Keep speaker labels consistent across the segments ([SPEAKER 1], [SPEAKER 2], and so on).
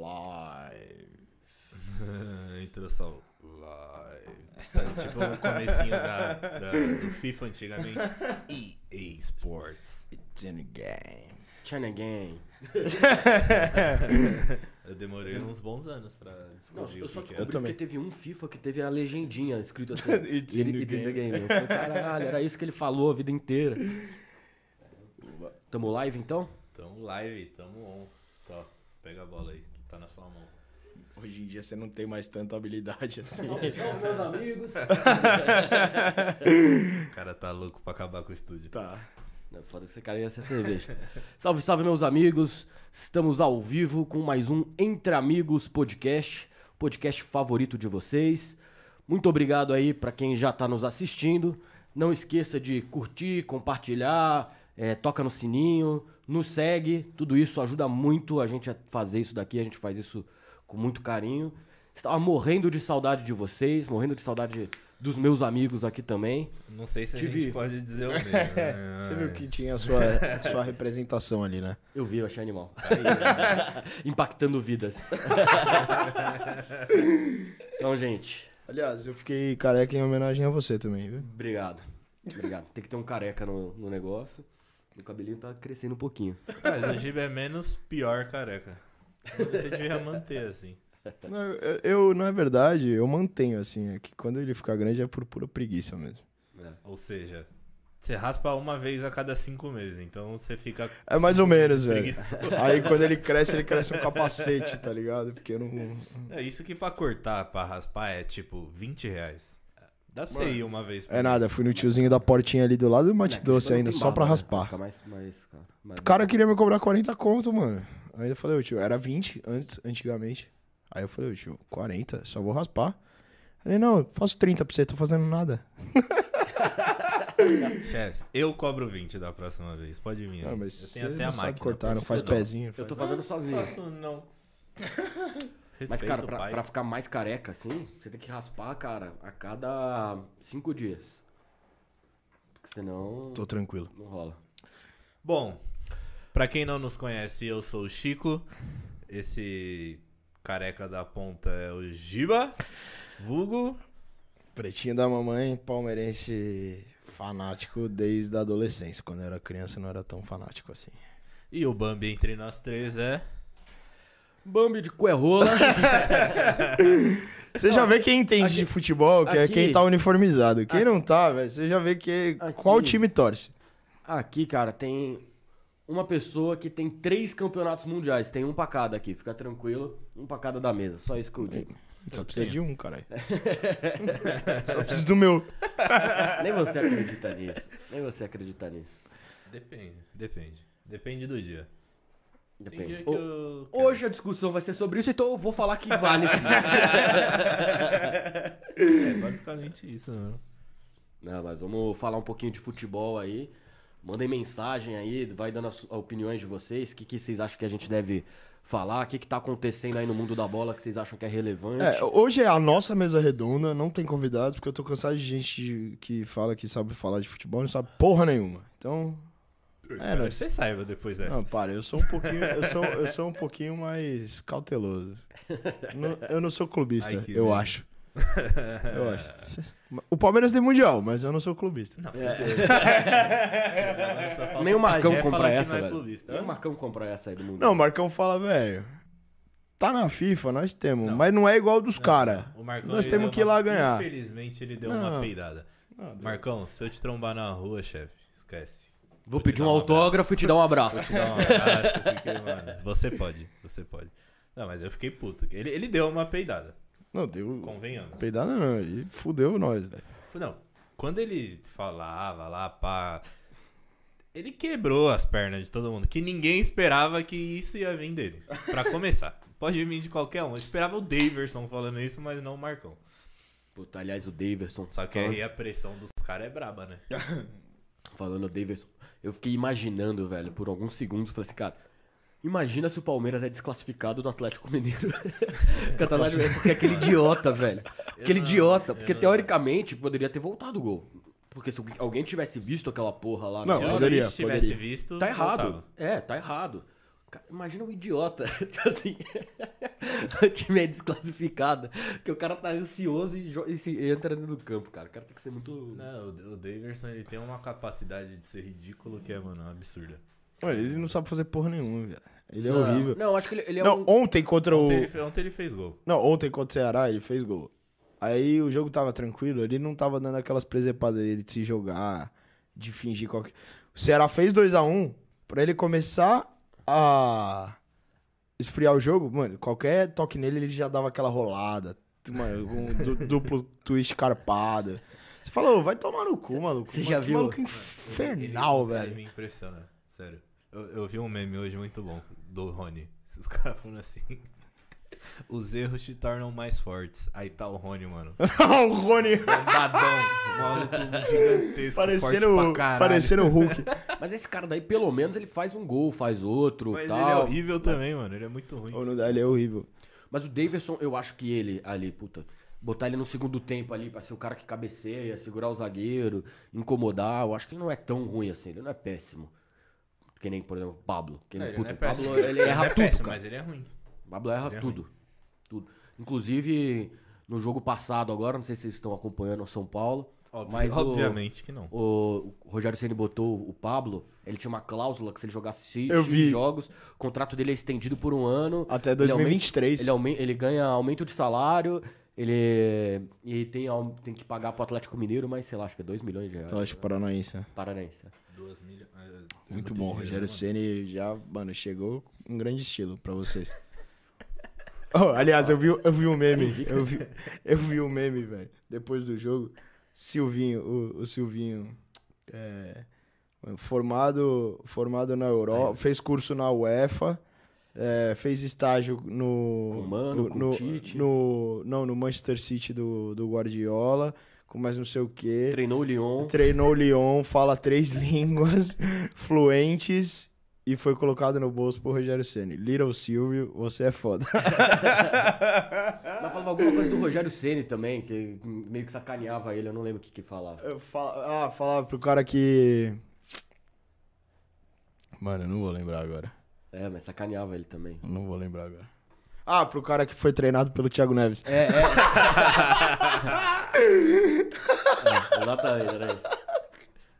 [SPEAKER 1] Live.
[SPEAKER 2] Introdução live. Tá, tipo o comecinho da, da- do FIFA antigamente. EA Sports.
[SPEAKER 1] It's in the game. China game.
[SPEAKER 2] Eu demorei uns bons anos pra
[SPEAKER 3] Não,
[SPEAKER 2] descobrir
[SPEAKER 3] eu só
[SPEAKER 2] o que, que
[SPEAKER 3] descobri
[SPEAKER 2] era.
[SPEAKER 1] Eu também.
[SPEAKER 3] porque teve um FIFA que teve a legendinha escrito assim.
[SPEAKER 1] It's in the
[SPEAKER 3] it's in
[SPEAKER 1] né?"
[SPEAKER 3] the game. Eu falei, caralho, era isso que ele falou a vida inteira. Tamo live então?
[SPEAKER 2] Tamo live, tamo on. Tó, pega a bola aí, que tá na sua mão.
[SPEAKER 1] Hoje em dia você não tem mais tanta habilidade assim.
[SPEAKER 3] Salve, salve, meus amigos.
[SPEAKER 2] O cara tá louco pra acabar com o estúdio.
[SPEAKER 1] Tá.
[SPEAKER 3] Não, foda esse cara ia ser cerveja. Salve, salve, meus amigos. Estamos ao vivo com mais um Entre Amigos Podcast, podcast favorito de vocês. Muito obrigado aí pra quem já tá nos assistindo. Não esqueça de curtir, compartilhar, eh, toca no sininho, nos segue. Tudo isso ajuda muito a gente a fazer isso daqui. A gente faz isso com muito carinho. Estava morrendo de saudade de vocês, morrendo de saudade dos meus amigos aqui também.
[SPEAKER 2] Não sei se a
[SPEAKER 3] Tive-
[SPEAKER 2] gente pode dizer o mesmo. né?
[SPEAKER 1] Você viu que tinha a sua, a sua representação ali, né?
[SPEAKER 3] Eu vi, eu achei animal. Impactando vidas. então, gente,
[SPEAKER 1] Aliás, eu fiquei careca em homenagem a você também, viu?
[SPEAKER 3] obrigado. Obrigado. Tem que ter um careca no, no negócio. Meu cabelinho tá crescendo um pouquinho.
[SPEAKER 2] Mas o Giba é menos pior careca. Você devia manter assim.
[SPEAKER 1] Não, eu, eu, na verdade, eu mantenho assim. É que quando ele ficar grande é por pura preguiça mesmo.
[SPEAKER 3] É.
[SPEAKER 2] Ou seja, você raspa uma vez a cada cinco meses, então você fica.
[SPEAKER 1] É mais ou
[SPEAKER 2] cinco
[SPEAKER 1] menos,
[SPEAKER 2] meses
[SPEAKER 1] velho.
[SPEAKER 2] preguiçoso.
[SPEAKER 1] Aí quando ele cresce, ele cresce um capacete, tá ligado? Porque eu não.
[SPEAKER 2] É isso que pra cortar, pra raspar, é tipo 20 reais. Dá pra você ir uma vez. por
[SPEAKER 1] É nada, fui no tiozinho da portinha ali do lado do Mate
[SPEAKER 3] Moleque,
[SPEAKER 1] Doce
[SPEAKER 3] não
[SPEAKER 1] ainda,
[SPEAKER 3] tem
[SPEAKER 1] só pra
[SPEAKER 3] barba, né?
[SPEAKER 1] raspar.
[SPEAKER 3] Fica mais, mais, cara. mais-
[SPEAKER 1] O cara queria me cobrar 40 conto, mano. Aí eu falei, ô tio, era 20 antes, antigamente. Aí eu falei, ô tio, 40, só vou raspar. Ele, não, eu faço 30 pra você, tô fazendo nada.
[SPEAKER 2] mês. Chefe, eu cobro 20 da próxima vez. Pode vir.
[SPEAKER 1] Não,
[SPEAKER 2] aí.
[SPEAKER 1] mas
[SPEAKER 2] eu
[SPEAKER 1] você
[SPEAKER 2] tenho até
[SPEAKER 1] não
[SPEAKER 2] a
[SPEAKER 1] sabe
[SPEAKER 2] máquina.
[SPEAKER 1] cortar, não faz
[SPEAKER 3] Eu tô-
[SPEAKER 1] pezinho.
[SPEAKER 3] Eu
[SPEAKER 1] faz-
[SPEAKER 3] tô fazendo sozinho.
[SPEAKER 2] Faço não.
[SPEAKER 3] Mas,
[SPEAKER 2] Respeito
[SPEAKER 3] cara,
[SPEAKER 2] o
[SPEAKER 3] pra,
[SPEAKER 2] pai.
[SPEAKER 3] pra ficar mais careca assim, você tem que raspar, cara, a cada cinco dias. Porque senão
[SPEAKER 1] Tô tranquilo.
[SPEAKER 3] não rola.
[SPEAKER 2] Bom, pra quem não nos conhece, eu sou o Chico. Esse careca da ponta é o Giba. Vulgo.
[SPEAKER 1] Pretinho da mamãe, palmeirense fanático desde a adolescência. Quando eu era criança, eu não era tão fanático assim.
[SPEAKER 2] E o Bambi entre nós três é.
[SPEAKER 3] Bambi de Cuerrola.
[SPEAKER 1] Você já vê quem entende de futebol, que é
[SPEAKER 3] aqui-
[SPEAKER 1] quem tá uniformizado. Quem não tá, velho, você já vê que
[SPEAKER 3] Aqui-
[SPEAKER 1] qual time torce.
[SPEAKER 3] Aqui, cara, tem uma pessoa que tem três campeonatos mundiais. Tem um pra cada aqui, fica tranquilo. Um pra cada da mesa, só isso que eu digo.
[SPEAKER 1] Só precisa de um, caralho. Só preciso do meu.
[SPEAKER 3] Nem você acredita nisso. Nem você acredita nisso.
[SPEAKER 2] Depende, depende. Depende do dia. Tem
[SPEAKER 3] Depende.
[SPEAKER 2] dia que
[SPEAKER 3] Ho-
[SPEAKER 2] eu. quero-
[SPEAKER 3] Hoje a discussão vai ser sobre isso, então eu vou falar que vale sim.
[SPEAKER 2] É basicamente isso, né?
[SPEAKER 3] Não, mas vamos falar um pouquinho de futebol aí. Mandem mensagem aí, vai dando as opiniões de vocês. O que, que vocês acham que a gente deve falar? O que, que tá acontecendo aí no mundo da bola que vocês acham que é relevante?
[SPEAKER 1] É, hoje é a nossa mesa redonda, não tem convidados, porque eu tô cansado de gente que fala que sabe falar de futebol e não sabe porra nenhuma. Então. É,
[SPEAKER 2] Espero que assim.
[SPEAKER 1] nós.
[SPEAKER 2] você saiba depois dessa.
[SPEAKER 1] Não, para, eu sou um pouquinho, eu sou, eu sou um pouquinho mais cauteloso. Não- eu não sou clubista,
[SPEAKER 2] Ai, que
[SPEAKER 1] eu
[SPEAKER 2] medo.
[SPEAKER 1] acho. Eu acho. O Palmeiras tem mundial, mas eu não sou clubista.
[SPEAKER 2] Não, fudeu. É, Só falta
[SPEAKER 3] Nem o
[SPEAKER 2] o
[SPEAKER 3] Marcão
[SPEAKER 2] Pajé falar
[SPEAKER 3] compra
[SPEAKER 2] que
[SPEAKER 3] essa,
[SPEAKER 2] não é
[SPEAKER 3] velho.
[SPEAKER 2] clubista.
[SPEAKER 3] Nem o um Marcão compra essa aí do mundo.
[SPEAKER 1] Não, o Marcão fala, velho. Tá na FIFA, nós temos, mas não é igual dos caras.
[SPEAKER 2] O Marcão,
[SPEAKER 1] Nós
[SPEAKER 2] ele
[SPEAKER 1] temos
[SPEAKER 2] deu
[SPEAKER 1] que ir
[SPEAKER 2] uma-
[SPEAKER 1] lá ganhar.
[SPEAKER 2] Infelizmente, ele deu
[SPEAKER 1] Não.
[SPEAKER 2] uma peidada. Marcão, se eu te trombar na rua, chefe, esquece.
[SPEAKER 3] Vou
[SPEAKER 2] te
[SPEAKER 3] pedir um
[SPEAKER 2] dar um
[SPEAKER 3] autógrafo e te dar um abraço.
[SPEAKER 2] Te dá um abraço, porque, mano, Você pode, você pode. Não, mas eu fiquei puto. Ele, ele deu uma peidada,
[SPEAKER 1] Não, deu.
[SPEAKER 2] convenhamos.
[SPEAKER 1] Peidada não, ele fudeu nós, velho.
[SPEAKER 2] Não, quando ele falava lá, pá. Ele quebrou as pernas de todo mundo, que ninguém esperava que isso ia vir dele. Pra começar. Pode vir de qualquer um. Eu esperava o Daverson falando isso, mas não o Marcão.
[SPEAKER 3] Puta, aliás, o Daverson.
[SPEAKER 2] Só que
[SPEAKER 3] falando,
[SPEAKER 2] aí a pressão dos caras é braba, né?
[SPEAKER 3] falando o Daverson, eu fiquei imaginando, velho, por alguns segundos, falei assim, cara. Imagina se o Palmeiras é desclassificado do Atlético Mineiro. Porque o Atlético Mineiro- porque é aquele idiota, velho. Aquele
[SPEAKER 2] Eu não-
[SPEAKER 3] idiota.
[SPEAKER 2] eu
[SPEAKER 3] Porque
[SPEAKER 2] não-
[SPEAKER 3] teoricamente poderia ter voltado o gol. Porque se alguém tivesse visto aquela porra lá
[SPEAKER 1] Não,
[SPEAKER 3] na
[SPEAKER 2] Se
[SPEAKER 3] hora,
[SPEAKER 1] poderia,
[SPEAKER 2] o juiz tivesse
[SPEAKER 1] poderia.
[SPEAKER 2] visto.
[SPEAKER 3] Tá errado.
[SPEAKER 2] voltava.
[SPEAKER 3] É, tá errado. Cara, imagina um idiota, tipo assim, o time é desclassificado, que o cara tá ansioso e, jo- e se- e entra dentro do campo, cara. O cara tem que ser muito...
[SPEAKER 2] Não, o o Daverson ele tem uma capacidade de ser ridículo que é, mano, absurda.
[SPEAKER 1] Olha, ele não sabe fazer porra nenhuma, velho. Ele é
[SPEAKER 3] Não,
[SPEAKER 1] horrível.
[SPEAKER 3] Não, acho que ele, ele é
[SPEAKER 1] Não,
[SPEAKER 3] um...
[SPEAKER 1] ontem contra o.
[SPEAKER 2] Ontem ele, fe- ontem ele fez gol.
[SPEAKER 1] Não, ontem contra o Ceará ele fez gol. Aí o jogo tava tranquilo, ele não tava dando aquelas presepadas dele de se jogar, de fingir qualquer. O Ceará fez 2x1, pra ele começar a esfriar o jogo, mano, qualquer toque nele ele já dava aquela rolada, mano, um du- duplo twist carpado. Você falou, vai tomar no cu, maluco.
[SPEAKER 3] Você
[SPEAKER 1] Mano,
[SPEAKER 3] já
[SPEAKER 1] que
[SPEAKER 3] viu?
[SPEAKER 1] maluco
[SPEAKER 2] Ele-
[SPEAKER 1] infernal,
[SPEAKER 2] ele,
[SPEAKER 1] velho.
[SPEAKER 2] Ele me impressiona, sério. Eu, eu vi um meme hoje muito bom do Rony. Os caras falando assim. Os erros te tornam mais fortes. Aí tá o Rony, mano.
[SPEAKER 1] o Rony
[SPEAKER 2] Bombadão. Um Maluco gigantesco.
[SPEAKER 1] parecendo,
[SPEAKER 2] forte pra caralho.
[SPEAKER 1] parecendo o Hulk.
[SPEAKER 3] Mas esse cara daí, pelo menos, ele faz um gol, faz outro,
[SPEAKER 2] Mas
[SPEAKER 3] tal.
[SPEAKER 2] ele é horrível também, mano. Ele é muito ruim.
[SPEAKER 1] Ô, não dá, ele é horrível.
[SPEAKER 3] Mas o Davidson, eu acho que ele ali, puta, botar ele no segundo tempo ali pra ser o cara que cabeceia, segurar o zagueiro, incomodar, eu acho que ele não é tão ruim assim, ele não é péssimo. Que nem, por exemplo, Pablo. Que,
[SPEAKER 2] Não, ele
[SPEAKER 3] puta,
[SPEAKER 2] não é
[SPEAKER 3] o Pablo,
[SPEAKER 2] péssimo.
[SPEAKER 3] ele erra
[SPEAKER 2] não é
[SPEAKER 3] tudo,
[SPEAKER 2] péssimo,
[SPEAKER 3] cara.
[SPEAKER 2] Mas ele é ruim.
[SPEAKER 3] O Pablo erra
[SPEAKER 2] ele é
[SPEAKER 3] tudo. Tudo. Inclusive, no jogo passado agora, não sei se vocês estão acompanhando o São Paulo,
[SPEAKER 2] Obvi-
[SPEAKER 3] mas o-
[SPEAKER 2] obviamente que não.
[SPEAKER 3] o Rogério Ceni botou o Pablo, ele tinha uma cláusula que se ele jogasse X
[SPEAKER 1] Eu vi.
[SPEAKER 3] jogos, o contrato dele é estendido por um ano.
[SPEAKER 1] Até
[SPEAKER 3] Ele aumenta-
[SPEAKER 1] 2023.
[SPEAKER 3] Ele, aumen- ele ganha aumento de salário, ele e tem, aum- tem que pagar pro Atlético Mineiro, mas sei lá, acho que é 2 milhões de reais.
[SPEAKER 2] tipo,
[SPEAKER 1] Atlético Paranaense, né?
[SPEAKER 3] Paranaense.
[SPEAKER 2] Duas milha... é, é
[SPEAKER 1] Muito bom,
[SPEAKER 2] dinheiro,
[SPEAKER 1] Rogério
[SPEAKER 2] né,
[SPEAKER 1] Ceni já, mano, chegou em grande estilo pra vocês. Oh, aliás, eu vi, eu vi um meme, eu vi, eu vi um meme, velho, depois do jogo, Silvinho, o, o Silvinho, é, formado, formado na Europa,
[SPEAKER 3] É.
[SPEAKER 1] fez curso na UEFA, é, fez estágio no...
[SPEAKER 3] Com o Mano,
[SPEAKER 1] no,
[SPEAKER 3] com o
[SPEAKER 1] no-
[SPEAKER 3] Tite.
[SPEAKER 1] no- não, no Manchester City do, do Guardiola, com mais não sei o quê.
[SPEAKER 3] Treinou o Lyon.
[SPEAKER 1] Treinou o Lyon, fala três línguas fluentes e foi colocado no bolso por Rogério Ceni. Little Silvio, você é foda. Ah.
[SPEAKER 3] Mas falava alguma coisa do Rogério Ceni também, que meio que sacaneava ele, eu não lembro o que que falava.
[SPEAKER 1] Eu fala- ah, falava pro cara que. Mano, eu não vou lembrar agora.
[SPEAKER 3] É, mas sacaneava ele também.
[SPEAKER 1] Eu Não vou lembrar agora. Ah, pro cara que foi treinado pelo Thiago Neves.
[SPEAKER 3] É, é. é exatamente, era isso.
[SPEAKER 2] mano?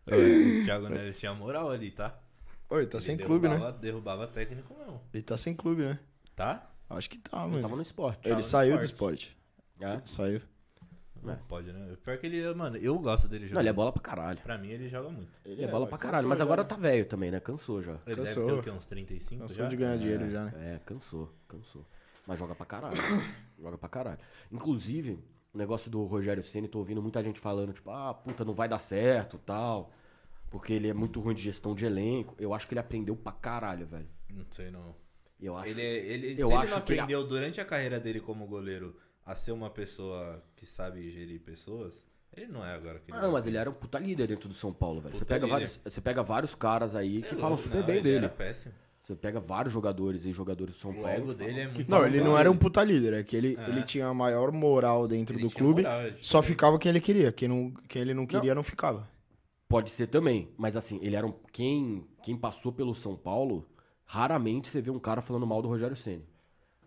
[SPEAKER 2] É, O Thiago Neves tinha moral ali, tá?
[SPEAKER 1] Oi, tá sem
[SPEAKER 2] Ele
[SPEAKER 1] clube, né?
[SPEAKER 2] derrubava- Derrubava técnico, não.
[SPEAKER 1] Ele tá sem clube, né?
[SPEAKER 2] Tá?
[SPEAKER 1] Acho que tá,
[SPEAKER 3] Eu tava
[SPEAKER 1] mano.
[SPEAKER 3] no esporte.
[SPEAKER 1] Ele
[SPEAKER 2] no
[SPEAKER 1] saiu do
[SPEAKER 2] esporte.
[SPEAKER 1] esporte.
[SPEAKER 3] Ah.
[SPEAKER 1] Saiu.
[SPEAKER 2] Não pode, né? Pior que ele, mano, eu gosto dele
[SPEAKER 3] É. Não,
[SPEAKER 2] jogando.
[SPEAKER 3] ele é bola pra caralho.
[SPEAKER 2] Pra mim, ele joga muito.
[SPEAKER 3] Ele é bola pra caralho, mas agora tá velho também, né? Cansou já.
[SPEAKER 2] Ele
[SPEAKER 1] Cansou.
[SPEAKER 2] deve ter o quê? Uns 35
[SPEAKER 1] Cansou
[SPEAKER 2] já?
[SPEAKER 1] de ganhar dinheiro
[SPEAKER 3] é,
[SPEAKER 1] já, né?
[SPEAKER 3] É, cansou, cansou. Mas joga pra caralho. joga pra caralho. Inclusive, o negócio do Rogério Ceni, tô ouvindo muita gente falando, tipo, ah, puta, não vai dar certo tal. Porque ele é muito ruim de gestão de elenco. Eu acho que ele aprendeu pra caralho, velho.
[SPEAKER 2] Não sei, não.
[SPEAKER 3] Eu acho.
[SPEAKER 2] Ele, é, ele, se
[SPEAKER 3] Eu
[SPEAKER 2] ele
[SPEAKER 3] acho
[SPEAKER 2] não
[SPEAKER 3] que ele-
[SPEAKER 2] aprendeu durante a carreira dele como goleiro a ser uma pessoa que sabe gerir pessoas, ele não é agora que ele
[SPEAKER 3] Não,
[SPEAKER 2] é.
[SPEAKER 3] mas ele era um puta líder dentro do São Paulo, velho. Você
[SPEAKER 2] Puta
[SPEAKER 3] pega,
[SPEAKER 2] líder.
[SPEAKER 3] vários, você pega vários caras aí
[SPEAKER 2] Sei
[SPEAKER 3] que
[SPEAKER 2] lá,
[SPEAKER 3] falam super
[SPEAKER 2] não,
[SPEAKER 3] bem
[SPEAKER 2] né? ele
[SPEAKER 3] dele.
[SPEAKER 2] Era péssimo.
[SPEAKER 3] Você pega vários jogadores e jogadores do São
[SPEAKER 2] O
[SPEAKER 3] Paulo.
[SPEAKER 2] ego
[SPEAKER 3] que falam-
[SPEAKER 2] dele é muito
[SPEAKER 1] Não,
[SPEAKER 2] bom.
[SPEAKER 1] ele não era um puta líder, é que ele, ele tinha a maior moral dentro
[SPEAKER 2] Ele
[SPEAKER 1] do
[SPEAKER 2] tinha
[SPEAKER 1] clube,
[SPEAKER 2] moral, é diferente.
[SPEAKER 1] só ficava quem ele queria, quem, não, quem ele não queria não, ficava.
[SPEAKER 3] Pode ser também, mas assim, ele era um. Quem, quem passou pelo São Paulo, raramente você vê um cara falando mal do Rogério Ceni.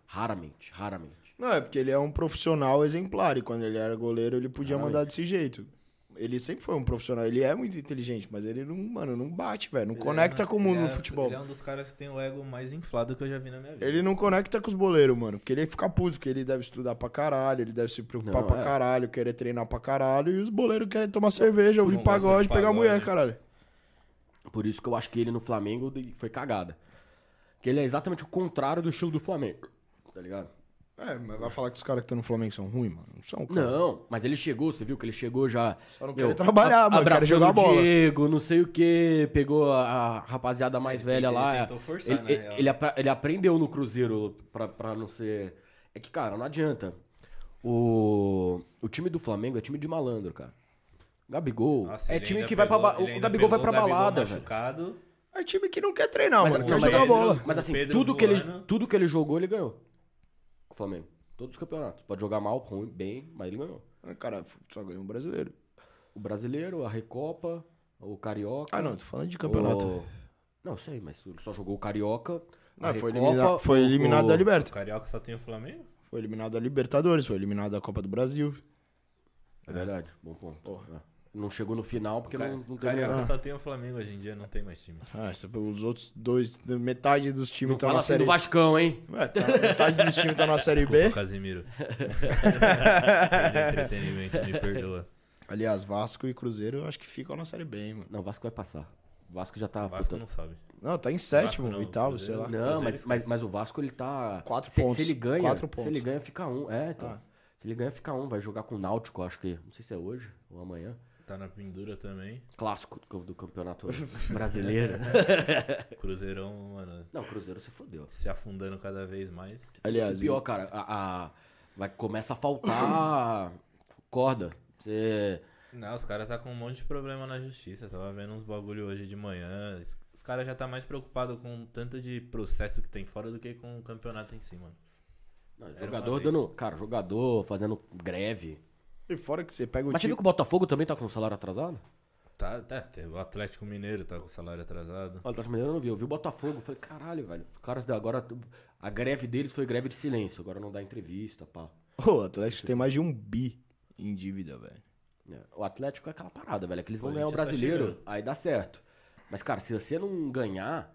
[SPEAKER 3] Raramente, raramente.
[SPEAKER 1] Não, é porque ele é um profissional exemplar e quando ele era goleiro ele podia
[SPEAKER 3] Claramente.
[SPEAKER 1] mandar desse jeito. Ele sempre foi um profissional, ele é muito inteligente, mas ele não, mano, não bate, velho, não
[SPEAKER 2] Ele
[SPEAKER 1] conecta
[SPEAKER 2] é,
[SPEAKER 1] com o mundo
[SPEAKER 2] ele
[SPEAKER 1] do
[SPEAKER 2] é-
[SPEAKER 1] futebol.
[SPEAKER 2] Ele é um dos caras que tem o ego mais inflado que eu já vi na minha vida.
[SPEAKER 1] Ele não conecta com os boleiros, mano. Porque ele fica puto, porque ele deve estudar pra caralho, ele deve se preocupar
[SPEAKER 3] Não,
[SPEAKER 1] pra
[SPEAKER 3] é.
[SPEAKER 1] caralho, querer treinar pra caralho, e os boleiros querem tomar cerveja, ouvir
[SPEAKER 2] Não gosta de
[SPEAKER 1] pagode, pegar
[SPEAKER 2] pagode.
[SPEAKER 1] mulher, caralho.
[SPEAKER 3] Por isso que eu acho que ele no Flamengo de- foi cagada. Que ele é exatamente o contrário do estilo do Flamengo. Tá ligado?
[SPEAKER 1] É, mas vai falar que os caras que estão no Flamengo são ruins, mano. Não são, cara.
[SPEAKER 3] Não, mas ele chegou, você viu que ele chegou já.
[SPEAKER 1] Só não queria trabalhar, mano, quero
[SPEAKER 3] Abraçando
[SPEAKER 1] jogar
[SPEAKER 3] o
[SPEAKER 1] bola.
[SPEAKER 3] Diego, não sei o que, pegou a, a rapaziada mais velha
[SPEAKER 2] ele
[SPEAKER 3] lá.
[SPEAKER 2] tentou forçar,
[SPEAKER 3] ele,
[SPEAKER 2] na
[SPEAKER 3] ele-
[SPEAKER 2] real.
[SPEAKER 3] ele apra- ele aprendeu no Cruzeiro pra, pra não ser. É que, cara, não adianta. O, o time do Flamengo é time de malandro, cara. Gabigol
[SPEAKER 2] Nossa,
[SPEAKER 3] é
[SPEAKER 2] ele
[SPEAKER 3] time
[SPEAKER 2] ainda
[SPEAKER 3] que vai pra.
[SPEAKER 2] pegou-
[SPEAKER 3] ba-
[SPEAKER 2] ele
[SPEAKER 3] O
[SPEAKER 2] ainda
[SPEAKER 3] Gabigol vai
[SPEAKER 2] pegou
[SPEAKER 3] pra
[SPEAKER 2] o Gabigol
[SPEAKER 3] balada, velho.
[SPEAKER 2] machucado.
[SPEAKER 1] É time que não quer treinar,
[SPEAKER 3] Mas, é
[SPEAKER 1] mano.
[SPEAKER 3] não,
[SPEAKER 1] Quer
[SPEAKER 3] mas
[SPEAKER 1] jogar
[SPEAKER 2] assim,
[SPEAKER 1] bola.
[SPEAKER 3] mas assim,
[SPEAKER 2] Pedro né?
[SPEAKER 3] tudo que, ele,
[SPEAKER 2] voando.
[SPEAKER 3] tudo que ele jogou, ele ganhou. Com o Flamengo. Todos os campeonatos. Pode jogar mal, ruim, bem, mas ele ganhou.
[SPEAKER 1] Ah, Cara, só ganhou um brasileiro.
[SPEAKER 3] O brasileiro, a Recopa, o Carioca.
[SPEAKER 1] Ah, não, tô falando de Ah, campeonato.
[SPEAKER 3] O... Não, sei, mas ele só jogou o Carioca,
[SPEAKER 1] Não,
[SPEAKER 3] A
[SPEAKER 1] Ah, foi,
[SPEAKER 3] Recopa,
[SPEAKER 1] elimina- foi
[SPEAKER 3] o-
[SPEAKER 1] eliminado
[SPEAKER 3] o-
[SPEAKER 1] da
[SPEAKER 2] O
[SPEAKER 1] Liberta.
[SPEAKER 2] Carioca só tem o Flamengo?
[SPEAKER 1] Foi eliminado da Libertadores, foi eliminado da Copa do Brasil.
[SPEAKER 3] É verdade, bom ponto.
[SPEAKER 1] Porra. Ah,
[SPEAKER 3] É. Não chegou no final porque
[SPEAKER 2] Ca-
[SPEAKER 3] não, não teve.
[SPEAKER 2] Carioca
[SPEAKER 1] nada.
[SPEAKER 2] só tem o Flamengo hoje em dia, não tem mais time.
[SPEAKER 1] Ah, essa- os outros dois, metade dos times
[SPEAKER 3] Não
[SPEAKER 1] estão
[SPEAKER 3] fala
[SPEAKER 1] então na
[SPEAKER 3] assim
[SPEAKER 1] série
[SPEAKER 3] do Vascão, hein?
[SPEAKER 1] É, tá- metade dos times estão na série
[SPEAKER 2] Desculpa,
[SPEAKER 1] B.
[SPEAKER 2] Casimiro. Perdi o entretenimento, me perdoa.
[SPEAKER 1] Aliás, Vasco e Cruzeiro eu acho que ficam na série B, hein, mano.
[SPEAKER 3] Não, o Vasco vai passar. O Vasco já tá.
[SPEAKER 2] O Vasco
[SPEAKER 3] puta-
[SPEAKER 2] não sabe.
[SPEAKER 1] Não, tá em sétimo,
[SPEAKER 2] Vasco não,
[SPEAKER 1] oitavo, sei
[SPEAKER 2] Cruzeiro
[SPEAKER 1] lá.
[SPEAKER 2] não.
[SPEAKER 3] Não,
[SPEAKER 2] Mas
[SPEAKER 3] mas,
[SPEAKER 2] ele
[SPEAKER 3] mas, mas o Vasco ele tá.
[SPEAKER 1] Quatro
[SPEAKER 3] se,
[SPEAKER 1] pontos.
[SPEAKER 3] Se ele ganha,
[SPEAKER 1] Quatro
[SPEAKER 3] se ele
[SPEAKER 1] pontos.
[SPEAKER 3] ganha, fica um. É, então.
[SPEAKER 1] Ah.
[SPEAKER 3] Se ele ganha, fica um. Vai jogar com o Náutico, acho que. Não sei se é hoje ou amanhã.
[SPEAKER 2] Tá na pendura também.
[SPEAKER 3] Clássico do, do campeonato brasileiro.
[SPEAKER 2] Cruzeirão, mano,
[SPEAKER 3] não, o Cruzeiro se fodeu.
[SPEAKER 2] se afundando cada vez mais.
[SPEAKER 1] Aliás,
[SPEAKER 3] E pior, cara, a, a- vai começa a faltar corda. Você-
[SPEAKER 2] Não, os caras tá com um monte de problema na justiça. Tava vendo uns bagulho hoje de manhã. Os- Os caras já tá mais preocupado com o tanto de processo que tem fora do que com o campeonato em si, mano.
[SPEAKER 3] não,
[SPEAKER 2] Era
[SPEAKER 3] jogador
[SPEAKER 2] uma vez.
[SPEAKER 3] dando. Cara, jogador fazendo greve.
[SPEAKER 1] e fora que você pega o
[SPEAKER 3] Mas você
[SPEAKER 1] time...
[SPEAKER 3] viu que o Botafogo também tá com o salário atrasado?
[SPEAKER 2] Tá, tá, tem- o Atlético Mineiro tá com o salário atrasado.
[SPEAKER 3] Olha, o Atlético Mineiro eu não vi. Eu vi o Botafogo. Falei, caralho, velho. Os caras da- agora. A greve deles foi greve de silêncio. Agora não dá entrevista, pá.
[SPEAKER 1] Ô, o Atlético tem mais de um bi em dívida, velho.
[SPEAKER 3] É, O Atlético é aquela parada, velho. é Que eles vão
[SPEAKER 2] O
[SPEAKER 3] ganhar o
[SPEAKER 2] Corinthians tá
[SPEAKER 3] brasileiro,
[SPEAKER 2] chegando.
[SPEAKER 3] aí dá certo. Mas, cara, se você não ganhar,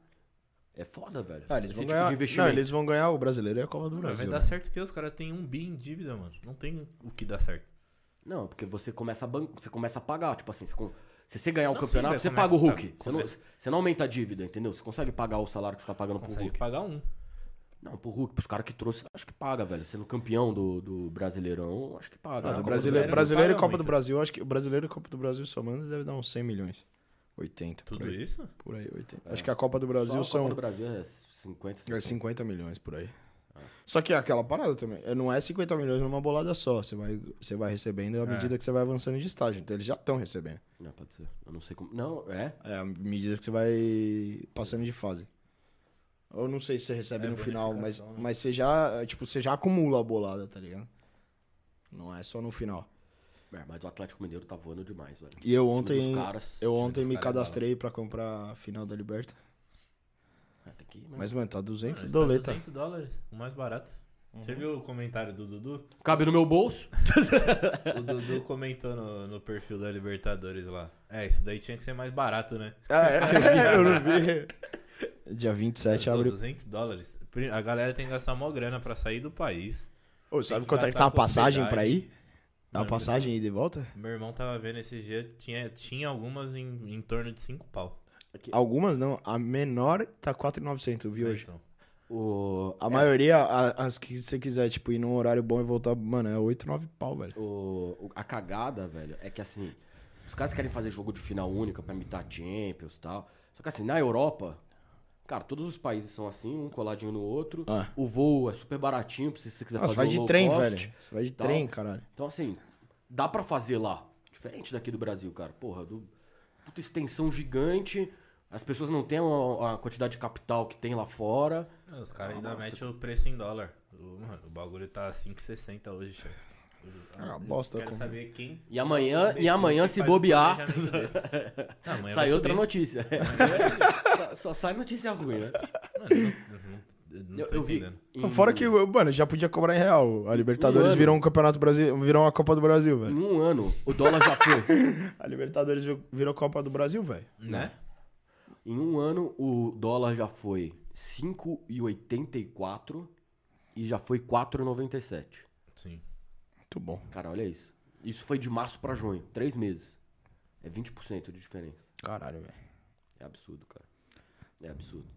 [SPEAKER 3] é foda, velho.
[SPEAKER 1] Ah, eles
[SPEAKER 3] Esse
[SPEAKER 1] vão
[SPEAKER 3] tipo
[SPEAKER 1] ganhar...
[SPEAKER 3] de
[SPEAKER 1] não,
[SPEAKER 3] investimento.
[SPEAKER 1] eles vão ganhar o Brasileiro e a Copa do
[SPEAKER 2] Mano, vai
[SPEAKER 1] Brasil.
[SPEAKER 2] dar
[SPEAKER 1] né?
[SPEAKER 2] certo que os caras têm um bi em dívida, mano. Não tem o que dar certo.
[SPEAKER 3] Não, porque você começa a ban... você começa a pagar, tipo assim, você com- se você ganhar o
[SPEAKER 2] Não, sim,
[SPEAKER 3] campeonato,
[SPEAKER 2] velho,
[SPEAKER 3] você
[SPEAKER 2] começa-
[SPEAKER 3] paga o Hulk.
[SPEAKER 2] tá,
[SPEAKER 3] você, não,
[SPEAKER 2] começa.
[SPEAKER 3] você não aumenta a dívida, entendeu? Você consegue pagar o salário que você tá pagando pro
[SPEAKER 2] Consegue
[SPEAKER 3] Hulk.
[SPEAKER 2] pagar um.
[SPEAKER 3] Não, pro Hulk, pros caras que trouxe, acho que paga, velho. Sendo campeão do, do Brasileirão, acho que paga.
[SPEAKER 1] Ah,
[SPEAKER 3] Na
[SPEAKER 1] do
[SPEAKER 3] Copa
[SPEAKER 1] brasileiro,
[SPEAKER 2] Brasil
[SPEAKER 3] Brasil.
[SPEAKER 1] brasileiro e
[SPEAKER 2] não
[SPEAKER 1] Copa
[SPEAKER 2] paga
[SPEAKER 1] do
[SPEAKER 2] muito.
[SPEAKER 1] Brasil, acho que o Brasileiro e Copa do Brasil somando deve dar uns 100 milhões. 80,
[SPEAKER 2] Tudo
[SPEAKER 1] por aí.
[SPEAKER 2] isso?
[SPEAKER 1] Por aí, 80. Acho que a Copa do Brasil
[SPEAKER 3] Só a Copa
[SPEAKER 1] são
[SPEAKER 3] do Brasil é 50,
[SPEAKER 1] É 50 milhões por aí. Só que é aquela parada também. É, Não é 50 milhões numa bolada só. Você vai, você vai recebendo à medida que você vai avançando de estágio. Então eles já estão recebendo.
[SPEAKER 3] Não, pode ser. Eu não sei como. Não, é.
[SPEAKER 1] É, à medida que você vai passando de fase. Eu não sei se você recebe
[SPEAKER 2] É,
[SPEAKER 1] no final, mas,
[SPEAKER 2] bonificação, né?
[SPEAKER 1] mas você já. é, Tipo, você já acumula a bolada, tá ligado? Não é só no final.
[SPEAKER 3] É, Mas o Atlético Mineiro tá voando demais, velho.
[SPEAKER 1] E eu
[SPEAKER 3] time dos
[SPEAKER 1] ontem.
[SPEAKER 3] caras,
[SPEAKER 1] Eu
[SPEAKER 2] time
[SPEAKER 1] ontem
[SPEAKER 2] dos
[SPEAKER 1] me
[SPEAKER 2] caras é bala.
[SPEAKER 1] cadastrei pra comprar a final da Liberta.
[SPEAKER 3] É, tem que ir, né?
[SPEAKER 1] Mas, mano, tá 200
[SPEAKER 2] Mano, Hum. tá
[SPEAKER 1] doleta. Uhum.
[SPEAKER 2] 200 dólares, o mais barato. Você viu o comentário do Dudu?
[SPEAKER 3] Cabe no meu bolso.
[SPEAKER 2] O Dudu comentou no, no perfil da Libertadores lá. É, isso daí tinha que ser mais barato, né?
[SPEAKER 1] Ah, é? eu não vi. Dia 27
[SPEAKER 2] Pô,
[SPEAKER 1] abre
[SPEAKER 2] 200 dólares. Pri- A galera tem que gastar mó grana pra sair do país.
[SPEAKER 1] Ô, sabe
[SPEAKER 2] que
[SPEAKER 1] quanto é que tá
[SPEAKER 2] gastar
[SPEAKER 1] a
[SPEAKER 2] com
[SPEAKER 1] passagem pra
[SPEAKER 2] hospedagem.
[SPEAKER 1] ir? Tá A
[SPEAKER 2] Mano,
[SPEAKER 1] passagem ida e volta?
[SPEAKER 2] Meu irmão tava vendo esse dia, tinha, tinha algumas em, em torno de 5 pau.
[SPEAKER 1] Algumas não. A menor tá 4,900, viu
[SPEAKER 2] É, tá.
[SPEAKER 1] hoje?
[SPEAKER 2] Então,
[SPEAKER 3] O,
[SPEAKER 1] A maioria, a- as que você quiser, tipo, ir num horário bom e voltar, mano, é 8, 9 pau, velho.
[SPEAKER 3] o- o- a cagada, velho, é que assim, os caras querem fazer jogo de final única pra imitar Champions e tal. Só que assim, na Europa, cara, todos os países são assim, um coladinho no outro.
[SPEAKER 1] Ah.
[SPEAKER 3] O voo é super baratinho, pra você- se você quiser
[SPEAKER 1] Nossa,
[SPEAKER 3] fazer
[SPEAKER 1] vai
[SPEAKER 3] um
[SPEAKER 1] de
[SPEAKER 3] low
[SPEAKER 1] trem,
[SPEAKER 3] cost.
[SPEAKER 1] velho. Você vai de
[SPEAKER 3] tal.
[SPEAKER 1] trem, caralho.
[SPEAKER 3] Então assim, dá pra fazer lá. Diferente daqui do Brasil, cara. Porra, do, puta extensão gigante. As pessoas não têm a, a quantidade de capital que tem lá fora.
[SPEAKER 2] Não, os
[SPEAKER 1] Ah,
[SPEAKER 2] caras ainda
[SPEAKER 3] Nossa.
[SPEAKER 2] metem o preço em dólar. O, mano, o bagulho tá 5,60 hoje, chefe.
[SPEAKER 1] Ah, bosta,
[SPEAKER 2] Quero
[SPEAKER 1] como-
[SPEAKER 2] saber quem.
[SPEAKER 3] E amanhã,
[SPEAKER 2] quem
[SPEAKER 3] e amanhã
[SPEAKER 2] faz
[SPEAKER 3] se
[SPEAKER 2] o
[SPEAKER 3] bobear.
[SPEAKER 2] planejamento dele. Não, amanhã vai
[SPEAKER 3] Saiu outra
[SPEAKER 2] subir.
[SPEAKER 3] notícia. só, só sai notícia ruim, né?
[SPEAKER 2] Mano, eu não, eu não, eu não
[SPEAKER 3] Eu,
[SPEAKER 2] tô
[SPEAKER 3] eu vi.
[SPEAKER 2] entendendo.
[SPEAKER 3] em-
[SPEAKER 1] Fora que, mano, já podia cobrar em real.
[SPEAKER 2] Hum.
[SPEAKER 1] A Libertadores
[SPEAKER 3] Um ano.
[SPEAKER 1] virou um campeonato brasileiro, virou uma Copa do Brasil,
[SPEAKER 3] Em
[SPEAKER 1] velho.
[SPEAKER 3] um ano, o dólar já foi.
[SPEAKER 1] A Libertadores vi- virou Copa do Brasil, velho.
[SPEAKER 2] Né?
[SPEAKER 3] em um ano, o dólar já foi 5,84 e já foi 4,97.
[SPEAKER 2] Sim.
[SPEAKER 1] Muito bom.
[SPEAKER 3] Cara, olha isso. Isso foi de março pra junho. Três meses. É 20% de diferença.
[SPEAKER 1] Caralho, velho.
[SPEAKER 3] É absurdo, cara. É absurdo.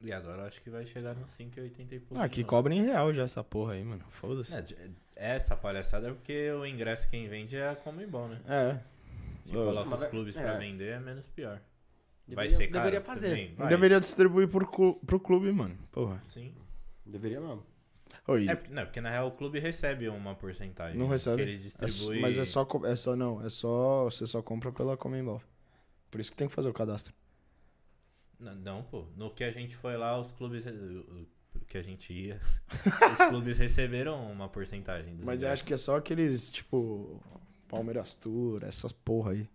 [SPEAKER 2] E agora eu acho que vai chegar nos 5,80 e pouco.
[SPEAKER 1] Ah,
[SPEAKER 2] de
[SPEAKER 1] que
[SPEAKER 2] novo.
[SPEAKER 1] cobra em real já essa porra aí, mano. Foda-se.
[SPEAKER 2] É, de- essa palhaçada é porque o ingresso quem vende é a Comembol, né?
[SPEAKER 1] É.
[SPEAKER 2] Se
[SPEAKER 1] Ah.
[SPEAKER 2] coloca
[SPEAKER 3] Mas
[SPEAKER 2] os
[SPEAKER 3] vai-
[SPEAKER 2] clubes
[SPEAKER 3] é.
[SPEAKER 2] pra vender, é menos pior. vai
[SPEAKER 3] Deveria-
[SPEAKER 2] ser caro
[SPEAKER 3] Deveria fazer.
[SPEAKER 2] também?
[SPEAKER 1] Não
[SPEAKER 2] Vai.
[SPEAKER 1] Deveria distribuir pro, cu- pro clube, mano. Porra.
[SPEAKER 2] Sim.
[SPEAKER 3] Deveria mesmo.
[SPEAKER 1] Oi.
[SPEAKER 2] É, porque- não, porque na real o clube recebe uma porcentagem.
[SPEAKER 1] Não
[SPEAKER 2] né?
[SPEAKER 1] recebe.
[SPEAKER 2] Que eles
[SPEAKER 1] É s-
[SPEAKER 2] distribuem.
[SPEAKER 1] mas é só, co- é só não, é só você só compra pela Comembol. Por isso que tem que fazer o cadastro.
[SPEAKER 2] Não, não, pô. No que a gente foi lá, os clubes. o- o Que a gente ia. os clubes receberam uma porcentagem. dos
[SPEAKER 1] Mas eu
[SPEAKER 2] ingressos.
[SPEAKER 1] acho que é só aqueles tipo Palmeiras Tour, essas porra aí.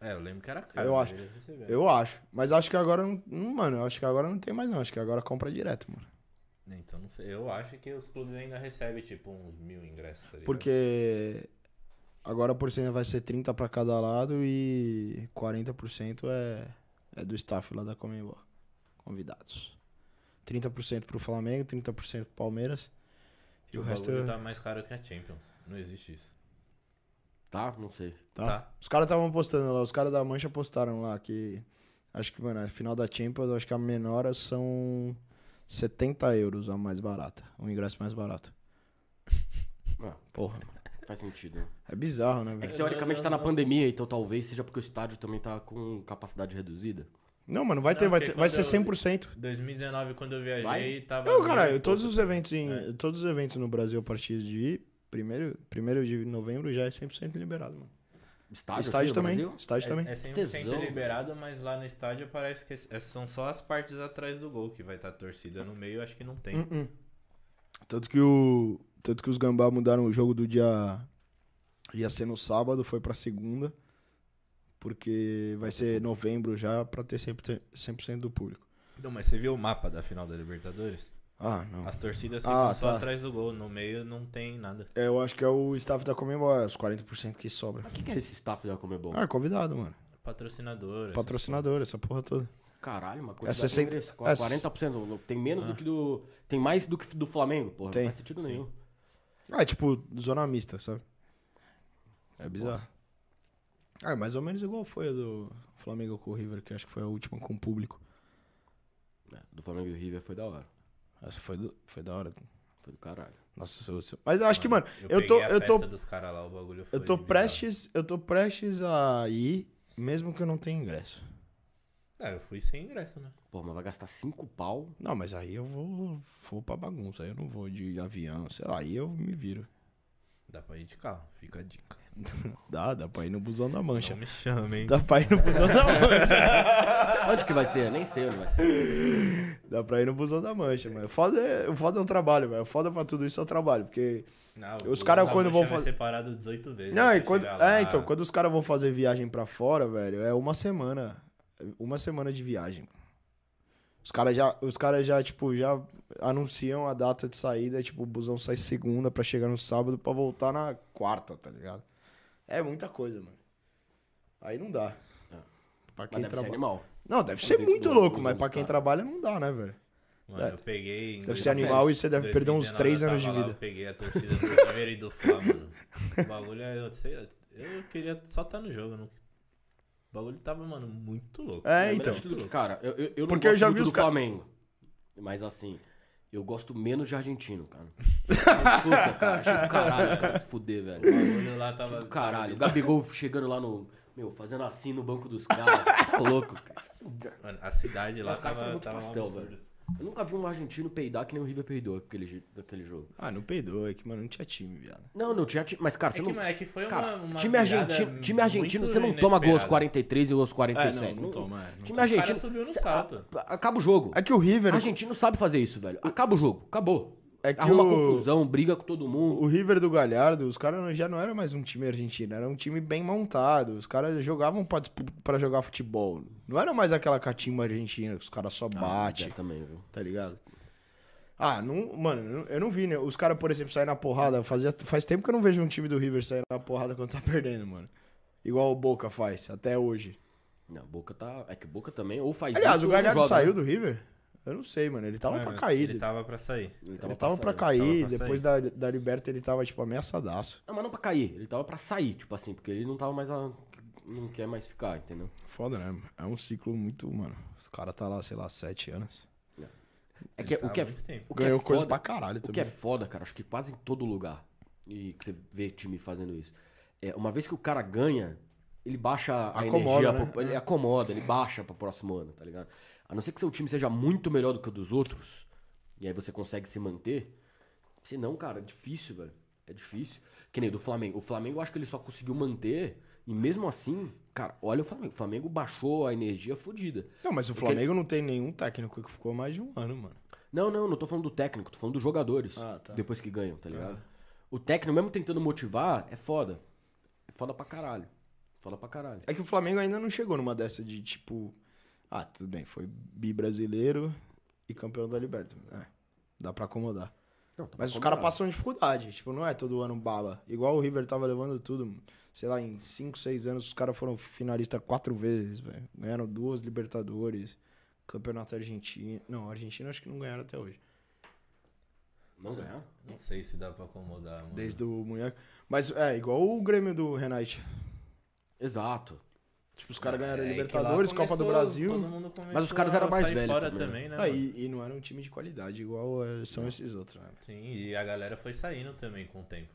[SPEAKER 2] É, eu lembro que era caro.
[SPEAKER 1] Eu
[SPEAKER 2] né?
[SPEAKER 1] acho.
[SPEAKER 2] Eles receberam.
[SPEAKER 1] Eu acho. Mas acho que agora não. não, Mano, eu acho que agora não tem mais, não. Acho que agora compra direto, mano.
[SPEAKER 2] Então, não sei. Eu acho que os clubes ainda recebem, tipo, uns mil ingressos. tá ligado?
[SPEAKER 1] Porque agora a porcentagem vai ser 30 pra cada lado e 40% é, é do staff lá da Comembol. Convidados. 30% pro Flamengo, 30% pro Palmeiras. E
[SPEAKER 2] Tipo,
[SPEAKER 1] o resto
[SPEAKER 2] bagulho
[SPEAKER 1] é-
[SPEAKER 2] tá mais caro que a Champions. Não existe isso.
[SPEAKER 3] Tá? Não sei.
[SPEAKER 1] Tá.
[SPEAKER 2] Tá.
[SPEAKER 1] Os caras estavam postando lá, os caras da Mancha postaram lá que. Acho que, mano, a final da Champions, acho que a menor são 70 euros a mais barata. O ingresso mais barato.
[SPEAKER 3] Ah,
[SPEAKER 1] Porra.
[SPEAKER 3] faz sentido. né?
[SPEAKER 1] É bizarro, né,
[SPEAKER 3] É
[SPEAKER 1] velho?
[SPEAKER 3] que teoricamente tá na pandemia, então talvez seja porque o estádio também tá com capacidade reduzida.
[SPEAKER 1] Não, mano, vai, ter,
[SPEAKER 2] Não,
[SPEAKER 1] vai,
[SPEAKER 2] porque
[SPEAKER 1] ter, vai
[SPEAKER 2] quando
[SPEAKER 1] ser
[SPEAKER 2] eu-
[SPEAKER 1] 100%.
[SPEAKER 2] 2019, quando eu viajei,
[SPEAKER 3] Vai?
[SPEAKER 2] tava.
[SPEAKER 1] Não,
[SPEAKER 2] mil
[SPEAKER 1] caralho,
[SPEAKER 2] e
[SPEAKER 1] todos
[SPEAKER 2] pouco.
[SPEAKER 1] os eventos em,
[SPEAKER 2] É.
[SPEAKER 1] todos os eventos no Brasil a partir de 1 primeiro de novembro já é 100% liberado, mano.
[SPEAKER 3] Estádio,
[SPEAKER 1] estádio
[SPEAKER 3] aqui no
[SPEAKER 1] também,
[SPEAKER 3] Brasil?
[SPEAKER 1] estádio
[SPEAKER 2] Ah, É-
[SPEAKER 1] também.
[SPEAKER 2] É 100%
[SPEAKER 3] Tesão,
[SPEAKER 2] liberado, mas lá no estádio parece que é- são só as partes atrás do gol que vai estar torcida no meio, acho que não tem.
[SPEAKER 1] Uh-uh. Tanto que o tanto que os Gambá mudaram o jogo do dia ia ser no sábado, foi pra segunda, porque vai ser novembro já pra ter 100%, 100 do público.
[SPEAKER 2] Não, mas você viu o mapa da final da Libertadores?
[SPEAKER 1] Ah, não.
[SPEAKER 2] As torcidas ficam
[SPEAKER 1] Ah,
[SPEAKER 2] só
[SPEAKER 1] tá.
[SPEAKER 2] atrás do gol, no meio não tem nada.
[SPEAKER 1] É, eu acho que é o staff da Comembol, é os 40% que sobra.
[SPEAKER 3] Mas o que, que é esse staff da Comebol?
[SPEAKER 1] Ah, convidado, mano.
[SPEAKER 2] Patrocinador. essas
[SPEAKER 1] Patrocinador, essa porra toda.
[SPEAKER 3] Caralho, uma
[SPEAKER 1] É
[SPEAKER 3] quantidade
[SPEAKER 1] 60
[SPEAKER 3] de ingresso.
[SPEAKER 1] é- Ah.
[SPEAKER 3] 40%. Tem menos do que do... Tem mais do que do Flamengo, porra.
[SPEAKER 1] Tem,
[SPEAKER 3] Não faz sentido
[SPEAKER 2] sim.
[SPEAKER 3] nenhum.
[SPEAKER 1] Ah, é tipo zona mista, sabe? É bizarro. Ah, é mais ou menos igual foi a do Flamengo com o River, que acho que foi a última com o público.
[SPEAKER 3] É, do Flamengo e do River foi da hora.
[SPEAKER 1] Essa foi, do- foi da hora.
[SPEAKER 3] Foi do caralho.
[SPEAKER 1] Nossa, seu- seu- mas eu acho que, mano,
[SPEAKER 2] coisas.
[SPEAKER 1] eu, tô,
[SPEAKER 2] peguei a
[SPEAKER 1] eu tô,
[SPEAKER 2] festa dos caras lá, o bagulho foi
[SPEAKER 1] eu tô
[SPEAKER 2] bizarro.
[SPEAKER 1] prestes, eu tô prestes a ir, mesmo que eu não tenha ingresso.
[SPEAKER 2] Ah, eu fui sem ingresso, né?
[SPEAKER 3] Porra, mas vai gastar 5 pau.
[SPEAKER 1] Não, mas aí eu vou, vou pra bagunça, aí eu não vou de avião, sei lá, aí eu me viro.
[SPEAKER 2] Dá pra ir de carro, fica a dica.
[SPEAKER 1] Dá, dá pra ir no busão da mancha.
[SPEAKER 2] Não me chamem.
[SPEAKER 1] Dá pra ir no busão da mancha.
[SPEAKER 3] Onde que vai ser? Eu nem sei onde vai ser.
[SPEAKER 1] Dá pra ir no busão da mancha, mano. O foda é, o foda é o trabalho, velho. O foda pra tudo isso é o trabalho, porque
[SPEAKER 2] Não,
[SPEAKER 1] Os cara, quando vão
[SPEAKER 2] fazer.
[SPEAKER 1] fazer-
[SPEAKER 2] separado 18 vezes.
[SPEAKER 1] Não,
[SPEAKER 2] até
[SPEAKER 1] e quando,
[SPEAKER 2] chegar lá.
[SPEAKER 1] é, então, quando os caras vão fazer viagem pra fora, velho, é uma semana. Uma semana de viagem. Os caras já, os cara já, tipo, já anunciam a data de saída, tipo, o busão sai segunda pra chegar no sábado pra voltar na quarta, tá ligado? É muita coisa, mano. Aí não dá. Pra
[SPEAKER 3] É. Mas
[SPEAKER 1] quem
[SPEAKER 3] deve ser
[SPEAKER 1] trabalha.
[SPEAKER 3] animal.
[SPEAKER 1] Não, deve ser
[SPEAKER 3] dentro
[SPEAKER 1] muito
[SPEAKER 3] do-
[SPEAKER 1] louco,
[SPEAKER 3] dos
[SPEAKER 1] mas
[SPEAKER 3] anos,
[SPEAKER 1] pra quem
[SPEAKER 3] cara.
[SPEAKER 1] trabalha não dá, né, velho?
[SPEAKER 2] Mano, eu peguei. em
[SPEAKER 1] Deve ser
[SPEAKER 2] 2019,
[SPEAKER 1] animal e você deve perder uns 3
[SPEAKER 2] eu
[SPEAKER 1] anos de
[SPEAKER 2] tava lá,
[SPEAKER 1] vida.
[SPEAKER 2] eu peguei a torcida do River e do Fla, mano. O bagulho é. Eu, sei, eu queria só estar no jogo. eu Não... O bagulho tava, mano, muito louco.
[SPEAKER 1] É,
[SPEAKER 3] Mas,
[SPEAKER 1] então.
[SPEAKER 3] antes de tudo, cara, eu, eu, eu não
[SPEAKER 1] Porque eu
[SPEAKER 3] gosto
[SPEAKER 1] já
[SPEAKER 3] muito
[SPEAKER 1] vi os
[SPEAKER 3] do
[SPEAKER 1] ca-
[SPEAKER 3] Flamengo. Mas assim, eu gosto menos de argentino, cara. Puta, cara, acho do caralho, os caras se fuder,
[SPEAKER 2] O
[SPEAKER 3] velho.
[SPEAKER 2] bagulho lá tava.
[SPEAKER 3] Do caralho. O Gabigol chegando lá no. Meu, fazendo assim no banco dos caras. Tá louco, cara.
[SPEAKER 2] Mano, a cidade lá
[SPEAKER 3] Os caras foram
[SPEAKER 2] tava.
[SPEAKER 3] muito
[SPEAKER 2] tava um
[SPEAKER 3] pastel,
[SPEAKER 2] absurdo.
[SPEAKER 3] velho. Eu nunca vi um argentino peidar que nem o River peidou aquele, je- naquele jogo.
[SPEAKER 1] Ah, não peidou, é que, mano, não tinha time, viado.
[SPEAKER 3] Não, não tinha. ti- Mas, cara,
[SPEAKER 2] É
[SPEAKER 3] você
[SPEAKER 2] que,
[SPEAKER 3] não.
[SPEAKER 2] mano, é que foi uma.
[SPEAKER 3] Cara,
[SPEAKER 2] uma
[SPEAKER 3] time
[SPEAKER 2] virada
[SPEAKER 3] argentino, time argentino
[SPEAKER 2] muito
[SPEAKER 3] você não toma gol aos
[SPEAKER 2] inesperada.
[SPEAKER 3] 43 e aos
[SPEAKER 1] É,
[SPEAKER 3] 47.
[SPEAKER 1] não, não toma, é, não
[SPEAKER 3] time
[SPEAKER 1] toma.
[SPEAKER 2] O
[SPEAKER 3] argentino.
[SPEAKER 2] cara subiu no
[SPEAKER 3] cê-
[SPEAKER 2] salto.
[SPEAKER 3] a- acaba o jogo.
[SPEAKER 1] É que o River.
[SPEAKER 3] Argentino sabe fazer isso, velho. Acaba o jogo, acabou.
[SPEAKER 1] É que
[SPEAKER 3] Arruma
[SPEAKER 1] o-
[SPEAKER 3] confusão, briga com todo mundo.
[SPEAKER 1] O River do Galhardo, os caras não- já não eram mais um time argentino, era um time bem montado. Os caras jogavam pra dispu- pra jogar futebol. Não era mais aquela catimba argentina que os caras só
[SPEAKER 3] Zé
[SPEAKER 1] bate,
[SPEAKER 3] também, viu?
[SPEAKER 1] tá ligado? Ah, não, mano, eu não- eu não vi, né? Os caras, por exemplo, saem na porrada. Fazia, faz tempo que eu não vejo um time do River sair na porrada quando tá perdendo, mano. Igual o Boca faz, até hoje.
[SPEAKER 3] Não, Boca tá. É que Boca também ou faz
[SPEAKER 1] Aliás,
[SPEAKER 3] isso.
[SPEAKER 1] o
[SPEAKER 3] ou não
[SPEAKER 1] Galhardo
[SPEAKER 3] joga,
[SPEAKER 1] saiu
[SPEAKER 3] né?
[SPEAKER 1] do River? Eu não sei, mano.
[SPEAKER 3] um
[SPEAKER 1] Ele tava
[SPEAKER 2] Mano,
[SPEAKER 1] pra cair.
[SPEAKER 2] É, Ele
[SPEAKER 1] Ele,
[SPEAKER 2] tava pra sair.
[SPEAKER 1] tava, pra
[SPEAKER 3] saindo.
[SPEAKER 1] cair.
[SPEAKER 2] Tava pra
[SPEAKER 1] depois da, da Liberta, ele tava, tipo, ameaçadaço.
[SPEAKER 3] Não, mas não pra cair. Ele tava pra sair, tipo assim, porque ele não tava mais. A... Não quer mais ficar, entendeu?
[SPEAKER 1] Foda, né? É um ciclo muito, mano. Os caras tá lá, sei lá, sete anos.
[SPEAKER 3] É que, é-
[SPEAKER 2] Ele
[SPEAKER 3] o que é,
[SPEAKER 2] tava há muito tempo.
[SPEAKER 3] o que é
[SPEAKER 1] Ganhou coisa pra
[SPEAKER 3] foda,
[SPEAKER 1] caralho
[SPEAKER 3] O que
[SPEAKER 1] também.
[SPEAKER 3] é foda, cara, acho que quase em todo lugar. E que você vê time fazendo isso. É, uma vez que o cara ganha, ele baixa a
[SPEAKER 1] Acomoda,
[SPEAKER 3] energia,
[SPEAKER 1] né?
[SPEAKER 3] pro- ele acomoda, ele baixa pro próximo ano, tá ligado? A não ser que seu time seja muito melhor do que o dos outros, e aí você consegue se manter. Se não, cara, é difícil, velho. É difícil. Que nem o do Flamengo. O Flamengo eu acho que ele só conseguiu manter, e mesmo assim, cara, olha o Flamengo. O Flamengo baixou a energia fodida.
[SPEAKER 1] Não, mas o
[SPEAKER 3] é Porque-
[SPEAKER 1] Flamengo não tem nenhum técnico que ficou mais de um ano, mano.
[SPEAKER 3] Não, não, não tô falando do técnico, tô falando dos jogadores.
[SPEAKER 1] Ah, tá.
[SPEAKER 3] Depois que ganham, tá ligado? O técnico, mesmo tentando motivar, é foda. É foda pra caralho. Fala pra caralho.
[SPEAKER 1] É que o Flamengo ainda não chegou numa dessa de tipo. Ah, tudo bem, foi bi-brasileiro e campeão da Libertadores. É, dá pra acomodar.
[SPEAKER 3] Não, tá
[SPEAKER 1] Mas
[SPEAKER 3] pra
[SPEAKER 1] os caras
[SPEAKER 3] comemorar.
[SPEAKER 1] passam dificuldade. Tipo, não é todo ano bala. Igual o River tava levando tudo. Sei lá, em 5, 6 anos os caras foram finalista quatro vezes, velho. Ganharam duas Libertadores, campeonato argentino. Não, argentino acho que não ganharam até hoje.
[SPEAKER 3] Não ganharam?
[SPEAKER 2] Não sei se dá pra acomodar, mano.
[SPEAKER 1] Desde o Munheco. Mas é, igual o Grêmio do Renate.
[SPEAKER 3] Exato.
[SPEAKER 1] Tipo, os caras ganharam
[SPEAKER 2] É, que lá
[SPEAKER 1] Libertadores, Copa do
[SPEAKER 2] começou-
[SPEAKER 1] Brasil.
[SPEAKER 2] todo mundo começou
[SPEAKER 3] Mas os caras eram
[SPEAKER 2] a
[SPEAKER 3] mais
[SPEAKER 2] sair
[SPEAKER 3] velhos
[SPEAKER 2] fora
[SPEAKER 3] também, né?
[SPEAKER 2] também, né?
[SPEAKER 1] Não,
[SPEAKER 2] mano?
[SPEAKER 1] e, e não era um time de qualidade, igual eh, são esses outros, né?
[SPEAKER 2] Sim, e a galera foi saindo também com o tempo.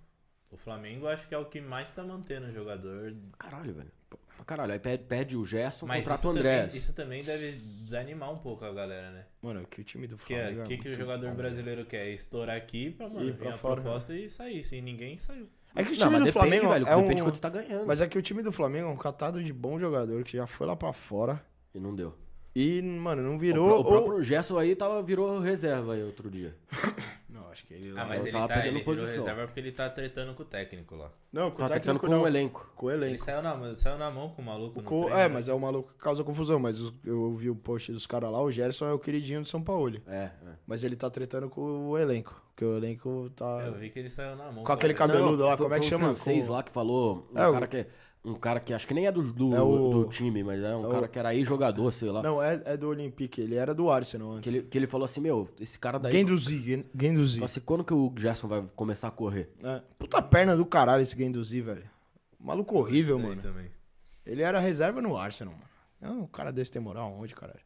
[SPEAKER 2] O Flamengo acho que é o que mais tá mantendo o jogador.
[SPEAKER 3] Caralho, velho. Pra caralho. Aí perde, perde o Gerson,
[SPEAKER 2] Mas
[SPEAKER 3] contrata
[SPEAKER 2] isso,
[SPEAKER 3] o André.
[SPEAKER 2] também, isso também deve desanimar um pouco a galera, né?
[SPEAKER 1] Mano, que o time do
[SPEAKER 2] Porque
[SPEAKER 1] Flamengo.
[SPEAKER 2] o
[SPEAKER 1] é
[SPEAKER 2] que, que o
[SPEAKER 1] muito
[SPEAKER 2] jogador
[SPEAKER 1] bom.
[SPEAKER 2] brasileiro quer? É Estourar aqui pra, mano,
[SPEAKER 1] Ir
[SPEAKER 2] vir
[SPEAKER 1] pra
[SPEAKER 2] a
[SPEAKER 1] fora, né?
[SPEAKER 2] proposta e sair. Sim, ninguém saiu.
[SPEAKER 1] É que o
[SPEAKER 3] Não,
[SPEAKER 1] time
[SPEAKER 3] mas
[SPEAKER 1] do
[SPEAKER 3] depende,
[SPEAKER 1] Flamengo
[SPEAKER 3] velho.
[SPEAKER 1] é um...
[SPEAKER 3] Depende de quanto você tá ganhando.
[SPEAKER 1] Mas é que o time do Flamengo é um catado de bom jogador que já foi lá pra fora
[SPEAKER 3] E não deu.
[SPEAKER 1] e, mano, não
[SPEAKER 3] o,
[SPEAKER 1] virou.
[SPEAKER 3] pró- o
[SPEAKER 1] ou-
[SPEAKER 3] próprio Gerson aí tava, virou reserva aí outro dia.
[SPEAKER 1] Não, acho que ele
[SPEAKER 2] Ah,
[SPEAKER 1] lá.
[SPEAKER 2] mas
[SPEAKER 3] eu
[SPEAKER 2] ele
[SPEAKER 3] tava
[SPEAKER 2] tá
[SPEAKER 3] perdendo
[SPEAKER 2] ele virou
[SPEAKER 3] posição.
[SPEAKER 2] reserva porque ele tá tretando com o técnico lá.
[SPEAKER 1] Não, com o
[SPEAKER 3] Tava Tá tentando
[SPEAKER 1] técnico
[SPEAKER 3] com
[SPEAKER 1] não.
[SPEAKER 3] o elenco.
[SPEAKER 1] Com o
[SPEAKER 2] Ele
[SPEAKER 1] elenco.
[SPEAKER 2] saiu na, saiu na mão com o maluco no
[SPEAKER 1] Com-
[SPEAKER 2] treino,
[SPEAKER 1] É,
[SPEAKER 2] né?
[SPEAKER 1] mas é o maluco que causa confusão. Mas o- eu ouvi o post dos caras lá, o Gerson é o queridinho do São Paulo.
[SPEAKER 3] É, é.
[SPEAKER 1] Mas ele tá tretando com o elenco. Porque o elenco tá.
[SPEAKER 3] É,
[SPEAKER 2] Eu vi que ele saiu na mão.
[SPEAKER 1] Com aquele
[SPEAKER 2] cara.
[SPEAKER 1] cabeludo lá,
[SPEAKER 3] foi-
[SPEAKER 1] como é que
[SPEAKER 3] foi
[SPEAKER 1] chama?
[SPEAKER 3] Um francês
[SPEAKER 1] Com-
[SPEAKER 3] lá que falou. Um
[SPEAKER 1] É, o-
[SPEAKER 3] cara que. Um cara que acho que nem é do, do,
[SPEAKER 1] É o-
[SPEAKER 3] do time, mas é um
[SPEAKER 1] é o-
[SPEAKER 3] cara que era ex-jogador, sei lá.
[SPEAKER 1] Não, é, é do Olympique, ele era do Arsenal
[SPEAKER 3] Que
[SPEAKER 1] antes.
[SPEAKER 3] ele, que ele falou assim, meu, esse cara daí.
[SPEAKER 1] Guendouzi, Guen- Guendouzi.
[SPEAKER 3] Falou assim, quando que o Gerson vai começar a correr?
[SPEAKER 1] É. Puta perna do caralho esse Guendouzi, velho. Maluco horrível, mano.
[SPEAKER 2] Também.
[SPEAKER 1] Ele era reserva no Arsenal, mano. Não, um cara desse tem moral onde, caralho?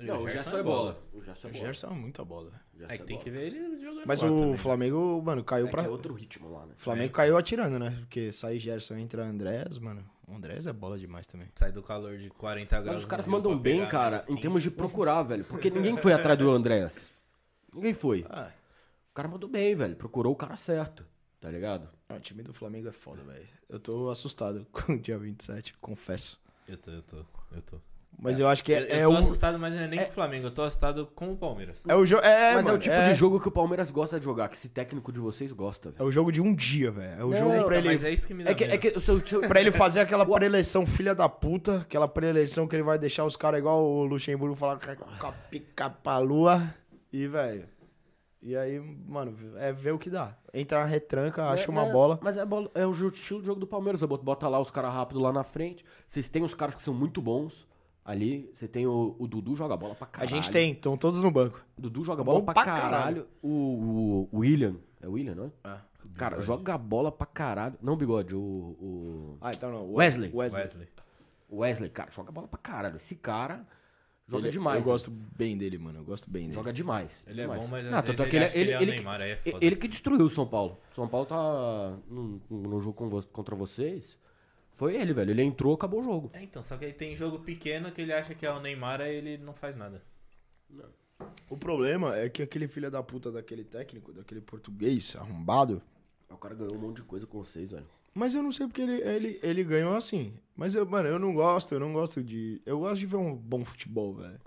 [SPEAKER 3] Não, É. o Gerson é bola. O Gerson é
[SPEAKER 1] O
[SPEAKER 3] bola.
[SPEAKER 1] Gerson é muita bola. velho.
[SPEAKER 3] O Gerson
[SPEAKER 2] É que tem que ver ele jogando
[SPEAKER 1] Mas
[SPEAKER 2] lá
[SPEAKER 1] o
[SPEAKER 2] também.
[SPEAKER 1] Flamengo, mano, caiu
[SPEAKER 3] É
[SPEAKER 1] pra.
[SPEAKER 3] que é outro ritmo lá, né?
[SPEAKER 1] O Flamengo caiu atirando, né? Porque sai Gerson, entra Andrés, mano. O Andrés é bola demais também.
[SPEAKER 2] Sai do calor de 40 graus.
[SPEAKER 3] Mas os
[SPEAKER 2] no
[SPEAKER 3] caras
[SPEAKER 2] Rio
[SPEAKER 3] mandam
[SPEAKER 2] pra
[SPEAKER 3] bem,
[SPEAKER 2] pegar assim.
[SPEAKER 3] cara,
[SPEAKER 2] menos
[SPEAKER 3] em
[SPEAKER 2] 15.
[SPEAKER 3] termos de procurar, velho. Porque ninguém foi atrás do Andrés. Ninguém foi.
[SPEAKER 1] Ah,
[SPEAKER 3] O cara mandou bem, velho. Procurou o cara certo. Tá ligado?
[SPEAKER 1] não, o time do Flamengo é foda, velho. Eu tô assustado com o dia 27, confesso.
[SPEAKER 2] Eu tô, eu tô, eu tô.
[SPEAKER 1] Mas eu acho que
[SPEAKER 2] Eu,
[SPEAKER 1] é,
[SPEAKER 2] eu
[SPEAKER 1] é
[SPEAKER 2] tô
[SPEAKER 3] um-
[SPEAKER 1] o.
[SPEAKER 2] assustado, mas não é nem com o Flamengo, eu tô assustado com o Palmeiras.
[SPEAKER 1] É o jogo. É,
[SPEAKER 3] Mas
[SPEAKER 1] mano,
[SPEAKER 3] é o tipo de jogo que o Palmeiras gosta de jogar, que esse técnico de vocês gosta,
[SPEAKER 1] É
[SPEAKER 3] velho.
[SPEAKER 1] o jogo de um dia, velho. É o
[SPEAKER 3] Não,
[SPEAKER 1] jogo pra
[SPEAKER 2] Então,
[SPEAKER 1] ele
[SPEAKER 2] Mas é isso que me dá
[SPEAKER 3] É que, é
[SPEAKER 2] medo.
[SPEAKER 3] que o seu, seu-
[SPEAKER 1] Pra ele fazer aquela preleção filha da puta, aquela preleção que ele vai deixar os caras igual o Luxemburgo falar com a pica pra lua. E, velho. E aí, mano, é ver o que dá. Entra na retranca, acha uma
[SPEAKER 3] é-
[SPEAKER 1] bola.
[SPEAKER 3] Mas é, bola- é o jo- estilo de jogo do Palmeiras. Bota, bota lá os caras rápido lá na frente. Vocês têm os caras que são muito bons ali. Você tem o, o Dudu joga bola pra
[SPEAKER 1] A
[SPEAKER 3] caralho.
[SPEAKER 1] gente tem, estão todos no banco.
[SPEAKER 3] O Dudu joga
[SPEAKER 1] Bom
[SPEAKER 3] bola pra,
[SPEAKER 1] pra
[SPEAKER 3] caralho.
[SPEAKER 1] caralho.
[SPEAKER 3] O, o William. É o William, não é?
[SPEAKER 1] Ah,
[SPEAKER 3] Cara, joga bola pra caralho. Não, bigode, o.
[SPEAKER 1] então não.
[SPEAKER 3] Wesley.
[SPEAKER 1] Wesley.
[SPEAKER 2] Wesley.
[SPEAKER 3] O Wesley, cara, joga bola pra caralho. Esse cara joga
[SPEAKER 1] Ele- é
[SPEAKER 3] demais.
[SPEAKER 1] Eu gosto bem dele, mano. Eu gosto bem dele.
[SPEAKER 3] Joga demais.
[SPEAKER 2] Ele é
[SPEAKER 3] demais.
[SPEAKER 2] bom, mas às
[SPEAKER 3] Não, tanto
[SPEAKER 2] vezes ele
[SPEAKER 3] é que ele,
[SPEAKER 2] acha que ele é o
[SPEAKER 3] ele,
[SPEAKER 2] Neymar, aí é
[SPEAKER 3] ele,
[SPEAKER 2] foda.
[SPEAKER 3] ele que destruiu o São Paulo. São Paulo tá no, no jogo com vo- contra vocês. Foi ele, velho. Ele entrou, acabou o jogo.
[SPEAKER 2] É, então, só que aí tem jogo pequeno que ele acha que é o Neymar, aí ele não faz nada.
[SPEAKER 1] O problema é que aquele filho da puta daquele técnico, daquele português arrombado.
[SPEAKER 3] O cara ganhou um monte de coisa com vocês, velho.
[SPEAKER 1] Mas eu não sei porque ele, ele, ele ganhou assim. Mas, eu, mano, eu não gosto, eu não gosto de. Eu gosto de ver um bom futebol, velho.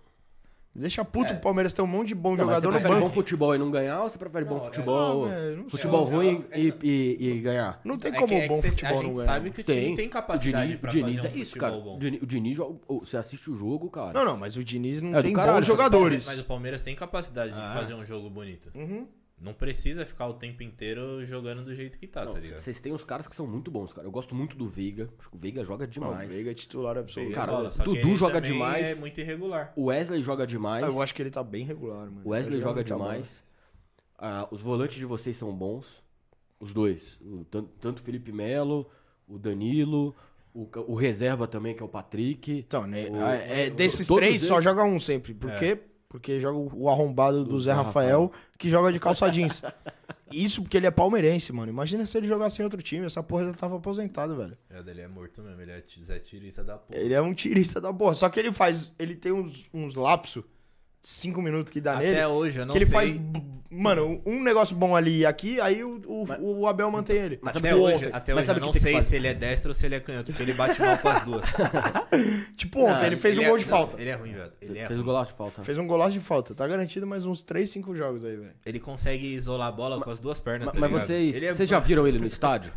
[SPEAKER 1] Deixa puto o Palmeiras ter um monte de bom
[SPEAKER 3] É. Não, mas você
[SPEAKER 1] jogador no
[SPEAKER 3] prefere bom
[SPEAKER 1] banco.
[SPEAKER 3] futebol e não ganhar ou você prefere bom
[SPEAKER 2] Não, é-
[SPEAKER 3] futebol?
[SPEAKER 1] Ah, velho, não é,
[SPEAKER 3] futebol
[SPEAKER 2] sei.
[SPEAKER 3] ruim e, e, e ganhar?
[SPEAKER 1] Não tem
[SPEAKER 2] É que-
[SPEAKER 1] como um
[SPEAKER 2] é que
[SPEAKER 1] bom
[SPEAKER 2] cês-
[SPEAKER 1] futebol
[SPEAKER 2] A
[SPEAKER 1] não
[SPEAKER 2] gente
[SPEAKER 1] ganhar.
[SPEAKER 2] sabe que o time tem
[SPEAKER 3] O
[SPEAKER 2] capacidade
[SPEAKER 3] Diniz-
[SPEAKER 2] pra
[SPEAKER 3] o Diniz
[SPEAKER 2] fazer um
[SPEAKER 3] é isso, cara.
[SPEAKER 2] futebol
[SPEAKER 3] O
[SPEAKER 2] bom.
[SPEAKER 3] Dini- o Diniz, joga- você assiste o jogo, cara.
[SPEAKER 1] Não, não, mas o Diniz não
[SPEAKER 3] É do
[SPEAKER 1] tem
[SPEAKER 3] caralho,
[SPEAKER 1] bons
[SPEAKER 3] só que o
[SPEAKER 1] jogadores.
[SPEAKER 2] Mas o Palmeiras tem capacidade
[SPEAKER 3] Ah.
[SPEAKER 2] de fazer um jogo bonito.
[SPEAKER 1] Uhum.
[SPEAKER 2] Não precisa ficar o tempo inteiro jogando do jeito que tá,
[SPEAKER 3] Não,
[SPEAKER 2] tá ligado?
[SPEAKER 3] Vocês têm uns caras que são muito bons, cara. Eu gosto muito do Veiga. Acho que o Veiga joga
[SPEAKER 1] Mano,
[SPEAKER 3] demais.
[SPEAKER 1] o Veiga é titular absoluto.
[SPEAKER 3] Cara,
[SPEAKER 2] Bola, só que
[SPEAKER 3] Dudu
[SPEAKER 2] ele
[SPEAKER 3] joga
[SPEAKER 2] também
[SPEAKER 3] demais.
[SPEAKER 2] É muito irregular.
[SPEAKER 3] O Wesley joga demais.
[SPEAKER 1] eu acho que ele tá bem regular, mano.
[SPEAKER 3] o Wesley
[SPEAKER 1] Tá
[SPEAKER 3] joga
[SPEAKER 1] jogando muita
[SPEAKER 3] demais. Ah, os volantes de vocês são bons. Os dois. O tan- tanto o Felipe Melo, o Danilo, o, ca- o reserva também, que é o Patrick.
[SPEAKER 1] Então, né,
[SPEAKER 3] O-
[SPEAKER 1] é, é,
[SPEAKER 3] o-
[SPEAKER 1] desses
[SPEAKER 3] todos
[SPEAKER 1] três, só
[SPEAKER 3] eles-
[SPEAKER 1] joga um sempre. Por quê? Porque joga o arrombado do Zé
[SPEAKER 3] Zé
[SPEAKER 1] Rafael, que joga de calça jeans. Isso porque ele é palmeirense, mano. Imagina se ele jogasse em outro time. Essa porra já tava aposentado, velho.
[SPEAKER 2] É, Ele é morto mesmo, ele é t- Zé Tirista da porra.
[SPEAKER 1] Ele é um tirista da porra. Só que ele faz. Ele tem uns, uns lapsos, cinco minutos que dá
[SPEAKER 2] Até
[SPEAKER 1] tá nele.
[SPEAKER 2] hoje, eu não
[SPEAKER 1] que ele
[SPEAKER 2] sei.
[SPEAKER 1] faz. b- Mano, um negócio bom ali e aqui, aí o, o, o Abel mantém ele.
[SPEAKER 2] Mas
[SPEAKER 1] tipo
[SPEAKER 2] até hoje,
[SPEAKER 1] ontem.
[SPEAKER 2] até
[SPEAKER 3] Mas
[SPEAKER 2] hoje
[SPEAKER 3] sabe
[SPEAKER 2] eu
[SPEAKER 3] o que
[SPEAKER 2] não
[SPEAKER 3] tem que
[SPEAKER 2] sei
[SPEAKER 3] fazer?
[SPEAKER 2] se ele é destro ou se ele é canhoto, porque ele bate mal com as duas.
[SPEAKER 1] Tipo ontem,
[SPEAKER 3] Não,
[SPEAKER 1] ele fez
[SPEAKER 2] Ele
[SPEAKER 1] um
[SPEAKER 2] é-
[SPEAKER 1] gol de
[SPEAKER 2] não,
[SPEAKER 1] falta.
[SPEAKER 2] Ele é ruim, velho. Ele é
[SPEAKER 3] Fez o
[SPEAKER 2] ruim.
[SPEAKER 3] golaço de falta.
[SPEAKER 1] Fez um golaço de falta. Tá garantido mais uns 3, 5 jogos aí, velho.
[SPEAKER 2] Ele consegue isolar a bola com as duas pernas.
[SPEAKER 3] Ma-
[SPEAKER 2] tá
[SPEAKER 3] Mas
[SPEAKER 2] ligado?
[SPEAKER 3] vocês,
[SPEAKER 2] Ele é
[SPEAKER 3] vocês já viram ele no estádio?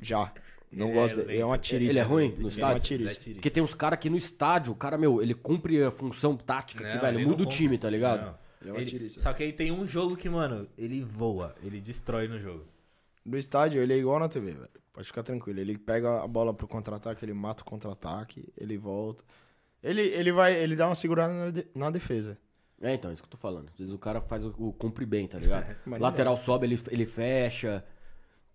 [SPEAKER 1] Já. Não
[SPEAKER 2] Ele
[SPEAKER 1] gosto dele.
[SPEAKER 2] lento.
[SPEAKER 1] É uma tirista.
[SPEAKER 3] Ele é ruim no
[SPEAKER 1] Ele é
[SPEAKER 3] estádio?
[SPEAKER 1] uma tirista.
[SPEAKER 2] Ele é
[SPEAKER 3] Porque tem uns caras que no estádio, o cara, meu, ele cumpre a função tática que,
[SPEAKER 2] Não,
[SPEAKER 3] velho,
[SPEAKER 2] ele
[SPEAKER 3] muda o
[SPEAKER 2] não
[SPEAKER 3] time,
[SPEAKER 2] compra.
[SPEAKER 3] tá ligado?
[SPEAKER 2] Não.
[SPEAKER 1] Ele é um
[SPEAKER 2] Ele-
[SPEAKER 1] atirista.
[SPEAKER 2] só que aí tem um jogo que, mano, ele voa, ele destrói no jogo.
[SPEAKER 1] No estádio, ele é igual na TV, velho. Pode ficar tranquilo. Ele pega a bola pro contra-ataque, ele mata o contra-ataque, ele volta. Ele, ele vai, ele dá uma segurada na, de- na defesa.
[SPEAKER 3] É, então, é isso que eu tô falando. Às vezes o cara faz o, o cumpre bem, tá ligado?
[SPEAKER 1] Mas
[SPEAKER 3] Lateral sobe, ele, ele fecha.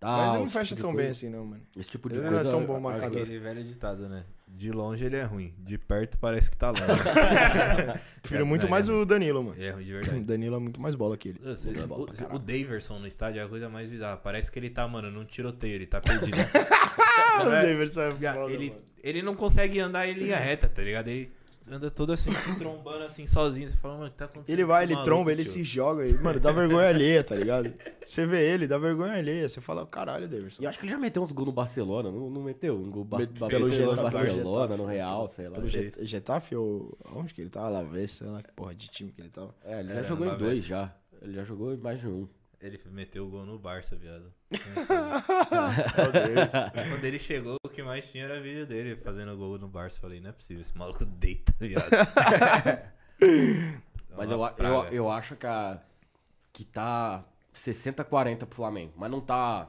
[SPEAKER 2] Ah,
[SPEAKER 3] Tal,
[SPEAKER 1] Mas ele não
[SPEAKER 3] esse tipo
[SPEAKER 1] fecha
[SPEAKER 3] de
[SPEAKER 1] tão
[SPEAKER 3] coisa.
[SPEAKER 1] bem assim, não, mano.
[SPEAKER 3] Esse tipo de
[SPEAKER 1] Ele não é
[SPEAKER 3] coisa.
[SPEAKER 1] tão bom
[SPEAKER 3] eu- eu-
[SPEAKER 1] marcador.
[SPEAKER 2] Aquele velho ditado, né? De longe ele é ruim, de perto parece que tá longe.
[SPEAKER 1] Prefiro muito mais o Danilo, mano.
[SPEAKER 2] Ele é ruim de
[SPEAKER 1] O
[SPEAKER 2] verdade.
[SPEAKER 1] Danilo é muito mais bola que ele.
[SPEAKER 2] Ou seja,
[SPEAKER 3] bola pra
[SPEAKER 2] O,
[SPEAKER 3] caralho.
[SPEAKER 2] o Daverson no estádio é a coisa mais bizarra. Parece que ele tá, mano, num tiroteio, ele tá perdido.
[SPEAKER 1] Ah, o
[SPEAKER 2] é?
[SPEAKER 1] Davidson é foda,
[SPEAKER 2] ele,
[SPEAKER 1] mano.
[SPEAKER 2] ele não consegue andar em linha reta, tá ligado? Ele anda todo assim, se trombando assim, sozinho. Você fala, mano, o que tá acontecendo?
[SPEAKER 1] Ele vai,
[SPEAKER 2] com esse
[SPEAKER 1] ele
[SPEAKER 2] maluco,
[SPEAKER 1] tromba, ele
[SPEAKER 2] tio?
[SPEAKER 1] se joga. Ele, mano, dá vergonha alheia, tá ligado? Você vê ele, dá vergonha alheia. Você fala, caralho, Davidson.
[SPEAKER 3] E eu acho que ele já meteu uns gols no Barcelona, não, não meteu? Um gol ba
[SPEAKER 1] Mete-
[SPEAKER 3] ba-
[SPEAKER 1] pelo
[SPEAKER 3] meteu no
[SPEAKER 1] Getafe,
[SPEAKER 3] Barcelona,
[SPEAKER 1] Getafe.
[SPEAKER 3] no Real, sei lá.
[SPEAKER 1] Pelo Get- Getafe ou onde que ele tava? Alavés, sei lá que porra de time que ele tava.
[SPEAKER 3] É, ele já
[SPEAKER 2] Era,
[SPEAKER 3] jogou em
[SPEAKER 2] uma
[SPEAKER 3] dois
[SPEAKER 2] vez.
[SPEAKER 3] já. Ele já jogou em mais de um.
[SPEAKER 2] Ele meteu o gol no Barça, viado.
[SPEAKER 1] Meu Deus.
[SPEAKER 2] Quando ele chegou, o que mais tinha era vídeo dele fazendo gol no Barça. Eu Falei, não é possível, esse maluco deita, viado. É
[SPEAKER 1] É
[SPEAKER 3] Mas eu, a- eu, eu acho que, a, que tá 60-40 pro Flamengo. Mas não tá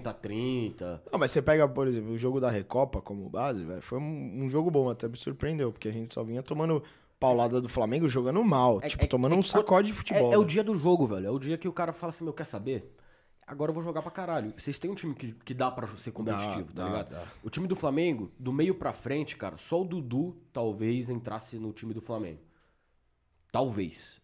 [SPEAKER 3] 70-30.
[SPEAKER 1] Não, mas você pega, por exemplo, o jogo da Recopa como base, velho, foi um, um jogo bom, até me surpreendeu, porque a gente só vinha tomando paulada do Flamengo jogando mal,
[SPEAKER 3] É-
[SPEAKER 1] tipo,
[SPEAKER 3] é-
[SPEAKER 1] tomando
[SPEAKER 3] é
[SPEAKER 1] um
[SPEAKER 3] que quando-
[SPEAKER 1] sacode de futebol.
[SPEAKER 3] É, é o
[SPEAKER 1] né?
[SPEAKER 3] dia do jogo, velho. É o dia que o cara fala assim, meu, quer saber? Agora eu vou jogar pra caralho. Vocês têm um time que, que dá pra ser competitivo,
[SPEAKER 1] Dá,
[SPEAKER 3] tá
[SPEAKER 1] dá,
[SPEAKER 3] ligado?
[SPEAKER 1] dá.
[SPEAKER 3] O time do Flamengo, do meio pra frente, cara, só o Dudu talvez entrasse no time do Flamengo. Talvez.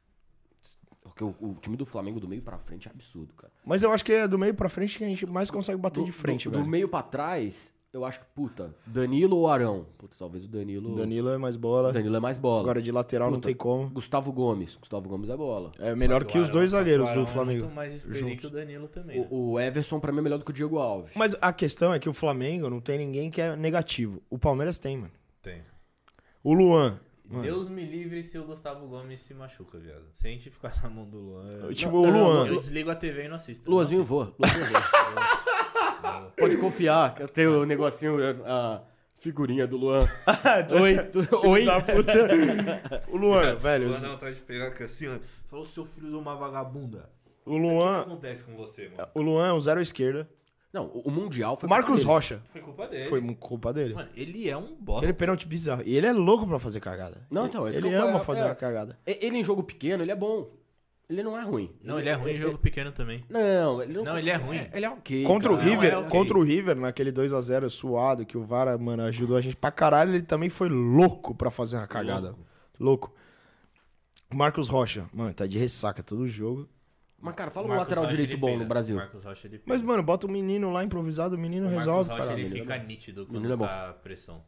[SPEAKER 3] Porque o, o time do Flamengo do meio pra frente é absurdo, cara.
[SPEAKER 1] Mas eu acho que é do meio pra frente que a gente mais consegue bater de frente,
[SPEAKER 3] do,
[SPEAKER 1] velho.
[SPEAKER 3] do meio pra trás, eu acho que, puta, Danilo ou Arão? Puta, talvez o Danilo. Danilo,
[SPEAKER 1] Danilo é mais bola.
[SPEAKER 3] é mais bola.
[SPEAKER 1] Agora de lateral não
[SPEAKER 3] Puta.
[SPEAKER 1] tem como.
[SPEAKER 3] Gustavo Gomes. Gustavo Gomes é bola.
[SPEAKER 1] É melhor que,
[SPEAKER 3] né?
[SPEAKER 1] os dois zagueiros do Flamengo.
[SPEAKER 2] É muito mais experiente que o Danilo também. né?
[SPEAKER 3] O, o Everson, pra mim, é melhor do que o Diego Alves.
[SPEAKER 1] Mas a questão é que o Flamengo não tem ninguém que é negativo. O Palmeiras tem, mano.
[SPEAKER 2] Tem.
[SPEAKER 1] O Luan.
[SPEAKER 2] Deus me livre se o Gustavo Gomes se machuca, viado. Se a gente ficar na mão do Luan.
[SPEAKER 1] Tipo,
[SPEAKER 3] não,
[SPEAKER 1] o
[SPEAKER 3] não,
[SPEAKER 1] Luan.
[SPEAKER 3] não,
[SPEAKER 2] Eu desligo a TV e não assisto.
[SPEAKER 3] Luanzinho voa. Luanzinho voa. Pode confiar, que eu tenho o negocinho, a figurinha do Luan. Oi, tu- oi.
[SPEAKER 1] o Luan, velho.
[SPEAKER 2] Luan não tá de pegar que assim, ó. Falou, seu filho de uma vagabunda.
[SPEAKER 1] O
[SPEAKER 2] O que
[SPEAKER 1] Luan,
[SPEAKER 2] acontece com você, mano?
[SPEAKER 1] o Luan é um zero à esquerda.
[SPEAKER 3] Não, o o Mundial foi.
[SPEAKER 1] O Marcos
[SPEAKER 3] dele.
[SPEAKER 1] Rocha.
[SPEAKER 2] Foi culpa dele.
[SPEAKER 1] Foi culpa dele.
[SPEAKER 2] Mano, ele é um bosta.
[SPEAKER 1] Aquele pênalti bizarro. E ele é louco pra fazer cagada.
[SPEAKER 3] Não, então, esse
[SPEAKER 1] Ele
[SPEAKER 3] que eu-
[SPEAKER 1] ama
[SPEAKER 3] é-
[SPEAKER 1] fazer
[SPEAKER 3] é.
[SPEAKER 1] uma cagada.
[SPEAKER 3] E- Ele em jogo pequeno, ele é bom. Ele não é ruim.
[SPEAKER 2] Não, ele é ruim em jogo pequeno também.
[SPEAKER 3] Não, ele não.
[SPEAKER 2] Não, ele é ruim.
[SPEAKER 3] Ele é ok.
[SPEAKER 1] Contra o
[SPEAKER 3] cara.
[SPEAKER 2] Não,
[SPEAKER 1] River,
[SPEAKER 2] é ok.
[SPEAKER 1] contra o River, naquele 2x0 suado, que o Vara, mano, ajudou a gente pra caralho, ele também foi louco pra fazer uma cagada. Louco. Marcos Rocha, mano, tá de ressaca todo jogo.
[SPEAKER 3] Mas, cara, fala um
[SPEAKER 2] Marcos
[SPEAKER 3] lateral
[SPEAKER 2] Rocha,
[SPEAKER 3] direito
[SPEAKER 2] ele
[SPEAKER 3] bom
[SPEAKER 2] pega.
[SPEAKER 3] no Brasil.
[SPEAKER 2] Marcos Rocha, ele pega.
[SPEAKER 1] Mas, mano, bota o menino lá improvisado, o menino
[SPEAKER 2] O Marcos
[SPEAKER 1] resolve,
[SPEAKER 2] Rocha,
[SPEAKER 1] caralho.
[SPEAKER 2] ele
[SPEAKER 1] Ele,
[SPEAKER 2] fica nítido
[SPEAKER 3] Menino é
[SPEAKER 2] quando
[SPEAKER 3] bom.
[SPEAKER 2] tá a pressão.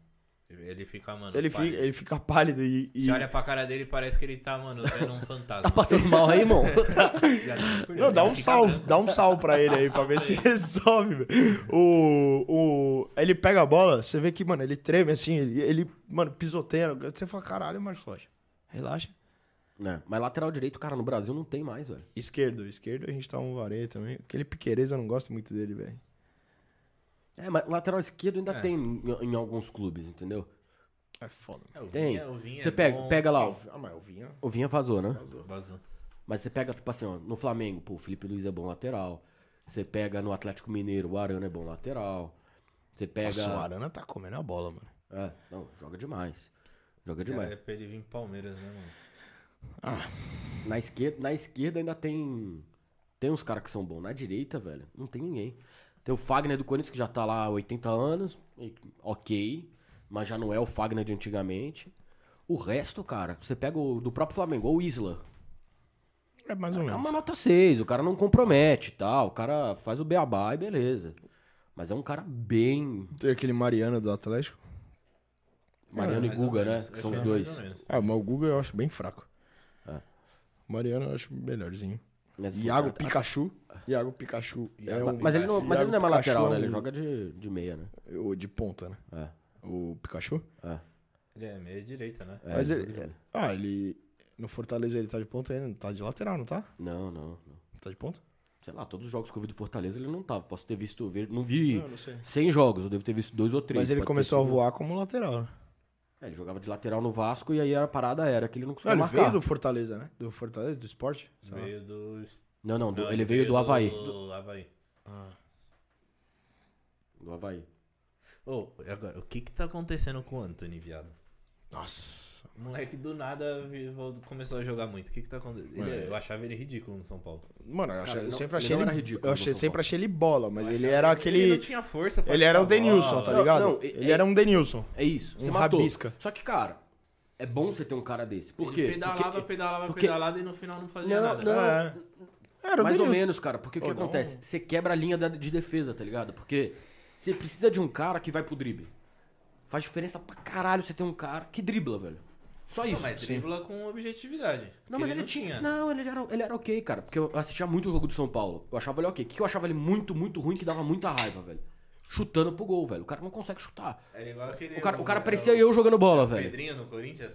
[SPEAKER 2] Ele fica, mano.
[SPEAKER 1] fica,
[SPEAKER 2] pálido.
[SPEAKER 1] ele fica pálido e... e-
[SPEAKER 2] Se olha pra cara dele, parece que ele tá, mano, vendo um fantasma.
[SPEAKER 3] Tá passando mal aí, irmão?
[SPEAKER 1] Não, dá um sal, dá um sal pra ele aí, pra ver se resolve, velho. O, o, ele pega a bola, você vê que, mano, ele treme assim, ele, ele, mano, pisoteia. Você fala, caralho, Marcos Rocha, relaxa.
[SPEAKER 3] Não, mas lateral direito, cara, no Brasil não tem mais, velho.
[SPEAKER 1] Esquerdo, esquerdo a gente tá um vareio também. Aquele Piqueires eu não gosto muito dele, velho.
[SPEAKER 3] É, mas lateral esquerdo ainda
[SPEAKER 2] É.
[SPEAKER 3] tem em, em alguns clubes, entendeu?
[SPEAKER 1] É foda.
[SPEAKER 3] Tem.
[SPEAKER 2] Você
[SPEAKER 3] Você pega, pega lá, ó.
[SPEAKER 1] Ah, mas o Vinha...
[SPEAKER 3] O Vinha vazou, né?
[SPEAKER 2] é Vazou. É,
[SPEAKER 3] Mas você pega, tipo assim, ó, no Flamengo, pô, o Felipe Luiz é bom lateral. Você pega no Atlético Mineiro, o Arana é bom lateral. Você pega.
[SPEAKER 1] Nossa, o Arana tá comendo a bola, mano.
[SPEAKER 3] É, não, joga demais. Joga demais.
[SPEAKER 2] Cara, é pra ele vir em Palmeiras, né, mano?
[SPEAKER 3] Na, esquerda, na esquerda ainda tem. Tem uns caras que são bons. Na direita, velho, não tem ninguém. Tem o Fagner do Corinthians, que já tá lá há 80 anos. e- Ok. Mas já não é o Fagner de antigamente. O resto, cara, você pega o do próprio Flamengo, ou o Isla.
[SPEAKER 1] É mais ou
[SPEAKER 3] É
[SPEAKER 1] menos.
[SPEAKER 3] uma nota 6, o cara não compromete e tal. O cara faz o beabá e beleza. Mas é um cara bem.
[SPEAKER 1] Tem aquele Mariano do Atlético.
[SPEAKER 3] Mariano
[SPEAKER 1] É,
[SPEAKER 3] e
[SPEAKER 2] Mais ou
[SPEAKER 3] Guga, né?
[SPEAKER 2] menos.
[SPEAKER 3] Que
[SPEAKER 2] Eu
[SPEAKER 3] são os
[SPEAKER 2] acho
[SPEAKER 3] dois.
[SPEAKER 2] é, mais ou menos.
[SPEAKER 1] Ah, mas o Guga eu acho bem fraco.
[SPEAKER 3] Ah.
[SPEAKER 1] O Mariano eu acho melhorzinho.
[SPEAKER 3] Mas, assim,
[SPEAKER 1] Iago
[SPEAKER 3] a- a-
[SPEAKER 1] Pikachu. Iago Pikachu é
[SPEAKER 3] ma-
[SPEAKER 1] um...
[SPEAKER 3] Mas ele não, mas
[SPEAKER 1] Iago
[SPEAKER 3] ele não é mais
[SPEAKER 1] Pikachu
[SPEAKER 3] lateral,
[SPEAKER 1] é
[SPEAKER 3] né?
[SPEAKER 1] um-
[SPEAKER 3] Ele joga de, de meia, né?
[SPEAKER 1] o de ponta, né?
[SPEAKER 3] É.
[SPEAKER 1] O Pikachu.
[SPEAKER 3] é.
[SPEAKER 2] Ele é meia direita, né?
[SPEAKER 3] É,
[SPEAKER 1] mas
[SPEAKER 3] ele
[SPEAKER 1] ele...
[SPEAKER 3] joga de-
[SPEAKER 1] Ah, ele... No Fortaleza ele tá de ponta, ele não tá de lateral, não tá?
[SPEAKER 3] Não, não, não.
[SPEAKER 1] Tá de ponta?
[SPEAKER 3] sei lá, todos os jogos que eu vi do Fortaleza ele não tava. Posso ter visto, ver- não vi
[SPEAKER 1] Não, eu não sei.
[SPEAKER 3] 100 jogos, eu devo ter visto dois ou três.
[SPEAKER 1] Mas ele
[SPEAKER 3] pode ter
[SPEAKER 1] começou a
[SPEAKER 3] sido-
[SPEAKER 1] voar como lateral. né?
[SPEAKER 3] É, ele jogava de lateral no Vasco e aí a parada era que ele não
[SPEAKER 1] Não,
[SPEAKER 3] conseguia
[SPEAKER 1] ele
[SPEAKER 3] marcar.
[SPEAKER 1] veio do Fortaleza, né? Do Fortaleza, do esporte? sei lá.
[SPEAKER 2] Veio do...
[SPEAKER 3] Não, não, do-
[SPEAKER 2] Não,
[SPEAKER 3] ele veio do Havaí.
[SPEAKER 2] Do Havaí.
[SPEAKER 3] Do Havaí.
[SPEAKER 2] Ô, e agora, o que que tá acontecendo com o Anthony, viado?
[SPEAKER 1] Nossa.
[SPEAKER 2] O moleque do nada vi- vol- começou a jogar muito. O que que tá acontecendo? Ele- eu achava ele ridículo no São Paulo.
[SPEAKER 1] Mano, eu, achei-
[SPEAKER 3] Cara,
[SPEAKER 1] eu
[SPEAKER 3] não-
[SPEAKER 1] sempre
[SPEAKER 3] ele
[SPEAKER 1] achei
[SPEAKER 3] não
[SPEAKER 1] ele.
[SPEAKER 3] era ridículo
[SPEAKER 1] eu
[SPEAKER 3] no
[SPEAKER 1] achei-
[SPEAKER 3] São
[SPEAKER 1] sempre
[SPEAKER 3] Paulo.
[SPEAKER 1] achei ele bola, mas ele
[SPEAKER 2] Eu
[SPEAKER 1] era
[SPEAKER 2] achava- Ele
[SPEAKER 1] aquele.
[SPEAKER 2] não tinha Ah, força pra
[SPEAKER 1] Ele era o
[SPEAKER 2] chutar a
[SPEAKER 1] Denilson,
[SPEAKER 2] bola.
[SPEAKER 1] tá
[SPEAKER 3] Não,
[SPEAKER 1] ligado?
[SPEAKER 3] não, e-
[SPEAKER 1] ele
[SPEAKER 3] e-
[SPEAKER 1] era um Denilson.
[SPEAKER 3] É isso, você
[SPEAKER 1] Um
[SPEAKER 3] matou.
[SPEAKER 1] rabisca.
[SPEAKER 3] Só que, cara, é bom você ter um cara desse. Por
[SPEAKER 2] Ele
[SPEAKER 3] quê?
[SPEAKER 2] pedalava,
[SPEAKER 3] Porque-
[SPEAKER 2] pedalava,
[SPEAKER 3] porque-
[SPEAKER 2] pedalava e no final não fazia
[SPEAKER 3] Não,
[SPEAKER 2] nada.
[SPEAKER 3] não.
[SPEAKER 1] É. Era o
[SPEAKER 3] Mais
[SPEAKER 1] Denilson.
[SPEAKER 3] ou menos, cara, porque o que
[SPEAKER 1] Ou não.
[SPEAKER 3] acontece? Você quebra a linha da- de defesa, tá ligado? Porque você precisa de um cara que vai pro drible. Faz diferença pra caralho você ter um cara que dribla, velho. Só isso.
[SPEAKER 2] Não, mas dribla com objetividade.
[SPEAKER 3] Não,
[SPEAKER 2] que
[SPEAKER 3] mas ele, tinha. Não, ele era, ele era ok, cara. Porque eu assistia muito o jogo do São Paulo. Eu achava ele ok. O que eu achava ele muito, muito ruim, que dava muita raiva, velho. Chutando pro gol, velho. O cara não consegue chutar.
[SPEAKER 2] Era igual aquele...
[SPEAKER 3] O cara, o cara
[SPEAKER 2] era
[SPEAKER 3] parecia eu jogando bola,
[SPEAKER 2] o
[SPEAKER 3] velho.
[SPEAKER 2] Pedrinho no Corinthians?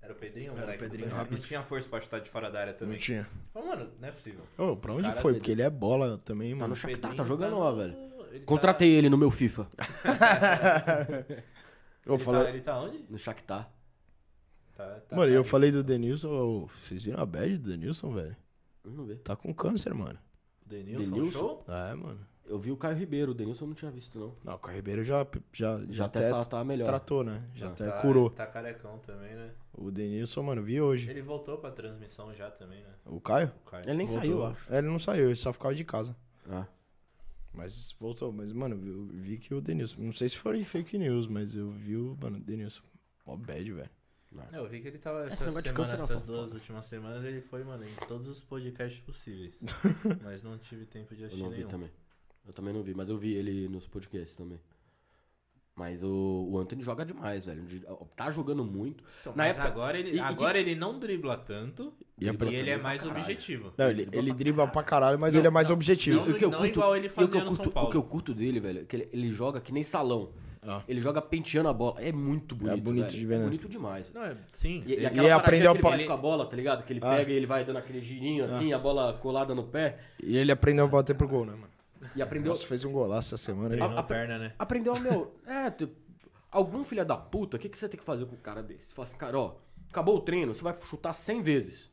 [SPEAKER 2] Era o Pedrinho? Era o
[SPEAKER 1] Pedrinho,
[SPEAKER 2] Não
[SPEAKER 1] rápido.
[SPEAKER 2] tinha força pra chutar de fora da área também.
[SPEAKER 1] Não tinha.
[SPEAKER 2] Mas, mano, não é possível.
[SPEAKER 1] Ô, pra
[SPEAKER 2] Os
[SPEAKER 1] onde
[SPEAKER 2] cara
[SPEAKER 1] foi?
[SPEAKER 3] dele.
[SPEAKER 1] Porque ele é bola também,
[SPEAKER 3] Tá
[SPEAKER 1] mano.
[SPEAKER 3] no Shakhtar,
[SPEAKER 2] Pedrinho
[SPEAKER 3] tá
[SPEAKER 2] tá
[SPEAKER 3] jogando,
[SPEAKER 2] no-
[SPEAKER 3] ó, velho.
[SPEAKER 2] Ele tá-
[SPEAKER 3] Contratei ele no meu FIFA.
[SPEAKER 1] Eu
[SPEAKER 2] ele
[SPEAKER 1] falei.
[SPEAKER 2] tá- Ele tá onde?
[SPEAKER 3] No Shakhtar.
[SPEAKER 2] Tá, tá,
[SPEAKER 1] Mano,
[SPEAKER 2] tá.
[SPEAKER 1] eu falei do Denilson. ô, Vocês viram a bad do Denilson, velho?
[SPEAKER 3] Vamos ver.
[SPEAKER 1] Tá com câncer, mano.
[SPEAKER 2] Denilson,
[SPEAKER 3] Denilson?
[SPEAKER 2] show?
[SPEAKER 1] É, mano.
[SPEAKER 3] Eu vi o Caio Ribeiro, o Denilson eu não tinha visto, não.
[SPEAKER 1] Não, o Caio Ribeiro já, já, já, tá
[SPEAKER 3] Já até
[SPEAKER 1] até
[SPEAKER 3] essa tava melhor.
[SPEAKER 1] tratou, né? Já até
[SPEAKER 2] tá,
[SPEAKER 1] curou.
[SPEAKER 2] Tá carecão também, né?
[SPEAKER 1] O Denilson, mano, vi hoje.
[SPEAKER 2] Ele voltou pra transmissão já também, né?
[SPEAKER 1] O Caio?
[SPEAKER 2] O Caio.
[SPEAKER 3] Ele nem
[SPEAKER 1] Voltou.
[SPEAKER 3] saiu, eu acho.
[SPEAKER 1] É, Ele não saiu, ele só ficava de casa.
[SPEAKER 3] Ah.
[SPEAKER 1] Mas voltou. Mas, mano, eu vi que o Denilson. Não sei se foi fake news, mas eu vi o, mano, Denilson. Mó bad, velho.
[SPEAKER 2] Não, É, Eu vi que ele tava essa
[SPEAKER 3] negócio de
[SPEAKER 2] semana,
[SPEAKER 3] câncer é uma
[SPEAKER 2] essas
[SPEAKER 3] fofoca.
[SPEAKER 2] duas últimas semanas, ele foi, mano, em todos os podcasts possíveis. mas não tive tempo de
[SPEAKER 3] Eu
[SPEAKER 2] assistir
[SPEAKER 3] não vi
[SPEAKER 2] nenhum.
[SPEAKER 3] também. Eu também não vi, mas eu vi ele nos podcasts também. Mas o, o Anthony joga demais, velho. De- ó, Tá jogando muito.
[SPEAKER 2] Então,
[SPEAKER 3] Na
[SPEAKER 2] mas
[SPEAKER 3] época-
[SPEAKER 2] agora, ele,
[SPEAKER 3] e- e
[SPEAKER 2] agora ele não dribla tanto
[SPEAKER 3] E é pra-
[SPEAKER 2] e ele é mais
[SPEAKER 3] caralho.
[SPEAKER 2] objetivo.
[SPEAKER 1] Não, ele, ele dribla pra caralho, mas ele é mais objetivo.
[SPEAKER 2] não- não igual ele
[SPEAKER 3] e o que
[SPEAKER 2] fazia
[SPEAKER 3] eu
[SPEAKER 2] no
[SPEAKER 3] curto-
[SPEAKER 2] São Paulo.
[SPEAKER 3] O que eu curto dele, velho, é que ele, ele joga que nem salão.
[SPEAKER 1] Ah.
[SPEAKER 3] Ele joga penteando a bola. É muito bonito,
[SPEAKER 1] bonito
[SPEAKER 3] velho.
[SPEAKER 1] de ver, né?
[SPEAKER 3] É bonito demais.
[SPEAKER 2] Não, é, sim.
[SPEAKER 3] E, e
[SPEAKER 1] E
[SPEAKER 3] aquela
[SPEAKER 1] aprendeu
[SPEAKER 3] paradinha
[SPEAKER 1] a
[SPEAKER 3] que ele
[SPEAKER 1] pa-
[SPEAKER 3] faz com a bola, tá ligado? Que ele
[SPEAKER 1] Ah.
[SPEAKER 3] pega e ele vai dando aquele girinho assim, a bola colada no pé.
[SPEAKER 1] E ele aprendeu a bater pro gol, né, mano?
[SPEAKER 3] E aprendeu...
[SPEAKER 1] Nossa, fez um golaço essa semana. hein?
[SPEAKER 2] Treinou
[SPEAKER 3] a- a-
[SPEAKER 2] perna, né?
[SPEAKER 3] Aprendeu, meu. É, tu- algum filho da puta, o que, que você tem que fazer com o cara desse? Você fala assim, cara, ó, acabou o treino, você vai chutar 100 vezes.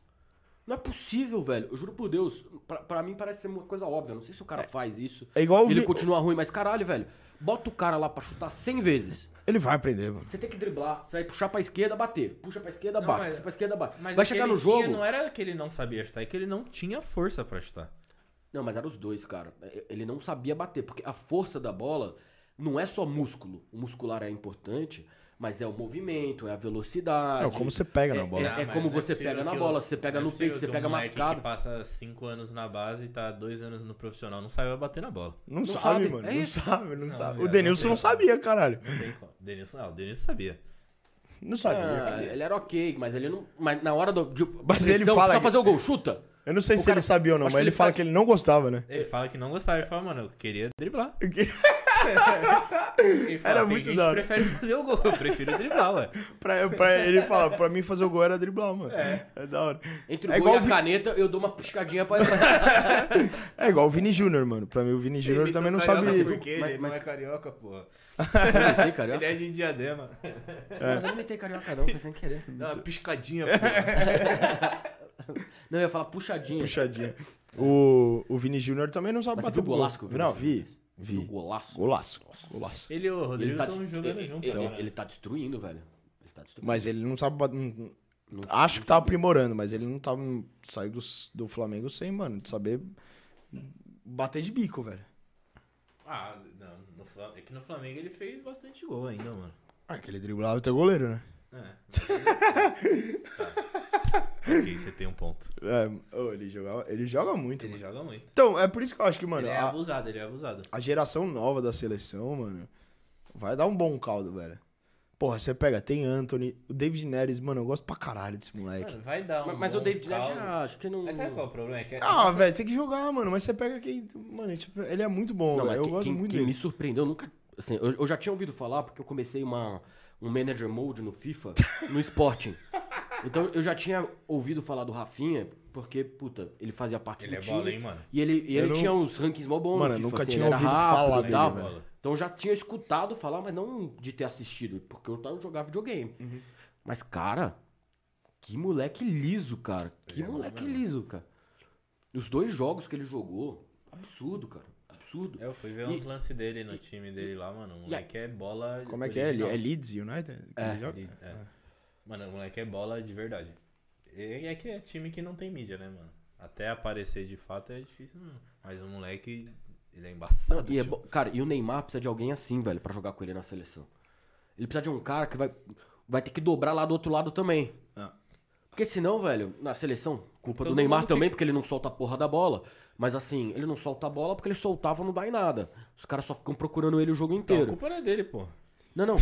[SPEAKER 3] Não é possível, velho. Eu juro por Deus. Pra, pra mim parece ser uma coisa óbvia. Não sei se o cara faz isso.
[SPEAKER 1] É igual o
[SPEAKER 3] Ele
[SPEAKER 1] Vi-
[SPEAKER 3] continua ruim, mas caralho, velho. Bota o cara lá pra chutar 100 vezes.
[SPEAKER 1] Ele vai aprender, mano.
[SPEAKER 3] Você tem que driblar. Você vai puxar pra esquerda, bater. Puxa pra esquerda,
[SPEAKER 2] Não,
[SPEAKER 3] bate.
[SPEAKER 2] mas-
[SPEAKER 3] puxa pra esquerda, bate.
[SPEAKER 2] Mas
[SPEAKER 3] vai
[SPEAKER 2] o que
[SPEAKER 3] chegar
[SPEAKER 2] ele
[SPEAKER 3] no
[SPEAKER 2] tinha
[SPEAKER 3] jogo.
[SPEAKER 2] Não era que ele não sabia chutar, é que ele não tinha força pra chutar.
[SPEAKER 3] Não, mas eram os dois, cara. É, Ele não sabia bater, porque a força da bola não é só músculo. O muscular é importante, mas é o movimento, é a velocidade.
[SPEAKER 1] É como você pega na
[SPEAKER 3] É-
[SPEAKER 1] bola.
[SPEAKER 3] É, é
[SPEAKER 2] Ah, mas
[SPEAKER 3] como
[SPEAKER 2] não
[SPEAKER 3] você
[SPEAKER 2] possível
[SPEAKER 3] pega na
[SPEAKER 2] que o-
[SPEAKER 3] bola, você pega
[SPEAKER 2] não é
[SPEAKER 3] no
[SPEAKER 2] possível
[SPEAKER 3] peito, você
[SPEAKER 2] que um
[SPEAKER 3] pega
[SPEAKER 2] moleque
[SPEAKER 3] mascado.
[SPEAKER 2] que passa 5 anos na base e tá 2 anos no profissional, não saiba bater na bola.
[SPEAKER 1] Não, sabe,
[SPEAKER 3] sabe,
[SPEAKER 1] mano.
[SPEAKER 3] é
[SPEAKER 1] não
[SPEAKER 3] isso. é,
[SPEAKER 1] sabe, não, sabe. O
[SPEAKER 2] viado,
[SPEAKER 1] Denilson
[SPEAKER 2] não
[SPEAKER 1] não
[SPEAKER 2] tem.
[SPEAKER 1] sabia, caralho.
[SPEAKER 2] Não tem como. Denilson, ah, o Denilson sabia.
[SPEAKER 1] Não sabia.
[SPEAKER 3] Ah, ele era ok, mas ele não. Mas na hora do. De,
[SPEAKER 1] Mas ele
[SPEAKER 3] pressão,
[SPEAKER 1] fala
[SPEAKER 3] Precisa
[SPEAKER 1] que-
[SPEAKER 3] fazer o gol, chuta!
[SPEAKER 1] Eu não sei
[SPEAKER 3] O
[SPEAKER 1] se
[SPEAKER 3] cara-
[SPEAKER 1] ele sabia ou não,
[SPEAKER 3] acho
[SPEAKER 1] mas
[SPEAKER 3] que
[SPEAKER 1] ele
[SPEAKER 3] ele
[SPEAKER 1] fala
[SPEAKER 3] tá-
[SPEAKER 1] que ele não gostava, né?
[SPEAKER 3] É.
[SPEAKER 2] Ele fala que não gostava, ele fala, mano, eu queria driblar. Ele fala,
[SPEAKER 1] Era
[SPEAKER 2] tem
[SPEAKER 1] muito
[SPEAKER 2] gente
[SPEAKER 1] da
[SPEAKER 2] que
[SPEAKER 1] hora.
[SPEAKER 2] prefere fazer o gol, eu prefiro driblar, ué.
[SPEAKER 1] Pra, pra ele fala, pra mim fazer o gol era driblar, mano. É, da hora.
[SPEAKER 3] Entre o
[SPEAKER 1] É
[SPEAKER 3] gol e
[SPEAKER 1] igual
[SPEAKER 3] a
[SPEAKER 1] o Vi-
[SPEAKER 3] caneta, eu dou uma piscadinha pra entrar.
[SPEAKER 1] É igual o Vini Júnior, mano. Pra mim o Vini Júnior também não
[SPEAKER 2] Carioca,
[SPEAKER 1] sabe.
[SPEAKER 2] por quê?
[SPEAKER 3] Mas-
[SPEAKER 2] Ele
[SPEAKER 3] mas-
[SPEAKER 2] não é carioca, porra.
[SPEAKER 3] Não
[SPEAKER 2] Ele
[SPEAKER 3] carioca.
[SPEAKER 2] é de diadema.
[SPEAKER 3] Não, eu não metei carioca, não, foi sem querer.
[SPEAKER 2] Dá uma piscadinha, porra.
[SPEAKER 3] Não, eu ia falar puxadinha.
[SPEAKER 1] Puxadinha. O, o Vini Júnior também não sabe
[SPEAKER 3] Mas você
[SPEAKER 1] bater
[SPEAKER 3] viu o golaço que eu vi?
[SPEAKER 1] Não, vi.
[SPEAKER 3] Do
[SPEAKER 1] Vi.
[SPEAKER 3] golaço.
[SPEAKER 1] Golaço. Golaço.
[SPEAKER 2] Ele e o Rodrigo
[SPEAKER 3] Ele tá,
[SPEAKER 2] estão
[SPEAKER 3] dest-
[SPEAKER 2] jogando
[SPEAKER 3] ele-
[SPEAKER 2] junto.
[SPEAKER 3] ele-
[SPEAKER 2] né?
[SPEAKER 3] ele tá destruindo, velho. Ele tá destruindo.
[SPEAKER 1] Mas ele não sabe. bat- não- não- Acho que tá aprimorando, mas ele não tava. Saiu do, do Flamengo sem, mano, de saber bater de bico, velho.
[SPEAKER 2] Ah, não. no Flam- é que no Flamengo ele fez bastante gol ainda, mano.
[SPEAKER 1] Ah, que ele driblava o teu goleiro, né?
[SPEAKER 2] É. tá. Ok, você tem um ponto.
[SPEAKER 1] É, ô, ele, jogava, ele joga muito,
[SPEAKER 2] Ele
[SPEAKER 1] mano.
[SPEAKER 2] joga muito.
[SPEAKER 1] Então, é por isso que eu acho que, mano,
[SPEAKER 2] ele é
[SPEAKER 1] a,
[SPEAKER 2] abusado, ele é abusado.
[SPEAKER 1] a geração nova da seleção, mano, vai dar um bom caldo, velho. Porra, você pega, tem Anthony, o David Neres, mano, eu gosto pra caralho desse moleque.
[SPEAKER 2] Mano, vai dar um.
[SPEAKER 3] Mas, mas o
[SPEAKER 2] bom
[SPEAKER 3] David Neres
[SPEAKER 2] caldo.
[SPEAKER 3] já acho que não.
[SPEAKER 2] Mas sabe qual é o problema? É que
[SPEAKER 1] Ah, velho, tem que jogar, mano, mas você pega quem. Mano, tipo, ele é muito bom, velho.
[SPEAKER 3] Não, mas
[SPEAKER 1] Eu
[SPEAKER 3] quem,
[SPEAKER 1] gosto
[SPEAKER 3] quem-
[SPEAKER 1] muito
[SPEAKER 3] quem
[SPEAKER 1] dele.
[SPEAKER 3] me surpreendeu, eu nunca. Assim, eu, eu já tinha ouvido falar porque eu comecei uma, um manager mode no FIFA, no Sporting. Então eu já tinha ouvido falar do Rafinha, porque, puta, ele fazia parte
[SPEAKER 2] Ele
[SPEAKER 3] do
[SPEAKER 2] é
[SPEAKER 3] time.
[SPEAKER 2] bola, hein, mano?
[SPEAKER 3] E ele, e
[SPEAKER 1] Eu
[SPEAKER 3] ele
[SPEAKER 1] não-
[SPEAKER 3] tinha uns rankings mó bons. no
[SPEAKER 1] Mano, eu
[SPEAKER 3] FIFA,
[SPEAKER 1] nunca
[SPEAKER 3] assim,
[SPEAKER 1] tinha
[SPEAKER 3] ele era
[SPEAKER 1] ouvido
[SPEAKER 3] rápido
[SPEAKER 1] falar
[SPEAKER 3] e
[SPEAKER 2] é
[SPEAKER 1] dele,
[SPEAKER 3] tal.
[SPEAKER 2] velho.
[SPEAKER 3] Então eu já tinha escutado falar, mas não de ter assistido, porque eu tava jogava videogame.
[SPEAKER 2] Uhum.
[SPEAKER 3] Mas, cara, que moleque liso, cara. Que
[SPEAKER 2] é bom
[SPEAKER 3] moleque
[SPEAKER 2] mesmo.
[SPEAKER 3] liso, cara. Os dois jogos que ele jogou, absurdo, cara. Absurdo.
[SPEAKER 2] É, Eu fui ver uns lances dele no time dele lá, mano. O moleque é bola.
[SPEAKER 1] Como é que é? Ele- É
[SPEAKER 2] original.
[SPEAKER 1] Leeds United? que ele joga? Ah.
[SPEAKER 2] Ele- é. Mano, o moleque é bola de verdade. E é que é time que não tem mídia, né, mano? Até aparecer de fato é difícil, mano. Mas o moleque, ele é embaçado.
[SPEAKER 3] E é
[SPEAKER 2] tio.
[SPEAKER 3] bo- Cara, e o Neymar precisa de alguém assim, velho, pra jogar com ele na seleção. Ele precisa de um cara que vai, vai ter que dobrar lá do outro lado também.
[SPEAKER 1] Ah.
[SPEAKER 3] Porque senão, velho, na seleção, culpa
[SPEAKER 2] Todo
[SPEAKER 3] do Neymar
[SPEAKER 2] mundo
[SPEAKER 3] também, porque ele não solta a porra da bola. Mas assim, ele não solta a bola porque ele soltava não dá em nada. Os caras só ficam procurando ele o jogo
[SPEAKER 2] Então, a
[SPEAKER 3] inteiro.
[SPEAKER 2] culpa não é dele, pô.
[SPEAKER 3] Não, não.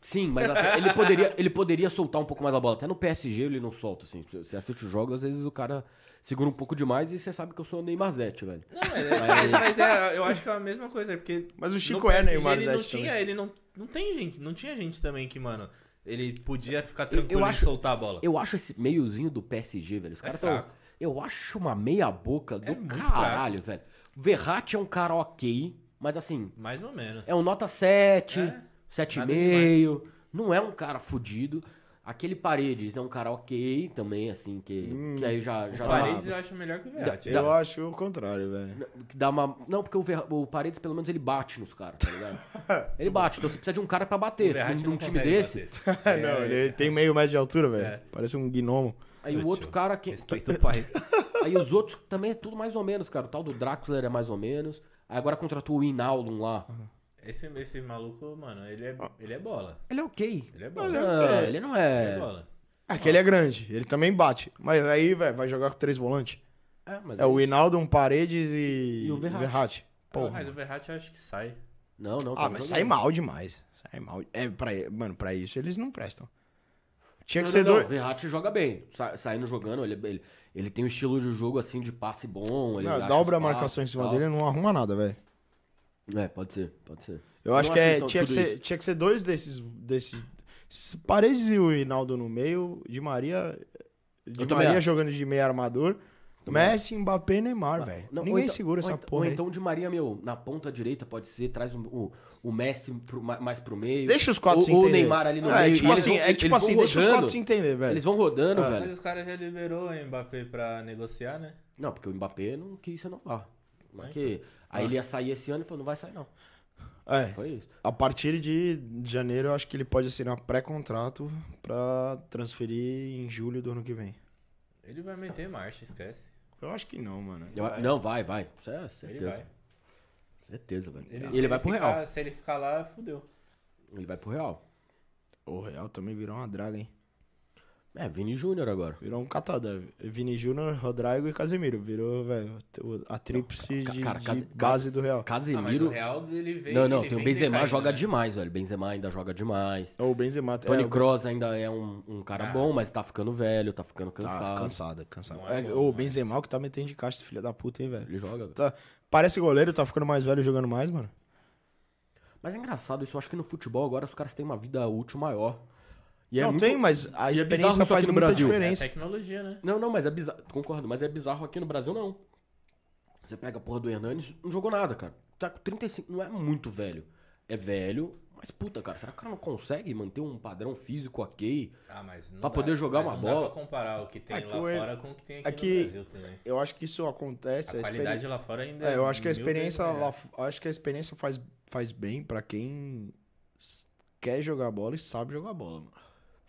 [SPEAKER 3] Sim, mas assim, ele, poderia, ele poderia soltar um pouco mais a bola. Até no PSG ele não solta, assim. Você assiste os jogos, às vezes o cara segura um pouco demais e você sabe que eu sou o Neymarzete, velho.
[SPEAKER 2] Não, mas, mas é, eu acho que é a mesma coisa, é porque.
[SPEAKER 1] Mas o
[SPEAKER 2] no
[SPEAKER 1] Chico é
[SPEAKER 2] PSG
[SPEAKER 1] Neymar
[SPEAKER 2] Ele não
[SPEAKER 1] Zete também.
[SPEAKER 2] tinha, ele não. Não tem gente. Não tinha gente também que, mano, ele podia ficar tranquilo
[SPEAKER 3] eu
[SPEAKER 2] em
[SPEAKER 3] acho-
[SPEAKER 2] soltar a bola.
[SPEAKER 3] Eu acho esse meiozinho do PSG, velho. Os caras tão.
[SPEAKER 2] É fraco.
[SPEAKER 3] Eu acho uma meia boca do
[SPEAKER 2] É muito
[SPEAKER 3] caralho, velho. Verratti é um cara ok, mas assim,
[SPEAKER 2] Mais ou menos.
[SPEAKER 3] é um nota 7,
[SPEAKER 2] É, nada
[SPEAKER 3] 7,5. Não é um cara fudido. Aquele Paredes é um cara ok também, assim, que, que aí já, já
[SPEAKER 2] Hum, O
[SPEAKER 3] dá,
[SPEAKER 2] Paredes é-
[SPEAKER 3] uma,
[SPEAKER 2] eu acho melhor que o Verratti.
[SPEAKER 1] Eu acho o contrário, velho.
[SPEAKER 3] que dá uma. Não, porque o, Ver- o Paredes, pelo menos, ele bate nos caras, tá ligado? ele bate, então você precisa de um cara pra
[SPEAKER 2] O
[SPEAKER 3] bater.
[SPEAKER 2] Verratti
[SPEAKER 3] Num, num
[SPEAKER 2] não
[SPEAKER 3] time
[SPEAKER 2] consegue
[SPEAKER 3] desse.
[SPEAKER 2] bater.
[SPEAKER 1] não, É, ele tem meio metro de altura, velho.
[SPEAKER 3] É.
[SPEAKER 1] Parece um gnomo.
[SPEAKER 3] Aí o
[SPEAKER 2] Meu
[SPEAKER 3] outro
[SPEAKER 2] tio,
[SPEAKER 3] cara que, que-
[SPEAKER 2] Respeita o pai.
[SPEAKER 3] Aí os outros também é tudo mais ou menos, cara. O tal do Draxler é mais ou menos. Aí agora contratou o Inaldum lá.
[SPEAKER 2] Esse, esse maluco, mano, ele é, ele é bola.
[SPEAKER 3] Ele é ok.
[SPEAKER 2] Ele é
[SPEAKER 3] Ele,
[SPEAKER 2] bola.
[SPEAKER 3] não, ele não é.
[SPEAKER 2] Ele é bola.
[SPEAKER 1] Aquele é grande, ele também bate. Mas aí, velho, vai jogar com três volantes.
[SPEAKER 3] É, mas
[SPEAKER 1] É o Hinaldo, um Paredes e,
[SPEAKER 3] E o Verratti.
[SPEAKER 1] Porra.
[SPEAKER 2] Mas o Verratti eu acho que sai.
[SPEAKER 3] Não, não.
[SPEAKER 1] Ah,
[SPEAKER 3] tá
[SPEAKER 1] mas
[SPEAKER 3] jogando.
[SPEAKER 1] sai mal demais. Sai mal. É, pra, mano, pra isso eles não prestam. Tinha
[SPEAKER 3] Não,
[SPEAKER 1] que
[SPEAKER 3] não,
[SPEAKER 1] ser
[SPEAKER 3] não,
[SPEAKER 1] dois.
[SPEAKER 3] O Verratti joga bem. Sa- saindo jogando, ele, ele, ele tem um estilo de jogo assim de passe bom. Ele
[SPEAKER 1] Não,
[SPEAKER 3] acha
[SPEAKER 1] dobra a
[SPEAKER 3] espaço
[SPEAKER 1] marcação em
[SPEAKER 3] e
[SPEAKER 1] cima
[SPEAKER 3] tal.
[SPEAKER 1] dele né? não arruma nada, velho.
[SPEAKER 3] É, pode ser, pode ser.
[SPEAKER 1] Eu
[SPEAKER 3] Não
[SPEAKER 1] acho que, é,
[SPEAKER 3] tão-
[SPEAKER 1] tinha, que
[SPEAKER 3] tudo
[SPEAKER 1] ser,
[SPEAKER 3] isso.
[SPEAKER 1] tinha que ser dois desses. desses s- Paredes e o Hinaldo no meio, de Maria. De
[SPEAKER 3] Eu também
[SPEAKER 1] Maria
[SPEAKER 3] acho.
[SPEAKER 1] jogando de meio armador. Messi, Mbappé e Neymar, velho.
[SPEAKER 3] Não, ou
[SPEAKER 1] Ninguém
[SPEAKER 3] então-
[SPEAKER 1] segura
[SPEAKER 3] ou
[SPEAKER 1] essa
[SPEAKER 3] então-
[SPEAKER 1] porra.
[SPEAKER 3] Ou
[SPEAKER 1] aí.
[SPEAKER 3] então de Maria, meu, na ponta direita pode ser, traz um- o, o Messi pro- ma- mais pro meio.
[SPEAKER 1] Deixa os quatro
[SPEAKER 3] ou,
[SPEAKER 1] se
[SPEAKER 3] ou
[SPEAKER 1] entender.
[SPEAKER 3] o Neymar ali no
[SPEAKER 1] é,
[SPEAKER 3] meio. e
[SPEAKER 1] Tipo
[SPEAKER 3] eles
[SPEAKER 1] assim,
[SPEAKER 3] vão-
[SPEAKER 1] é
[SPEAKER 3] eles
[SPEAKER 1] tipo
[SPEAKER 3] vão
[SPEAKER 1] assim, deixa os
[SPEAKER 3] rodando.
[SPEAKER 1] quatro se entender, velho.
[SPEAKER 3] Eles vão rodando,
[SPEAKER 2] Mas
[SPEAKER 3] velho.
[SPEAKER 2] os caras já liberou o Mbappé pra negociar, né?
[SPEAKER 3] Não, porque o Mbappé não quis renovar. Não é
[SPEAKER 2] Ah,
[SPEAKER 3] que... Aí ele ia sair esse ano e falou, não vai sair não.
[SPEAKER 1] É.
[SPEAKER 3] Foi isso.
[SPEAKER 1] A partir de janeiro, eu acho que ele pode assinar pré-contrato pra transferir em julho do ano que vem.
[SPEAKER 2] Ele vai meter marcha, esquece.
[SPEAKER 1] Eu acho que não, mano.
[SPEAKER 3] Eu- Não, vai, vai. Isso é certeza.
[SPEAKER 2] Ele vai.
[SPEAKER 3] Certeza, velho. E Ele,
[SPEAKER 2] se
[SPEAKER 3] vai pro
[SPEAKER 2] ficar-
[SPEAKER 3] Real.
[SPEAKER 2] Se ele ficar lá, fudeu.
[SPEAKER 3] Ele vai pro Real.
[SPEAKER 1] O Real também virou uma draga, hein?
[SPEAKER 3] É, Vini Júnior agora.
[SPEAKER 1] Virou um catadão. Vini Júnior, Rodrigo e Casemiro. Virou, velho, o- a tríplice
[SPEAKER 3] Ca-
[SPEAKER 1] de,
[SPEAKER 3] cara,
[SPEAKER 1] de
[SPEAKER 3] Case-
[SPEAKER 1] base do Real.
[SPEAKER 2] Ah, mas o
[SPEAKER 3] Casemiro...
[SPEAKER 2] Real, ele vem...
[SPEAKER 3] não, não,
[SPEAKER 2] ele
[SPEAKER 3] tem o
[SPEAKER 2] vem
[SPEAKER 3] Benzema
[SPEAKER 2] decaindo,
[SPEAKER 3] joga
[SPEAKER 2] né?
[SPEAKER 3] demais, velho. Benzema ainda joga demais.
[SPEAKER 1] Ou o Benzema. é,
[SPEAKER 3] Tony
[SPEAKER 1] o-
[SPEAKER 3] Kroos ainda é um, um cara bom, mas tá ficando velho, tá ficando
[SPEAKER 1] Tá
[SPEAKER 3] cansado.
[SPEAKER 1] cansado, cansado.
[SPEAKER 2] Não é
[SPEAKER 1] É,
[SPEAKER 2] bom,
[SPEAKER 1] o
[SPEAKER 2] não é.
[SPEAKER 1] Benzema que tá metendo de caixa, esse filho da puta, hein, velho.
[SPEAKER 3] né? Ele joga, velho.
[SPEAKER 1] Tá- parece goleiro, tá ficando mais velho jogando mais, mano.
[SPEAKER 3] Mas é engraçado isso. Eu acho que no futebol agora os caras têm uma vida útil maior. E é
[SPEAKER 1] não
[SPEAKER 3] muito...
[SPEAKER 1] tem, mas a
[SPEAKER 3] e é bizarro
[SPEAKER 1] experiência
[SPEAKER 3] isso
[SPEAKER 1] faz
[SPEAKER 3] aqui no
[SPEAKER 1] muita
[SPEAKER 3] Brasil.
[SPEAKER 2] É a
[SPEAKER 1] diferença.
[SPEAKER 2] tecnologia, né?
[SPEAKER 3] Não, não, mas é bizarro. Concordo, mas é bizarro aqui no Brasil, não. Você pega a porra do Hernanes, não jogou nada, cara. Tá com 35, não é muito velho. É velho, mas puta, cara, será que o cara não consegue manter um padrão físico ok?
[SPEAKER 2] Ah, mas não
[SPEAKER 3] Pra
[SPEAKER 2] dá-
[SPEAKER 3] poder jogar
[SPEAKER 2] mas
[SPEAKER 3] uma
[SPEAKER 2] não
[SPEAKER 3] bola.
[SPEAKER 2] Dá pra comparar o que tem
[SPEAKER 1] É que
[SPEAKER 2] lá
[SPEAKER 1] o-
[SPEAKER 2] fora com o que tem aqui
[SPEAKER 1] é que-
[SPEAKER 2] no Brasil também.
[SPEAKER 1] Eu acho que isso acontece.
[SPEAKER 2] A
[SPEAKER 1] experiência-
[SPEAKER 2] qualidade lá fora ainda
[SPEAKER 1] É, eu acho que a
[SPEAKER 2] mil vezes
[SPEAKER 1] experiência
[SPEAKER 2] melhor.
[SPEAKER 1] lá, f- acho que a experiência faz, faz bem pra quem s- quer jogar bola e sabe jogar bola, mano.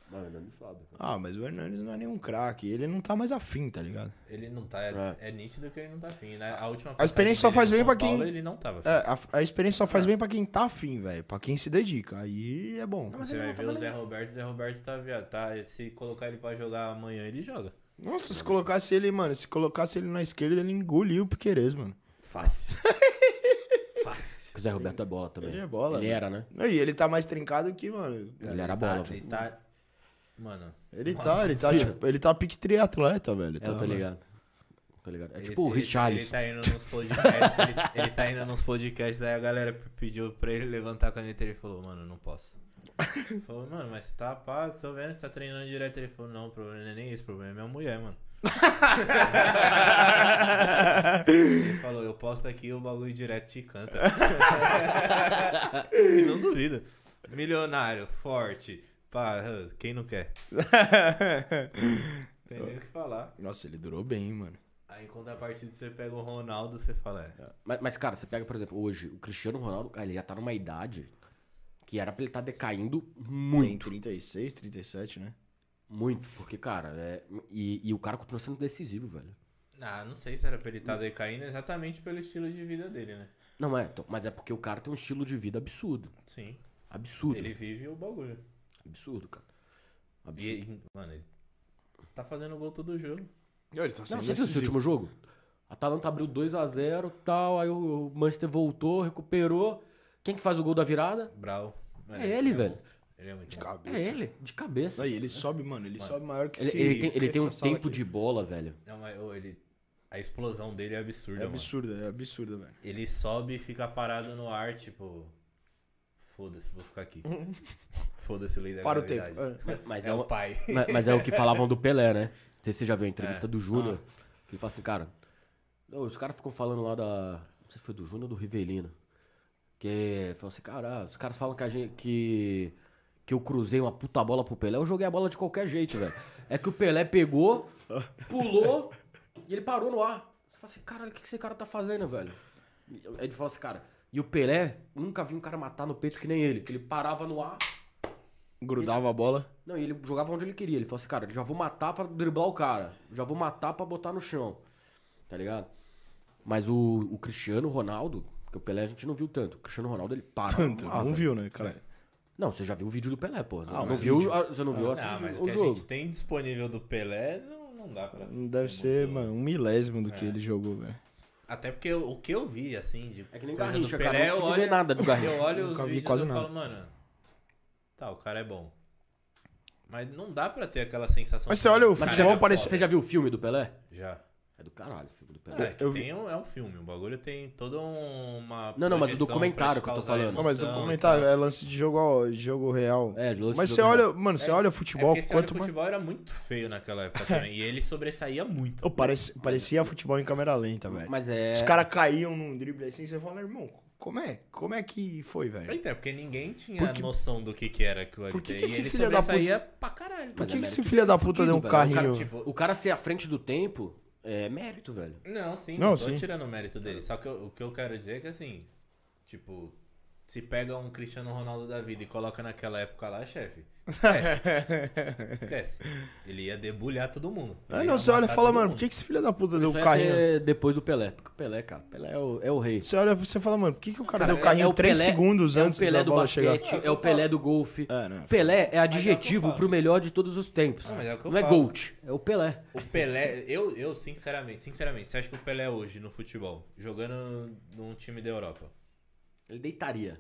[SPEAKER 3] Mas o Hernanes sabe, é cara.
[SPEAKER 1] Ah, mas o Hernandes não é nenhum craque, ele não tá mais afim, tá ligado?
[SPEAKER 2] Ele não tá. É, é nítido que ele não tá afim. Né? A última
[SPEAKER 1] A experiência só
[SPEAKER 2] passagem dele
[SPEAKER 1] faz
[SPEAKER 2] no
[SPEAKER 1] bem
[SPEAKER 2] São
[SPEAKER 1] pra quem-
[SPEAKER 2] Paulo, Ele não tava afim.
[SPEAKER 1] É, a, f- a experiência só faz bem pra quem tá afim, velho, Pra quem se dedica, aí é bom.
[SPEAKER 2] Você
[SPEAKER 3] tá
[SPEAKER 2] vai ver o Zé Roberto, o Zé Roberto tá viado. Tá, se colocar ele pra jogar amanhã, ele joga.
[SPEAKER 1] Nossa, se colocasse ele, mano, se colocasse ele na esquerda, ele engoliu o Piqueires, mano.
[SPEAKER 2] Fácil. Fácil.
[SPEAKER 3] Porque o Zé Roberto é bola também.
[SPEAKER 1] Ele é bola,
[SPEAKER 3] Ele
[SPEAKER 1] né?
[SPEAKER 3] era, né?
[SPEAKER 1] E ele tá mais trincado que, mano.
[SPEAKER 3] Ele era bola,
[SPEAKER 2] Tá,
[SPEAKER 3] velho.
[SPEAKER 2] ele tá. Mano,
[SPEAKER 1] Ele tá, ele tá,
[SPEAKER 3] Filho.
[SPEAKER 1] tipo, ele tá pique triatleta, velho. tá
[SPEAKER 3] É, eu tô
[SPEAKER 1] mano.
[SPEAKER 3] ligado. Tô ligado. É
[SPEAKER 2] ele-
[SPEAKER 3] tipo o
[SPEAKER 2] ele-
[SPEAKER 3] Richarlison.
[SPEAKER 2] Ele tá indo nos podcasts. ele, ele tá indo nos podcasts, daí a galera p- pediu pra ele levantar a caneta e ele falou, mano, não posso. Falou, mano, mas você tá, pá, tô vendo, você tá treinando direto. Ele falou, não, o problema não é nem esse, o problema é minha mulher, mano. ele falou, eu posto aqui o bagulho direto te canta. e não duvida. Milionário, forte, pá, quem não quer? Tem nem o que falar.
[SPEAKER 1] Nossa, ele durou bem, mano.
[SPEAKER 2] Aí em contrapartida você pega o Ronaldo, você fala, é.
[SPEAKER 3] Mas, mas, cara, você pega, por exemplo, hoje, o Cristiano Ronaldo, cara, ele já tá numa idade que era pra ele estar tá decaindo
[SPEAKER 1] Tem
[SPEAKER 3] muito.
[SPEAKER 1] 36, 37, né?
[SPEAKER 3] Muito. Porque, cara, é- e, e o cara continua sendo decisivo, velho.
[SPEAKER 2] Ah, não sei se era pra ele estar decaindo exatamente pelo estilo de vida dele, né?
[SPEAKER 3] Não é, então, mas é porque o cara tem um estilo de vida absurdo.
[SPEAKER 2] Sim.
[SPEAKER 3] Absurdo.
[SPEAKER 2] Ele vive o bagulho.
[SPEAKER 3] Absurdo, cara. Absurdo.
[SPEAKER 2] E, e- mano, ele tá fazendo gol todo jogo.
[SPEAKER 1] Ele tá
[SPEAKER 3] Não, você viu esse último jogo? Atalanta abriu 2x0 tal, aí o Manchester voltou, recuperou. Quem que faz o gol da virada?
[SPEAKER 2] Brau. Mano,
[SPEAKER 3] É ele,
[SPEAKER 2] um
[SPEAKER 3] velho.
[SPEAKER 2] monstro. Ele é muito monstro.
[SPEAKER 3] É
[SPEAKER 1] cabeça.
[SPEAKER 3] ele, de cabeça.
[SPEAKER 1] Aí ele sobe, mano, ele sobe maior que
[SPEAKER 3] Ele,
[SPEAKER 1] esse-
[SPEAKER 3] ele tem, ele
[SPEAKER 1] que
[SPEAKER 3] tem um
[SPEAKER 1] essa sala
[SPEAKER 3] tempo
[SPEAKER 1] aqui.
[SPEAKER 3] de bola, velho.
[SPEAKER 2] Não, mas ô, ele. A explosão dele é absurda,
[SPEAKER 1] É
[SPEAKER 2] mano.
[SPEAKER 1] absurdo, é absurdo, velho.
[SPEAKER 2] Ele sobe e fica parado no ar, tipo. Foda-se, vou ficar aqui. Foda-se, lei da
[SPEAKER 1] Para o
[SPEAKER 2] gravidade.
[SPEAKER 1] tempo. é.
[SPEAKER 3] Mas
[SPEAKER 2] É,
[SPEAKER 3] é,
[SPEAKER 2] o
[SPEAKER 3] uma-
[SPEAKER 2] pai.
[SPEAKER 3] ma- mas é o que falavam do Pelé, né? Não sei se você já viu a entrevista do Júnior. que Ele fala assim, cara. não, os caras ficam falando lá da. Não sei se foi do Júnior ou do Rivelino. Que falam assim, cara, ah, os caras falam que a gente. Que, que eu cruzei uma puta bola pro Pelé. Eu joguei a bola de qualquer jeito, velho. É que o Pelé pegou, pulou e ele parou no ar. Você fala assim, caralho, o que que esse cara tá fazendo, velho? E Aí ele fala assim, cara. E o Pelé, eu nunca vi um cara matar no peito que nem ele. Que ele parava no ar.
[SPEAKER 1] Grudava a bola.
[SPEAKER 3] Não, e ele jogava onde ele queria. Ele falou assim, cara, já vou matar pra driblar o cara. Já vou matar pra botar no chão. Tá ligado? Mas o, o Cristiano Ronaldo, que o Pelé a gente não viu tanto. O Cristiano Ronaldo, ele
[SPEAKER 2] Ah,
[SPEAKER 3] para.
[SPEAKER 1] Tanto,
[SPEAKER 3] no ar,
[SPEAKER 1] não
[SPEAKER 3] velho.
[SPEAKER 1] viu, né, cara?
[SPEAKER 2] É.
[SPEAKER 3] Não, você já viu o vídeo do Pelé, pô.
[SPEAKER 1] Ah,
[SPEAKER 3] não
[SPEAKER 1] mas
[SPEAKER 3] viu,
[SPEAKER 1] vídeo.
[SPEAKER 3] ah, você não viu assiste
[SPEAKER 2] Ah, mas
[SPEAKER 3] o
[SPEAKER 2] o que a
[SPEAKER 3] jogo.
[SPEAKER 2] gente tem disponível do Pelé não, não dá pra. assim.
[SPEAKER 1] Deve ser, mano, um milésimo do
[SPEAKER 2] É.
[SPEAKER 1] que ele jogou, velho.
[SPEAKER 2] Até porque eu- o que eu vi, assim, de
[SPEAKER 3] É que nem
[SPEAKER 2] coisa
[SPEAKER 3] Garrincha,
[SPEAKER 2] do
[SPEAKER 3] cara,
[SPEAKER 2] Pelé,
[SPEAKER 3] não
[SPEAKER 2] eu
[SPEAKER 3] consigo
[SPEAKER 2] olho,
[SPEAKER 3] ver nada do Garrincha.
[SPEAKER 2] Eu olho os
[SPEAKER 1] Nunca vi
[SPEAKER 2] vídeos
[SPEAKER 1] quase
[SPEAKER 2] e eu
[SPEAKER 1] nada.
[SPEAKER 2] falo, mano, tá, o cara é bom. Mas não dá pra ter aquela sensação...
[SPEAKER 1] Mas
[SPEAKER 2] que
[SPEAKER 1] você olha o
[SPEAKER 2] cara
[SPEAKER 3] Mas você
[SPEAKER 1] futebol,
[SPEAKER 2] é
[SPEAKER 3] já, viu,
[SPEAKER 1] parece-
[SPEAKER 3] você já viu o filme do Pelé?
[SPEAKER 2] foda. Já.
[SPEAKER 3] É do caralho o filme do
[SPEAKER 2] Ah,
[SPEAKER 3] Pelé.
[SPEAKER 2] é, que
[SPEAKER 1] eu vi-
[SPEAKER 2] tem um, é um filme, o bagulho tem toda um- uma...
[SPEAKER 3] Não, não, mas o
[SPEAKER 2] projeção
[SPEAKER 3] documentário
[SPEAKER 2] pra te
[SPEAKER 3] que eu tô
[SPEAKER 2] causar
[SPEAKER 3] falando.
[SPEAKER 1] Não, mas o
[SPEAKER 2] emoção e
[SPEAKER 1] documentário
[SPEAKER 2] tal.
[SPEAKER 1] é lance de jogo, ao- de jogo real.
[SPEAKER 3] É, lance
[SPEAKER 1] mas
[SPEAKER 3] de
[SPEAKER 1] você
[SPEAKER 3] jogo
[SPEAKER 1] olha,
[SPEAKER 3] real.
[SPEAKER 1] mano, você olha o
[SPEAKER 2] é
[SPEAKER 1] futebol,
[SPEAKER 2] porque você olha,
[SPEAKER 1] quanto
[SPEAKER 2] o
[SPEAKER 1] mais...
[SPEAKER 2] futebol era muito feio naquela época também, e ele sobressaía muito.
[SPEAKER 1] Ô, parece, parecia futebol em câmera lenta, velho.
[SPEAKER 3] Mas é...
[SPEAKER 1] Os caras caíam num drible assim, você fala, irmão, como é? Como é que foi, velho?
[SPEAKER 2] Então, é porque ninguém tinha
[SPEAKER 1] Por que-
[SPEAKER 2] noção do que que era aquilo ali.
[SPEAKER 1] Por que que
[SPEAKER 2] e
[SPEAKER 1] esse
[SPEAKER 2] ele
[SPEAKER 1] filho da puta-
[SPEAKER 2] sobressaía pra caralho.
[SPEAKER 1] Por
[SPEAKER 3] Mas
[SPEAKER 1] que,
[SPEAKER 3] é
[SPEAKER 1] que esse
[SPEAKER 3] mérito
[SPEAKER 1] filho da
[SPEAKER 3] fudido,
[SPEAKER 1] puta deu um
[SPEAKER 3] velho. O cara,
[SPEAKER 1] carrinho?
[SPEAKER 2] tipo,
[SPEAKER 3] O cara ser à frente do tempo é mérito, velho.
[SPEAKER 2] Não, sim,
[SPEAKER 1] Não,
[SPEAKER 2] não, tô
[SPEAKER 1] sim.
[SPEAKER 2] tirando o mérito dele. Só que eu- o que eu quero dizer é que assim, tipo, se pega um Cristiano Ronaldo da vida e coloca naquela época lá, chefe, esquece. esquece. Ele ia debulhar todo mundo.
[SPEAKER 1] Ah,
[SPEAKER 2] Ele
[SPEAKER 1] não,
[SPEAKER 2] ia
[SPEAKER 1] você olha e
[SPEAKER 2] matar
[SPEAKER 1] fala,
[SPEAKER 2] todo
[SPEAKER 1] mano, por
[SPEAKER 2] mundo.
[SPEAKER 1] que, que esse filho da puta deu
[SPEAKER 3] é Isso
[SPEAKER 1] um
[SPEAKER 3] é
[SPEAKER 1] carrinho?
[SPEAKER 3] ser depois do Pelé. Porque o Pelé, cara, o Pelé é o, é o rei.
[SPEAKER 1] Você olha e você fala, mano, por que, que o cara,
[SPEAKER 3] Cara,
[SPEAKER 1] deu carrinho
[SPEAKER 3] É o
[SPEAKER 1] 3
[SPEAKER 3] Pelé-
[SPEAKER 1] segundos
[SPEAKER 3] é
[SPEAKER 1] antes
[SPEAKER 3] o Pelé
[SPEAKER 1] da
[SPEAKER 3] do
[SPEAKER 1] bola chegar?
[SPEAKER 3] basquete, é o Pelé do golfe.
[SPEAKER 1] É, não, é
[SPEAKER 3] Pelé
[SPEAKER 2] Mas
[SPEAKER 3] é
[SPEAKER 2] é o que eu
[SPEAKER 3] adjetivo
[SPEAKER 2] falo.
[SPEAKER 3] pro melhor de todos os tempos.
[SPEAKER 2] Ah, mas é o que eu
[SPEAKER 3] não é
[SPEAKER 2] falo.
[SPEAKER 3] Gold, é o Pelé.
[SPEAKER 2] O Pelé, eu, eu sinceramente, sinceramente, você acha que o Pelé é hoje no futebol, jogando num time da Europa,
[SPEAKER 3] Ele deitaria.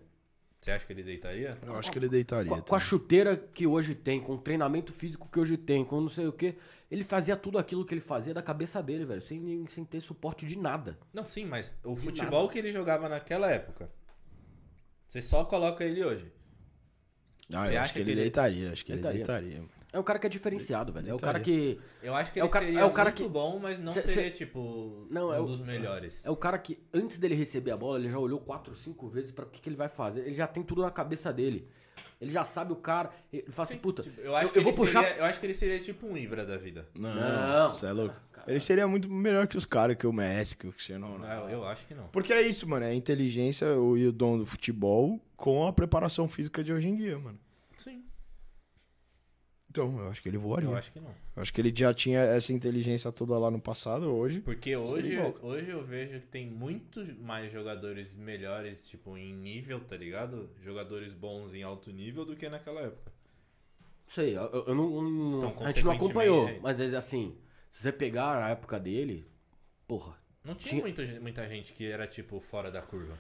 [SPEAKER 2] você acha que ele deitaria?
[SPEAKER 1] Eu acho que ele deitaria.
[SPEAKER 3] Com a, com a chuteira que hoje tem, com o treinamento físico que hoje tem, com não sei o que, ele fazia tudo aquilo que ele fazia da cabeça dele, velho, sem, nem- sem ter suporte de nada.
[SPEAKER 2] Não, sim, mas o futebol que ele jogava naquela época, você só coloca ele hoje.
[SPEAKER 1] também. Ah,
[SPEAKER 2] Você
[SPEAKER 1] eu
[SPEAKER 2] acha
[SPEAKER 1] acho que ele
[SPEAKER 2] que ele-
[SPEAKER 1] deitaria, acho que ele
[SPEAKER 3] Deitaria.
[SPEAKER 1] deitaria. mano.
[SPEAKER 3] É o cara que é diferenciado, velho. É o cara que.
[SPEAKER 2] Eu acho que
[SPEAKER 3] É
[SPEAKER 2] ele
[SPEAKER 3] o cara-
[SPEAKER 2] seria
[SPEAKER 3] é o cara
[SPEAKER 2] muito
[SPEAKER 3] que-
[SPEAKER 2] bom, mas não
[SPEAKER 3] Cê- cê-
[SPEAKER 2] seria, tipo,
[SPEAKER 3] Não,
[SPEAKER 2] um
[SPEAKER 3] é o-
[SPEAKER 2] dos melhores.
[SPEAKER 3] É o cara que, antes dele receber a bola, ele já olhou quatro, cinco vezes pra o que, que ele vai fazer. Ele já tem tudo na cabeça dele. Ele já sabe o cara. Ele fala assim, puta,
[SPEAKER 2] Tipo, eu, acho
[SPEAKER 3] eu-
[SPEAKER 2] que
[SPEAKER 3] eu vou
[SPEAKER 2] ele
[SPEAKER 3] puxar.
[SPEAKER 2] seria, eu acho que ele seria tipo um Ibra da vida.
[SPEAKER 3] Não.
[SPEAKER 1] Você é louco. Ele seria muito melhor que os caras, que o Messi, que o Cristiano Ronaldo.
[SPEAKER 2] Ah, eu acho que não.
[SPEAKER 1] Porque é isso, mano. É a inteligência o- e o dom do futebol com a preparação física de hoje em dia, mano.
[SPEAKER 2] Sim.
[SPEAKER 1] Então, eu acho que ele voaria.
[SPEAKER 2] Eu
[SPEAKER 1] Eu acho,
[SPEAKER 2] acho que
[SPEAKER 1] que
[SPEAKER 2] não.
[SPEAKER 1] ele já tinha essa inteligência toda lá no passado, hoje.
[SPEAKER 2] Porque hoje,
[SPEAKER 1] Seria igual.
[SPEAKER 2] hoje eu vejo que tem muitos mais jogadores melhores, tipo, em nível, tá ligado? Jogadores bons em alto nível do que naquela época.
[SPEAKER 3] Não sei, eu, eu não. não-
[SPEAKER 2] Então,
[SPEAKER 3] a gente não
[SPEAKER 2] consequentemente,
[SPEAKER 3] acompanhou.
[SPEAKER 2] é.
[SPEAKER 3] Mas assim, se você pegar a época dele, porra,
[SPEAKER 2] Não tinha,
[SPEAKER 3] Tinha-
[SPEAKER 2] muita gen- muita gente que era, tipo, fora da curva.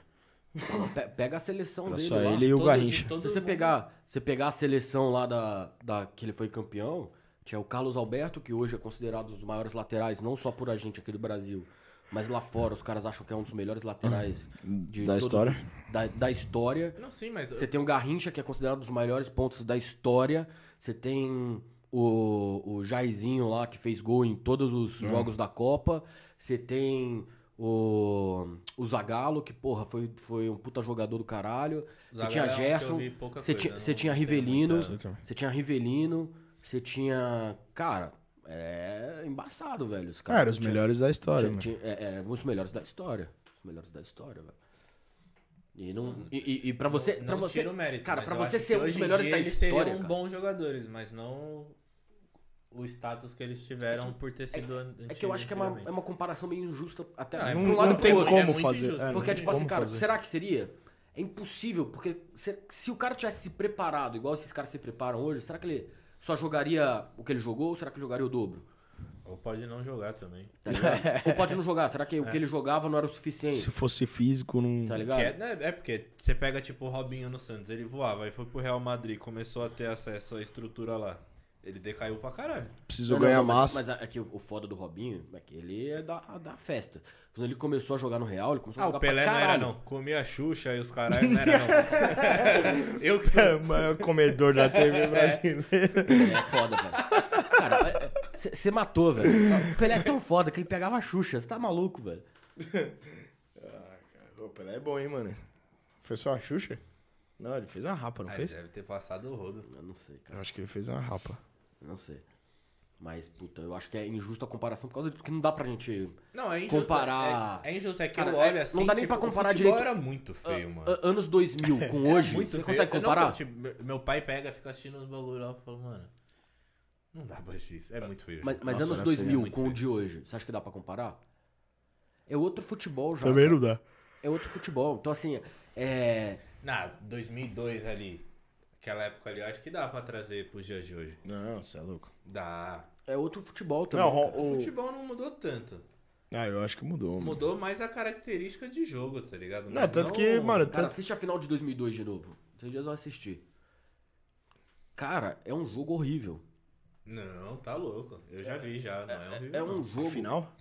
[SPEAKER 3] pe- pega a seleção
[SPEAKER 1] Olha
[SPEAKER 3] dele.
[SPEAKER 1] só,
[SPEAKER 3] lá.
[SPEAKER 1] ele e o
[SPEAKER 3] Todo-
[SPEAKER 1] Garrincha.
[SPEAKER 3] Se você pegar, se você pegar a seleção lá da, da que ele foi campeão, tinha o Carlos Alberto, que hoje é considerado um dos maiores laterais, não só por a gente aqui do Brasil, Mas lá fora, os caras acham que é um dos melhores laterais de
[SPEAKER 1] Hum, Da
[SPEAKER 3] todos
[SPEAKER 1] história?
[SPEAKER 3] os- da, da história.
[SPEAKER 2] Não, sim, mas.
[SPEAKER 3] Você tem o Garrincha, que é considerado um dos maiores pontos da história. Você tem o, o Jairzinho lá, que fez gol em todos os
[SPEAKER 2] Hum.
[SPEAKER 3] jogos da Copa. Você tem o, o Zagallo, que, porra, foi, foi um puta jogador do caralho. Você
[SPEAKER 2] Zagallo
[SPEAKER 3] tinha
[SPEAKER 2] é um que eu
[SPEAKER 3] Gerson,
[SPEAKER 2] vi pouca
[SPEAKER 3] você
[SPEAKER 2] coisa, né?
[SPEAKER 3] tinha,
[SPEAKER 2] não
[SPEAKER 3] você tinha
[SPEAKER 2] tenho
[SPEAKER 3] Rivelino,
[SPEAKER 2] muita-
[SPEAKER 3] você tinha Rivelino, você tinha... Cara, é embaçado, velho. Os caras
[SPEAKER 1] Cara, os
[SPEAKER 3] tinha-
[SPEAKER 1] melhores da história, mano.
[SPEAKER 3] tinha- é, é, um dos melhores da história. Os melhores da história, velho. E, não, e, e, e pra você.
[SPEAKER 2] Não
[SPEAKER 3] pra você
[SPEAKER 2] tira o mérito.
[SPEAKER 3] cara,
[SPEAKER 2] mas
[SPEAKER 3] pra
[SPEAKER 2] eu
[SPEAKER 3] você
[SPEAKER 2] acho
[SPEAKER 3] ser
[SPEAKER 2] que
[SPEAKER 3] um dos
[SPEAKER 2] hoje em
[SPEAKER 3] melhores
[SPEAKER 2] dia
[SPEAKER 3] da
[SPEAKER 2] eles
[SPEAKER 3] história.
[SPEAKER 2] seriam
[SPEAKER 3] cara.
[SPEAKER 2] bons jogadores, mas não o status que eles tiveram por ter sido an-
[SPEAKER 3] É que eu acho que é uma, é
[SPEAKER 2] antigamente.
[SPEAKER 3] uma comparação meio injusta até
[SPEAKER 2] Ah, é
[SPEAKER 3] pra um
[SPEAKER 1] não,
[SPEAKER 3] lado e
[SPEAKER 1] não
[SPEAKER 3] pro
[SPEAKER 1] tem
[SPEAKER 3] outro.
[SPEAKER 2] é
[SPEAKER 1] como
[SPEAKER 2] muito
[SPEAKER 1] fazer.
[SPEAKER 2] injusto.
[SPEAKER 1] é, não
[SPEAKER 3] Porque,
[SPEAKER 1] tem
[SPEAKER 3] tipo assim,
[SPEAKER 1] como
[SPEAKER 3] cara,
[SPEAKER 1] fazer.
[SPEAKER 3] será que seria? É impossível, porque se, se o cara tivesse se preparado igual esses caras se preparam hoje, será que ele só jogaria o que ele jogou ou será que ele jogaria o dobro?
[SPEAKER 2] Ou pode não jogar também.
[SPEAKER 3] Tá ligado? ou pode não jogar? Será que o que ele jogava não era o suficiente?
[SPEAKER 1] Se fosse físico, não.
[SPEAKER 3] Tá
[SPEAKER 2] É. Que
[SPEAKER 3] ligado?
[SPEAKER 2] é, né, é porque você pega, tipo, o Robinho no Santos, ele voava, aí foi pro Real Madrid, começou a ter acesso à estrutura lá. Ele decaiu pra caralho.
[SPEAKER 1] Precisou
[SPEAKER 3] Não, não,
[SPEAKER 1] ganhar
[SPEAKER 3] não, mas-
[SPEAKER 1] massa.
[SPEAKER 3] Mas, é que o o foda do Robinho é que ele é da, da festa. Quando ele começou a jogar no Real, ele começou a
[SPEAKER 2] Ah,
[SPEAKER 3] jogar
[SPEAKER 2] o Pelé
[SPEAKER 3] pra
[SPEAKER 2] não era
[SPEAKER 3] caralho.
[SPEAKER 2] não. Comia Xuxa e os caralho não era não. eu que sou.
[SPEAKER 1] É, o maior comedor da TV brasileira.
[SPEAKER 3] Pelé é foda, velho. Cara, é, você matou, velho. O Pelé é tão foda que ele pegava a Xuxa. Você tá maluco, velho.
[SPEAKER 1] O Pelé é bom, hein, mano. Foi só a Xuxa? Não, ele fez uma rapa, não
[SPEAKER 2] Ah, ele
[SPEAKER 1] fez?
[SPEAKER 2] deve ter passado o rodo.
[SPEAKER 3] Eu não sei, cara.
[SPEAKER 1] Eu acho que ele fez uma rapa.
[SPEAKER 3] Eu não sei. Mas, puta, eu acho que é injusta a comparação por causa disso. Porque não dá pra gente...
[SPEAKER 2] Não, é injusto.
[SPEAKER 3] Comparar-
[SPEAKER 2] É, é injusto, é que
[SPEAKER 3] Cara,
[SPEAKER 2] eu olho
[SPEAKER 3] é-
[SPEAKER 2] assim.
[SPEAKER 3] não dá nem
[SPEAKER 2] tipo,
[SPEAKER 3] pra comparar
[SPEAKER 2] o futebol
[SPEAKER 3] direito. Ah,
[SPEAKER 2] era muito feio, mano.
[SPEAKER 3] A- anos 2000 com hoje,
[SPEAKER 2] É muito
[SPEAKER 3] você
[SPEAKER 2] feio.
[SPEAKER 3] consegue
[SPEAKER 2] Eu não-
[SPEAKER 3] comparar?
[SPEAKER 2] tipo, meu- meu pai pega, fica assistindo os bagulho lá e fala, mano. Não dá pra assistir isso. É muito feio.
[SPEAKER 3] Mas, mas
[SPEAKER 1] Nossa,
[SPEAKER 3] anos
[SPEAKER 1] era
[SPEAKER 3] 2000
[SPEAKER 2] feio,
[SPEAKER 3] com o
[SPEAKER 2] muito
[SPEAKER 3] de hoje, você acha que dá pra comparar? É outro futebol já.
[SPEAKER 1] Também não
[SPEAKER 3] cara.
[SPEAKER 1] dá.
[SPEAKER 3] É outro futebol. Então, assim, é...
[SPEAKER 2] Na 2002 ali, aquela época ali, eu acho que dá pra trazer pros dias de hoje.
[SPEAKER 1] Não, você é louco.
[SPEAKER 2] Dá.
[SPEAKER 3] É outro futebol também.
[SPEAKER 1] Não,
[SPEAKER 3] cara.
[SPEAKER 1] o, o-
[SPEAKER 2] O futebol não mudou tanto.
[SPEAKER 1] Ah, eu acho que mudou, mano.
[SPEAKER 2] Mudou mais a característica de jogo, tá ligado?
[SPEAKER 1] Não,
[SPEAKER 2] Mas
[SPEAKER 1] tanto que, mano,
[SPEAKER 3] né? Cara,
[SPEAKER 1] tanto...
[SPEAKER 3] assiste a final de 2002 de novo. Vocês dias eu assistir. Cara, é um jogo horrível.
[SPEAKER 2] Não, tá louco. Eu já vi já, não é um horrível,
[SPEAKER 3] É um
[SPEAKER 2] não.
[SPEAKER 3] jogo.
[SPEAKER 1] final?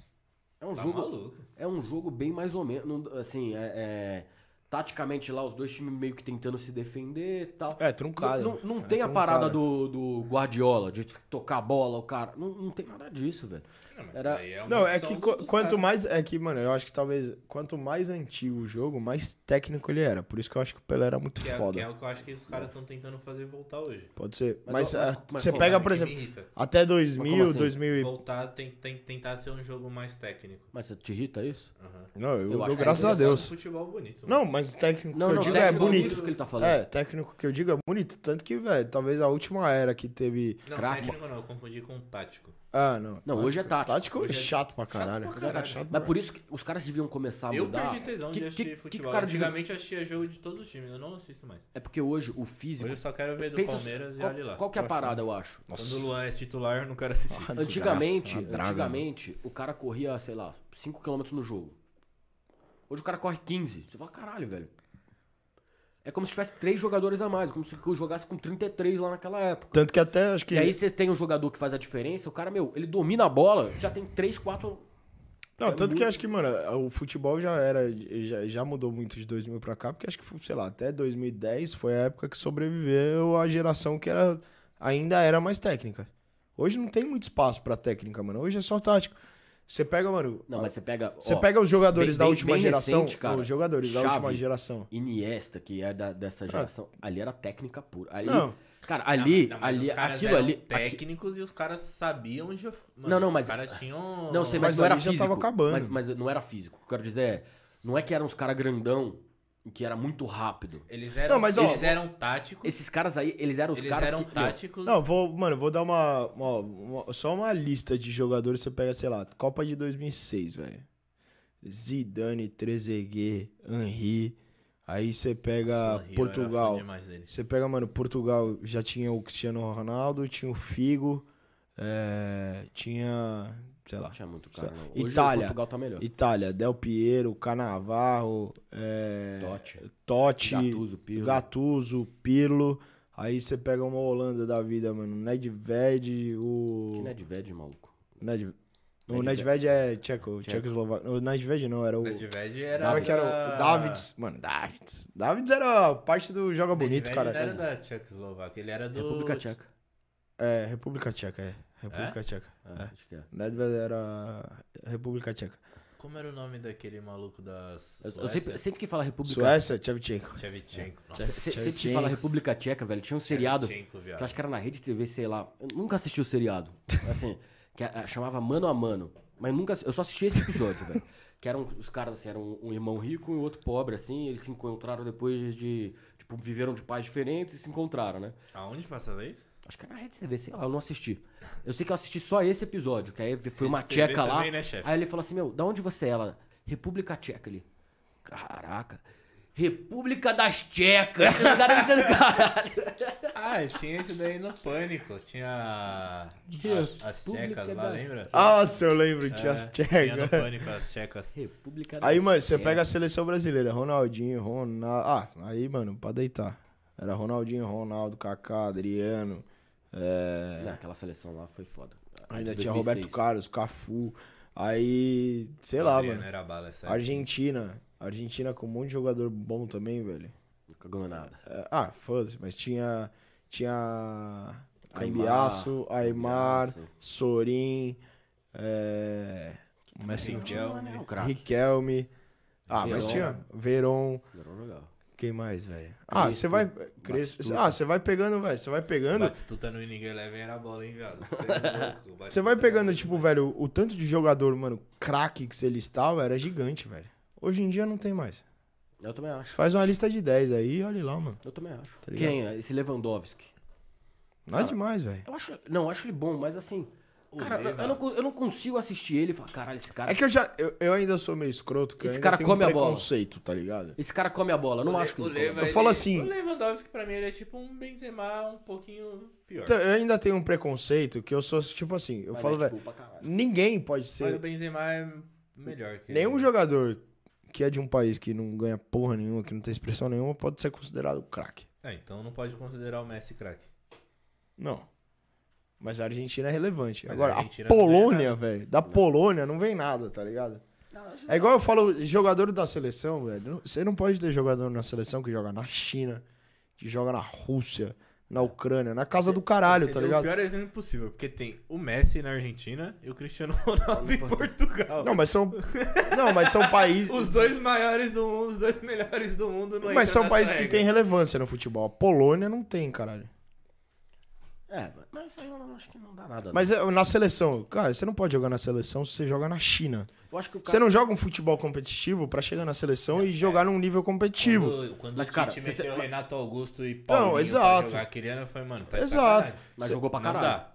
[SPEAKER 3] É um
[SPEAKER 2] Tá
[SPEAKER 3] jogo.
[SPEAKER 2] maluco.
[SPEAKER 3] É um jogo bem mais ou menos. não- Assim, é, é, taticamente lá, os dois times meio que tentando se defender e tal.
[SPEAKER 1] É, truncado.
[SPEAKER 3] Não, não- não
[SPEAKER 1] É
[SPEAKER 3] tem a
[SPEAKER 1] truncado.
[SPEAKER 3] parada do, do Guardiola, de tocar a bola, o cara. Não, não tem nada disso, velho.
[SPEAKER 2] Não, mas
[SPEAKER 3] Era-
[SPEAKER 2] daí uma
[SPEAKER 1] Não, é
[SPEAKER 2] opção
[SPEAKER 3] um
[SPEAKER 1] que
[SPEAKER 2] do-
[SPEAKER 1] qu-
[SPEAKER 2] dos
[SPEAKER 1] quanto
[SPEAKER 2] caras.
[SPEAKER 1] mais. É que, mano, eu acho que talvez. Quanto mais antigo o jogo, mais técnico ele era. Por isso que eu acho que o Pelé era muito
[SPEAKER 2] Que é,
[SPEAKER 1] foda.
[SPEAKER 2] que é o que eu acho que os caras estão tentando fazer voltar hoje.
[SPEAKER 1] Pode ser.
[SPEAKER 3] Mas,
[SPEAKER 1] Mas,
[SPEAKER 3] ó,
[SPEAKER 1] ah,
[SPEAKER 3] mas
[SPEAKER 1] você
[SPEAKER 3] como?
[SPEAKER 1] pega,
[SPEAKER 3] É
[SPEAKER 1] por
[SPEAKER 2] que me
[SPEAKER 1] exemplo,
[SPEAKER 2] irrita.
[SPEAKER 1] até 2000,
[SPEAKER 3] Mas como assim?
[SPEAKER 1] 2000 e...
[SPEAKER 2] Voltar, tem, tem- tentar ser um jogo mais técnico. Uhum.
[SPEAKER 3] Mas você te irrita isso?
[SPEAKER 2] Aham.
[SPEAKER 1] Não, eu,
[SPEAKER 3] Eu
[SPEAKER 1] dou
[SPEAKER 3] acho que
[SPEAKER 1] graças
[SPEAKER 3] é
[SPEAKER 1] a
[SPEAKER 2] Só que
[SPEAKER 1] Deus.
[SPEAKER 2] um futebol bonito.
[SPEAKER 1] Não, mas o técnico
[SPEAKER 3] Não,
[SPEAKER 1] que eu
[SPEAKER 3] não,
[SPEAKER 1] digo é
[SPEAKER 3] técnico é
[SPEAKER 1] bonito.
[SPEAKER 3] isso que ele tá falando.
[SPEAKER 1] É, técnico que eu digo é bonito. Tanto que, velho, talvez a última era que teve...
[SPEAKER 2] Não,
[SPEAKER 3] craque.
[SPEAKER 2] técnico não, eu confundi com um tático.
[SPEAKER 1] Ah, não.
[SPEAKER 3] Não, hoje é tático.
[SPEAKER 1] Tático
[SPEAKER 2] Hoje é-
[SPEAKER 1] chato pra caralho.
[SPEAKER 2] pra caralho.
[SPEAKER 1] Chato
[SPEAKER 3] Mas por isso que os caras deviam começar a
[SPEAKER 2] Eu
[SPEAKER 3] Ah, mudar.
[SPEAKER 2] perdi tesão
[SPEAKER 3] Que-
[SPEAKER 2] de assistir
[SPEAKER 3] que- que que o
[SPEAKER 2] futebol.
[SPEAKER 3] cara devia-
[SPEAKER 2] Antigamente eu assistia jogo de todos os times, eu não assisto mais.
[SPEAKER 3] É porque hoje o físico.
[SPEAKER 2] Hoje eu só quero ver do
[SPEAKER 3] Pensa-
[SPEAKER 2] Palmeiras e
[SPEAKER 3] qual,
[SPEAKER 2] ali lá.
[SPEAKER 3] qual que é a parada, eu acho?
[SPEAKER 2] Quando o Luan é titular, eu não quero assistir.
[SPEAKER 1] Ah, desgraça,
[SPEAKER 3] Antigamente,
[SPEAKER 1] uma draga,
[SPEAKER 3] antigamente o cara corria, sei lá, 5km no jogo. Hoje o cara corre 15. Você fala, caralho, velho. É como se tivesse três jogadores a mais, como se eu jogasse com 33 lá naquela época.
[SPEAKER 1] Tanto que até, acho que...
[SPEAKER 3] E aí você tem um jogador que faz a diferença, o cara, meu, ele domina a bola, já tem 3, 4.
[SPEAKER 1] Não,
[SPEAKER 3] É
[SPEAKER 1] tanto que
[SPEAKER 3] muito-
[SPEAKER 1] acho que, mano, o futebol já era, já, já mudou muito de 2000 pra cá, porque acho que, sei lá, até 2010 foi a época que sobreviveu a geração que era, ainda era mais técnica. Hoje não tem muito espaço pra técnica, mano. Hoje é só tático. Você pega, mano,
[SPEAKER 3] Não, mas você pega.
[SPEAKER 1] você
[SPEAKER 3] ó,
[SPEAKER 1] pega os jogadores
[SPEAKER 3] bem-
[SPEAKER 1] da
[SPEAKER 3] bem-
[SPEAKER 1] última
[SPEAKER 3] bem
[SPEAKER 1] geração,
[SPEAKER 3] recente, cara.
[SPEAKER 1] os jogadores da
[SPEAKER 3] Xavi.
[SPEAKER 1] última geração.
[SPEAKER 3] Iniesta, que é da- dessa geração, ali era técnica pura. Ali,
[SPEAKER 1] Ah. Não.
[SPEAKER 3] Cara,
[SPEAKER 2] Ah,
[SPEAKER 3] ali,
[SPEAKER 2] Não, mas
[SPEAKER 3] ali,
[SPEAKER 2] os caras
[SPEAKER 3] aquilo
[SPEAKER 2] eram
[SPEAKER 3] ali. aqui-
[SPEAKER 2] técnicos e os caras sabiam... jo- Mano,
[SPEAKER 3] Não, não, mas-
[SPEAKER 2] Os caras tinham...
[SPEAKER 3] Não sei, mas,
[SPEAKER 1] Mas
[SPEAKER 3] não era
[SPEAKER 1] ali já
[SPEAKER 3] físico.
[SPEAKER 1] tava acabando.
[SPEAKER 3] Mas, mas não era físico. O que eu quero dizer é, não é que eram uns caras grandão que era muito rápido.
[SPEAKER 2] Eles eram,
[SPEAKER 1] Não, mas, ó,
[SPEAKER 2] eles eram táticos,
[SPEAKER 3] Esses caras aí, eles eram os
[SPEAKER 2] eles
[SPEAKER 3] caras
[SPEAKER 2] eram
[SPEAKER 3] que... meu,
[SPEAKER 2] táticos...
[SPEAKER 1] Não, vou, mano, vou dar uma, uma- uma- só uma lista de jogadores, você pega, sei lá, Copa de 2006, velho. Zidane, Trezeguet, Henry, aí você pega
[SPEAKER 2] Sorri, eu era fã
[SPEAKER 1] Portugal.
[SPEAKER 2] demais deles.
[SPEAKER 1] Você pega, mano, Portugal já tinha o Cristiano Ronaldo, tinha o Figo, é, tinha, sei lá,
[SPEAKER 3] Tinha muito cara, não. Hoje
[SPEAKER 1] é Itália.
[SPEAKER 3] o Portugal tá melhor.
[SPEAKER 1] Itália, Del Piero, Canavarro, é,
[SPEAKER 3] Totti.
[SPEAKER 1] Totti,
[SPEAKER 3] Gattuso, Pirlo.
[SPEAKER 1] Gattuso, Pirlo. Aí você pega uma Holanda da vida, mano, Nedved,
[SPEAKER 3] Que é
[SPEAKER 1] o...
[SPEAKER 3] Nedved, maluco.
[SPEAKER 1] Ned... O Nedved é tcheco, tchecoslovaco. O Nedved não, era o...
[SPEAKER 2] Nedved era.
[SPEAKER 1] Como é que era
[SPEAKER 2] da-
[SPEAKER 1] o Davids? Mano, Davids. Davids era parte do Joga Bonito,
[SPEAKER 2] Nedved
[SPEAKER 1] cara.
[SPEAKER 2] Não era da Tchecoslováquia, ele era do.
[SPEAKER 3] República Tcheca.
[SPEAKER 1] É, República Tcheca, é. República Tcheca.
[SPEAKER 3] Ah,
[SPEAKER 1] É.
[SPEAKER 3] acho que é.
[SPEAKER 1] Nedved era República Tcheca.
[SPEAKER 2] Como era o nome daquele maluco da.
[SPEAKER 3] Eu, eu
[SPEAKER 2] Suécia?
[SPEAKER 3] sempre, sempre que fala República
[SPEAKER 1] Suécia, Tchevchenko.
[SPEAKER 2] Shevchenko.
[SPEAKER 3] Se-
[SPEAKER 2] Nossa,
[SPEAKER 3] se-
[SPEAKER 1] Tchau,
[SPEAKER 3] Sempre que
[SPEAKER 1] tchau.
[SPEAKER 3] fala República Tcheca, velho, tinha um seriado. Que
[SPEAKER 2] Shevchenko, viado.
[SPEAKER 3] eu acho que era na rede TV, sei lá. Eu nunca assisti o seriado. Assim, que a- a- chamava Mano a Mano. Mas nunca. assi- Eu só assisti esse episódio, velho. Que eram os caras, assim, eram um, um irmão rico e o outro pobre, assim. e eles se encontraram depois de. Tipo, viveram de pais diferentes e se encontraram, né?
[SPEAKER 2] Aonde passava isso?
[SPEAKER 3] Acho que era na Rede TV, sei lá, eu não assisti. Eu sei que eu assisti só esse episódio, que aí foi uma
[SPEAKER 2] Rede TV
[SPEAKER 3] tcheca lá.
[SPEAKER 2] também, né, chefe?
[SPEAKER 3] aí ele falou assim, meu, da onde você é? Ela, República Tcheca. Ele, caraca, República das Tchecas. Esse lugar deve ser do caralho.
[SPEAKER 2] Ah, tinha isso daí no Pânico. Tinha
[SPEAKER 3] Deus,
[SPEAKER 2] as, as
[SPEAKER 3] público
[SPEAKER 2] tchecas lá,
[SPEAKER 3] da-
[SPEAKER 2] lembra?
[SPEAKER 1] Nossa, eu lembro,
[SPEAKER 2] É,
[SPEAKER 1] tinha as
[SPEAKER 2] Tinha no
[SPEAKER 1] Ah, tchecas.
[SPEAKER 2] Pânico as tchecas.
[SPEAKER 3] República das
[SPEAKER 1] Aí, mano, você
[SPEAKER 3] Tchecas.
[SPEAKER 1] pega a seleção brasileira, Ronaldinho, Ronaldo. Ah, aí, mano, pra deitar. Era Ronaldinho, Ronaldo, Kaká, Adriano. É...
[SPEAKER 3] Não, aquela seleção lá foi foda. A
[SPEAKER 1] Ainda
[SPEAKER 3] de
[SPEAKER 1] tinha
[SPEAKER 3] 2006.
[SPEAKER 1] Roberto Carlos, Cafu. Aí, sei lá,
[SPEAKER 2] Adriano né?
[SPEAKER 1] mano.
[SPEAKER 2] Era bala, essa época.
[SPEAKER 1] Argentina. Argentina com um monte de jogador bom também, velho.
[SPEAKER 3] Nunca ganhou nada.
[SPEAKER 1] É, Ah, foda-se, mas tinha. Tinha. Cambiaço, Aymar,
[SPEAKER 3] Cambiaço.
[SPEAKER 1] Sorin. É. Messi,
[SPEAKER 2] Miguel,
[SPEAKER 3] Não,
[SPEAKER 2] né?
[SPEAKER 3] o craque.
[SPEAKER 1] Riquelme. Ah, mas
[SPEAKER 3] Veron.
[SPEAKER 1] tinha. Veron.
[SPEAKER 3] Não um jogava.
[SPEAKER 1] Quem mais, velho? Ah,
[SPEAKER 3] Crespo,
[SPEAKER 1] você vai. Crespo.
[SPEAKER 3] Batistuta.
[SPEAKER 1] Ah, você vai pegando, velho. Você vai pegando.
[SPEAKER 2] Batistuta no Inning Eleven era bola, hein, viado? Cê é louco, o
[SPEAKER 1] Você vai
[SPEAKER 2] Batistuta
[SPEAKER 1] pegando,
[SPEAKER 2] era-
[SPEAKER 1] tipo, velho, o tanto de jogador, mano, craque que você listava era gigante, velho. Hoje em dia não tem mais.
[SPEAKER 3] Eu também acho.
[SPEAKER 1] Faz uma lista de 10 aí e olha lá, mano.
[SPEAKER 3] Eu também acho.
[SPEAKER 1] Tá ligado?
[SPEAKER 3] Quem é? Esse Lewandowski.
[SPEAKER 1] Nada é
[SPEAKER 3] Ah.
[SPEAKER 1] demais, velho.
[SPEAKER 3] Eu acho. Não, eu acho ele bom, mas assim.
[SPEAKER 2] O
[SPEAKER 3] Cara, eu,
[SPEAKER 2] Leva.
[SPEAKER 3] eu não, con- eu não consigo assistir ele e falar, caralho, esse cara.
[SPEAKER 1] É que eu já. Eu, eu ainda sou meio escroto, que eu
[SPEAKER 3] Esse
[SPEAKER 1] ainda
[SPEAKER 3] cara
[SPEAKER 1] tenho
[SPEAKER 3] come a
[SPEAKER 1] um
[SPEAKER 3] bola.
[SPEAKER 1] preconceito, tá ligado?
[SPEAKER 3] Esse cara come a bola. então. Eu não
[SPEAKER 2] O Le-
[SPEAKER 3] acho que
[SPEAKER 2] o
[SPEAKER 3] ele
[SPEAKER 2] Leva,
[SPEAKER 3] come.
[SPEAKER 1] Eu
[SPEAKER 2] ele-
[SPEAKER 1] falo assim-
[SPEAKER 2] O Lewandowski, pra mim, ele é tipo um Benzema um pouquinho pior.
[SPEAKER 1] Então, eu ainda tenho um preconceito que eu sou, tipo assim, eu
[SPEAKER 3] Mas é
[SPEAKER 1] falo,
[SPEAKER 3] mete
[SPEAKER 1] velho.
[SPEAKER 3] gol pra caralho.
[SPEAKER 1] Ninguém pode
[SPEAKER 2] Mas o
[SPEAKER 1] ser.
[SPEAKER 2] Benzema é melhor que
[SPEAKER 1] Nenhum
[SPEAKER 3] um
[SPEAKER 2] ele.
[SPEAKER 1] jogador que é de um país que não ganha porra nenhuma, que não tem expressão nenhuma, pode ser considerado craque.
[SPEAKER 2] Ah, então não pode considerar o Messi craque.
[SPEAKER 1] Não. Mas a Argentina é relevante.
[SPEAKER 2] Mas a
[SPEAKER 1] Agora, a,
[SPEAKER 2] Argentina é não ganha
[SPEAKER 1] Polônia, velho. Da Polônia não vem nada, tá ligado? É igual eu falo, jogador da seleção, velho. não- Você não pode ter jogador na seleção que joga na China, que joga na Rússia, na Ucrânia, na casa do caralho,
[SPEAKER 2] Você
[SPEAKER 1] tá
[SPEAKER 2] deu O
[SPEAKER 1] ligado?
[SPEAKER 2] pior exemplo possível, porque tem o Messi na Argentina e o Cristiano Ronaldo em Portugal.
[SPEAKER 1] Não, mas são. Não, mas são países.
[SPEAKER 2] Os dois maiores do mundo, os dois melhores do mundo não
[SPEAKER 1] Mas são
[SPEAKER 2] entram nessa
[SPEAKER 1] países que
[SPEAKER 2] regra.
[SPEAKER 1] têm relevância no futebol. A Polônia não tem, caralho.
[SPEAKER 3] É, mas isso aí eu não acho que não dá nada.
[SPEAKER 1] Mas é, na seleção, cara, você não pode jogar na seleção se você joga na China.
[SPEAKER 3] não. eu acho que o
[SPEAKER 1] Você
[SPEAKER 3] cara.
[SPEAKER 1] não joga um futebol competitivo pra chegar na seleção
[SPEAKER 2] É,
[SPEAKER 1] e jogar num nível competitivo.
[SPEAKER 2] Quando, quando
[SPEAKER 3] Mas,
[SPEAKER 2] o
[SPEAKER 3] cara,
[SPEAKER 2] Tite
[SPEAKER 3] você-
[SPEAKER 2] meteu o Renato Augusto e
[SPEAKER 1] Então,
[SPEAKER 2] Paulinho pra
[SPEAKER 1] exato.
[SPEAKER 2] jogar aquele ano, foi, mano, tá de
[SPEAKER 1] Exato.
[SPEAKER 2] sacanagem.
[SPEAKER 3] Mas
[SPEAKER 1] Cê-
[SPEAKER 3] jogou pra
[SPEAKER 2] Não
[SPEAKER 3] caralho.
[SPEAKER 2] dá.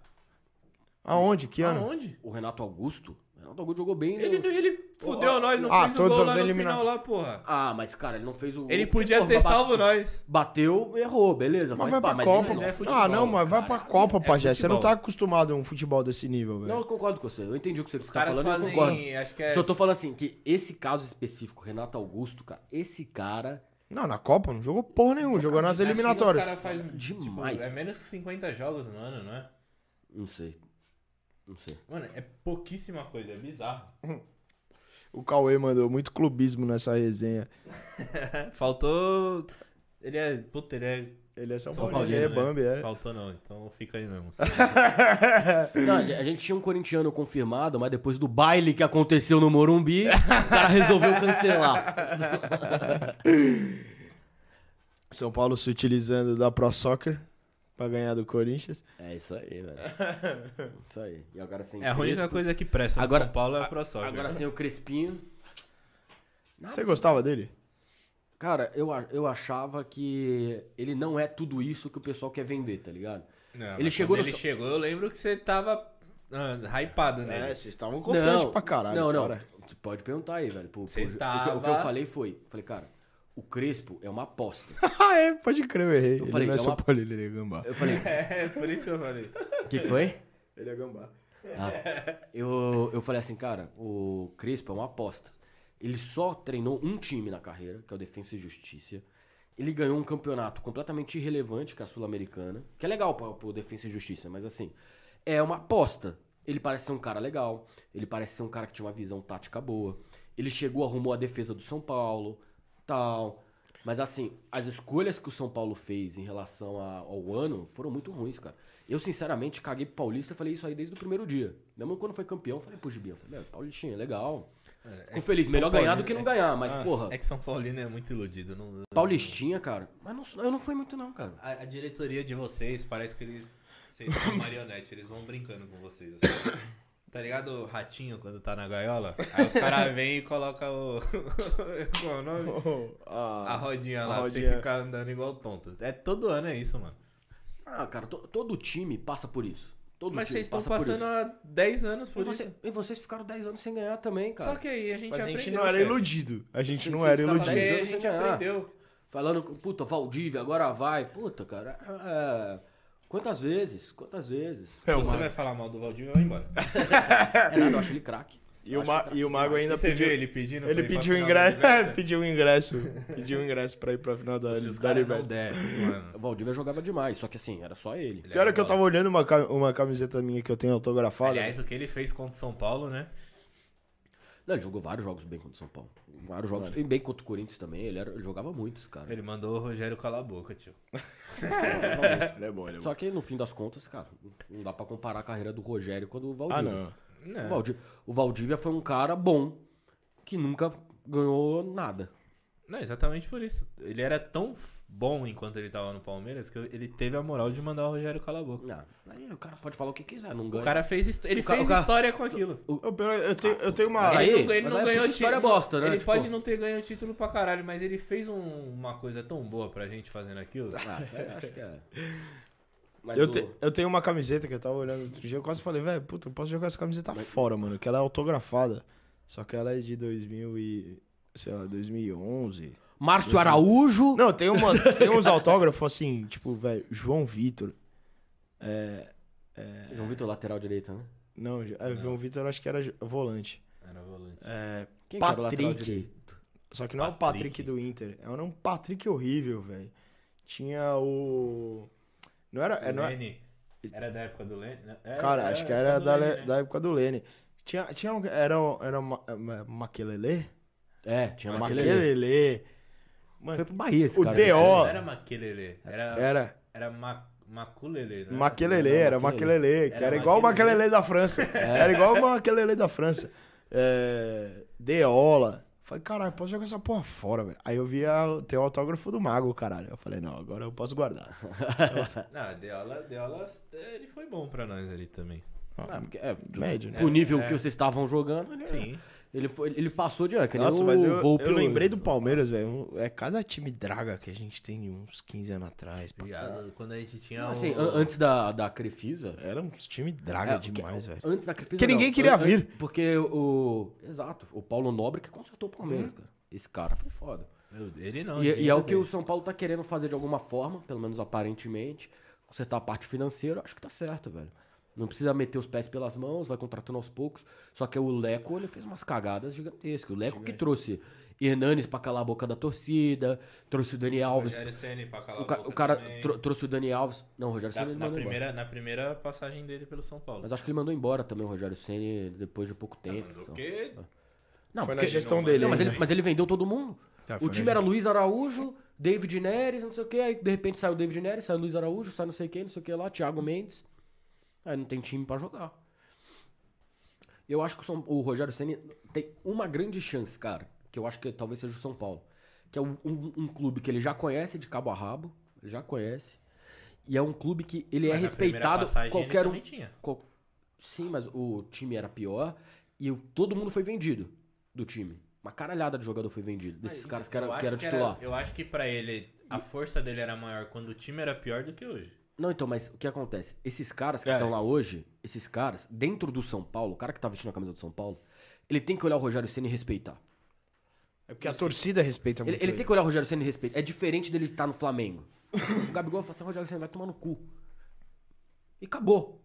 [SPEAKER 1] Aonde? Que ano?
[SPEAKER 2] Aonde?
[SPEAKER 3] O Renato Augusto. O Renato Augusto jogou bem.
[SPEAKER 2] Ele,
[SPEAKER 3] né?
[SPEAKER 2] ele fudeu
[SPEAKER 3] Ó,
[SPEAKER 2] nós, não
[SPEAKER 1] ah,
[SPEAKER 2] fez o
[SPEAKER 1] todas
[SPEAKER 2] gol
[SPEAKER 1] as
[SPEAKER 2] lá no
[SPEAKER 1] elimina-
[SPEAKER 2] final lá, porra.
[SPEAKER 3] Ah, mas cara, ele não fez o.
[SPEAKER 2] Ele
[SPEAKER 3] gol.
[SPEAKER 2] podia
[SPEAKER 3] Porra, Tá
[SPEAKER 2] ter
[SPEAKER 3] bate-
[SPEAKER 2] salvo né? nós.
[SPEAKER 3] Bateu, errou, beleza.
[SPEAKER 1] Mas vai
[SPEAKER 3] faz
[SPEAKER 1] pra
[SPEAKER 3] pá, mas
[SPEAKER 1] Copa.
[SPEAKER 3] ele-
[SPEAKER 2] é futebol, É
[SPEAKER 1] ah, não, mas vai pra
[SPEAKER 3] cara.
[SPEAKER 1] Copa, pajé. Você não
[SPEAKER 2] futebol.
[SPEAKER 1] tá acostumado a um futebol né? desse nível,
[SPEAKER 3] Não,
[SPEAKER 1] velho.
[SPEAKER 3] eu concordo com você. Eu entendi o que você
[SPEAKER 2] Os
[SPEAKER 3] está
[SPEAKER 2] caras
[SPEAKER 3] falando e eu
[SPEAKER 2] fazem,
[SPEAKER 3] concordo.
[SPEAKER 2] acho que é...
[SPEAKER 3] Só tô falando assim, que esse caso específico, Renato Augusto, cara, esse cara.
[SPEAKER 1] Não, na Copa não jogou porra nenhuma. Jogou nas
[SPEAKER 2] Na China,
[SPEAKER 1] eliminatórias.
[SPEAKER 2] Assim, os cara faz,
[SPEAKER 3] Demais.
[SPEAKER 2] tipo, é menos que 50 jogos no ano, não é?
[SPEAKER 3] Não sei. Não sei.
[SPEAKER 2] Mano, é pouquíssima coisa, é bizarro.
[SPEAKER 1] O Cauê mandou muito clubismo nessa resenha.
[SPEAKER 2] É, Faltou... Ele é... Puta, ele é...
[SPEAKER 1] Ele é São,
[SPEAKER 2] São
[SPEAKER 1] Paulo, ele é
[SPEAKER 2] Paulino, né?
[SPEAKER 1] Bambi, é.
[SPEAKER 2] Faltou não, então fica aí mesmo.
[SPEAKER 3] Não, a gente tinha um corintiano confirmado, mas depois do baile que aconteceu no Morumbi, o cara resolveu cancelar.
[SPEAKER 1] São Paulo se utilizando da Pro Soccer pra ganhar do Corinthians.
[SPEAKER 3] É isso aí, velho. Isso aí. E agora sem
[SPEAKER 2] É a única
[SPEAKER 3] Crespo,
[SPEAKER 2] coisa que presta
[SPEAKER 3] Agora-
[SPEAKER 2] no São Paulo é o ProSoccer.
[SPEAKER 3] Agora sem o Crespinho. Nada,
[SPEAKER 1] Você gostava dele?
[SPEAKER 3] Cara, eu, a- eu achava que ele não é tudo isso que o pessoal quer vender, tá ligado?
[SPEAKER 2] Não, mas
[SPEAKER 3] Ele chegou
[SPEAKER 2] quando
[SPEAKER 3] no
[SPEAKER 2] ele
[SPEAKER 3] São-
[SPEAKER 2] chegou, eu lembro que você tava ah,
[SPEAKER 1] É.
[SPEAKER 2] hypado nele.
[SPEAKER 1] vocês estavam
[SPEAKER 3] não, Não, não. Tu Pode perguntar aí, velho. pro-
[SPEAKER 2] Você
[SPEAKER 3] pro- o que- O que eu
[SPEAKER 2] tava-
[SPEAKER 3] falei foi, falei, cara, o Crespo é uma aposta.
[SPEAKER 1] ah, é, pode crer, eu errei. ele
[SPEAKER 3] falei,
[SPEAKER 1] não é
[SPEAKER 2] então
[SPEAKER 3] é
[SPEAKER 1] São
[SPEAKER 3] uma-
[SPEAKER 1] Paulo, ele é gambá.
[SPEAKER 3] Eu falei,
[SPEAKER 2] É, por isso que eu falei.
[SPEAKER 3] o que que foi?
[SPEAKER 1] Ele é gambá.
[SPEAKER 3] Eu, eu falei assim, cara, o Crespo é uma aposta. Ele só treinou um time na carreira, que é o Defensa e Justiça. Ele ganhou um campeonato completamente irrelevante, que é a Sul-Americana, que é legal pra- pro Defensa e Justiça, mas assim, é uma aposta. Ele parece ser um cara legal, ele parece ser um cara que tinha uma visão tática boa. Ele chegou, arrumou a defesa do São Paulo, tal. Mas assim, as escolhas que o São Paulo fez em relação a- ao ano foram muito ruins, cara. Eu, sinceramente, caguei pro Paulista, falei isso aí desde o primeiro dia. Mesmo quando foi campeão, falei pro Gibinho, falei, meu, Paulistinha, é legal. Fico feliz,
[SPEAKER 2] é São
[SPEAKER 3] melhor ganhar
[SPEAKER 2] Paulino-
[SPEAKER 3] do que não
[SPEAKER 2] é-
[SPEAKER 3] ganhar, mas,
[SPEAKER 2] Nossa,
[SPEAKER 3] porra,
[SPEAKER 2] É que São Paulino é muito iludido. Não...
[SPEAKER 3] Paulistinha, cara. Mas não- eu não fui muito, não, cara.
[SPEAKER 2] A, a diretoria de vocês parece que eles. Vocês são marionete, eles vão brincando com vocês. assim. Tá ligado o ratinho quando tá na gaiola? Aí os caras vêm e colocam o. Qual é o nome? A
[SPEAKER 1] Ah,
[SPEAKER 2] rodinha
[SPEAKER 1] A
[SPEAKER 2] lá, pra vocês
[SPEAKER 1] rodinha.
[SPEAKER 2] ficarem andando igual tonto. É todo ano é isso, mano.
[SPEAKER 3] Ah, cara, to- todo time passa por isso. Todo
[SPEAKER 2] Mas
[SPEAKER 3] time
[SPEAKER 2] vocês estão
[SPEAKER 3] passa por
[SPEAKER 2] passando
[SPEAKER 3] isso.
[SPEAKER 2] há 10 anos
[SPEAKER 3] E,
[SPEAKER 2] por
[SPEAKER 3] você-
[SPEAKER 2] isso.
[SPEAKER 3] e vocês ficaram 10 anos sem ganhar também, cara.
[SPEAKER 2] Só que aí a gente
[SPEAKER 1] mas a
[SPEAKER 2] aprendeu.
[SPEAKER 1] gente não era
[SPEAKER 2] chefe.
[SPEAKER 1] iludido. A gente não
[SPEAKER 3] Esses
[SPEAKER 1] era
[SPEAKER 3] caras
[SPEAKER 2] Só que
[SPEAKER 1] iludido.
[SPEAKER 3] aí-
[SPEAKER 2] aí a
[SPEAKER 3] anos sem
[SPEAKER 2] gente
[SPEAKER 3] ganhar.
[SPEAKER 2] aprendeu.
[SPEAKER 3] Falando, puta, Valdívia, agora vai. Puta, cara. é- Quantas vezes? Quantas vezes?
[SPEAKER 1] É,
[SPEAKER 2] Se
[SPEAKER 1] o
[SPEAKER 2] você
[SPEAKER 1] Mago-
[SPEAKER 2] vai falar mal do Valdívia, vai embora.
[SPEAKER 3] É nada, eu acho ele craque.
[SPEAKER 1] E o,
[SPEAKER 3] Acho
[SPEAKER 1] Ma-
[SPEAKER 3] craque.
[SPEAKER 1] e o Mago ainda
[SPEAKER 2] Você
[SPEAKER 1] pediu.
[SPEAKER 2] viu ele pedindo? pra
[SPEAKER 1] Ele
[SPEAKER 2] ir pra
[SPEAKER 1] pediu o
[SPEAKER 2] final da
[SPEAKER 1] ingresso.
[SPEAKER 2] Libertadores?
[SPEAKER 1] pediu o ingresso. Pediu o ingresso pra ir pra final da,
[SPEAKER 2] Se os
[SPEAKER 1] da
[SPEAKER 2] caras não
[SPEAKER 1] Libertadores.
[SPEAKER 2] der, mano.
[SPEAKER 3] O Valdívia jogava demais, só que assim, era só ele.
[SPEAKER 2] ele
[SPEAKER 1] Pior é que eu
[SPEAKER 2] bola.
[SPEAKER 1] tava olhando uma, ca- uma camiseta minha que eu tenho autografada.
[SPEAKER 2] Aliás, o que ele fez contra o São Paulo, né?
[SPEAKER 3] Não, ele jogou vários jogos bem contra o São Paulo. Vários jogos. E bem contra o Corinthians também. Ele, era- ele jogava muito, cara.
[SPEAKER 2] Ele mandou o Rogério calar a boca, tio.
[SPEAKER 1] ele é bom, ele é bom.
[SPEAKER 3] Só que no fim das contas, cara, não dá pra comparar a carreira do Rogério com a do
[SPEAKER 1] Ah,
[SPEAKER 3] Valdívia.
[SPEAKER 1] não.
[SPEAKER 3] O Valdi- o Valdívia foi um cara bom que nunca ganhou nada.
[SPEAKER 2] Não, exatamente por isso. Ele era tão f- bom enquanto ele tava no Palmeiras que ele teve a moral de mandar o Rogério calar a boca.
[SPEAKER 3] Ah, aí o cara pode falar o que quiser, não
[SPEAKER 2] O
[SPEAKER 3] ganha.
[SPEAKER 2] cara fez hist- ele
[SPEAKER 3] O ca-
[SPEAKER 2] fez
[SPEAKER 3] o ca-
[SPEAKER 2] história com aquilo.
[SPEAKER 1] Eu, pera- eu tenho,
[SPEAKER 2] Ah,
[SPEAKER 1] eu tenho uma.
[SPEAKER 3] Mas aí-
[SPEAKER 2] não,
[SPEAKER 3] mas aí fica história bosta, né?
[SPEAKER 2] Ele
[SPEAKER 3] Tipo-
[SPEAKER 2] pode não ter ganho título pra caralho, mas ele fez um- uma coisa tão boa pra gente fazendo aquilo.
[SPEAKER 3] Ah, isso aí eu acho que é. Mas
[SPEAKER 1] Eu,
[SPEAKER 3] o-
[SPEAKER 1] te- eu tenho uma camiseta que eu tava olhando outro dia. Eu quase falei, velho, puta, eu posso jogar essa camiseta fora, mano. Que ela é autografada. Só que ela é de 2000 e. sei lá, 2011.
[SPEAKER 3] Márcio Araújo.
[SPEAKER 1] Não, tem, uma, tem uns autógrafos assim, tipo, velho, João Vitor. É. é
[SPEAKER 3] João Vitor, lateral direito, né?
[SPEAKER 1] não, é, João Vitor eu acho que era jo- volante.
[SPEAKER 2] Era volante.
[SPEAKER 1] É.
[SPEAKER 3] Quem que era o lateral
[SPEAKER 1] Patrick.
[SPEAKER 3] direito?
[SPEAKER 1] Só que não é o
[SPEAKER 2] Patrick.
[SPEAKER 1] Patrick do Inter. Era um Patrick horrível, velho. Tinha o. Não era. é,
[SPEAKER 2] O
[SPEAKER 1] não é-
[SPEAKER 2] Lene. Era da época do Lene? né? Era-
[SPEAKER 1] Cara, acho que era
[SPEAKER 2] do
[SPEAKER 1] da,
[SPEAKER 2] Lene,
[SPEAKER 1] le-
[SPEAKER 2] né?
[SPEAKER 1] da época do Lene. Tinha, tinha um, era, o- era Ma, Ma, Maquelele?
[SPEAKER 3] É, tinha Maquelele.
[SPEAKER 1] Maquelele.
[SPEAKER 3] Foi
[SPEAKER 1] Mano,
[SPEAKER 3] pro Bahia esse
[SPEAKER 1] O
[SPEAKER 3] cara. né?
[SPEAKER 1] D.O.
[SPEAKER 2] Não
[SPEAKER 1] Ó.
[SPEAKER 2] era Maquelele. Era,
[SPEAKER 1] era
[SPEAKER 2] era ma, Maculele, né?
[SPEAKER 1] Maquelele,
[SPEAKER 3] Não, não,
[SPEAKER 1] era
[SPEAKER 3] Maquelele.
[SPEAKER 1] Maquelele, que
[SPEAKER 2] Era
[SPEAKER 1] era igual o
[SPEAKER 2] Maquelele. É.
[SPEAKER 1] Maquelele da França. Era igual o Maquelele da França. É, Deola. Falei, caralho, posso jogar essa porra fora, velho. Aí eu vi a, tem o autógrafo do Mago, caralho. Eu falei, não, agora eu posso guardar.
[SPEAKER 2] Não, Deola, Deola, ele foi bom pra nós ali também.
[SPEAKER 3] Ah, porque, é, do-
[SPEAKER 1] Médio, né?
[SPEAKER 3] pro nível
[SPEAKER 2] É.
[SPEAKER 3] que vocês estavam jogando, ele,
[SPEAKER 2] Sim.
[SPEAKER 3] ele, foi- ele passou de ano. que nem
[SPEAKER 1] Nossa,
[SPEAKER 3] o
[SPEAKER 1] mas eu,
[SPEAKER 3] Volpe
[SPEAKER 1] eu lembrei
[SPEAKER 3] hoje.
[SPEAKER 1] do Palmeiras, velho. É cada time draga que a gente tem uns 15 anos atrás. pá.
[SPEAKER 2] Viado, quando a gente tinha
[SPEAKER 3] Ah. Não, assim,
[SPEAKER 2] um...
[SPEAKER 3] an- antes da, da Crefisa.
[SPEAKER 1] Era uns time
[SPEAKER 3] É,
[SPEAKER 1] draga
[SPEAKER 3] porque-
[SPEAKER 1] demais, velho.
[SPEAKER 3] Antes da Crefisa.
[SPEAKER 1] Porque
[SPEAKER 3] não.
[SPEAKER 1] ninguém queria
[SPEAKER 3] An- an-
[SPEAKER 1] vir.
[SPEAKER 3] Porque o. Exato. O Paulo Nobre que consertou o Palmeiras,
[SPEAKER 1] Uhum.
[SPEAKER 3] cara. Esse cara foi foda.
[SPEAKER 2] Meu, ele não.
[SPEAKER 3] E,
[SPEAKER 2] ele
[SPEAKER 3] e é o que
[SPEAKER 2] dele.
[SPEAKER 3] o São Paulo tá querendo fazer de alguma forma, pelo menos aparentemente. Consertar a parte financeira, acho que tá certo, velho. Não precisa meter os pés pelas mãos, vai contratando aos poucos. Só que o Leco, ele fez umas cagadas gigantescas. O Leco que trouxe Hernanes pra calar a boca da torcida, trouxe o Dani Alves.
[SPEAKER 2] Rogério Ceni pra calar
[SPEAKER 3] O,
[SPEAKER 2] a
[SPEAKER 3] ca-
[SPEAKER 2] boca
[SPEAKER 3] o cara
[SPEAKER 2] também.
[SPEAKER 3] tro- trouxe o Dani Alves. Não, o Rogério
[SPEAKER 2] Da-
[SPEAKER 3] Ceni ele
[SPEAKER 2] na,
[SPEAKER 3] mandou embora.
[SPEAKER 2] primeira, na primeira passagem dele pelo São Paulo.
[SPEAKER 3] Mas acho que ele mandou embora também o Rogério Ceni depois de pouco tempo.
[SPEAKER 2] Mandou
[SPEAKER 3] então.
[SPEAKER 2] o quê?
[SPEAKER 3] Não,
[SPEAKER 1] Foi na
[SPEAKER 3] porque-
[SPEAKER 1] gestão
[SPEAKER 2] não,
[SPEAKER 1] dele.
[SPEAKER 3] Não, mas
[SPEAKER 1] ainda.
[SPEAKER 3] ele, mas ele vendeu todo mundo.
[SPEAKER 1] Já
[SPEAKER 2] Tá,
[SPEAKER 3] o
[SPEAKER 1] foi,
[SPEAKER 3] time
[SPEAKER 1] né?
[SPEAKER 3] era Luiz Araújo, David Neres, não sei o que. Aí de repente saiu o David Neres, saiu o Luiz Araújo, saiu não sei quem, não sei o que lá, Thiago Mendes. Aí não tem time pra jogar. Eu acho que o, São- o Rogério Ceni tem uma grande chance, cara, que eu acho que talvez seja o São Paulo. Que é um, um- um clube que ele já conhece de cabo a rabo, ele já conhece. E é um clube que ele é
[SPEAKER 2] Mas na primeira
[SPEAKER 3] respeitado
[SPEAKER 2] passagem
[SPEAKER 3] qualquer
[SPEAKER 2] ele
[SPEAKER 3] um.
[SPEAKER 2] também tinha.
[SPEAKER 3] Qual- Sim, mas o time era pior e o- todo mundo foi vendido do time. Uma caralhada de jogador foi vendido. Desses caras que
[SPEAKER 2] é então, Eu
[SPEAKER 3] eram
[SPEAKER 2] acho
[SPEAKER 3] que era
[SPEAKER 2] que
[SPEAKER 3] titular.
[SPEAKER 2] eu acho que pra ele, a força dele era maior quando o time era pior do que hoje.
[SPEAKER 3] Não, então, mas o que acontece? Esses caras que
[SPEAKER 1] É.
[SPEAKER 3] estão lá hoje, esses caras, dentro do São Paulo, o cara que tá vestindo a camisa do São Paulo, ele tem que olhar o Rogério Senna e respeitar.
[SPEAKER 1] É porque a torcida respeita
[SPEAKER 3] Ele,
[SPEAKER 1] É muito.
[SPEAKER 3] ele tem que olhar o Rogério Senna e respeitar. É diferente dele estar no Flamengo. O Gabigol fala assim, Rogério Senna vai tomar no cu. E acabou.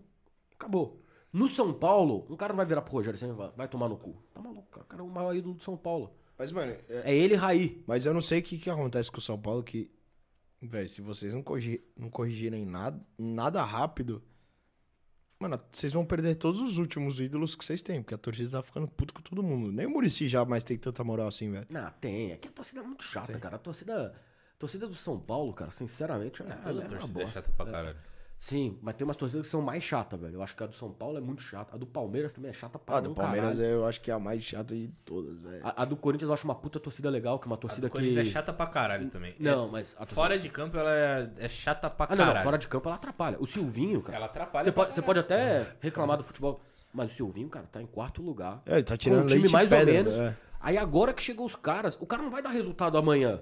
[SPEAKER 3] Acabou. No São Paulo, um cara não vai virar pro Rogério Senna e falar, vai tomar no cu. Tá maluco, cara. O cara é o maior ídolo do São Paulo.
[SPEAKER 1] Mas, mano, é-
[SPEAKER 3] É ele e Raí.
[SPEAKER 1] mas eu não sei o que, que acontece com o São Paulo que. Velho, se vocês não, corrigi- não corrigirem nada, nada rápido, Mano, vocês vão perder todos os últimos ídolos que vocês têm, porque a torcida tá ficando puto com todo mundo. Nem o Murici já mais tem tanta moral assim, velho.
[SPEAKER 3] Não, Ah, tem. Aqui a torcida é muito chata, cara. A torcida, a torcida do São Paulo, cara, sinceramente, é,
[SPEAKER 2] Toda
[SPEAKER 3] é uma
[SPEAKER 2] torcida é
[SPEAKER 3] bosta.
[SPEAKER 2] chata pra caralho.
[SPEAKER 3] Sim, mas tem umas torcidas que são mais chatas, velho. Eu acho que a do São Paulo é muito chata. A do Palmeiras também é chata pra
[SPEAKER 1] Ah,
[SPEAKER 3] ah,
[SPEAKER 1] do Palmeiras
[SPEAKER 3] caralho.
[SPEAKER 1] eu acho que é a mais chata de todas, velho.
[SPEAKER 3] A, a do Corinthians eu acho uma puta torcida legal, que é uma
[SPEAKER 2] é- A
[SPEAKER 3] torcida
[SPEAKER 2] do
[SPEAKER 3] que...
[SPEAKER 2] Corinthians é chata pra caralho também.
[SPEAKER 3] Não, mas... a
[SPEAKER 2] É,
[SPEAKER 3] torcida-
[SPEAKER 2] fora de campo ela é, é chata pra
[SPEAKER 3] Ah, não,
[SPEAKER 2] caralho.
[SPEAKER 3] não, fora de campo ela atrapalha. O Silvinho, cara...
[SPEAKER 2] Ela atrapalha
[SPEAKER 3] Você
[SPEAKER 2] pra
[SPEAKER 3] pode, você pode até reclamar do futebol, mas o Silvinho, cara, tá em quarto lugar.
[SPEAKER 1] É, ele tá
[SPEAKER 3] Com
[SPEAKER 1] tirando
[SPEAKER 3] um
[SPEAKER 1] leite
[SPEAKER 3] time
[SPEAKER 1] e
[SPEAKER 3] mais
[SPEAKER 1] pedra,
[SPEAKER 3] ou menos.
[SPEAKER 1] é.
[SPEAKER 3] Aí agora que chegou os caras, o cara não vai dar resultado amanhã.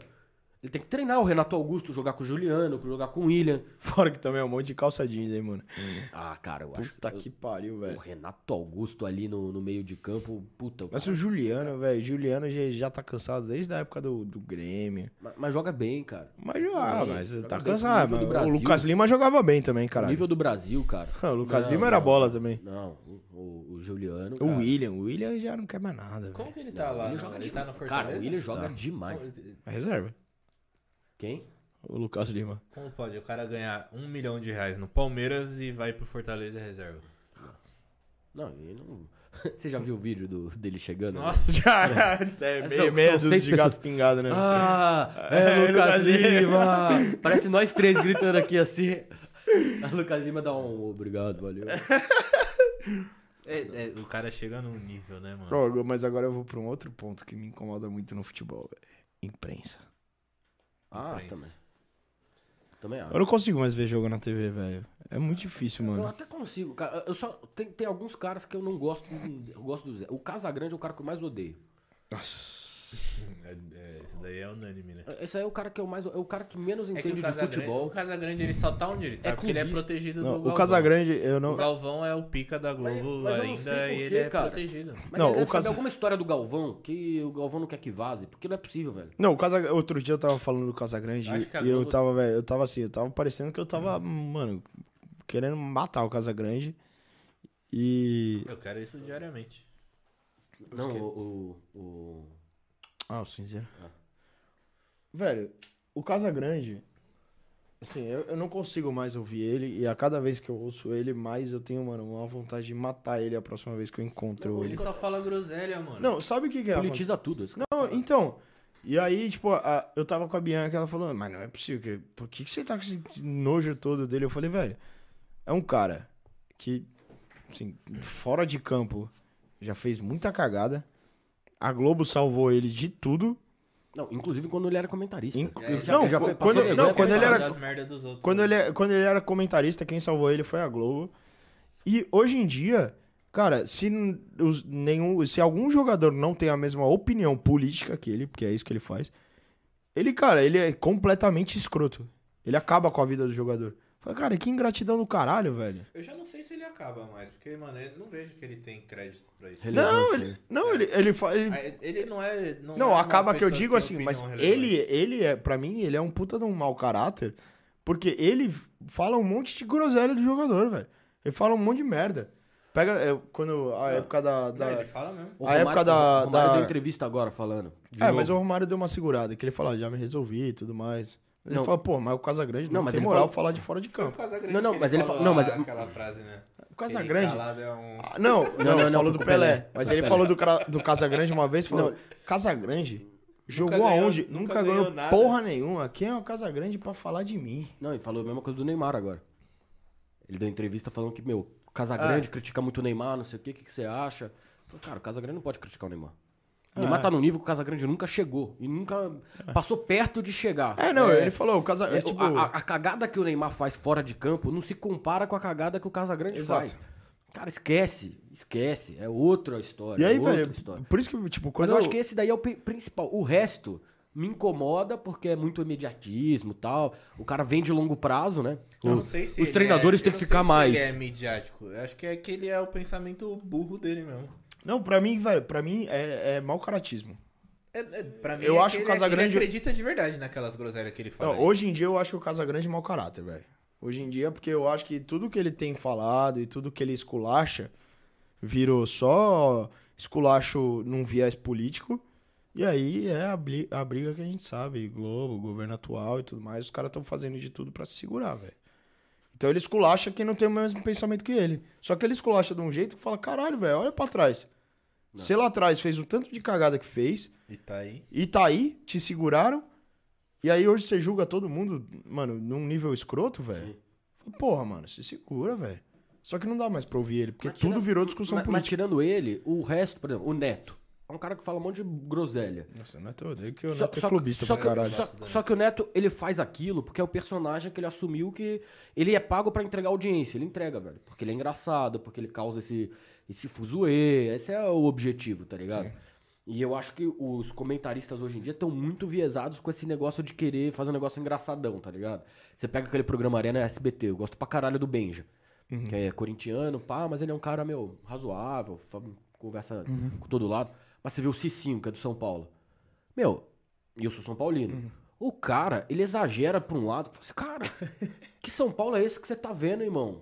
[SPEAKER 3] Ele tem que treinar o Renato Augusto, jogar com o Juliano, jogar com o William.
[SPEAKER 1] Fora que também é um monte de calça jeans, hein, mano.
[SPEAKER 3] Ah, cara, eu acho que
[SPEAKER 1] Puta que pariu,
[SPEAKER 3] o
[SPEAKER 1] velho.
[SPEAKER 3] Renato Augusto ali no, no meio de campo, puta. o
[SPEAKER 1] Mas o
[SPEAKER 3] cara-
[SPEAKER 1] Juliano, velho, Juliano já, já tá cansado desde a época do, do Grêmio.
[SPEAKER 3] mas, mas joga bem, cara.
[SPEAKER 1] Mas ah,
[SPEAKER 3] Joga bem,
[SPEAKER 1] mas
[SPEAKER 3] joga
[SPEAKER 1] tá
[SPEAKER 3] bem pro
[SPEAKER 1] cansado.
[SPEAKER 3] nível do
[SPEAKER 1] mas o
[SPEAKER 3] Brasil.
[SPEAKER 1] Lucas Lima jogava bem também,
[SPEAKER 3] O
[SPEAKER 1] caralho.
[SPEAKER 3] nível do Brasil, cara.
[SPEAKER 1] Ah, o Lucas
[SPEAKER 3] Não,
[SPEAKER 1] Lima era
[SPEAKER 3] não,
[SPEAKER 1] bola também.
[SPEAKER 3] Não, o- o, o Juliano.
[SPEAKER 1] O
[SPEAKER 3] cara.
[SPEAKER 1] William, o William já não quer mais nada, velho.
[SPEAKER 2] Como que ele
[SPEAKER 3] Não,
[SPEAKER 2] tá
[SPEAKER 3] o
[SPEAKER 2] lá?
[SPEAKER 3] William
[SPEAKER 2] não?
[SPEAKER 3] joga
[SPEAKER 2] ele
[SPEAKER 3] demais.
[SPEAKER 2] tá no Fortaleza?
[SPEAKER 3] Cara, o William joga demais.
[SPEAKER 1] É reserva.
[SPEAKER 3] Quem?
[SPEAKER 1] O Lucas Lima.
[SPEAKER 2] Como pode o cara ganhar um milhão de reais no Palmeiras e vai pro Fortaleza e reserva?
[SPEAKER 3] Não, ele não. Você já viu o vídeo do- dele chegando? né?
[SPEAKER 2] Nossa,
[SPEAKER 1] Já, é
[SPEAKER 3] São-
[SPEAKER 1] meio medo
[SPEAKER 3] são seis
[SPEAKER 1] de gato
[SPEAKER 3] pessoas.
[SPEAKER 1] pingado, né?
[SPEAKER 3] Ah,
[SPEAKER 1] É,
[SPEAKER 3] é,
[SPEAKER 1] Lucas
[SPEAKER 3] Lucas Lima! Parece nós três gritando aqui assim. A Lucas Lima dá um obrigado, valeu.
[SPEAKER 2] é- é, o cara chega num nível, né, mano?
[SPEAKER 1] Pô, agora- mas agora eu vou pra um outro ponto que me incomoda muito no futebol, velho. Imprensa.
[SPEAKER 3] Ah,
[SPEAKER 2] Imprensa.
[SPEAKER 3] também. Também acho.
[SPEAKER 1] Eu não consigo mais ver jogo na TV, velho. É muito difícil,
[SPEAKER 3] Eu
[SPEAKER 1] mano.
[SPEAKER 3] até consigo, cara. Eu só. Tem, tem alguns caras que eu não gosto. Eu gosto do Zé. O Casagrande é o cara que eu mais odeio.
[SPEAKER 1] Nossa.
[SPEAKER 2] É, é, isso daí é unânime, né?
[SPEAKER 3] Esse aí é o cara que eu mais. É o cara que menos
[SPEAKER 2] É que
[SPEAKER 3] entende
[SPEAKER 2] o
[SPEAKER 3] de
[SPEAKER 2] Casagrande, o
[SPEAKER 3] futebol.
[SPEAKER 2] Casagrande ele só tá onde ele tá,
[SPEAKER 3] É
[SPEAKER 2] porque ele é
[SPEAKER 3] clubista.
[SPEAKER 2] protegido
[SPEAKER 1] Não,
[SPEAKER 2] do
[SPEAKER 1] o
[SPEAKER 2] Galvão.
[SPEAKER 1] Cagrande, eu não.
[SPEAKER 2] O Galvão é o pica da Globo
[SPEAKER 3] Mas- mas eu não sei
[SPEAKER 2] ainda
[SPEAKER 3] por
[SPEAKER 2] e
[SPEAKER 3] quê,
[SPEAKER 2] ele é
[SPEAKER 3] cara.
[SPEAKER 2] protegido.
[SPEAKER 3] Mas
[SPEAKER 1] Não, o
[SPEAKER 3] ele deve saber
[SPEAKER 1] Casa-
[SPEAKER 3] alguma história do Galvão que o Galvão não quer que vaze, porque não é possível, velho.
[SPEAKER 1] Não, o Casa... outro dia eu tava falando do Casagrande
[SPEAKER 2] Acho que a
[SPEAKER 1] e eu
[SPEAKER 2] Globo-
[SPEAKER 1] tava, velho, eu tava assim, eu tava parecendo que eu tava, mano, querendo matar o Casagrande. E.
[SPEAKER 2] Eu quero isso diariamente.
[SPEAKER 3] Não, o. o, o-
[SPEAKER 1] Ah, o cinzeiro. Velho, o Casagrande, assim, eu, eu não consigo mais ouvir ele e a cada vez que eu ouço ele, mais eu tenho, mano, uma vontade de matar ele a próxima vez que eu encontro
[SPEAKER 2] Ele
[SPEAKER 1] ele.
[SPEAKER 2] só fala groselha, mano.
[SPEAKER 1] Não, sabe o que que é?
[SPEAKER 3] Politiza tudo. esse cara.
[SPEAKER 1] Não, então. E aí, tipo, a- eu tava com a Bianca, ela falou, mas não é possível, que, por que, que você tá com esse nojo todo dele? Eu falei, velho, é um cara que, assim, fora de campo, já fez muita cagada. A Globo salvou ele de tudo.
[SPEAKER 3] Não, inclusive quando ele era comentarista.
[SPEAKER 1] Inclu-
[SPEAKER 2] É,
[SPEAKER 3] Ele
[SPEAKER 1] Não,
[SPEAKER 3] ele
[SPEAKER 1] quando-
[SPEAKER 3] passou
[SPEAKER 1] não,
[SPEAKER 2] Ele
[SPEAKER 3] vergonha
[SPEAKER 2] quer
[SPEAKER 1] quando ele é
[SPEAKER 2] falar
[SPEAKER 1] era-
[SPEAKER 2] das merdas dos outros. né?
[SPEAKER 1] Quando ele, é, quando ele era comentarista, quem salvou ele foi a Globo. E hoje em dia, cara, se, n- os- nenhum, se algum jogador não tem a mesma opinião política que ele, porque é isso que ele faz, ele, cara, ele é completamente escroto. Ele acaba com a vida do jogador. Fala, cara, que ingratidão do caralho, velho.
[SPEAKER 2] Eu já não sei se ele acaba mais, porque, mano, eu não vejo que ele tem crédito pra isso.
[SPEAKER 3] Relevante,
[SPEAKER 1] Não,
[SPEAKER 3] né?
[SPEAKER 1] ele, não, ele, ele, fa- ele-
[SPEAKER 2] Ah, Ele não é. Não, é
[SPEAKER 1] Não,
[SPEAKER 2] uma
[SPEAKER 1] acaba que eu
[SPEAKER 2] pessoa
[SPEAKER 1] digo
[SPEAKER 2] tem
[SPEAKER 1] assim, mas
[SPEAKER 2] opinião relevante.
[SPEAKER 1] ele, ele é, para mim, ele é um puta de um mau caráter, porque ele fala um monte de groselha do jogador, velho. Ele fala um monte de merda. Pega é, quando a época da, da-
[SPEAKER 2] Não, ele fala mesmo.
[SPEAKER 3] O
[SPEAKER 1] A época da-
[SPEAKER 3] o Romário
[SPEAKER 1] da-
[SPEAKER 3] deu entrevista agora falando. de
[SPEAKER 1] É,
[SPEAKER 3] novo.
[SPEAKER 1] mas o Romário deu uma segurada, que ele fala, "Ah, já me resolvi e tudo mais. Ele
[SPEAKER 3] Não.
[SPEAKER 1] fala, pô, mas o Casagrande não,
[SPEAKER 3] Não, mas
[SPEAKER 1] tem
[SPEAKER 3] ele
[SPEAKER 1] moral
[SPEAKER 3] falou-
[SPEAKER 1] falar de fora de campo.
[SPEAKER 2] Casagrande
[SPEAKER 3] Não, não,
[SPEAKER 2] que
[SPEAKER 3] mas ele
[SPEAKER 2] falou
[SPEAKER 3] fa- não, mas-
[SPEAKER 2] lá aquela frase, né?
[SPEAKER 1] O Casagrande-
[SPEAKER 2] Ele calado é um-
[SPEAKER 1] Ah, Não, não,
[SPEAKER 3] não,
[SPEAKER 1] ele
[SPEAKER 3] não,
[SPEAKER 1] falou
[SPEAKER 3] foi
[SPEAKER 1] do
[SPEAKER 3] com o
[SPEAKER 1] Pelé.
[SPEAKER 3] Pelé.
[SPEAKER 1] Mas
[SPEAKER 3] Foi
[SPEAKER 1] ele
[SPEAKER 3] Pelé.
[SPEAKER 1] falou do, cara- do Casagrande uma vez, falou,
[SPEAKER 3] Não.
[SPEAKER 1] Casagrande jogou
[SPEAKER 2] ganhou-
[SPEAKER 1] aonde?
[SPEAKER 2] nunca
[SPEAKER 1] Nunca,
[SPEAKER 2] ganhou
[SPEAKER 1] ganhou,
[SPEAKER 2] nada."
[SPEAKER 1] porra nenhuma. Quem é o Casagrande pra falar de mim?
[SPEAKER 3] Não, ele falou a mesma coisa do Neymar agora. Ele deu entrevista falando que, meu, o
[SPEAKER 1] Ah.
[SPEAKER 3] Casagrande critica muito o Neymar, não sei o quê, o que, que você acha? Eu falei, cara, o Casagrande não pode criticar o Neymar. O Neymar
[SPEAKER 1] Ah.
[SPEAKER 3] tá no nível que o Casagrande nunca chegou. E nunca passou perto de chegar.
[SPEAKER 1] É, não, ele falou, o Casagrande,
[SPEAKER 3] é,
[SPEAKER 1] tipo...
[SPEAKER 3] a, a- a cagada que o Neymar faz fora de campo não se compara com a cagada que o Casagrande
[SPEAKER 1] Exato.
[SPEAKER 3] faz. Cara, esquece, esquece. É outra história.
[SPEAKER 1] E aí,
[SPEAKER 3] é outra
[SPEAKER 1] velho,
[SPEAKER 3] história.
[SPEAKER 1] por isso que, tipo,
[SPEAKER 3] Mas
[SPEAKER 1] quando
[SPEAKER 3] eu acho que esse daí é o pri- principal. O resto me incomoda porque é muito imediatismo e tal. O cara vem de longo prazo, né?
[SPEAKER 2] Eu
[SPEAKER 3] O-
[SPEAKER 2] não sei se
[SPEAKER 3] Os
[SPEAKER 2] ele
[SPEAKER 3] treinadores
[SPEAKER 2] é-
[SPEAKER 3] têm
[SPEAKER 2] eu
[SPEAKER 3] que
[SPEAKER 2] não
[SPEAKER 3] ficar
[SPEAKER 2] sei
[SPEAKER 3] mais.
[SPEAKER 2] Se ele é midiático. Eu acho que é que ele é o pensamento burro dele mesmo.
[SPEAKER 1] Não, pra mim, velho, pra mim é, é mau caratismo.
[SPEAKER 2] É, é, pra mim
[SPEAKER 1] Eu
[SPEAKER 2] é
[SPEAKER 1] acho
[SPEAKER 2] que
[SPEAKER 1] o
[SPEAKER 2] ele- é que
[SPEAKER 1] Casagrande-
[SPEAKER 2] Ele acredita de verdade naquelas groselhas que ele fala.
[SPEAKER 1] Não, hoje em dia eu acho que o Casagrande é mau caráter, velho. Hoje em dia, porque eu acho que tudo que ele tem falado e tudo que ele esculacha virou só esculacho num viés político. E aí é a, bli- a briga que a gente sabe, Globo, governo atual e tudo mais, os caras estão fazendo de tudo pra se segurar, velho. Então ele esculacha quem não tem o mesmo pensamento que ele. Só que ele esculacha de um jeito que fala, caralho, velho, olha pra trás. Você lá atrás fez o tanto de cagada que fez,
[SPEAKER 2] E tá aí.
[SPEAKER 1] e tá aí, te seguraram. E aí hoje você julga todo mundo, mano, num nível escroto, velho. Porra, mano, se segura, velho. Só que não dá mais pra ouvir ele, porque
[SPEAKER 3] Mas
[SPEAKER 1] tudo
[SPEAKER 3] tira-
[SPEAKER 1] virou discussão
[SPEAKER 3] Mas, mas
[SPEAKER 1] política.
[SPEAKER 3] tirando ele, o resto, por exemplo, o Neto. É um cara que fala um monte de groselha.
[SPEAKER 1] Nossa, não é teu odeio que o
[SPEAKER 3] Só-
[SPEAKER 1] Neto
[SPEAKER 3] só
[SPEAKER 1] é
[SPEAKER 3] que-
[SPEAKER 1] clubista
[SPEAKER 3] só
[SPEAKER 1] pra
[SPEAKER 3] que-
[SPEAKER 1] caralho.
[SPEAKER 3] só- só que o Neto, ele faz aquilo porque é o personagem que ele assumiu que ele é pago pra entregar audiência. Ele entrega, velho. Porque ele é engraçado, porque ele causa esse, esse fuzuê. Esse é o objetivo, tá ligado? E eu acho que os comentaristas hoje em dia estão muito viesados com esse negócio de querer fazer um negócio engraçadão, tá ligado? Você pega aquele programa Arena SBT, eu gosto pra caralho do Benja.
[SPEAKER 1] Uhum.
[SPEAKER 3] Que é corintiano, pá, mas ele é um cara, meu, razoável, fa- conversa
[SPEAKER 1] Uhum.
[SPEAKER 3] com todo lado. Mas você vê o Cicinho, que é do São Paulo. Meu, e eu sou São Paulino.
[SPEAKER 2] Uhum.
[SPEAKER 3] O cara, ele exagera pra um lado. fala assim, cara, que São Paulo é esse que você tá vendo, irmão?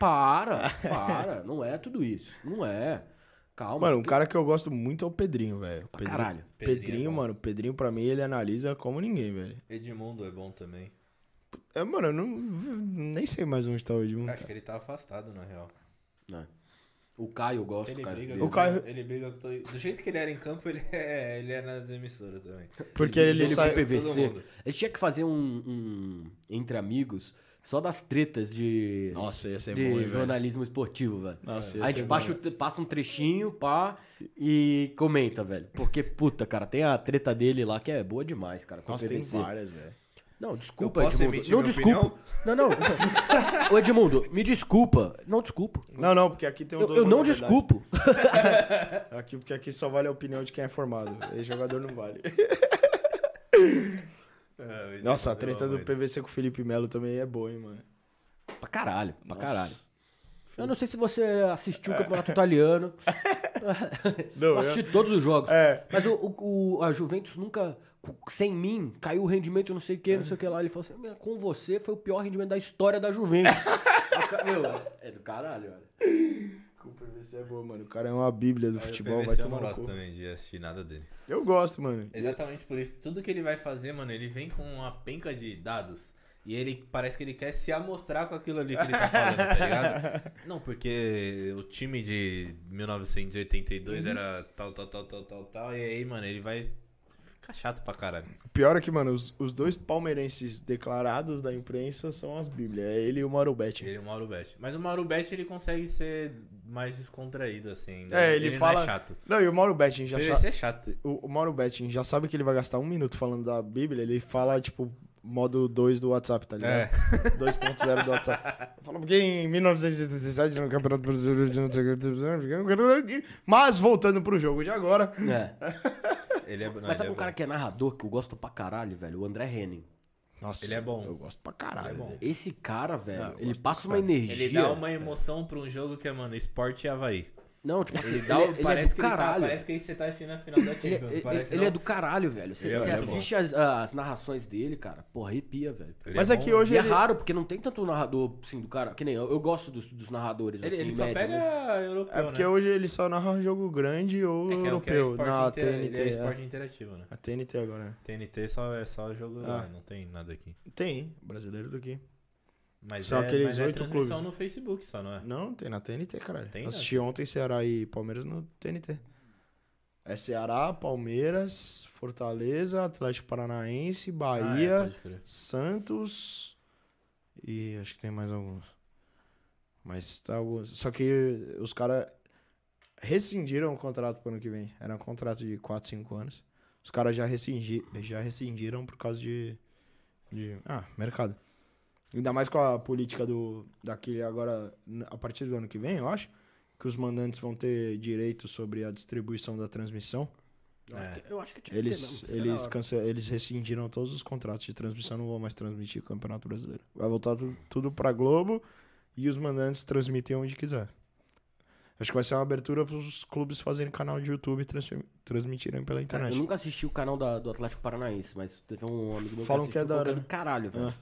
[SPEAKER 3] Para, para. Não é tudo isso. Não é. Calma.
[SPEAKER 1] Mano, um
[SPEAKER 3] porque-
[SPEAKER 1] cara que eu gosto muito é o Pedrinho, velho. Pedrinho-
[SPEAKER 3] caralho.
[SPEAKER 1] Pedrinho,
[SPEAKER 2] Pedrinho é bom.
[SPEAKER 1] mano, Pedrinho pra mim ele analisa como ninguém, velho.
[SPEAKER 2] Edmundo é bom também.
[SPEAKER 1] É, mano, eu não, nem sei mais onde tá o Edmundo.
[SPEAKER 2] Acho que ele tá afastado, na real.
[SPEAKER 3] né? O Caio, eu gosto,
[SPEAKER 2] Ele
[SPEAKER 3] cara.
[SPEAKER 2] briga,
[SPEAKER 3] dele.
[SPEAKER 1] O Caio-
[SPEAKER 2] ele briga com todo... Do jeito que ele era em campo, ele é, ele é nas emissoras também.
[SPEAKER 1] Porque ele,
[SPEAKER 3] Ele
[SPEAKER 1] sai.
[SPEAKER 3] com PVC.
[SPEAKER 2] todo mundo.
[SPEAKER 3] Ele tinha que fazer um, um entre amigos só das tretas de
[SPEAKER 1] Nossa, ia ser
[SPEAKER 3] de
[SPEAKER 1] bom, hein, velho.
[SPEAKER 3] jornalismo esportivo, velho.
[SPEAKER 1] Nossa, ia
[SPEAKER 3] Aí a
[SPEAKER 1] ser
[SPEAKER 3] gente baixa o tre- passa um trechinho, pá, e comenta, velho. Porque, puta, cara, tem a treta dele lá que é boa demais, cara. Com
[SPEAKER 1] Nossa,
[SPEAKER 3] o
[SPEAKER 1] tem
[SPEAKER 3] PVC.
[SPEAKER 1] várias, velho.
[SPEAKER 3] Não, desculpa,
[SPEAKER 2] Eu posso
[SPEAKER 3] Edmundo.
[SPEAKER 2] emitir
[SPEAKER 3] Não,
[SPEAKER 2] minha
[SPEAKER 3] desculpa.
[SPEAKER 2] opinião?
[SPEAKER 3] Não, não. Ô, Edmundo, me desculpa. Não desculpo.
[SPEAKER 1] Não, não, porque aqui tem o
[SPEAKER 3] Eu,
[SPEAKER 1] dono,
[SPEAKER 3] eu não
[SPEAKER 1] na verdade.
[SPEAKER 3] desculpo.
[SPEAKER 1] Aqui, porque aqui só vale a opinião de quem é formado. Esse jogador não vale.
[SPEAKER 2] Ah, o Edmundo
[SPEAKER 1] Nossa, a
[SPEAKER 2] é
[SPEAKER 1] treta
[SPEAKER 2] bom,
[SPEAKER 1] do
[SPEAKER 2] velho.
[SPEAKER 1] PVC com o Felipe Melo também é boa, hein, mano.
[SPEAKER 3] Pra caralho, pra
[SPEAKER 1] Nossa. É.
[SPEAKER 3] caralho. Eu não sei se você assistiu o Campeonato Italiano.
[SPEAKER 1] Não,
[SPEAKER 3] eu assisti todos os jogos.
[SPEAKER 1] É.
[SPEAKER 3] Mas o, o- o- a Juventus nunca, cu- sem mim, caiu o rendimento, não sei o que, não sei o que lá. Ele falou assim: "Meu, com você foi o pior rendimento da história da Juventus. Ah, ca- Meu, é do caralho, velho.
[SPEAKER 1] O PVC é boa, mano. O cara é uma bíblia do
[SPEAKER 2] Aí o
[SPEAKER 1] futebol,
[SPEAKER 2] PVC
[SPEAKER 1] vai
[SPEAKER 2] eu não
[SPEAKER 1] tomar no
[SPEAKER 2] gosto
[SPEAKER 1] cu.
[SPEAKER 2] é também de assistir nada dele.
[SPEAKER 1] Eu gosto, mano.
[SPEAKER 2] Exatamente por isso. Tudo que ele vai fazer, mano, ele vem com uma penca de dados. E ele parece que ele quer se amostrar com aquilo ali que ele tá falando, tá ligado? Não, porque o time de 1982 era tal, tal, tal, tal, tal, tal. E aí, mano, ele vai ficar chato pra caralho.
[SPEAKER 1] O pior é que, mano, os, os dois palmeirenses declarados da imprensa são as bíblias. É ele e o Mauro Betti.
[SPEAKER 2] Ele é o Mauro Betti. Mas o Mauro Betti, ele consegue ser mais descontraído, assim.
[SPEAKER 1] É, ele, fala.
[SPEAKER 2] Não é chato.
[SPEAKER 1] Não, e o Mauro Betting já
[SPEAKER 2] Ele
[SPEAKER 1] sabe.
[SPEAKER 2] é chato.
[SPEAKER 1] O, o Mauro Betting já sabe que ele vai gastar um minuto falando da Bíblia, ele fala, tipo, modo 2 do WhatsApp, tá ligado?
[SPEAKER 2] É.
[SPEAKER 1] 2.0 do WhatsApp. Fala, porque em 1987, no Campeonato Brasileiro de não sei o que. Mas voltando pro jogo de agora.
[SPEAKER 3] É.
[SPEAKER 2] Ele é, não,
[SPEAKER 3] Mas sabe
[SPEAKER 2] ele
[SPEAKER 3] um
[SPEAKER 2] é
[SPEAKER 3] cara
[SPEAKER 2] bom.
[SPEAKER 3] que é narrador que eu gosto pra caralho, velho? O André Henning.
[SPEAKER 1] Nossa,
[SPEAKER 2] Ele é bom.
[SPEAKER 1] Eu gosto pra caralho.
[SPEAKER 2] Ele é bom.
[SPEAKER 1] dele.
[SPEAKER 3] Esse cara, velho,
[SPEAKER 1] Não, eu
[SPEAKER 3] ele
[SPEAKER 1] gosto
[SPEAKER 3] passa uma
[SPEAKER 1] pra
[SPEAKER 3] energia.
[SPEAKER 2] Ele dá uma emoção pra um jogo que é, mano, esporte e Havaí.
[SPEAKER 3] Não, tipo assim,
[SPEAKER 2] Ele
[SPEAKER 3] ele,
[SPEAKER 2] dá,
[SPEAKER 3] é- ele é
[SPEAKER 2] parece,
[SPEAKER 3] do
[SPEAKER 2] que ele tá-
[SPEAKER 3] caralho.
[SPEAKER 2] parece que você tá assistindo a final da
[SPEAKER 3] Ele,
[SPEAKER 2] Champions.
[SPEAKER 3] ele-
[SPEAKER 2] parece,
[SPEAKER 3] ele
[SPEAKER 2] não?
[SPEAKER 3] é do caralho, velho. Você,
[SPEAKER 2] Ele é-
[SPEAKER 3] você
[SPEAKER 2] ele é bom.
[SPEAKER 3] assiste as, as narrações dele, cara, porra, arrepia, velho.
[SPEAKER 2] Ele
[SPEAKER 1] Mas
[SPEAKER 2] é
[SPEAKER 1] é que
[SPEAKER 2] bom,
[SPEAKER 1] hoje
[SPEAKER 3] E é
[SPEAKER 1] ele-
[SPEAKER 3] raro, porque não tem tanto narrador, assim, do cara. Que nem eu, eu gosto dos, dos narradores,
[SPEAKER 2] Ele,
[SPEAKER 3] assim,
[SPEAKER 2] ele só
[SPEAKER 3] média,
[SPEAKER 2] pega
[SPEAKER 3] mas-
[SPEAKER 2] europeu,
[SPEAKER 1] É porque
[SPEAKER 2] né?
[SPEAKER 1] hoje ele só narra jogo grande ou
[SPEAKER 2] É que é o que é
[SPEAKER 1] europeu.
[SPEAKER 2] esporte
[SPEAKER 1] na
[SPEAKER 2] inter-
[SPEAKER 1] TNT.
[SPEAKER 2] Ele é
[SPEAKER 1] é.
[SPEAKER 2] esporte interativo, né?
[SPEAKER 1] A TNT agora, né?
[SPEAKER 2] TNT só é só jogo
[SPEAKER 1] Ah.
[SPEAKER 2] lá, não tem nada aqui.
[SPEAKER 1] Tem, brasileiro do que.
[SPEAKER 2] Mas
[SPEAKER 1] São
[SPEAKER 2] é,
[SPEAKER 1] aqueles
[SPEAKER 2] mas é
[SPEAKER 1] oito
[SPEAKER 2] transmissão
[SPEAKER 1] clubes.
[SPEAKER 2] no Facebook só, não é?
[SPEAKER 1] Não, tem na TNT, caralho.
[SPEAKER 2] Tem, né?
[SPEAKER 1] Assisti ontem Ceará e Palmeiras no TNT. É Ceará, Palmeiras, Fortaleza, Atlético Paranaense,
[SPEAKER 2] Ah, é,
[SPEAKER 1] Bahia,
[SPEAKER 2] pode crer.
[SPEAKER 1] Santos e acho que tem mais alguns. Mas tá alguns. Só que os caras rescindiram o contrato pro ano que vem. Era um contrato de 4, 5 anos. Os caras já, rescindi, já rescindiram por causa de, de. Ah, mercado. Ainda mais com a política do daquele agora, n- a partir do ano que vem, eu acho, que os mandantes vão ter direito sobre a distribuição da transmissão.
[SPEAKER 3] Eu acho que- Eu acho que
[SPEAKER 1] é tipo
[SPEAKER 3] tinha que é ter
[SPEAKER 1] Eles,
[SPEAKER 3] Tipo, mesmo, sei lá,
[SPEAKER 1] eles, cance... eles rescindiram todos os contratos de transmissão, não vão mais transmitir o Campeonato Brasileiro. Vai voltar tu- tudo pra Globo e os mandantes transmitem onde quiser. Acho que vai ser uma abertura pros clubes fazerem canal de YouTube e trans... transmitirem pela
[SPEAKER 3] Cara, É, eu
[SPEAKER 1] internet.
[SPEAKER 3] nunca assisti o canal da- do Atlético Paranaense, mas teve um amigo meu
[SPEAKER 1] Falam
[SPEAKER 3] que,
[SPEAKER 1] que é
[SPEAKER 3] assistiu,
[SPEAKER 1] da hora,
[SPEAKER 3] falou
[SPEAKER 1] Ah.
[SPEAKER 3] do caralho, velho.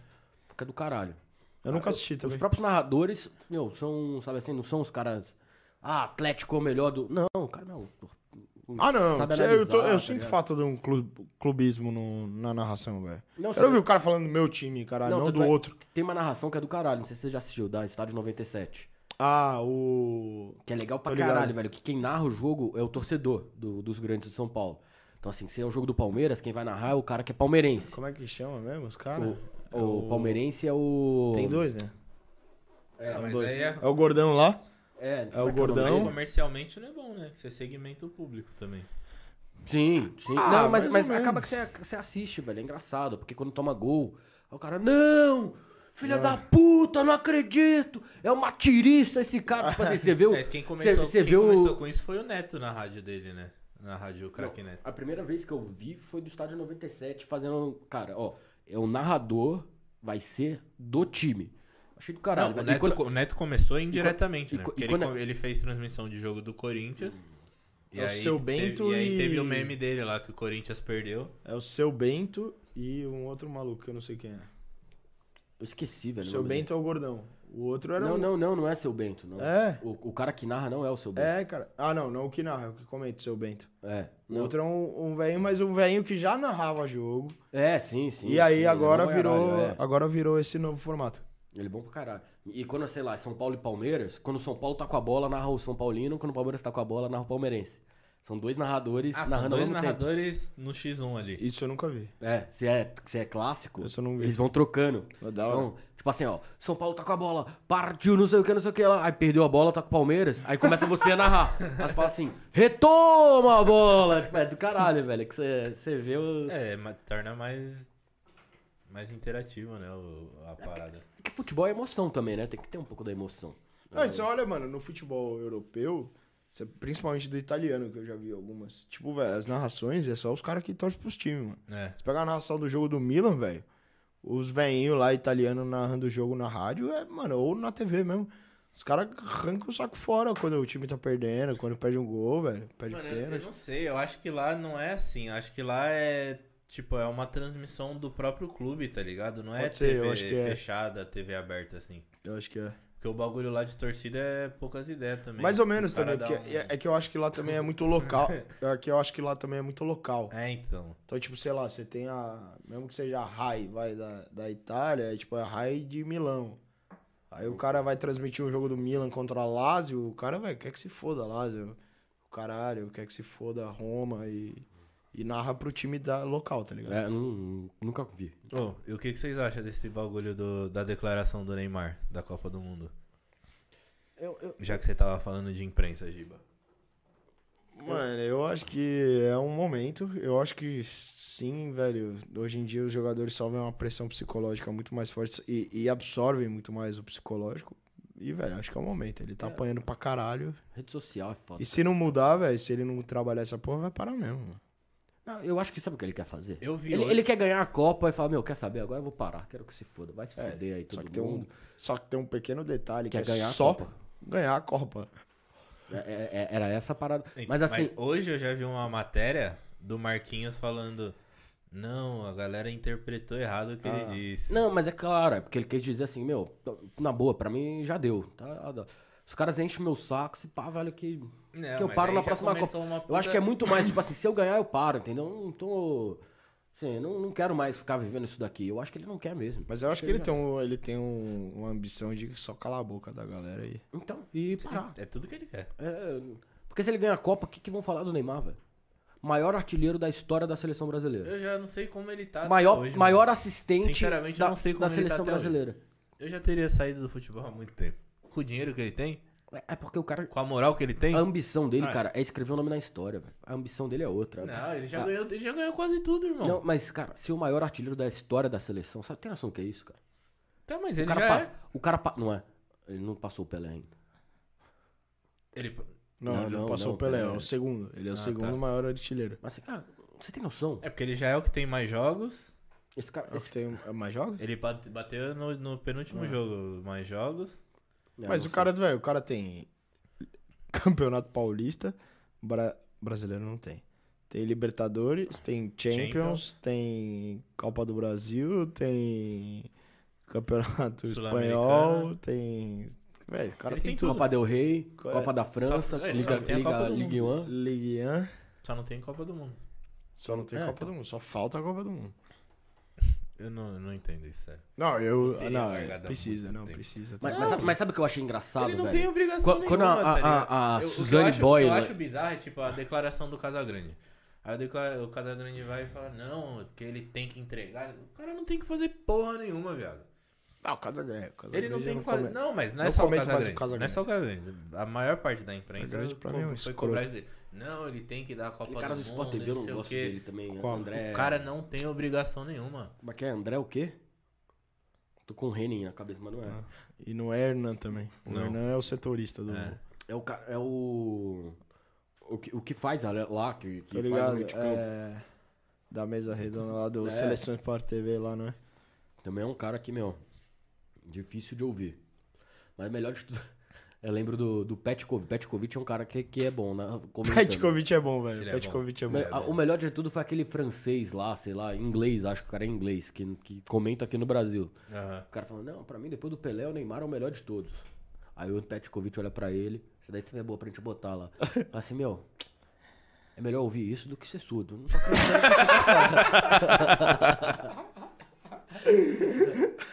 [SPEAKER 3] Fica do caralho.
[SPEAKER 1] Eu nunca assisti
[SPEAKER 3] Ah, Os
[SPEAKER 1] também.
[SPEAKER 3] próprios narradores, meu, são, sabe assim, não são os caras. Ah, Atlético é o melhor do. Não, cara, não.
[SPEAKER 1] Ah, não.
[SPEAKER 3] sabe
[SPEAKER 1] eu
[SPEAKER 3] analisar,
[SPEAKER 1] tô- eu
[SPEAKER 3] tá
[SPEAKER 1] sinto
[SPEAKER 3] ligado?
[SPEAKER 1] falta de um clu- clubismo no- na narração, velho.
[SPEAKER 3] Não,
[SPEAKER 1] Quero
[SPEAKER 3] sabe-
[SPEAKER 1] ouvir o cara falando do meu time, caralho, não,
[SPEAKER 3] tanto
[SPEAKER 1] do
[SPEAKER 3] é-
[SPEAKER 1] outro.
[SPEAKER 3] Tem uma narração que é do caralho, não sei se você já assistiu, da Estádio 97.
[SPEAKER 1] Ah, o.
[SPEAKER 3] Que é legal pra
[SPEAKER 1] Tô ligado.
[SPEAKER 3] caralho, velho. Que quem narra o jogo é o torcedor do- dos grandes de São Paulo. Então, assim, se é o jogo do Palmeiras, quem vai narrar é o cara que é palmeirense.
[SPEAKER 1] Como é que chama mesmo os caras?
[SPEAKER 3] O, o palmeirense é o.
[SPEAKER 1] É Tem dois, né?
[SPEAKER 2] É,
[SPEAKER 1] São
[SPEAKER 2] mas
[SPEAKER 1] dois. Então-
[SPEAKER 2] aí é-
[SPEAKER 1] o gordão lá?
[SPEAKER 3] É, como que nome
[SPEAKER 1] gordão.
[SPEAKER 2] Mas
[SPEAKER 3] dele?
[SPEAKER 2] comercialmente não é bom, né? Que Você segmenta o público também.
[SPEAKER 3] Sim, sim.
[SPEAKER 1] Ah,
[SPEAKER 3] não,
[SPEAKER 1] mais
[SPEAKER 3] mas,
[SPEAKER 1] ou
[SPEAKER 3] mas
[SPEAKER 1] menos.
[SPEAKER 3] acaba que você, que você assiste, velho. É engraçado, porque quando toma gol, aí o cara, não! Filha da puta, não acredito! É uma tiriça esse cara. Tipo assim, você vê o.
[SPEAKER 2] É, quem começou, quem
[SPEAKER 3] você vê o-
[SPEAKER 2] começou com isso foi o Neto na rádio dele, né? Na rádio Crack Neto.
[SPEAKER 3] A primeira vez que eu vi foi do estádio 97, fazendo. Cara, ó, é o narrador vai ser do time. Achei do
[SPEAKER 2] Não,
[SPEAKER 3] caralho.
[SPEAKER 2] o,
[SPEAKER 3] velho. E
[SPEAKER 2] Neto,
[SPEAKER 3] quando-
[SPEAKER 2] o Neto começou indiretamente,
[SPEAKER 3] e
[SPEAKER 2] né?
[SPEAKER 3] quan-
[SPEAKER 2] Porque
[SPEAKER 3] e
[SPEAKER 2] ele,
[SPEAKER 3] quando-
[SPEAKER 2] co- ele fez transmissão de jogo do Corinthians.
[SPEAKER 1] É o seu Bento
[SPEAKER 2] teve, e...
[SPEAKER 1] e-
[SPEAKER 2] aí teve o meme dele lá que o Corinthians perdeu.
[SPEAKER 1] É o seu Bento e um outro maluco que eu não sei quem é.
[SPEAKER 3] Eu esqueci,
[SPEAKER 1] O
[SPEAKER 3] velho. o
[SPEAKER 1] seu
[SPEAKER 3] nome dele.
[SPEAKER 1] Bento é o gordão. O outro era
[SPEAKER 3] Não,
[SPEAKER 1] um...
[SPEAKER 3] não, não, não é seu Bento. Não.
[SPEAKER 1] É.
[SPEAKER 3] O, o cara que narra não é o seu Bento.
[SPEAKER 1] É, cara. Ah, não, não o que narra, é o que comenta, o seu Bento.
[SPEAKER 3] É.
[SPEAKER 1] O
[SPEAKER 3] não.
[SPEAKER 1] outro é um, um velhinho, mas um velhinho que já narrava jogo.
[SPEAKER 3] É, sim, sim.
[SPEAKER 1] e aí
[SPEAKER 3] sim,
[SPEAKER 1] agora
[SPEAKER 3] ele é bom pra
[SPEAKER 1] virou.
[SPEAKER 3] caralho, é.
[SPEAKER 1] Agora virou esse novo formato.
[SPEAKER 3] Ele é bom pra caralho. E quando, sei lá, São Paulo e Palmeiras, quando o São Paulo tá com a bola, narra o São Paulino, quando o Palmeiras tá com a bola, narra o palmeirense. São dois narradores
[SPEAKER 2] Ah, são
[SPEAKER 3] narrando
[SPEAKER 2] dois
[SPEAKER 3] ao mesmo tempo.
[SPEAKER 2] narradores no X1 ali.
[SPEAKER 1] Isso eu nunca vi.
[SPEAKER 3] É, se é, se é clássico,
[SPEAKER 1] Isso eu não vi.
[SPEAKER 3] eles vão trocando.
[SPEAKER 1] É da hora.
[SPEAKER 3] Então, tipo assim, ó, São Paulo tá com a bola, partiu, não sei o que, não sei o que lá. Aí perdeu a bola, tá com o Palmeiras. Aí começa você a narrar. Aí você fala assim, retoma a bola! Tipo, é do caralho, velho. Que você você vê os.
[SPEAKER 2] É, ma- torna mais, mais interativo, né? o- a parada.
[SPEAKER 3] Porque futebol é emoção também, né? Tem que ter um pouco da emoção.
[SPEAKER 1] Não,
[SPEAKER 3] é.
[SPEAKER 1] e você olha, mano, no futebol europeu, você- principalmente do italiano, que eu já vi algumas. Tipo, velho, as narrações é só os caras que torcem pros times, mano.
[SPEAKER 2] É.
[SPEAKER 1] Se pegar a narração do jogo do Milan, velho, os veinhos lá italiano narrando o jogo na rádio, é, mano, ou na TV mesmo. Os caras arrancam o saco fora quando o time tá perdendo, quando perde um gol, velho. Perde
[SPEAKER 2] Mano, eu,
[SPEAKER 3] né?
[SPEAKER 2] eu
[SPEAKER 1] pênalti.
[SPEAKER 2] não sei, eu acho que lá não é assim. eu Acho que lá é. Tipo, é uma transmissão do próprio clube, tá ligado? Não é
[SPEAKER 1] Pode ser, eu
[SPEAKER 2] TV
[SPEAKER 1] acho que é.
[SPEAKER 2] fechada, TV aberta, assim.
[SPEAKER 1] Eu acho que é.
[SPEAKER 2] Porque o bagulho lá de torcida é poucas ideias também.
[SPEAKER 1] Mais ou menos
[SPEAKER 2] Os cara
[SPEAKER 1] também, porque
[SPEAKER 2] dá um-
[SPEAKER 1] é, é que eu acho que lá também é muito local. É que eu acho que lá também é muito local.
[SPEAKER 2] um- É, então.
[SPEAKER 1] Então, tipo, sei lá, você tem a. Mesmo que seja a RAI, vai, da, da Itália, é tipo a RAI de Milão. Aí o cara vai transmitir um jogo do Milan contra a Lazio, o cara, velho, quer que se foda a Lazio. O caralho, quer que se foda a Roma e. E narra pro time da local, tá ligado?
[SPEAKER 3] É, nu- nunca vi.
[SPEAKER 2] Ô, e o que, que vocês acham desse bagulho do- da declaração do Neymar da Copa do Mundo?
[SPEAKER 3] Eu, eu,
[SPEAKER 2] Já que você tava falando de imprensa, Giba.
[SPEAKER 1] Mano, eu acho que é um momento. Eu acho que sim, velho. Hoje em dia os jogadores sofrem uma pressão psicológica muito mais forte e, e absorvem muito mais o psicológico. E, velho, acho que é o momento. Ele tá apanhando pra caralho.
[SPEAKER 3] Rede social é foda.
[SPEAKER 1] E se não mudar, velho, se ele não trabalhar essa porra, vai parar mesmo. mano.
[SPEAKER 3] Não, eu acho que sabe o que ele quer fazer?
[SPEAKER 2] Eu vi
[SPEAKER 3] Ele,
[SPEAKER 2] hoje-
[SPEAKER 3] ele quer ganhar a Copa e fala, meu, quer saber? Agora eu vou parar, quero que se foda. Vai se foder aí
[SPEAKER 1] Só
[SPEAKER 3] todo
[SPEAKER 1] que, tem um,
[SPEAKER 3] mundo.
[SPEAKER 1] só que tem um pequeno detalhe que
[SPEAKER 3] Quer
[SPEAKER 1] é
[SPEAKER 3] ganhar a
[SPEAKER 1] só
[SPEAKER 3] Copa.
[SPEAKER 1] ganhar a Copa.
[SPEAKER 3] É- é- é- era essa a parada. Mas assim,
[SPEAKER 2] hoje eu já vi uma matéria do Marquinhos falando. Não, a galera interpretou errado o que ele disse.
[SPEAKER 3] não, mas é claro, é porque ele quis dizer assim, meu, na boa, pra mim já deu. tá? Os caras enchem meu saco, se pá, velho, que,
[SPEAKER 2] Não,
[SPEAKER 3] que eu
[SPEAKER 2] mas
[SPEAKER 3] paro
[SPEAKER 2] aí
[SPEAKER 3] na
[SPEAKER 2] já
[SPEAKER 3] próxima Copa.
[SPEAKER 2] começou uma
[SPEAKER 3] Eu acho
[SPEAKER 2] puta-
[SPEAKER 3] que é muito mais, tipo assim, se eu ganhar, eu paro, entendeu? Eu Não tô. Assim, eu não, não quero mais ficar vivendo isso daqui. Eu acho que ele não quer mesmo.
[SPEAKER 1] Mas eu acho que ele tem, um, ele tem um- uma ambição de só calar a boca da galera aí.
[SPEAKER 3] Então, e parar.
[SPEAKER 2] É tudo que ele quer.
[SPEAKER 3] É, porque se ele ganhar a Copa, o que, que vão falar do Neymar, velho? Maior artilheiro da história da seleção brasileira.
[SPEAKER 2] Eu já não sei como ele tá.
[SPEAKER 3] Maior,
[SPEAKER 2] hoje,
[SPEAKER 3] maior
[SPEAKER 2] mano.
[SPEAKER 3] assistente
[SPEAKER 2] Sinceramente, eu
[SPEAKER 3] da,
[SPEAKER 2] não sei como
[SPEAKER 3] da
[SPEAKER 2] ele tá até
[SPEAKER 3] seleção
[SPEAKER 2] hoje.
[SPEAKER 3] brasileira.
[SPEAKER 2] Eu já teria saído do futebol há muito tempo. Com o dinheiro que ele tem,
[SPEAKER 3] É- É porque o cara.
[SPEAKER 2] com a moral que ele tem.
[SPEAKER 3] A ambição dele,
[SPEAKER 2] Ah, é.
[SPEAKER 3] cara, é escrever o nome na história, velho. A ambição dele é outra.
[SPEAKER 2] Não, ele já,
[SPEAKER 3] Ah,
[SPEAKER 2] ganhou, ele já ganhou quase tudo, irmão.
[SPEAKER 3] Não, mas, cara, ser o maior artilheiro da história da seleção, sabe? Tem noção do que é isso, cara?
[SPEAKER 2] Tá, mas
[SPEAKER 3] O
[SPEAKER 2] ele
[SPEAKER 3] cara
[SPEAKER 2] já
[SPEAKER 3] passa.
[SPEAKER 2] é.
[SPEAKER 3] O cara pa- Não é. Ele não passou o Pelé ainda.
[SPEAKER 2] Ele...
[SPEAKER 1] Não,
[SPEAKER 3] Não,
[SPEAKER 1] ele
[SPEAKER 3] não,
[SPEAKER 1] passou
[SPEAKER 3] não, Ah,
[SPEAKER 1] o Pelé, é
[SPEAKER 3] Pelé.
[SPEAKER 1] o segundo. Ele é o segundo
[SPEAKER 2] tá.
[SPEAKER 1] maior artilheiro.
[SPEAKER 3] Mas, assim, cara, você tem noção?
[SPEAKER 2] É porque ele já é o que tem mais jogos.
[SPEAKER 3] Esse cara.
[SPEAKER 1] É o
[SPEAKER 3] esse-
[SPEAKER 1] que tem mais jogos?
[SPEAKER 2] Ele bate- bateu no, no penúltimo jogo, mais jogos.
[SPEAKER 3] Não,
[SPEAKER 1] Mas
[SPEAKER 3] não
[SPEAKER 1] o cara, velho, o cara tem Campeonato Paulista, bra- brasileiro não tem. Tem Libertadores, tem Champions,
[SPEAKER 2] Champions.
[SPEAKER 1] tem Copa do Brasil, tem Campeonato Espanhol,
[SPEAKER 2] Sul-Americana.
[SPEAKER 1] tem. Velho, o cara
[SPEAKER 2] Ele
[SPEAKER 1] tem,
[SPEAKER 2] tem
[SPEAKER 3] sei.
[SPEAKER 1] tudo.
[SPEAKER 3] Copa del Rei,
[SPEAKER 1] Co-
[SPEAKER 3] Copa da França,
[SPEAKER 2] é. só- é, só
[SPEAKER 3] Liga,
[SPEAKER 2] tem a Copa
[SPEAKER 3] Liga,
[SPEAKER 2] do
[SPEAKER 3] Ligue 1.
[SPEAKER 1] Ligue 1.
[SPEAKER 2] Só não tem Copa do Mundo.
[SPEAKER 1] Só não tem
[SPEAKER 3] É,
[SPEAKER 1] Copa
[SPEAKER 3] então.
[SPEAKER 1] do Mundo, só falta a Copa do Mundo.
[SPEAKER 2] Eu não, eu não entendo isso, sério.
[SPEAKER 1] Não, eu.
[SPEAKER 2] Não tem
[SPEAKER 1] não, é,
[SPEAKER 2] largada há muito
[SPEAKER 1] precisa, não,
[SPEAKER 2] tempo.
[SPEAKER 1] precisa.
[SPEAKER 3] Mas,
[SPEAKER 1] Tá-
[SPEAKER 3] mas sabe, mas sabe o que eu achei engraçado,
[SPEAKER 2] Ele não
[SPEAKER 3] Tá, velho?
[SPEAKER 2] tem obrigação
[SPEAKER 3] Quando- quando
[SPEAKER 2] nenhuma,
[SPEAKER 3] a-
[SPEAKER 2] tá
[SPEAKER 3] a-
[SPEAKER 2] ligado?
[SPEAKER 3] a- a
[SPEAKER 2] Eu- o que
[SPEAKER 3] Suzane
[SPEAKER 2] eu acho,
[SPEAKER 3] Boyle-
[SPEAKER 2] Eu acho bizarro, é, tipo, a declaração do Casagrande. Aí o decla- o Casagrande vai e fala, não, porque ele tem que entregar. O cara não tem que fazer porra nenhuma, viado.
[SPEAKER 1] Ah, o Casagrande. o Casagrande
[SPEAKER 2] Ele não
[SPEAKER 1] já
[SPEAKER 2] tem que fazer.
[SPEAKER 1] come-
[SPEAKER 2] Não, mas não é
[SPEAKER 1] Não
[SPEAKER 2] só o
[SPEAKER 1] comento mais
[SPEAKER 2] Casagrande.
[SPEAKER 1] o Casagrande.
[SPEAKER 2] Não é só o Casagrande. A maior parte da imprensa
[SPEAKER 1] Casagrande pra
[SPEAKER 2] co-
[SPEAKER 1] mim é um
[SPEAKER 2] foi
[SPEAKER 1] escroto.
[SPEAKER 2] cobrar isso dele. Não, ele tem que dar a Copa
[SPEAKER 3] Aquele cara do
[SPEAKER 2] do
[SPEAKER 3] Sport
[SPEAKER 2] Mundo,
[SPEAKER 3] TV eu não
[SPEAKER 2] sei o
[SPEAKER 3] gosto
[SPEAKER 2] quê.
[SPEAKER 3] dele também. né?
[SPEAKER 1] Qual?
[SPEAKER 3] André...
[SPEAKER 2] O cara não tem obrigação nenhuma.
[SPEAKER 3] Como é que é? André o quê? Tô com o Renin na cabeça, mas não é.
[SPEAKER 1] Ah. E não é Hernan também. O
[SPEAKER 2] Não.
[SPEAKER 1] Hernan é o setorista do.
[SPEAKER 2] É.
[SPEAKER 3] É o cara... É o... O que, o que faz a- lá, que, que
[SPEAKER 1] Tá
[SPEAKER 3] faz o
[SPEAKER 1] ligado?
[SPEAKER 3] meio de campo.
[SPEAKER 1] É, da mesa redonda lá do
[SPEAKER 3] É.
[SPEAKER 1] Seleção Sport TV lá, não é?
[SPEAKER 3] Também é um cara que, meu, difícil de ouvir. Mas melhor de tudo. Eu lembro do, do Petkovic. Petkovic é um cara que, que é bom, né? Comentando.
[SPEAKER 1] Petkovic é bom, velho.
[SPEAKER 2] Ele é
[SPEAKER 1] Petkovic é bom.
[SPEAKER 3] Me- a- O melhor de tudo foi aquele francês lá, sei lá, inglês, acho que o cara é inglês, que, que comenta aqui no Brasil.
[SPEAKER 2] Aham.
[SPEAKER 3] O cara falou, não, pra mim depois do Pelé o Neymar é o melhor de todos. Aí o Petkovic olha pra ele, isso daí também é boa pra gente botar lá. Fala assim, meu, é melhor ouvir isso do que ser surdo. Não tô acreditando que você tá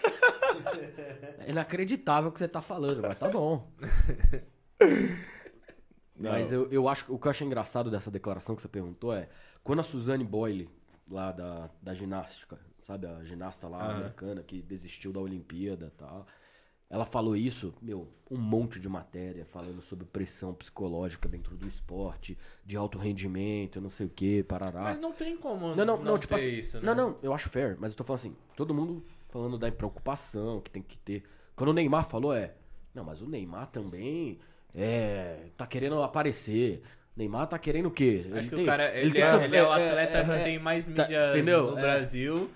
[SPEAKER 3] falando. É inacreditável o que você tá falando, mas tá bom.
[SPEAKER 1] Não.
[SPEAKER 3] Mas eu, eu acho o que eu acho engraçado dessa declaração que você perguntou é quando a Suzane Boyle, lá da, da ginástica, sabe, a ginasta lá americana que desistiu da Olimpíada e tal, ela falou isso, meu, um monte de matéria falando sobre pressão psicológica dentro do esporte, de alto rendimento, não sei o que, parará.
[SPEAKER 2] Mas não tem como
[SPEAKER 3] Não, não, não, tipo
[SPEAKER 2] ter
[SPEAKER 3] assim.
[SPEAKER 2] isso, né?
[SPEAKER 3] Não, não, eu acho fair, mas eu tô falando assim, todo mundo falando da preocupação que tem que ter. Quando o Neymar falou, é. Não, mas o Neymar também é. tá querendo aparecer. Neymar tá querendo o quê?
[SPEAKER 2] Acho que
[SPEAKER 3] tem-
[SPEAKER 2] o cara, ele,
[SPEAKER 3] tem
[SPEAKER 2] é,
[SPEAKER 3] essa-
[SPEAKER 2] ele é o atleta
[SPEAKER 3] é,
[SPEAKER 2] que
[SPEAKER 3] é,
[SPEAKER 2] tem mais
[SPEAKER 3] tá,
[SPEAKER 2] mídia
[SPEAKER 3] entendeu?
[SPEAKER 2] no
[SPEAKER 3] É.
[SPEAKER 2] Brasil.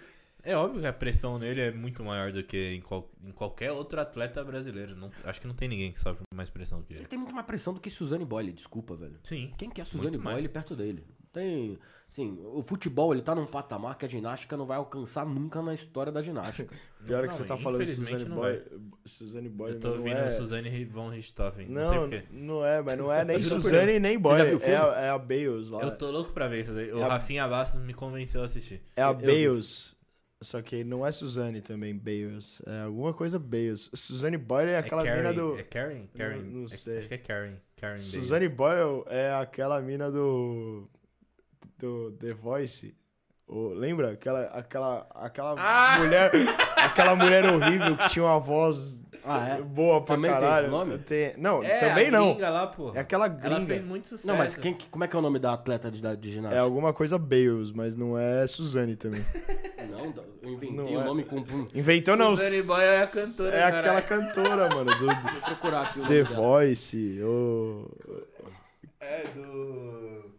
[SPEAKER 2] É óbvio que a pressão nele é muito maior do que em, qual- em qualquer outro atleta brasileiro. Não- acho que não tem ninguém que sofre mais pressão que
[SPEAKER 3] Ele
[SPEAKER 2] ele.
[SPEAKER 3] tem muito mais pressão do que Suzane Boyle, desculpa, velho.
[SPEAKER 2] Sim.
[SPEAKER 3] Quem quer Suzane
[SPEAKER 2] Muito
[SPEAKER 3] Boyle
[SPEAKER 2] mais.
[SPEAKER 3] perto dele? Tem. Sim, o futebol ele tá num patamar que a ginástica não vai alcançar nunca na história da ginástica.
[SPEAKER 1] Pior
[SPEAKER 2] é Não,
[SPEAKER 1] que você
[SPEAKER 2] não,
[SPEAKER 1] tá falando de
[SPEAKER 2] infelizmente
[SPEAKER 1] Suzane
[SPEAKER 2] não é.
[SPEAKER 1] Boyle. Suzane Boyle.
[SPEAKER 2] Eu tô
[SPEAKER 1] mas não
[SPEAKER 2] ouvindo
[SPEAKER 1] é...
[SPEAKER 2] Suzane von Richthofen. Não, sei
[SPEAKER 1] Não,
[SPEAKER 2] porquê.
[SPEAKER 1] não é, mas não é nem
[SPEAKER 2] Juro por
[SPEAKER 1] Suzane nem
[SPEAKER 3] já viu o
[SPEAKER 1] Boyle.
[SPEAKER 3] filme?
[SPEAKER 1] É, a- é a Bales lá.
[SPEAKER 2] Eu tô louco pra ver isso daí. O
[SPEAKER 1] É a-
[SPEAKER 2] Rafinha Bastos me convenceu a assistir.
[SPEAKER 1] É
[SPEAKER 3] Eu-
[SPEAKER 1] a
[SPEAKER 3] eu vi.
[SPEAKER 1] Bales. Só que não é Suzane também, Bales. É alguma coisa Bales. Suzane Boyle é aquela
[SPEAKER 2] é
[SPEAKER 1] mina
[SPEAKER 2] Karen.
[SPEAKER 1] do.
[SPEAKER 2] É Karen? Karen.
[SPEAKER 1] Não- não
[SPEAKER 2] É-
[SPEAKER 1] sei.
[SPEAKER 2] Acho que é Karen. Karen Davis.
[SPEAKER 1] Suzane Boyle é aquela mina do. do The Voice. Ô, lembra? Aquela, aquela, aquela
[SPEAKER 2] Ah!
[SPEAKER 1] mulher. Aquela mulher horrível que tinha uma voz
[SPEAKER 3] Ah, é?
[SPEAKER 1] boa pra
[SPEAKER 3] Também tem esse
[SPEAKER 1] caralho.
[SPEAKER 3] nome?
[SPEAKER 1] Tem- Não,
[SPEAKER 2] É,
[SPEAKER 1] também
[SPEAKER 2] a
[SPEAKER 1] não.
[SPEAKER 2] gringa lá, pô.
[SPEAKER 1] É aquela
[SPEAKER 2] Ela
[SPEAKER 1] gringa.
[SPEAKER 2] fez muito sucesso.
[SPEAKER 3] Não, mas quem, como é que é o nome da atleta de, da- de ginástica?
[SPEAKER 1] É alguma coisa Bales, mas não é Suzane também.
[SPEAKER 3] Não, eu inventei
[SPEAKER 1] Não
[SPEAKER 3] o
[SPEAKER 1] é.
[SPEAKER 3] nome com um.
[SPEAKER 1] Inventou não.
[SPEAKER 2] Suzane Boyle é a cantora,
[SPEAKER 1] É aquela
[SPEAKER 2] caralho.
[SPEAKER 1] cantora, mano, do
[SPEAKER 3] Vou procurar aqui o nome
[SPEAKER 1] The
[SPEAKER 3] dela.
[SPEAKER 1] Voice. ô-
[SPEAKER 2] É do.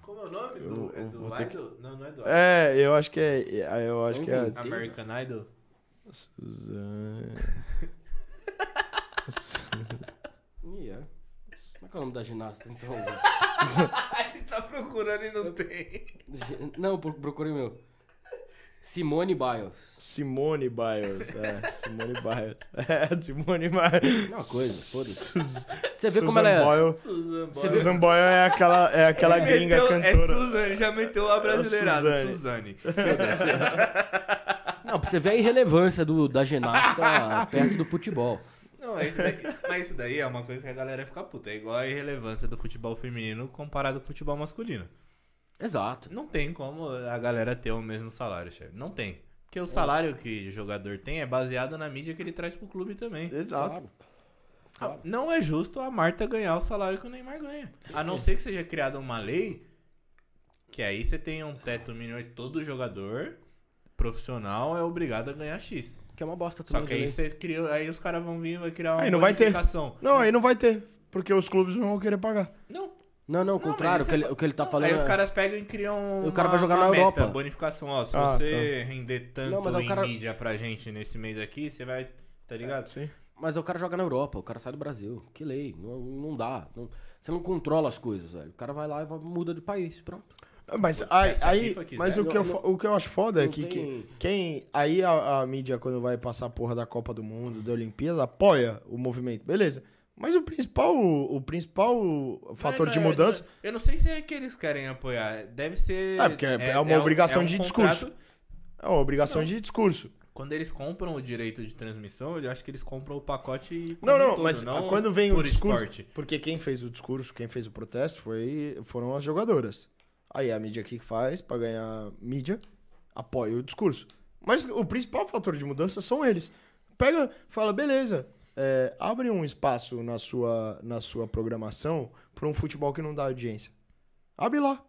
[SPEAKER 2] Como é o nome?
[SPEAKER 1] Eu-
[SPEAKER 2] Do, é
[SPEAKER 1] eu
[SPEAKER 2] do
[SPEAKER 1] vou
[SPEAKER 2] Idol?
[SPEAKER 1] ter
[SPEAKER 2] Não, não é do Idol.
[SPEAKER 1] É, eu acho que é. Eu acho que é.
[SPEAKER 3] Enfim.
[SPEAKER 2] American Idol.
[SPEAKER 1] Suzane.
[SPEAKER 3] Ih, é. Como é que é o nome da ginasta, então?
[SPEAKER 2] Ele tá procurando e não tem.
[SPEAKER 3] Gi- Não, pro- procurei o meu. Simone Biles.
[SPEAKER 1] Simone Biles, é. Simone Biles. É, Simone Biles.
[SPEAKER 3] Não é uma coisa, foda-se.
[SPEAKER 1] Sus-
[SPEAKER 3] Você vê
[SPEAKER 1] Susan
[SPEAKER 3] como ela é- Então,
[SPEAKER 1] Boyle.
[SPEAKER 2] Susan Boyle.
[SPEAKER 1] Susan Boyle é aquela, é aquela gringa
[SPEAKER 2] Meteu- É
[SPEAKER 1] cantora. É
[SPEAKER 2] Suzane, já meteu a brasileirada.
[SPEAKER 1] Suzane.
[SPEAKER 2] Suzane.
[SPEAKER 3] Não, pra você ver a irrelevância do, da ginasta perto do futebol.
[SPEAKER 2] Não, é isso daí, mas isso daí é uma coisa que a galera fica puta. É igual a irrelevância do futebol feminino comparado com o futebol masculino.
[SPEAKER 3] Exato.
[SPEAKER 2] Não tem como a galera ter o mesmo salário, chefe. Não tem. Porque o salário que o jogador tem é baseado na mídia que ele traz pro clube também.
[SPEAKER 1] Exato.
[SPEAKER 3] Claro.
[SPEAKER 2] Ah, Não é justo a Marta ganhar o salário que o Neymar ganha. A não ser que seja criada uma lei que aí você tenha um teto mínimo e todo jogador profissional é obrigado a ganhar X.
[SPEAKER 3] Que é uma bosta tudo
[SPEAKER 2] Só que aí você criou, aí os caras vão vir e vai criar uma
[SPEAKER 1] Aí não vai ter.
[SPEAKER 2] bonificação.
[SPEAKER 1] Não, aí não vai ter, porque os clubes não vão querer pagar.
[SPEAKER 2] Não.
[SPEAKER 3] Não, não,
[SPEAKER 2] Não,
[SPEAKER 3] o contrário.
[SPEAKER 2] mas
[SPEAKER 3] o, que
[SPEAKER 2] isso
[SPEAKER 3] ele,
[SPEAKER 2] é-
[SPEAKER 3] o que ele tá
[SPEAKER 2] não,
[SPEAKER 3] falando
[SPEAKER 2] Aí os
[SPEAKER 3] é-
[SPEAKER 2] caras pegam e criam
[SPEAKER 3] O cara
[SPEAKER 2] uma-
[SPEAKER 3] vai jogar
[SPEAKER 2] uma
[SPEAKER 3] na
[SPEAKER 2] meta,
[SPEAKER 3] Europa.
[SPEAKER 2] bonificação, ó, se
[SPEAKER 1] Ah,
[SPEAKER 2] você render tanto
[SPEAKER 3] Não, mas é o
[SPEAKER 2] em
[SPEAKER 3] cara-
[SPEAKER 2] mídia pra gente nesse mês aqui, você vai,
[SPEAKER 1] É.
[SPEAKER 2] tá ligado?
[SPEAKER 1] Sim.
[SPEAKER 3] Mas o cara joga na Europa, o cara sai do Brasil. Que lei, não, não dá. não- você não controla as coisas, velho. O cara vai lá e vai- muda de país, pronto.
[SPEAKER 1] Mas
[SPEAKER 2] se a
[SPEAKER 1] aí,
[SPEAKER 2] FIFA
[SPEAKER 1] aí
[SPEAKER 2] quiser.
[SPEAKER 1] mas o que, eu,
[SPEAKER 3] né? Não,
[SPEAKER 1] fo- o que eu acho foda é
[SPEAKER 3] não
[SPEAKER 1] que, que-
[SPEAKER 3] tem-
[SPEAKER 1] quem aí a, a mídia quando vai passar a porra da Copa do Mundo, da Olimpíada, apoia o movimento, beleza? Mas o principal, o principal fator
[SPEAKER 3] é,
[SPEAKER 1] de mudança.
[SPEAKER 2] Eu, não sei se é que eles querem apoiar. Deve ser. um-
[SPEAKER 1] É, porque é- é uma obrigação de discurso.
[SPEAKER 2] contrato.
[SPEAKER 1] É uma obrigação de discurso.
[SPEAKER 2] Quando eles compram o direito de transmissão, eu acho que eles compram o pacote. como
[SPEAKER 1] Não,
[SPEAKER 2] um
[SPEAKER 1] não,
[SPEAKER 2] todo,
[SPEAKER 1] mas
[SPEAKER 2] não
[SPEAKER 1] quando vem o
[SPEAKER 2] por
[SPEAKER 1] discurso.
[SPEAKER 2] esporte.
[SPEAKER 1] Porque quem fez o discurso, quem fez o protesto foi, foram as jogadoras. Aí a mídia que faz pra ganhar mídia apoia o discurso. Mas o principal fator de mudança são eles. Pega, fala, beleza, é, abre um espaço na sua, na sua programação pra um futebol que não dá audiência. Abre lá.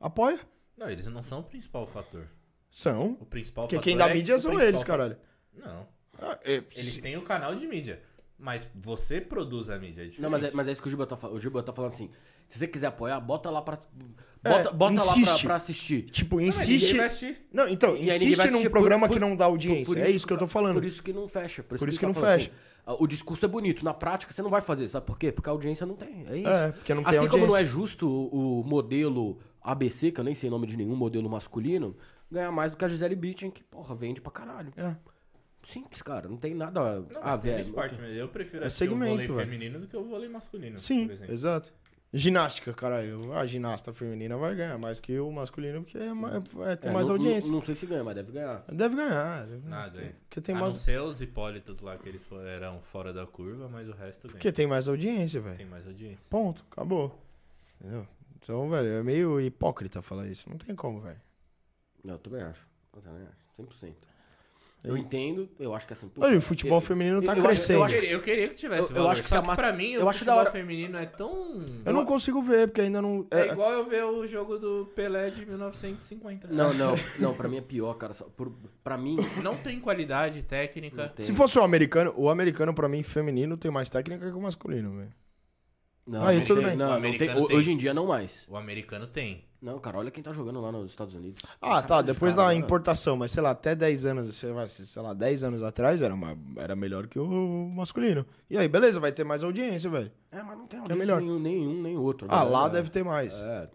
[SPEAKER 1] Apoia.
[SPEAKER 2] Não, eles não são o principal fator.
[SPEAKER 1] São.
[SPEAKER 2] O principal
[SPEAKER 1] Porque
[SPEAKER 2] fator.
[SPEAKER 1] quem dá
[SPEAKER 2] é
[SPEAKER 1] mídia
[SPEAKER 2] o
[SPEAKER 1] são
[SPEAKER 2] principal
[SPEAKER 1] eles,
[SPEAKER 2] fa-
[SPEAKER 1] caralho.
[SPEAKER 2] Não.
[SPEAKER 1] Ah, é,
[SPEAKER 2] Eles
[SPEAKER 1] se-
[SPEAKER 2] têm o canal de mídia. Mas você produz a mídia. É diferente.
[SPEAKER 3] Não, mas é, mas é isso que o Giba tá falando. O Giba tá falando assim. Se você quiser apoiar, bota lá pra. Bota, bota lá pra,
[SPEAKER 1] insiste.
[SPEAKER 3] pra assistir.
[SPEAKER 1] Tipo,
[SPEAKER 2] Não, mas ninguém
[SPEAKER 1] insiste.
[SPEAKER 2] vai assistir.
[SPEAKER 1] Não, então,
[SPEAKER 3] E aí ninguém vai
[SPEAKER 1] insiste num
[SPEAKER 3] assistir por-
[SPEAKER 1] programa
[SPEAKER 3] por-
[SPEAKER 1] que não dá audiência.
[SPEAKER 3] por- por
[SPEAKER 1] é isso que eu tô falando.
[SPEAKER 3] Por isso que não fecha. Por isso,
[SPEAKER 1] Por isso que
[SPEAKER 3] que, ele
[SPEAKER 1] não
[SPEAKER 3] falando
[SPEAKER 1] fecha.
[SPEAKER 3] assim, ah, o discurso é bonito, na prática você não vai fazer. Sabe por quê? Porque a audiência não tem. É isso.
[SPEAKER 1] É, porque não tem
[SPEAKER 3] assim como não
[SPEAKER 1] audiência.
[SPEAKER 3] é justo o o modelo ABC, que eu nem sei o nome de nenhum modelo masculino, ganhar mais do que a Gisele Bündchen, que, porra, vende pra caralho.
[SPEAKER 1] É.
[SPEAKER 3] Simples, cara. Não tem nada
[SPEAKER 2] Não,
[SPEAKER 3] a
[SPEAKER 2] mas tem
[SPEAKER 3] ver.
[SPEAKER 2] esporte, mas eu prefiro
[SPEAKER 1] É
[SPEAKER 2] assistir
[SPEAKER 1] segmento,
[SPEAKER 2] o vôlei
[SPEAKER 1] velho.
[SPEAKER 2] feminino do que o vôlei
[SPEAKER 3] tá,
[SPEAKER 2] masculino.
[SPEAKER 1] Sim,
[SPEAKER 2] por exemplo.
[SPEAKER 1] exato. Ginástica, caralho. A ginasta feminina vai ganhar mais que o masculino, porque é, ma- é- tem
[SPEAKER 3] É,
[SPEAKER 1] mais
[SPEAKER 3] não-
[SPEAKER 1] audiência.
[SPEAKER 3] Não, não sei se ganha, mas deve ganhar.
[SPEAKER 1] Deve ganhar. deve
[SPEAKER 3] Ah,
[SPEAKER 1] ganhar.
[SPEAKER 2] Nada, é.
[SPEAKER 1] Porque tem,
[SPEAKER 2] a
[SPEAKER 1] mais,
[SPEAKER 2] não ser os hipólitos lá que eles fo- eram fora da curva, mas o resto ganha.
[SPEAKER 1] porque tem mais audiência, velho.
[SPEAKER 2] Tem mais audiência.
[SPEAKER 1] Ponto. Acabou. Entendeu? Então, velho, é meio hipócrita falar isso. Não tem como, velho.
[SPEAKER 3] Não, eu também acho. Eu também acho. 100%. Eu entendo, eu acho que assim. pô,
[SPEAKER 1] Olha, É. O futebol
[SPEAKER 3] eu-
[SPEAKER 1] feminino
[SPEAKER 3] eu
[SPEAKER 1] tá
[SPEAKER 3] acho- eu
[SPEAKER 1] crescendo.
[SPEAKER 2] Eu,
[SPEAKER 1] Eu,
[SPEAKER 3] acho-
[SPEAKER 2] queria, eu queria que tivesse
[SPEAKER 3] eu- eu
[SPEAKER 2] valor,
[SPEAKER 3] acho que
[SPEAKER 2] só
[SPEAKER 3] se a ma-
[SPEAKER 2] pra mim
[SPEAKER 3] eu
[SPEAKER 2] o
[SPEAKER 3] acho da
[SPEAKER 2] futebol
[SPEAKER 3] hora-
[SPEAKER 2] feminino é tão...
[SPEAKER 1] não consigo ver, porque ainda não.
[SPEAKER 2] É
[SPEAKER 1] é-
[SPEAKER 2] igual eu ver o jogo do Pelé de 1950.
[SPEAKER 3] Não, não, não, pra mim é pior, cara. Só, por, pra mim,
[SPEAKER 2] Não tem qualidade
[SPEAKER 3] não
[SPEAKER 2] técnica.
[SPEAKER 3] tem.
[SPEAKER 1] se fosse o americano, o americano, pra mim, feminino, tem mais técnica que o masculino, velho.
[SPEAKER 3] Não,
[SPEAKER 1] Aí,
[SPEAKER 3] não
[SPEAKER 1] tudo
[SPEAKER 3] tem,
[SPEAKER 1] bem.
[SPEAKER 3] Não,
[SPEAKER 2] O
[SPEAKER 3] não
[SPEAKER 2] americano
[SPEAKER 3] tem- ho-
[SPEAKER 2] tem.
[SPEAKER 3] Hoje em dia não mais.
[SPEAKER 2] O americano tem.
[SPEAKER 3] Não, cara, olha quem tá jogando lá nos Estados Unidos.
[SPEAKER 1] Ah, tá, depois da
[SPEAKER 3] importância.
[SPEAKER 1] importação, mas sei lá, até 10 anos, sei lá, sei lá 10 anos atrás era, ma- era melhor que o masculino. E aí, beleza, vai ter mais audiência, velho.
[SPEAKER 3] É, mas não tem
[SPEAKER 1] é
[SPEAKER 3] audiência
[SPEAKER 1] melhor.
[SPEAKER 3] nenhum, nenhum, nem outro.
[SPEAKER 1] Ah, lá
[SPEAKER 3] É,
[SPEAKER 1] deve ter mais.
[SPEAKER 3] É.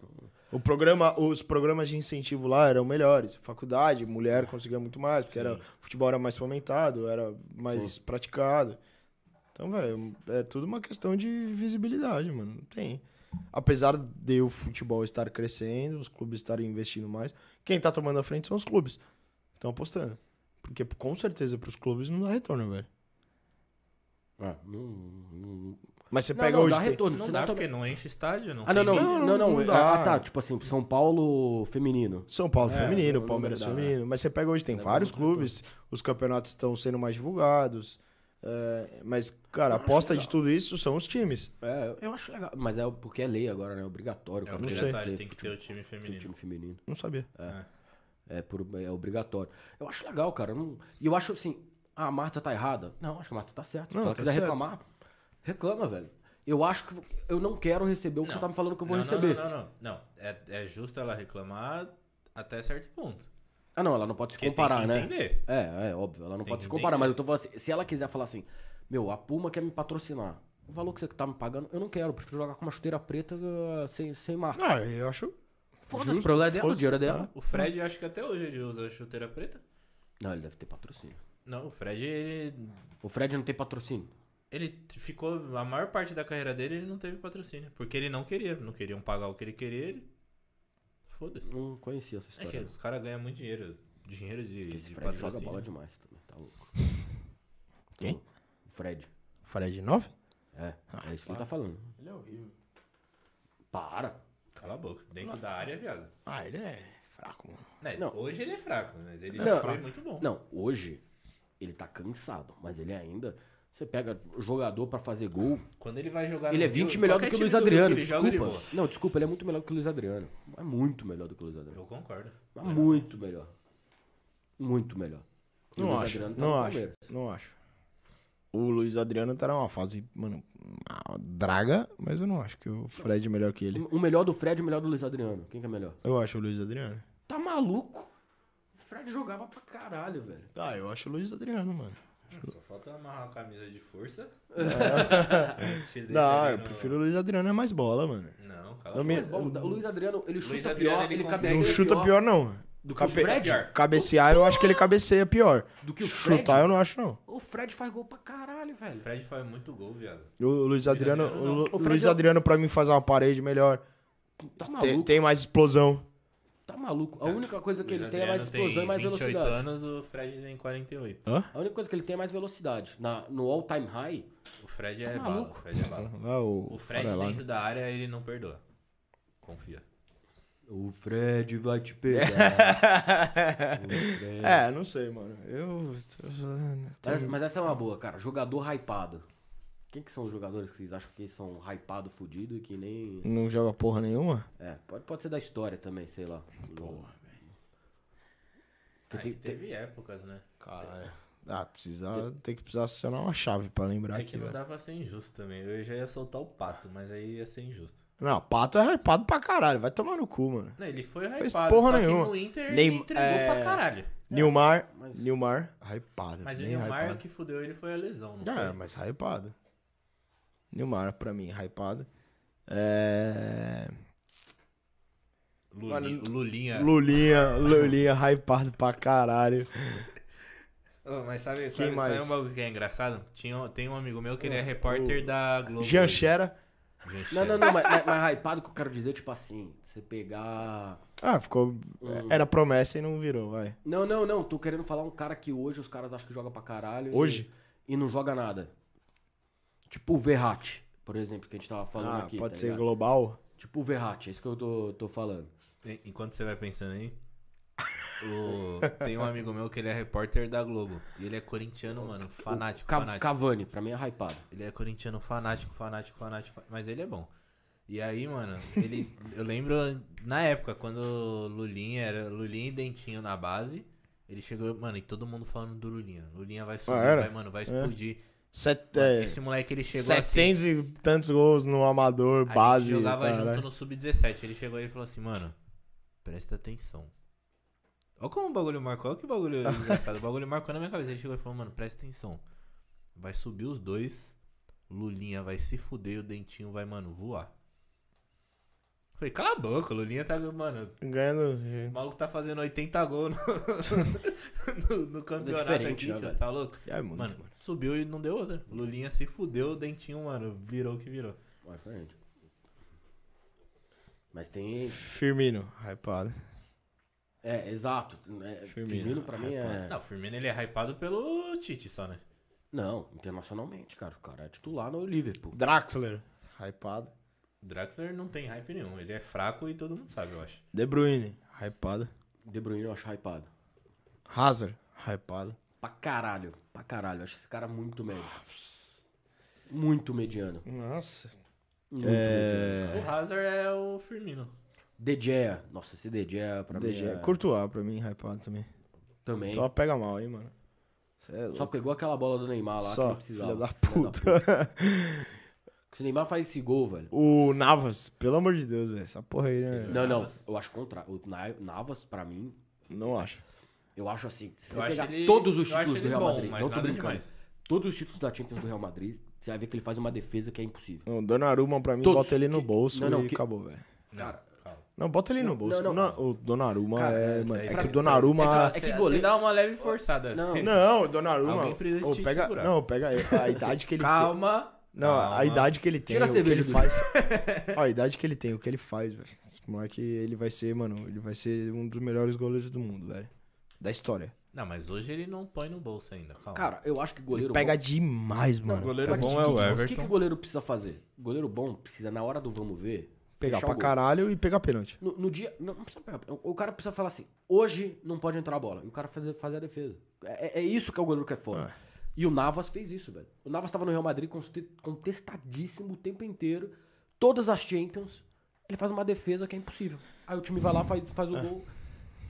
[SPEAKER 1] O programa, os programas de incentivo lá eram melhores. Faculdade, mulher conseguia muito mais, porque era, futebol era mais fomentado, era mais praticado. Então, velho, é tudo uma questão de visibilidade, mano. Não tem. Apesar de o futebol estar crescendo, os clubes estarem investindo mais, quem tá tomando a frente são os clubes. Estão apostando. Porque com certeza pros clubes não dá retorno, velho.
[SPEAKER 3] Ah, não, não, não.
[SPEAKER 1] Mas você
[SPEAKER 3] Não,
[SPEAKER 1] pega
[SPEAKER 3] não,
[SPEAKER 1] hoje.
[SPEAKER 3] dá
[SPEAKER 1] tem-
[SPEAKER 3] retorno.
[SPEAKER 2] Não
[SPEAKER 3] você
[SPEAKER 2] dá
[SPEAKER 3] não tá-
[SPEAKER 2] porque não enche estádio, não
[SPEAKER 3] Ah, não,
[SPEAKER 2] tem
[SPEAKER 3] não,
[SPEAKER 2] nem-
[SPEAKER 1] Não,
[SPEAKER 3] não,
[SPEAKER 1] não
[SPEAKER 3] não. é-
[SPEAKER 1] dá.
[SPEAKER 3] Ah, tá, tipo assim, São Paulo feminino.
[SPEAKER 1] São Paulo
[SPEAKER 3] É,
[SPEAKER 1] feminino,
[SPEAKER 3] não
[SPEAKER 1] Palmeiras
[SPEAKER 3] dá, né?
[SPEAKER 1] feminino. Mas você pega hoje, tem
[SPEAKER 3] Não dá
[SPEAKER 1] vários
[SPEAKER 3] muito retorno.
[SPEAKER 1] clubes, os campeonatos estão sendo mais divulgados. é, mas, cara, a aposta de tudo isso são os times.
[SPEAKER 3] É, eu acho legal. Mas é porque é lei agora, né? É obrigatório.
[SPEAKER 2] É
[SPEAKER 3] cara,
[SPEAKER 2] obrigatório,
[SPEAKER 3] ter
[SPEAKER 2] tem que ter
[SPEAKER 3] futebol-
[SPEAKER 2] o time
[SPEAKER 3] tem
[SPEAKER 2] feminino.
[SPEAKER 3] time feminino.
[SPEAKER 1] Não sabia.
[SPEAKER 3] É, por, é obrigatório. Eu acho legal, cara. eu não- E eu acho assim, ah, a Marta tá errada. Não, acho que a Marta tá certa.
[SPEAKER 1] Não,
[SPEAKER 3] Se ela
[SPEAKER 1] tá
[SPEAKER 3] quiser
[SPEAKER 1] certo.
[SPEAKER 3] reclamar, reclama, velho. Eu acho que eu não quero receber o que
[SPEAKER 2] Não.
[SPEAKER 3] você tá me falando que eu vou
[SPEAKER 2] não,
[SPEAKER 3] receber.
[SPEAKER 2] Não, não, não. não. Não, É, é justo ela reclamar até certo ponto.
[SPEAKER 3] Ah, não, ela não pode se
[SPEAKER 2] Porque
[SPEAKER 3] comparar,
[SPEAKER 2] tem que
[SPEAKER 3] né?
[SPEAKER 2] entender.
[SPEAKER 3] É, é óbvio, ela não
[SPEAKER 2] Tem
[SPEAKER 3] pode
[SPEAKER 2] que
[SPEAKER 3] se comparar,
[SPEAKER 2] entender.
[SPEAKER 3] mas eu tô falando assim, se ela quiser falar assim, meu, a Puma quer me patrocinar, o valor que você tá me pagando, eu não quero, eu prefiro jogar com uma chuteira preta ah, sem, sem marca.
[SPEAKER 1] Ah, eu acho.
[SPEAKER 3] Foda-se, o problema é dela, o dinheiro é dela.
[SPEAKER 2] O Fred, eu acho que até hoje ele usa chuteira preta.
[SPEAKER 3] Não, ele deve ter patrocínio.
[SPEAKER 2] Não, o Fred, ele,
[SPEAKER 3] O Fred não tem patrocínio.
[SPEAKER 2] ele ficou. A maior parte da carreira dele, ele não teve patrocínio. Porque ele não queria. Não queriam pagar o que ele queria. Ele... Foda-se.
[SPEAKER 3] Não conhecia essa
[SPEAKER 2] É que
[SPEAKER 3] história.
[SPEAKER 2] os caras ganham muito dinheiro. Dinheiro de,
[SPEAKER 3] Esse
[SPEAKER 2] de
[SPEAKER 3] Fred joga
[SPEAKER 2] patrocínio.
[SPEAKER 3] bola demais também, tá louco.
[SPEAKER 1] Quem?
[SPEAKER 3] O Fred.
[SPEAKER 1] Fred 9?
[SPEAKER 3] É,
[SPEAKER 1] Ah,
[SPEAKER 3] é isso que ele tá falando.
[SPEAKER 1] Ele é horrível.
[SPEAKER 3] Para.
[SPEAKER 2] Cala a boca. Dentro da área, viado.
[SPEAKER 1] Ah, ele é fraco, mano.
[SPEAKER 2] Né,
[SPEAKER 3] Não.
[SPEAKER 2] Hoje ele é fraco, mas ele
[SPEAKER 3] Não.
[SPEAKER 2] já foi muito bom.
[SPEAKER 3] Não, hoje ele tá cansado, mas ele ainda... Você pega jogador pra fazer gol,
[SPEAKER 2] Quando ele vai jogar
[SPEAKER 3] Ele é
[SPEAKER 2] no Rio,
[SPEAKER 3] 20 melhor do
[SPEAKER 2] qualquer
[SPEAKER 3] que o
[SPEAKER 2] time
[SPEAKER 3] Luiz
[SPEAKER 2] do Rio que
[SPEAKER 3] Adriano,
[SPEAKER 2] ele joga, ele
[SPEAKER 3] desculpa. Não, desculpa, ele é muito melhor do que o Luiz Adriano. É muito melhor do que o Luiz
[SPEAKER 2] voa.
[SPEAKER 3] Adriano.
[SPEAKER 2] Eu concordo.
[SPEAKER 3] Mas muito melhor. Muito melhor. E o
[SPEAKER 1] Não
[SPEAKER 3] Luiz
[SPEAKER 1] acho.
[SPEAKER 3] Adriano tá no
[SPEAKER 1] não acho.
[SPEAKER 3] Palmeiras.
[SPEAKER 1] Não acho. O Luiz Adriano tá numa fase, mano, uma draga, mas eu não acho que o Fred é melhor que ele.
[SPEAKER 3] O melhor do Fred e o melhor do Luiz Adriano. Quem que é melhor?
[SPEAKER 1] Eu acho o Luiz Adriano.
[SPEAKER 3] Tá maluco? O Fred jogava pra caralho, velho.
[SPEAKER 1] Ah, eu acho o Luiz Adriano, mano.
[SPEAKER 2] Só falta amarrar a camisa de força.
[SPEAKER 3] É.
[SPEAKER 2] Te
[SPEAKER 1] Não,
[SPEAKER 2] deixa
[SPEAKER 1] eu
[SPEAKER 2] ali no-
[SPEAKER 1] prefiro o Luiz Adriano, é mais bola, mano.
[SPEAKER 2] Não, cala
[SPEAKER 1] Eu
[SPEAKER 2] a
[SPEAKER 1] me-
[SPEAKER 2] boca.
[SPEAKER 3] Bom, o Luiz Adriano, ele chuta
[SPEAKER 2] Adriano,
[SPEAKER 3] pior,
[SPEAKER 2] ele
[SPEAKER 3] ele é
[SPEAKER 2] consegue-
[SPEAKER 3] cabeceia
[SPEAKER 1] Não chuta pior, não.
[SPEAKER 3] Do que o
[SPEAKER 1] Cabe...
[SPEAKER 3] Fred?
[SPEAKER 1] Cabecear, eu acho que ele cabeceia pior.
[SPEAKER 3] Do que o Fred?
[SPEAKER 1] Chutar, eu não acho, não.
[SPEAKER 3] O Fred faz gol pra caralho, velho.
[SPEAKER 2] O Fred faz muito gol, viado.
[SPEAKER 1] O Luiz Adriano,
[SPEAKER 2] Adriano,
[SPEAKER 1] o
[SPEAKER 2] não.
[SPEAKER 1] Lu-
[SPEAKER 3] O Fred
[SPEAKER 1] Luiz
[SPEAKER 3] é o-
[SPEAKER 1] Adriano pra mim faz uma parede melhor.
[SPEAKER 3] Tá
[SPEAKER 1] Tem,
[SPEAKER 3] maluco,
[SPEAKER 1] tem mais explosão.
[SPEAKER 3] tá maluco. A única coisa que ele
[SPEAKER 2] O
[SPEAKER 3] tem é mais
[SPEAKER 2] Adriano
[SPEAKER 3] explosão e mais
[SPEAKER 2] 28
[SPEAKER 3] velocidade.
[SPEAKER 2] anos, o Fred tem 48.
[SPEAKER 3] A única coisa que ele tem é mais velocidade. Na, no all-time high,
[SPEAKER 2] O Fred é bala,
[SPEAKER 3] Tá maluco?
[SPEAKER 2] o Fred é bala.
[SPEAKER 1] Ah, o,
[SPEAKER 2] O Fred
[SPEAKER 1] Farelá, né?
[SPEAKER 2] dentro da área, ele não perdoa. Confia.
[SPEAKER 3] o Fred vai te pegar.
[SPEAKER 1] É, não sei, mano. Eu. eu-
[SPEAKER 3] mas, mas essa é uma boa, cara. Jogador hypado. Quem que são os jogadores que vocês acham que são hypado, fudido e que nem...
[SPEAKER 1] Não joga porra nenhuma?
[SPEAKER 3] É, pode, pode ser da história também, sei lá. Porra,
[SPEAKER 2] Ah, que
[SPEAKER 3] tem-
[SPEAKER 2] teve épocas, né? Caralho.
[SPEAKER 1] Ah, precisar. Tem que precisar acionar uma chave pra lembrar
[SPEAKER 2] É
[SPEAKER 1] aqui,
[SPEAKER 2] que não
[SPEAKER 1] velho.
[SPEAKER 2] dá pra ser injusto também. Eu já ia soltar o pato, mas aí ia ser injusto.
[SPEAKER 1] Não, pato é hypado pra caralho. Vai tomar no cu, mano.
[SPEAKER 2] Não, ele foi
[SPEAKER 1] Fez
[SPEAKER 2] hypado,
[SPEAKER 1] porra
[SPEAKER 2] só
[SPEAKER 1] nenhuma.
[SPEAKER 2] que no Inter
[SPEAKER 1] Nem-
[SPEAKER 2] ele entregou
[SPEAKER 1] é.
[SPEAKER 2] pra caralho.
[SPEAKER 1] Nilmar.
[SPEAKER 3] mas-
[SPEAKER 1] Nilmar. Hypado.
[SPEAKER 2] Mas o é
[SPEAKER 1] bem
[SPEAKER 2] Neymar, o
[SPEAKER 1] hypado.
[SPEAKER 2] que fudeu ele foi a lesão, não
[SPEAKER 1] Ah,
[SPEAKER 2] foi?
[SPEAKER 1] mas hypado. Nilmar, pra mim, hypado. É.
[SPEAKER 2] Luli- Lulinha.
[SPEAKER 1] Lulinha, Lulinha, hypado pra caralho.
[SPEAKER 2] Ô, mas sabe, sabe, sabe
[SPEAKER 1] mais?
[SPEAKER 2] um bagulho que é engraçado? Tinha, um- tem um amigo meu que ele é repórter da Globo.
[SPEAKER 1] Janchera.
[SPEAKER 2] Jean Cher.
[SPEAKER 3] Não, não, não, mas, mas, mas hypado que eu quero dizer, tipo assim, você pegar...
[SPEAKER 1] Ah, ficou. Era promessa e não virou, vai.
[SPEAKER 3] Não, não, não, tô querendo falar um cara que hoje os caras acham que joga pra caralho. e-
[SPEAKER 1] Hoje?
[SPEAKER 3] E, não joga nada. Tipo o Verratti, por exemplo, que a gente tava falando
[SPEAKER 1] Ah,
[SPEAKER 3] aqui.
[SPEAKER 1] pode
[SPEAKER 3] tá
[SPEAKER 1] ser
[SPEAKER 3] ligado?
[SPEAKER 1] global.
[SPEAKER 3] Tipo o Verratti, é isso que eu tô, tô falando.
[SPEAKER 2] En- Enquanto você vai pensando aí, o- tem um amigo meu que ele é repórter da Globo. E ele é corintiano, mano,
[SPEAKER 1] Tipo
[SPEAKER 2] fanático,
[SPEAKER 3] Cav-
[SPEAKER 2] fanático.
[SPEAKER 3] Cavani, pra mim é hypado.
[SPEAKER 2] Ele é corintiano fanático, fanático, fanático, mas ele é bom. E aí, mano, ele. eu lembro na época, quando o Lulinha era Lulinha e Dentinho na base, ele chegou, mano, e todo mundo falando do Lulinha. Lulinha vai subir,
[SPEAKER 1] Ah, era?
[SPEAKER 2] vai, mano, vai explodir.
[SPEAKER 1] Sete,
[SPEAKER 2] Mano,
[SPEAKER 1] é,
[SPEAKER 2] Esse moleque ele chegou assim.
[SPEAKER 1] 700 e tantos gols no amador,
[SPEAKER 2] A
[SPEAKER 1] base.
[SPEAKER 2] gente jogava
[SPEAKER 1] caralho.
[SPEAKER 2] junto no Sub-17. Ele chegou aí e falou assim, mano, presta atenção. Olha como o bagulho marcou, olha que bagulho engraçado. O bagulho marcou na minha cabeça. Ele chegou e falou, mano, presta atenção. Vai subir os dois, Lulinha vai se fuder e o Dentinho vai, mano, voar. Eu Falei, cala a boca, o Lulinha tá, mano, o
[SPEAKER 1] Ganhando.
[SPEAKER 2] maluco tá fazendo 80 gols no, no, no campeonato
[SPEAKER 3] diferente,
[SPEAKER 2] aqui,
[SPEAKER 3] né,
[SPEAKER 2] tio,
[SPEAKER 3] velho?
[SPEAKER 2] tá louco?
[SPEAKER 1] É muito.
[SPEAKER 2] Mano, subiu e não deu outra. Lulinha se fudeu, o Dentinho, mano, virou o que virou.
[SPEAKER 3] Vai frente. Mas tem.
[SPEAKER 1] Firmino, hypado.
[SPEAKER 3] É, exato. É,
[SPEAKER 1] Firmino,
[SPEAKER 3] Firmino pra mim é.
[SPEAKER 2] Não, o Firmino ele é hypado pelo Tite só, né?
[SPEAKER 3] Não, internacionalmente, cara. O cara é titular no Liverpool.
[SPEAKER 1] Draxler, hypado.
[SPEAKER 2] Draxler não tem hype nenhum. Ele é fraco e todo mundo sabe, eu acho.
[SPEAKER 1] De Bruyne, hypado.
[SPEAKER 3] De Bruyne eu acho hypado.
[SPEAKER 1] Hazard, hypado.
[SPEAKER 3] Pra caralho. Pra caralho. Eu acho esse cara muito médio. Muito mediano.
[SPEAKER 1] Nossa.
[SPEAKER 3] Muito mediano.
[SPEAKER 2] O Hazard é o Firmino.
[SPEAKER 3] De Gea. Nossa, esse De Gea pra mim
[SPEAKER 1] DG.
[SPEAKER 3] é...
[SPEAKER 1] Courtois pra mim, hypado também.
[SPEAKER 3] Também.
[SPEAKER 1] Só pega mal, hein, mano. Cê é
[SPEAKER 3] Só pegou aquela bola do Neymar lá que
[SPEAKER 1] Só,
[SPEAKER 3] não precisava.
[SPEAKER 1] filha da
[SPEAKER 3] Filha
[SPEAKER 1] puta.
[SPEAKER 3] Se o Neymar faz esse gol, velho...
[SPEAKER 1] o Navas, pelo amor de Deus, velho. Essa porra aí, né?
[SPEAKER 3] Não, não.
[SPEAKER 2] Navas.
[SPEAKER 3] Eu acho contra... O Na- Navas, pra mim,
[SPEAKER 1] Não acho.
[SPEAKER 3] eu acho assim... Se
[SPEAKER 2] Eu
[SPEAKER 3] você
[SPEAKER 2] acho
[SPEAKER 3] pegar
[SPEAKER 2] ele-
[SPEAKER 3] todos os
[SPEAKER 2] eu acho
[SPEAKER 3] títulos do
[SPEAKER 2] ele
[SPEAKER 3] Real
[SPEAKER 2] bom,
[SPEAKER 3] Madrid...
[SPEAKER 2] mas
[SPEAKER 3] Não tô
[SPEAKER 2] nada
[SPEAKER 3] brincando.
[SPEAKER 2] demais.
[SPEAKER 3] Todos os títulos da Champions do Real Madrid, você vai ver que ele faz uma defesa que é impossível.
[SPEAKER 1] Não, Donnarumma pra mim,
[SPEAKER 3] Todos.
[SPEAKER 1] bota ele no
[SPEAKER 3] Que-
[SPEAKER 1] bolso
[SPEAKER 3] não, não,
[SPEAKER 1] e
[SPEAKER 3] que-
[SPEAKER 1] acabou, velho.
[SPEAKER 2] Cara, calma.
[SPEAKER 1] Não, bota ele no bolso.
[SPEAKER 3] não, não.
[SPEAKER 1] Na- o Donnarumma
[SPEAKER 3] Cara,
[SPEAKER 1] é,
[SPEAKER 2] Isso
[SPEAKER 1] mano.
[SPEAKER 2] aí,
[SPEAKER 1] É
[SPEAKER 2] cê-
[SPEAKER 1] que o Donnarumma.
[SPEAKER 2] cê-
[SPEAKER 3] É que
[SPEAKER 2] cê
[SPEAKER 3] goleiro-
[SPEAKER 2] dá uma leve forçada. assim.
[SPEAKER 3] Não.
[SPEAKER 1] Não, o Donnarumma.
[SPEAKER 2] Alguém precisa
[SPEAKER 1] ô,
[SPEAKER 2] te
[SPEAKER 1] pega,
[SPEAKER 2] segurar.
[SPEAKER 1] não, pega a, a idade que ele tem.
[SPEAKER 2] Calma.
[SPEAKER 1] Não, a
[SPEAKER 2] calma.
[SPEAKER 1] idade que ele tem,
[SPEAKER 3] Tira
[SPEAKER 1] o
[SPEAKER 3] a
[SPEAKER 1] que
[SPEAKER 3] cerveja
[SPEAKER 1] ele
[SPEAKER 3] do-
[SPEAKER 1] faz. Ó, a idade que ele tem, o que ele faz, velho. Esse moleque, ele vai ser, mano, ele vai ser um dos melhores goleiros do mundo, velho. Da história.
[SPEAKER 2] Não, mas hoje ele não põe no bolso ainda. Calma.
[SPEAKER 3] Cara, eu acho que goleiro...
[SPEAKER 1] Pega demais, mano.
[SPEAKER 2] goleiro
[SPEAKER 1] Pega
[SPEAKER 2] bom
[SPEAKER 1] de-
[SPEAKER 2] é o
[SPEAKER 1] de-
[SPEAKER 3] Mas o que, que o
[SPEAKER 2] Everton.
[SPEAKER 3] goleiro precisa fazer? O goleiro bom precisa, na hora do vamos ver,
[SPEAKER 1] Pegar
[SPEAKER 3] fechar o
[SPEAKER 1] pra
[SPEAKER 3] gol.
[SPEAKER 1] caralho e pegar pênalti.
[SPEAKER 3] No, no dia. Não, não precisa pegar. O o cara precisa falar assim: hoje não pode entrar a bola. E o cara fazer, fazer a defesa. É, é isso que é o goleiro que é foda.
[SPEAKER 1] Ah.
[SPEAKER 3] E o Navas fez isso, velho. O Navas tava no Real Madrid conte- contestadíssimo o tempo inteiro. Todas as Champions. Ele faz uma defesa que é impossível. Aí o time vai lá, faz, faz o gol.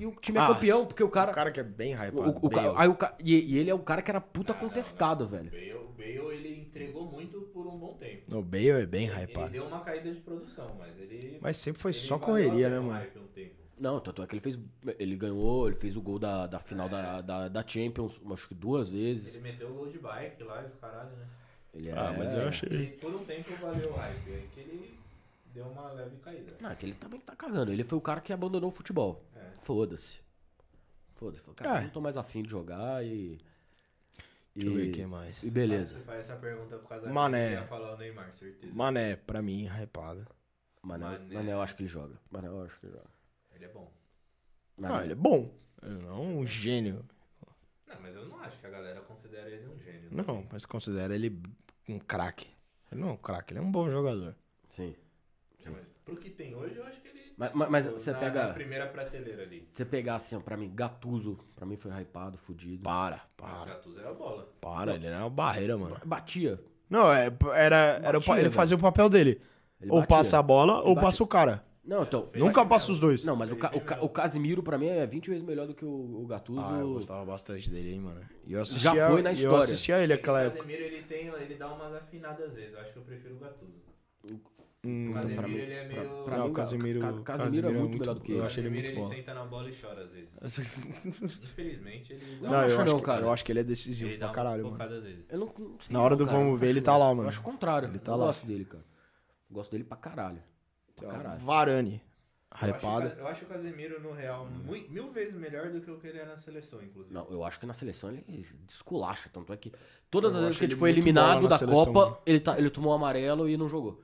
[SPEAKER 3] E o time é
[SPEAKER 1] Ah,
[SPEAKER 3] campeão, porque o cara.
[SPEAKER 1] O cara que é bem hypado.
[SPEAKER 3] o- o- o
[SPEAKER 1] Bale.
[SPEAKER 3] ca- aí o ca- e, e ele é o cara que era puta contestado, velho.
[SPEAKER 2] O Bale, ele entregou muito por um bom tempo.
[SPEAKER 1] No Bale é bem hypado.
[SPEAKER 2] deu uma caída de produção, mas ele...
[SPEAKER 1] Mas sempre foi só correria, né, mano?
[SPEAKER 2] um
[SPEAKER 3] Não, tanto é que ele fez. Ele ganhou, ele fez o gol da, da final da, da, da Champions, acho que duas vezes.
[SPEAKER 2] meteu o gol de bike lá e os caralho, né?
[SPEAKER 3] Ele é...
[SPEAKER 1] Ah, mas eu achei.
[SPEAKER 2] E por um tempo valeu o hype, aí que ele deu uma leve caída.
[SPEAKER 3] Não, é que ele também tá cagando. Ele foi o cara que abandonou o futebol. Foda-se. Foda-se. Falou, Cara,
[SPEAKER 1] É.
[SPEAKER 3] não tô mais afim de jogar e.
[SPEAKER 1] Deixa eu ver quem mais.
[SPEAKER 3] E beleza.
[SPEAKER 2] Você faz essa pergunta por causa
[SPEAKER 1] Mané.
[SPEAKER 2] que eu ia falar o Neymar, certeza.
[SPEAKER 1] Mané, é, pra mim, hypado. Ah,
[SPEAKER 3] Mané,
[SPEAKER 2] Mané.
[SPEAKER 3] Mané, eu acho que ele joga. Mané, eu acho que ele joga.
[SPEAKER 2] Ele é bom.
[SPEAKER 3] Mané,
[SPEAKER 1] Ah, ele é bom. Ele não é um gênio.
[SPEAKER 2] Não, mas eu não acho que a galera considera ele um gênio.
[SPEAKER 1] Não, mas considera ele um craque. Ele não é um craque, ele é um bom jogador.
[SPEAKER 3] Sim.
[SPEAKER 2] Mas né? pro que tem hoje, eu acho que ele.
[SPEAKER 3] Mas- mas- mas
[SPEAKER 2] Tipo,
[SPEAKER 3] você
[SPEAKER 2] na-
[SPEAKER 3] pega-
[SPEAKER 2] Na primeira prateleira ali.
[SPEAKER 3] Você pegar assim, ó, pra mim, Gatuso, pra mim foi hypado, fudido.
[SPEAKER 1] Para,
[SPEAKER 2] Mas o
[SPEAKER 1] para,
[SPEAKER 2] Gattuso era bola.
[SPEAKER 1] para. Ele
[SPEAKER 3] é
[SPEAKER 1] era uma barreira, mano.
[SPEAKER 3] Batia.
[SPEAKER 1] Não, é, era, era o pa-
[SPEAKER 3] Batia,
[SPEAKER 1] ele
[SPEAKER 3] velho.
[SPEAKER 1] fazia o papel dele.
[SPEAKER 3] Ele
[SPEAKER 1] ou
[SPEAKER 3] batia.
[SPEAKER 1] passa a bola, ou
[SPEAKER 3] batia.
[SPEAKER 1] passa o cara.
[SPEAKER 3] Não, então.
[SPEAKER 1] Nunca passa os dois.
[SPEAKER 3] Não, mas o, Ca- o, Ca- o Casimiro, pra mim, é 20 vezes melhor do que o, o Gattuso.
[SPEAKER 1] Ah, eu gostava bastante dele, hein, mano. E eu assistia,
[SPEAKER 3] Já foi na
[SPEAKER 1] Eu
[SPEAKER 3] história.
[SPEAKER 1] assistia ele é aquela
[SPEAKER 2] O
[SPEAKER 1] época.
[SPEAKER 2] Casemiro, ele, tem, ele dá umas afinadas às vezes. Eu acho que eu prefiro o Gattuso.
[SPEAKER 1] Hum,
[SPEAKER 2] O Casemiro,
[SPEAKER 3] mim-
[SPEAKER 2] ele é meio...
[SPEAKER 3] pra
[SPEAKER 1] não,
[SPEAKER 3] mim,
[SPEAKER 1] o
[SPEAKER 3] o Ca-
[SPEAKER 1] Casemiro,
[SPEAKER 3] Ca- Casemiro é muito melhor do que ele.
[SPEAKER 1] Eu achei ele muito
[SPEAKER 2] Casemiro,
[SPEAKER 1] bom.
[SPEAKER 2] ele é senta na bola e chora às vezes. Infelizmente, ele dá
[SPEAKER 1] Não,
[SPEAKER 3] não
[SPEAKER 2] uma
[SPEAKER 3] acho
[SPEAKER 1] eu, acho
[SPEAKER 3] não,
[SPEAKER 1] que,
[SPEAKER 3] cara.
[SPEAKER 1] eu acho que ele é
[SPEAKER 2] ele
[SPEAKER 1] decisivo
[SPEAKER 2] dá um
[SPEAKER 1] pra
[SPEAKER 2] uma
[SPEAKER 1] caralho, mano.
[SPEAKER 2] pipocada às vezes.
[SPEAKER 3] Eu não, não sei
[SPEAKER 1] Na
[SPEAKER 3] não,
[SPEAKER 1] hora do
[SPEAKER 3] cara.
[SPEAKER 1] vamos
[SPEAKER 3] Eu
[SPEAKER 1] ver, ele
[SPEAKER 3] acho-
[SPEAKER 1] tá lá, mano.
[SPEAKER 3] Eu acho o contrário.
[SPEAKER 1] Ele tá
[SPEAKER 3] eu
[SPEAKER 1] lá.
[SPEAKER 3] gosto dele, cara. Eu gosto dele pra caralho. Pra caralho.
[SPEAKER 1] Varane.
[SPEAKER 2] Eu acho, o
[SPEAKER 1] Hypado.
[SPEAKER 2] Ca- eu acho o Casemiro, no Real, mui- mil vezes melhor do que o que ele é na seleção, inclusive.
[SPEAKER 3] Não, eu acho que na seleção ele desculacha. Tanto é que todas
[SPEAKER 1] Eu
[SPEAKER 3] as vezes
[SPEAKER 1] acho
[SPEAKER 3] que ele
[SPEAKER 1] ele
[SPEAKER 3] foi
[SPEAKER 1] muito
[SPEAKER 3] eliminado
[SPEAKER 1] bola na
[SPEAKER 3] da
[SPEAKER 1] seleção,
[SPEAKER 3] Copa,
[SPEAKER 1] mano.
[SPEAKER 3] ele, tá, ele tomou amarelo e não jogou.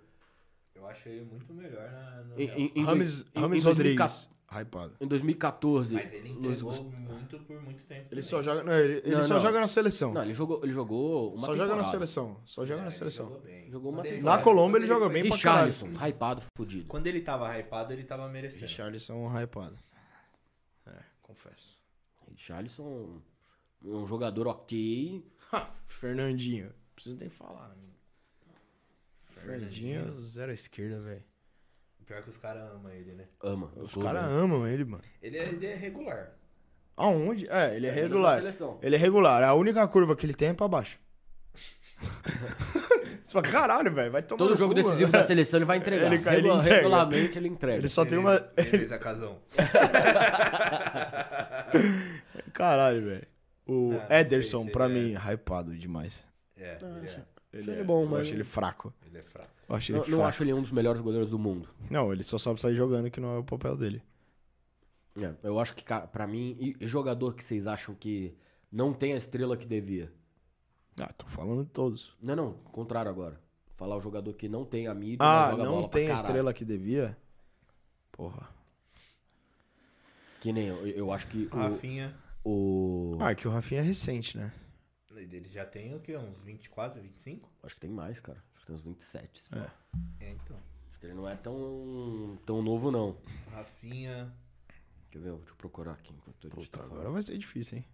[SPEAKER 2] Eu acho ele muito melhor na, no
[SPEAKER 3] Em,
[SPEAKER 2] Real.
[SPEAKER 3] em- em-
[SPEAKER 1] Rames,
[SPEAKER 3] em- em
[SPEAKER 1] Rames
[SPEAKER 3] 2014
[SPEAKER 1] Rodrigues. Hypado.
[SPEAKER 3] Em 2014.
[SPEAKER 2] Mas ele
[SPEAKER 3] Luiz
[SPEAKER 2] entregou
[SPEAKER 3] Gustavo-
[SPEAKER 2] muito por muito tempo.
[SPEAKER 1] Ele
[SPEAKER 2] também.
[SPEAKER 1] só joga. Não, ele ele
[SPEAKER 3] Não,
[SPEAKER 1] só
[SPEAKER 3] não.
[SPEAKER 1] joga na seleção.
[SPEAKER 3] Não, ele jogou, ele jogou uma
[SPEAKER 1] só joga na
[SPEAKER 3] temporada.
[SPEAKER 1] seleção. Só joga
[SPEAKER 2] É,
[SPEAKER 1] na
[SPEAKER 2] ele
[SPEAKER 1] seleção.
[SPEAKER 2] jogou bem.
[SPEAKER 3] Jogou uma
[SPEAKER 2] Quando ele tava-
[SPEAKER 3] temporada.
[SPEAKER 1] Na Colômbia ele
[SPEAKER 2] quando
[SPEAKER 1] joga
[SPEAKER 2] foi-
[SPEAKER 1] bem pra caralho.
[SPEAKER 3] Richarlison, hypado, fudido.
[SPEAKER 2] Quando ele tava hypado, ele tava merecendo.
[SPEAKER 1] Richarlison hypado. É, confesso.
[SPEAKER 3] Richarlison é um jogador ok.
[SPEAKER 1] Ha, Fernandinho. Preciso nem falar, né? mano? Fernandinho, zero esquerda, velho.
[SPEAKER 2] Pior que os caras amam ele, né?
[SPEAKER 3] Ama.
[SPEAKER 1] Os
[SPEAKER 3] todo,
[SPEAKER 1] caras
[SPEAKER 3] né?
[SPEAKER 1] amam ele, mano.
[SPEAKER 2] Ele é, ele é regular.
[SPEAKER 1] Aonde? É, ele é
[SPEAKER 3] Ele na
[SPEAKER 1] regular.
[SPEAKER 3] seleção.
[SPEAKER 1] Ele é regular. A única curva que ele tem é pra baixo. Você fala, caralho, velho, vai tomar
[SPEAKER 3] Todo
[SPEAKER 1] no
[SPEAKER 3] jogo
[SPEAKER 1] cu,
[SPEAKER 3] decisivo
[SPEAKER 1] mano."
[SPEAKER 3] da seleção ele vai entregar.
[SPEAKER 1] Ele- ele
[SPEAKER 3] Regula-
[SPEAKER 1] entrega.
[SPEAKER 3] Regularmente ele entrega.
[SPEAKER 1] Ele só tem uma.
[SPEAKER 2] é Beleza, casão.
[SPEAKER 1] Caralho, velho. O
[SPEAKER 2] Ah, não sei
[SPEAKER 1] Ederson,
[SPEAKER 2] se ele
[SPEAKER 1] pra
[SPEAKER 2] é-
[SPEAKER 1] mim, hypado demais.
[SPEAKER 2] É, ele é,
[SPEAKER 3] Ah, Achei ele bom,
[SPEAKER 1] eu
[SPEAKER 3] mas-
[SPEAKER 1] acho ele fraco.
[SPEAKER 2] ele é fraco.
[SPEAKER 1] Eu acho ele
[SPEAKER 3] Não,
[SPEAKER 1] fraco.
[SPEAKER 3] não acho ele um dos melhores goleiros do mundo.
[SPEAKER 1] Não, ele só sabe sair jogando, que não é o papel dele.
[SPEAKER 3] É, eu acho que, cara, pra mim, e- e jogador que vocês acham que não tem a estrela que devia.
[SPEAKER 1] Ah, tô falando de todos.
[SPEAKER 3] Não, não, contrário agora. Falar o jogador que não tem a mídia, mas
[SPEAKER 1] Ah,
[SPEAKER 3] joga
[SPEAKER 1] não
[SPEAKER 3] bola
[SPEAKER 1] tem a
[SPEAKER 3] pra caralho.
[SPEAKER 1] estrela que devia? Porra.
[SPEAKER 3] Que nem eu, eu acho que
[SPEAKER 2] Rafinha,
[SPEAKER 3] o, o-
[SPEAKER 1] Ah, é que o Rafinha é recente, né?
[SPEAKER 2] ele já tem o quê? Uns 24, 25?
[SPEAKER 3] Acho que tem mais, cara. Acho que tem uns 27. se
[SPEAKER 1] É.
[SPEAKER 3] pá.
[SPEAKER 2] É, então.
[SPEAKER 3] Acho que ele não é tão, tão novo, não.
[SPEAKER 2] Rafinha,
[SPEAKER 3] Quer ver? Deixa eu procurar aqui enquanto a gente
[SPEAKER 1] Puta,
[SPEAKER 3] tá falando.
[SPEAKER 1] agora vai ser difícil, hein?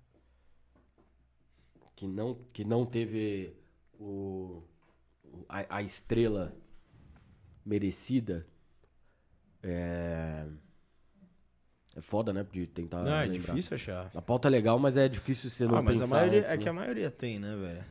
[SPEAKER 3] que não que não teve o, o- a, a estrela merecida é é foda né de tentar
[SPEAKER 1] não, é
[SPEAKER 3] lembrar.
[SPEAKER 1] difícil achar.
[SPEAKER 3] a pauta é legal mas é difícil você não
[SPEAKER 1] Ah, mas
[SPEAKER 3] pensar
[SPEAKER 1] a maioria,
[SPEAKER 3] antes,
[SPEAKER 1] é
[SPEAKER 3] né?
[SPEAKER 1] que a maioria tem, né, velho?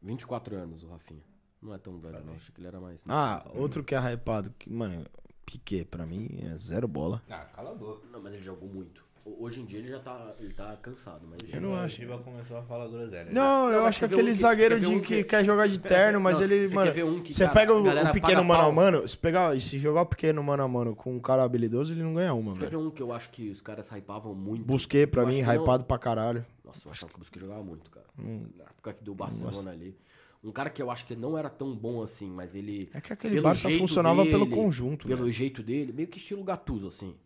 [SPEAKER 3] 24 anos o Rafinha não é tão velho não achei que ele era mais
[SPEAKER 1] Tá Ah, outro que é hypado, que, mano, Piquet, pra mim, é zero bola.
[SPEAKER 2] ah, cala a boca.
[SPEAKER 3] não mas ele jogou muito Ho- hoje em dia ele já tá ele tá cansado mas
[SPEAKER 1] Eu não
[SPEAKER 2] O
[SPEAKER 1] acho.
[SPEAKER 2] Giba começou a falar groselha.
[SPEAKER 1] Não, eu
[SPEAKER 3] mas
[SPEAKER 1] acho que
[SPEAKER 3] você vê
[SPEAKER 1] aquele
[SPEAKER 3] um que-
[SPEAKER 1] zagueiro
[SPEAKER 3] você vê
[SPEAKER 1] de,
[SPEAKER 3] um
[SPEAKER 1] que
[SPEAKER 3] que-
[SPEAKER 1] quer jogar de terno, mas
[SPEAKER 3] Não,
[SPEAKER 1] ele,
[SPEAKER 3] você
[SPEAKER 1] mano.
[SPEAKER 3] quer ver um que,
[SPEAKER 1] você
[SPEAKER 3] cara,
[SPEAKER 1] pega
[SPEAKER 3] a
[SPEAKER 1] o,
[SPEAKER 3] galera
[SPEAKER 1] o pequeno
[SPEAKER 3] paga
[SPEAKER 1] mano a
[SPEAKER 3] pau.
[SPEAKER 1] mano, se, pegar, se jogar o pequeno mano a mano com um cara habilidoso, ele não ganha uma,
[SPEAKER 3] Quer ver
[SPEAKER 1] velho.
[SPEAKER 3] um que eu acho que os caras hypavam muito?
[SPEAKER 1] Busquei pra
[SPEAKER 3] Eu
[SPEAKER 1] mim,
[SPEAKER 3] acho que não-
[SPEAKER 1] hypado pra caralho.
[SPEAKER 3] Nossa, eu achava que o Busquets jogava muito, cara.
[SPEAKER 1] Hum.
[SPEAKER 3] Na época que deu Barcelona ali. Um cara que eu acho que não era tão bom assim, mas ele.
[SPEAKER 1] É que aquele
[SPEAKER 3] pelo
[SPEAKER 1] Barça
[SPEAKER 3] jeito
[SPEAKER 1] funcionava pelo
[SPEAKER 3] dele,
[SPEAKER 1] conjunto,
[SPEAKER 3] Pelo
[SPEAKER 1] né?
[SPEAKER 3] jeito dele, meio que estilo Gattuso, assim.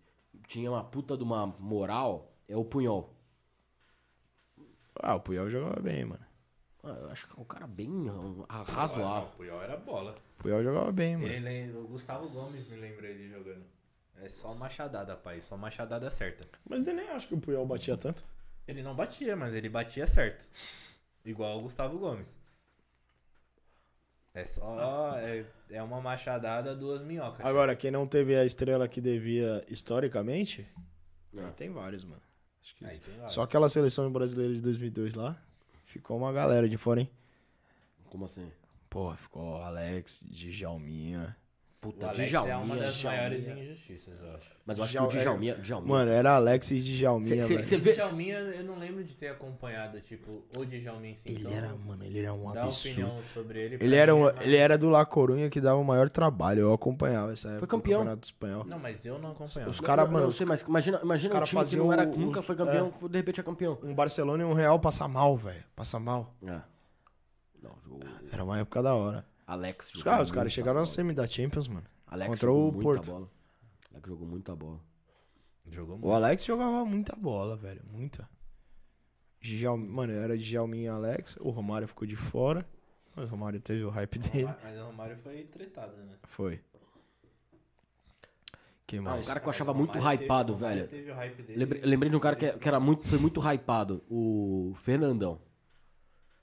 [SPEAKER 3] Tinha uma puta de uma moral, é o Punhol.
[SPEAKER 1] Ah, o Puyol jogava bem, mano.
[SPEAKER 3] Ah, Eu acho que é um cara bem um,
[SPEAKER 2] Razoável.
[SPEAKER 3] razoável.
[SPEAKER 2] O Puyol era bola.
[SPEAKER 1] O Puyol jogava bem,
[SPEAKER 2] Ele
[SPEAKER 3] É.
[SPEAKER 1] mano.
[SPEAKER 2] lembra, o Gustavo Gomes me lembra ele jogando. É só machadada, pai. Só machadada certa.
[SPEAKER 1] Mas eu nem acho que o Puyol batia tanto.
[SPEAKER 2] Ele não batia, mas ele batia certo. Igual o Gustavo Gomes. É só. É, é uma machadada, duas minhocas.
[SPEAKER 1] Agora, quem não teve a estrela que devia historicamente,
[SPEAKER 3] É.
[SPEAKER 1] aí tem vários, mano. Acho que
[SPEAKER 2] Aí tem vários.
[SPEAKER 1] Só aquela seleção brasileira de 2002 lá, ficou uma galera de fora, hein?
[SPEAKER 3] Como assim?
[SPEAKER 1] Porra, ficou Alex, Djalminha,
[SPEAKER 2] O
[SPEAKER 3] Puta,
[SPEAKER 2] Alex
[SPEAKER 3] Djalminha.
[SPEAKER 2] é uma das
[SPEAKER 1] Djalminha.
[SPEAKER 2] maiores injustiças, eu acho.
[SPEAKER 3] Mas eu acho
[SPEAKER 1] Djal- é,
[SPEAKER 3] que o Djalminha... Djalminha.
[SPEAKER 1] Mano, era Alex e Djalminha,
[SPEAKER 3] Cê- cê-
[SPEAKER 1] velho.
[SPEAKER 3] cê- Você
[SPEAKER 2] Você
[SPEAKER 3] vê-
[SPEAKER 2] Djalminha, eu não lembro de ter acompanhado, tipo, o Djalminha em si.
[SPEAKER 1] Ele
[SPEAKER 2] então,
[SPEAKER 1] era, mano, ele era um
[SPEAKER 2] Dá
[SPEAKER 1] absurdo.
[SPEAKER 2] opinião sobre ele. pra
[SPEAKER 1] Ele era,
[SPEAKER 2] mim
[SPEAKER 1] um,
[SPEAKER 2] é mais-
[SPEAKER 1] ele era do La Corunha que dava o maior trabalho. Eu acompanhava essa época. do
[SPEAKER 3] campeão.
[SPEAKER 1] Campeonato Espanhol.
[SPEAKER 2] Não, mas eu não acompanhava.
[SPEAKER 1] Os
[SPEAKER 3] Não,
[SPEAKER 1] cara,
[SPEAKER 3] não,
[SPEAKER 1] mano,
[SPEAKER 3] Não sei, mas imagina, imagina um
[SPEAKER 1] cara
[SPEAKER 3] time que
[SPEAKER 1] faziam
[SPEAKER 3] não era,
[SPEAKER 1] os-
[SPEAKER 3] nunca foi campeão, de repente é campeão.
[SPEAKER 1] Um Barcelona e um Real passa mal, velho. Passa mal.
[SPEAKER 3] É. Não, o
[SPEAKER 1] Era uma época da hora.
[SPEAKER 3] Alex tá
[SPEAKER 1] Os
[SPEAKER 3] jogou
[SPEAKER 1] caras os
[SPEAKER 3] muita
[SPEAKER 1] caras chegaram na
[SPEAKER 3] bola.
[SPEAKER 1] semi da Champions, mano.
[SPEAKER 3] Alex
[SPEAKER 1] contra
[SPEAKER 3] jogou
[SPEAKER 1] o
[SPEAKER 3] muita
[SPEAKER 1] Porto.
[SPEAKER 3] bola. Alex jogou muita bola.
[SPEAKER 2] Jogou
[SPEAKER 1] O
[SPEAKER 2] muito.
[SPEAKER 1] Alex jogava muita bola, velho. Muita. Djal... Mano, era Djalmin e Alex. O Romário ficou de fora. Mas o Romário teve o hype
[SPEAKER 3] É.
[SPEAKER 1] dele.
[SPEAKER 2] Mas o Romário foi tretado, né?
[SPEAKER 1] Foi. Quem
[SPEAKER 3] Ah, o
[SPEAKER 1] mais?
[SPEAKER 3] cara que eu achava
[SPEAKER 2] Mas o
[SPEAKER 3] muito
[SPEAKER 2] Romário teve-
[SPEAKER 3] hypado,
[SPEAKER 2] o Romário
[SPEAKER 3] velho.
[SPEAKER 2] Teve o hype dele.
[SPEAKER 3] Lembrei, lembrei de um cara que, que era muito, foi muito hypado, o Fernandão.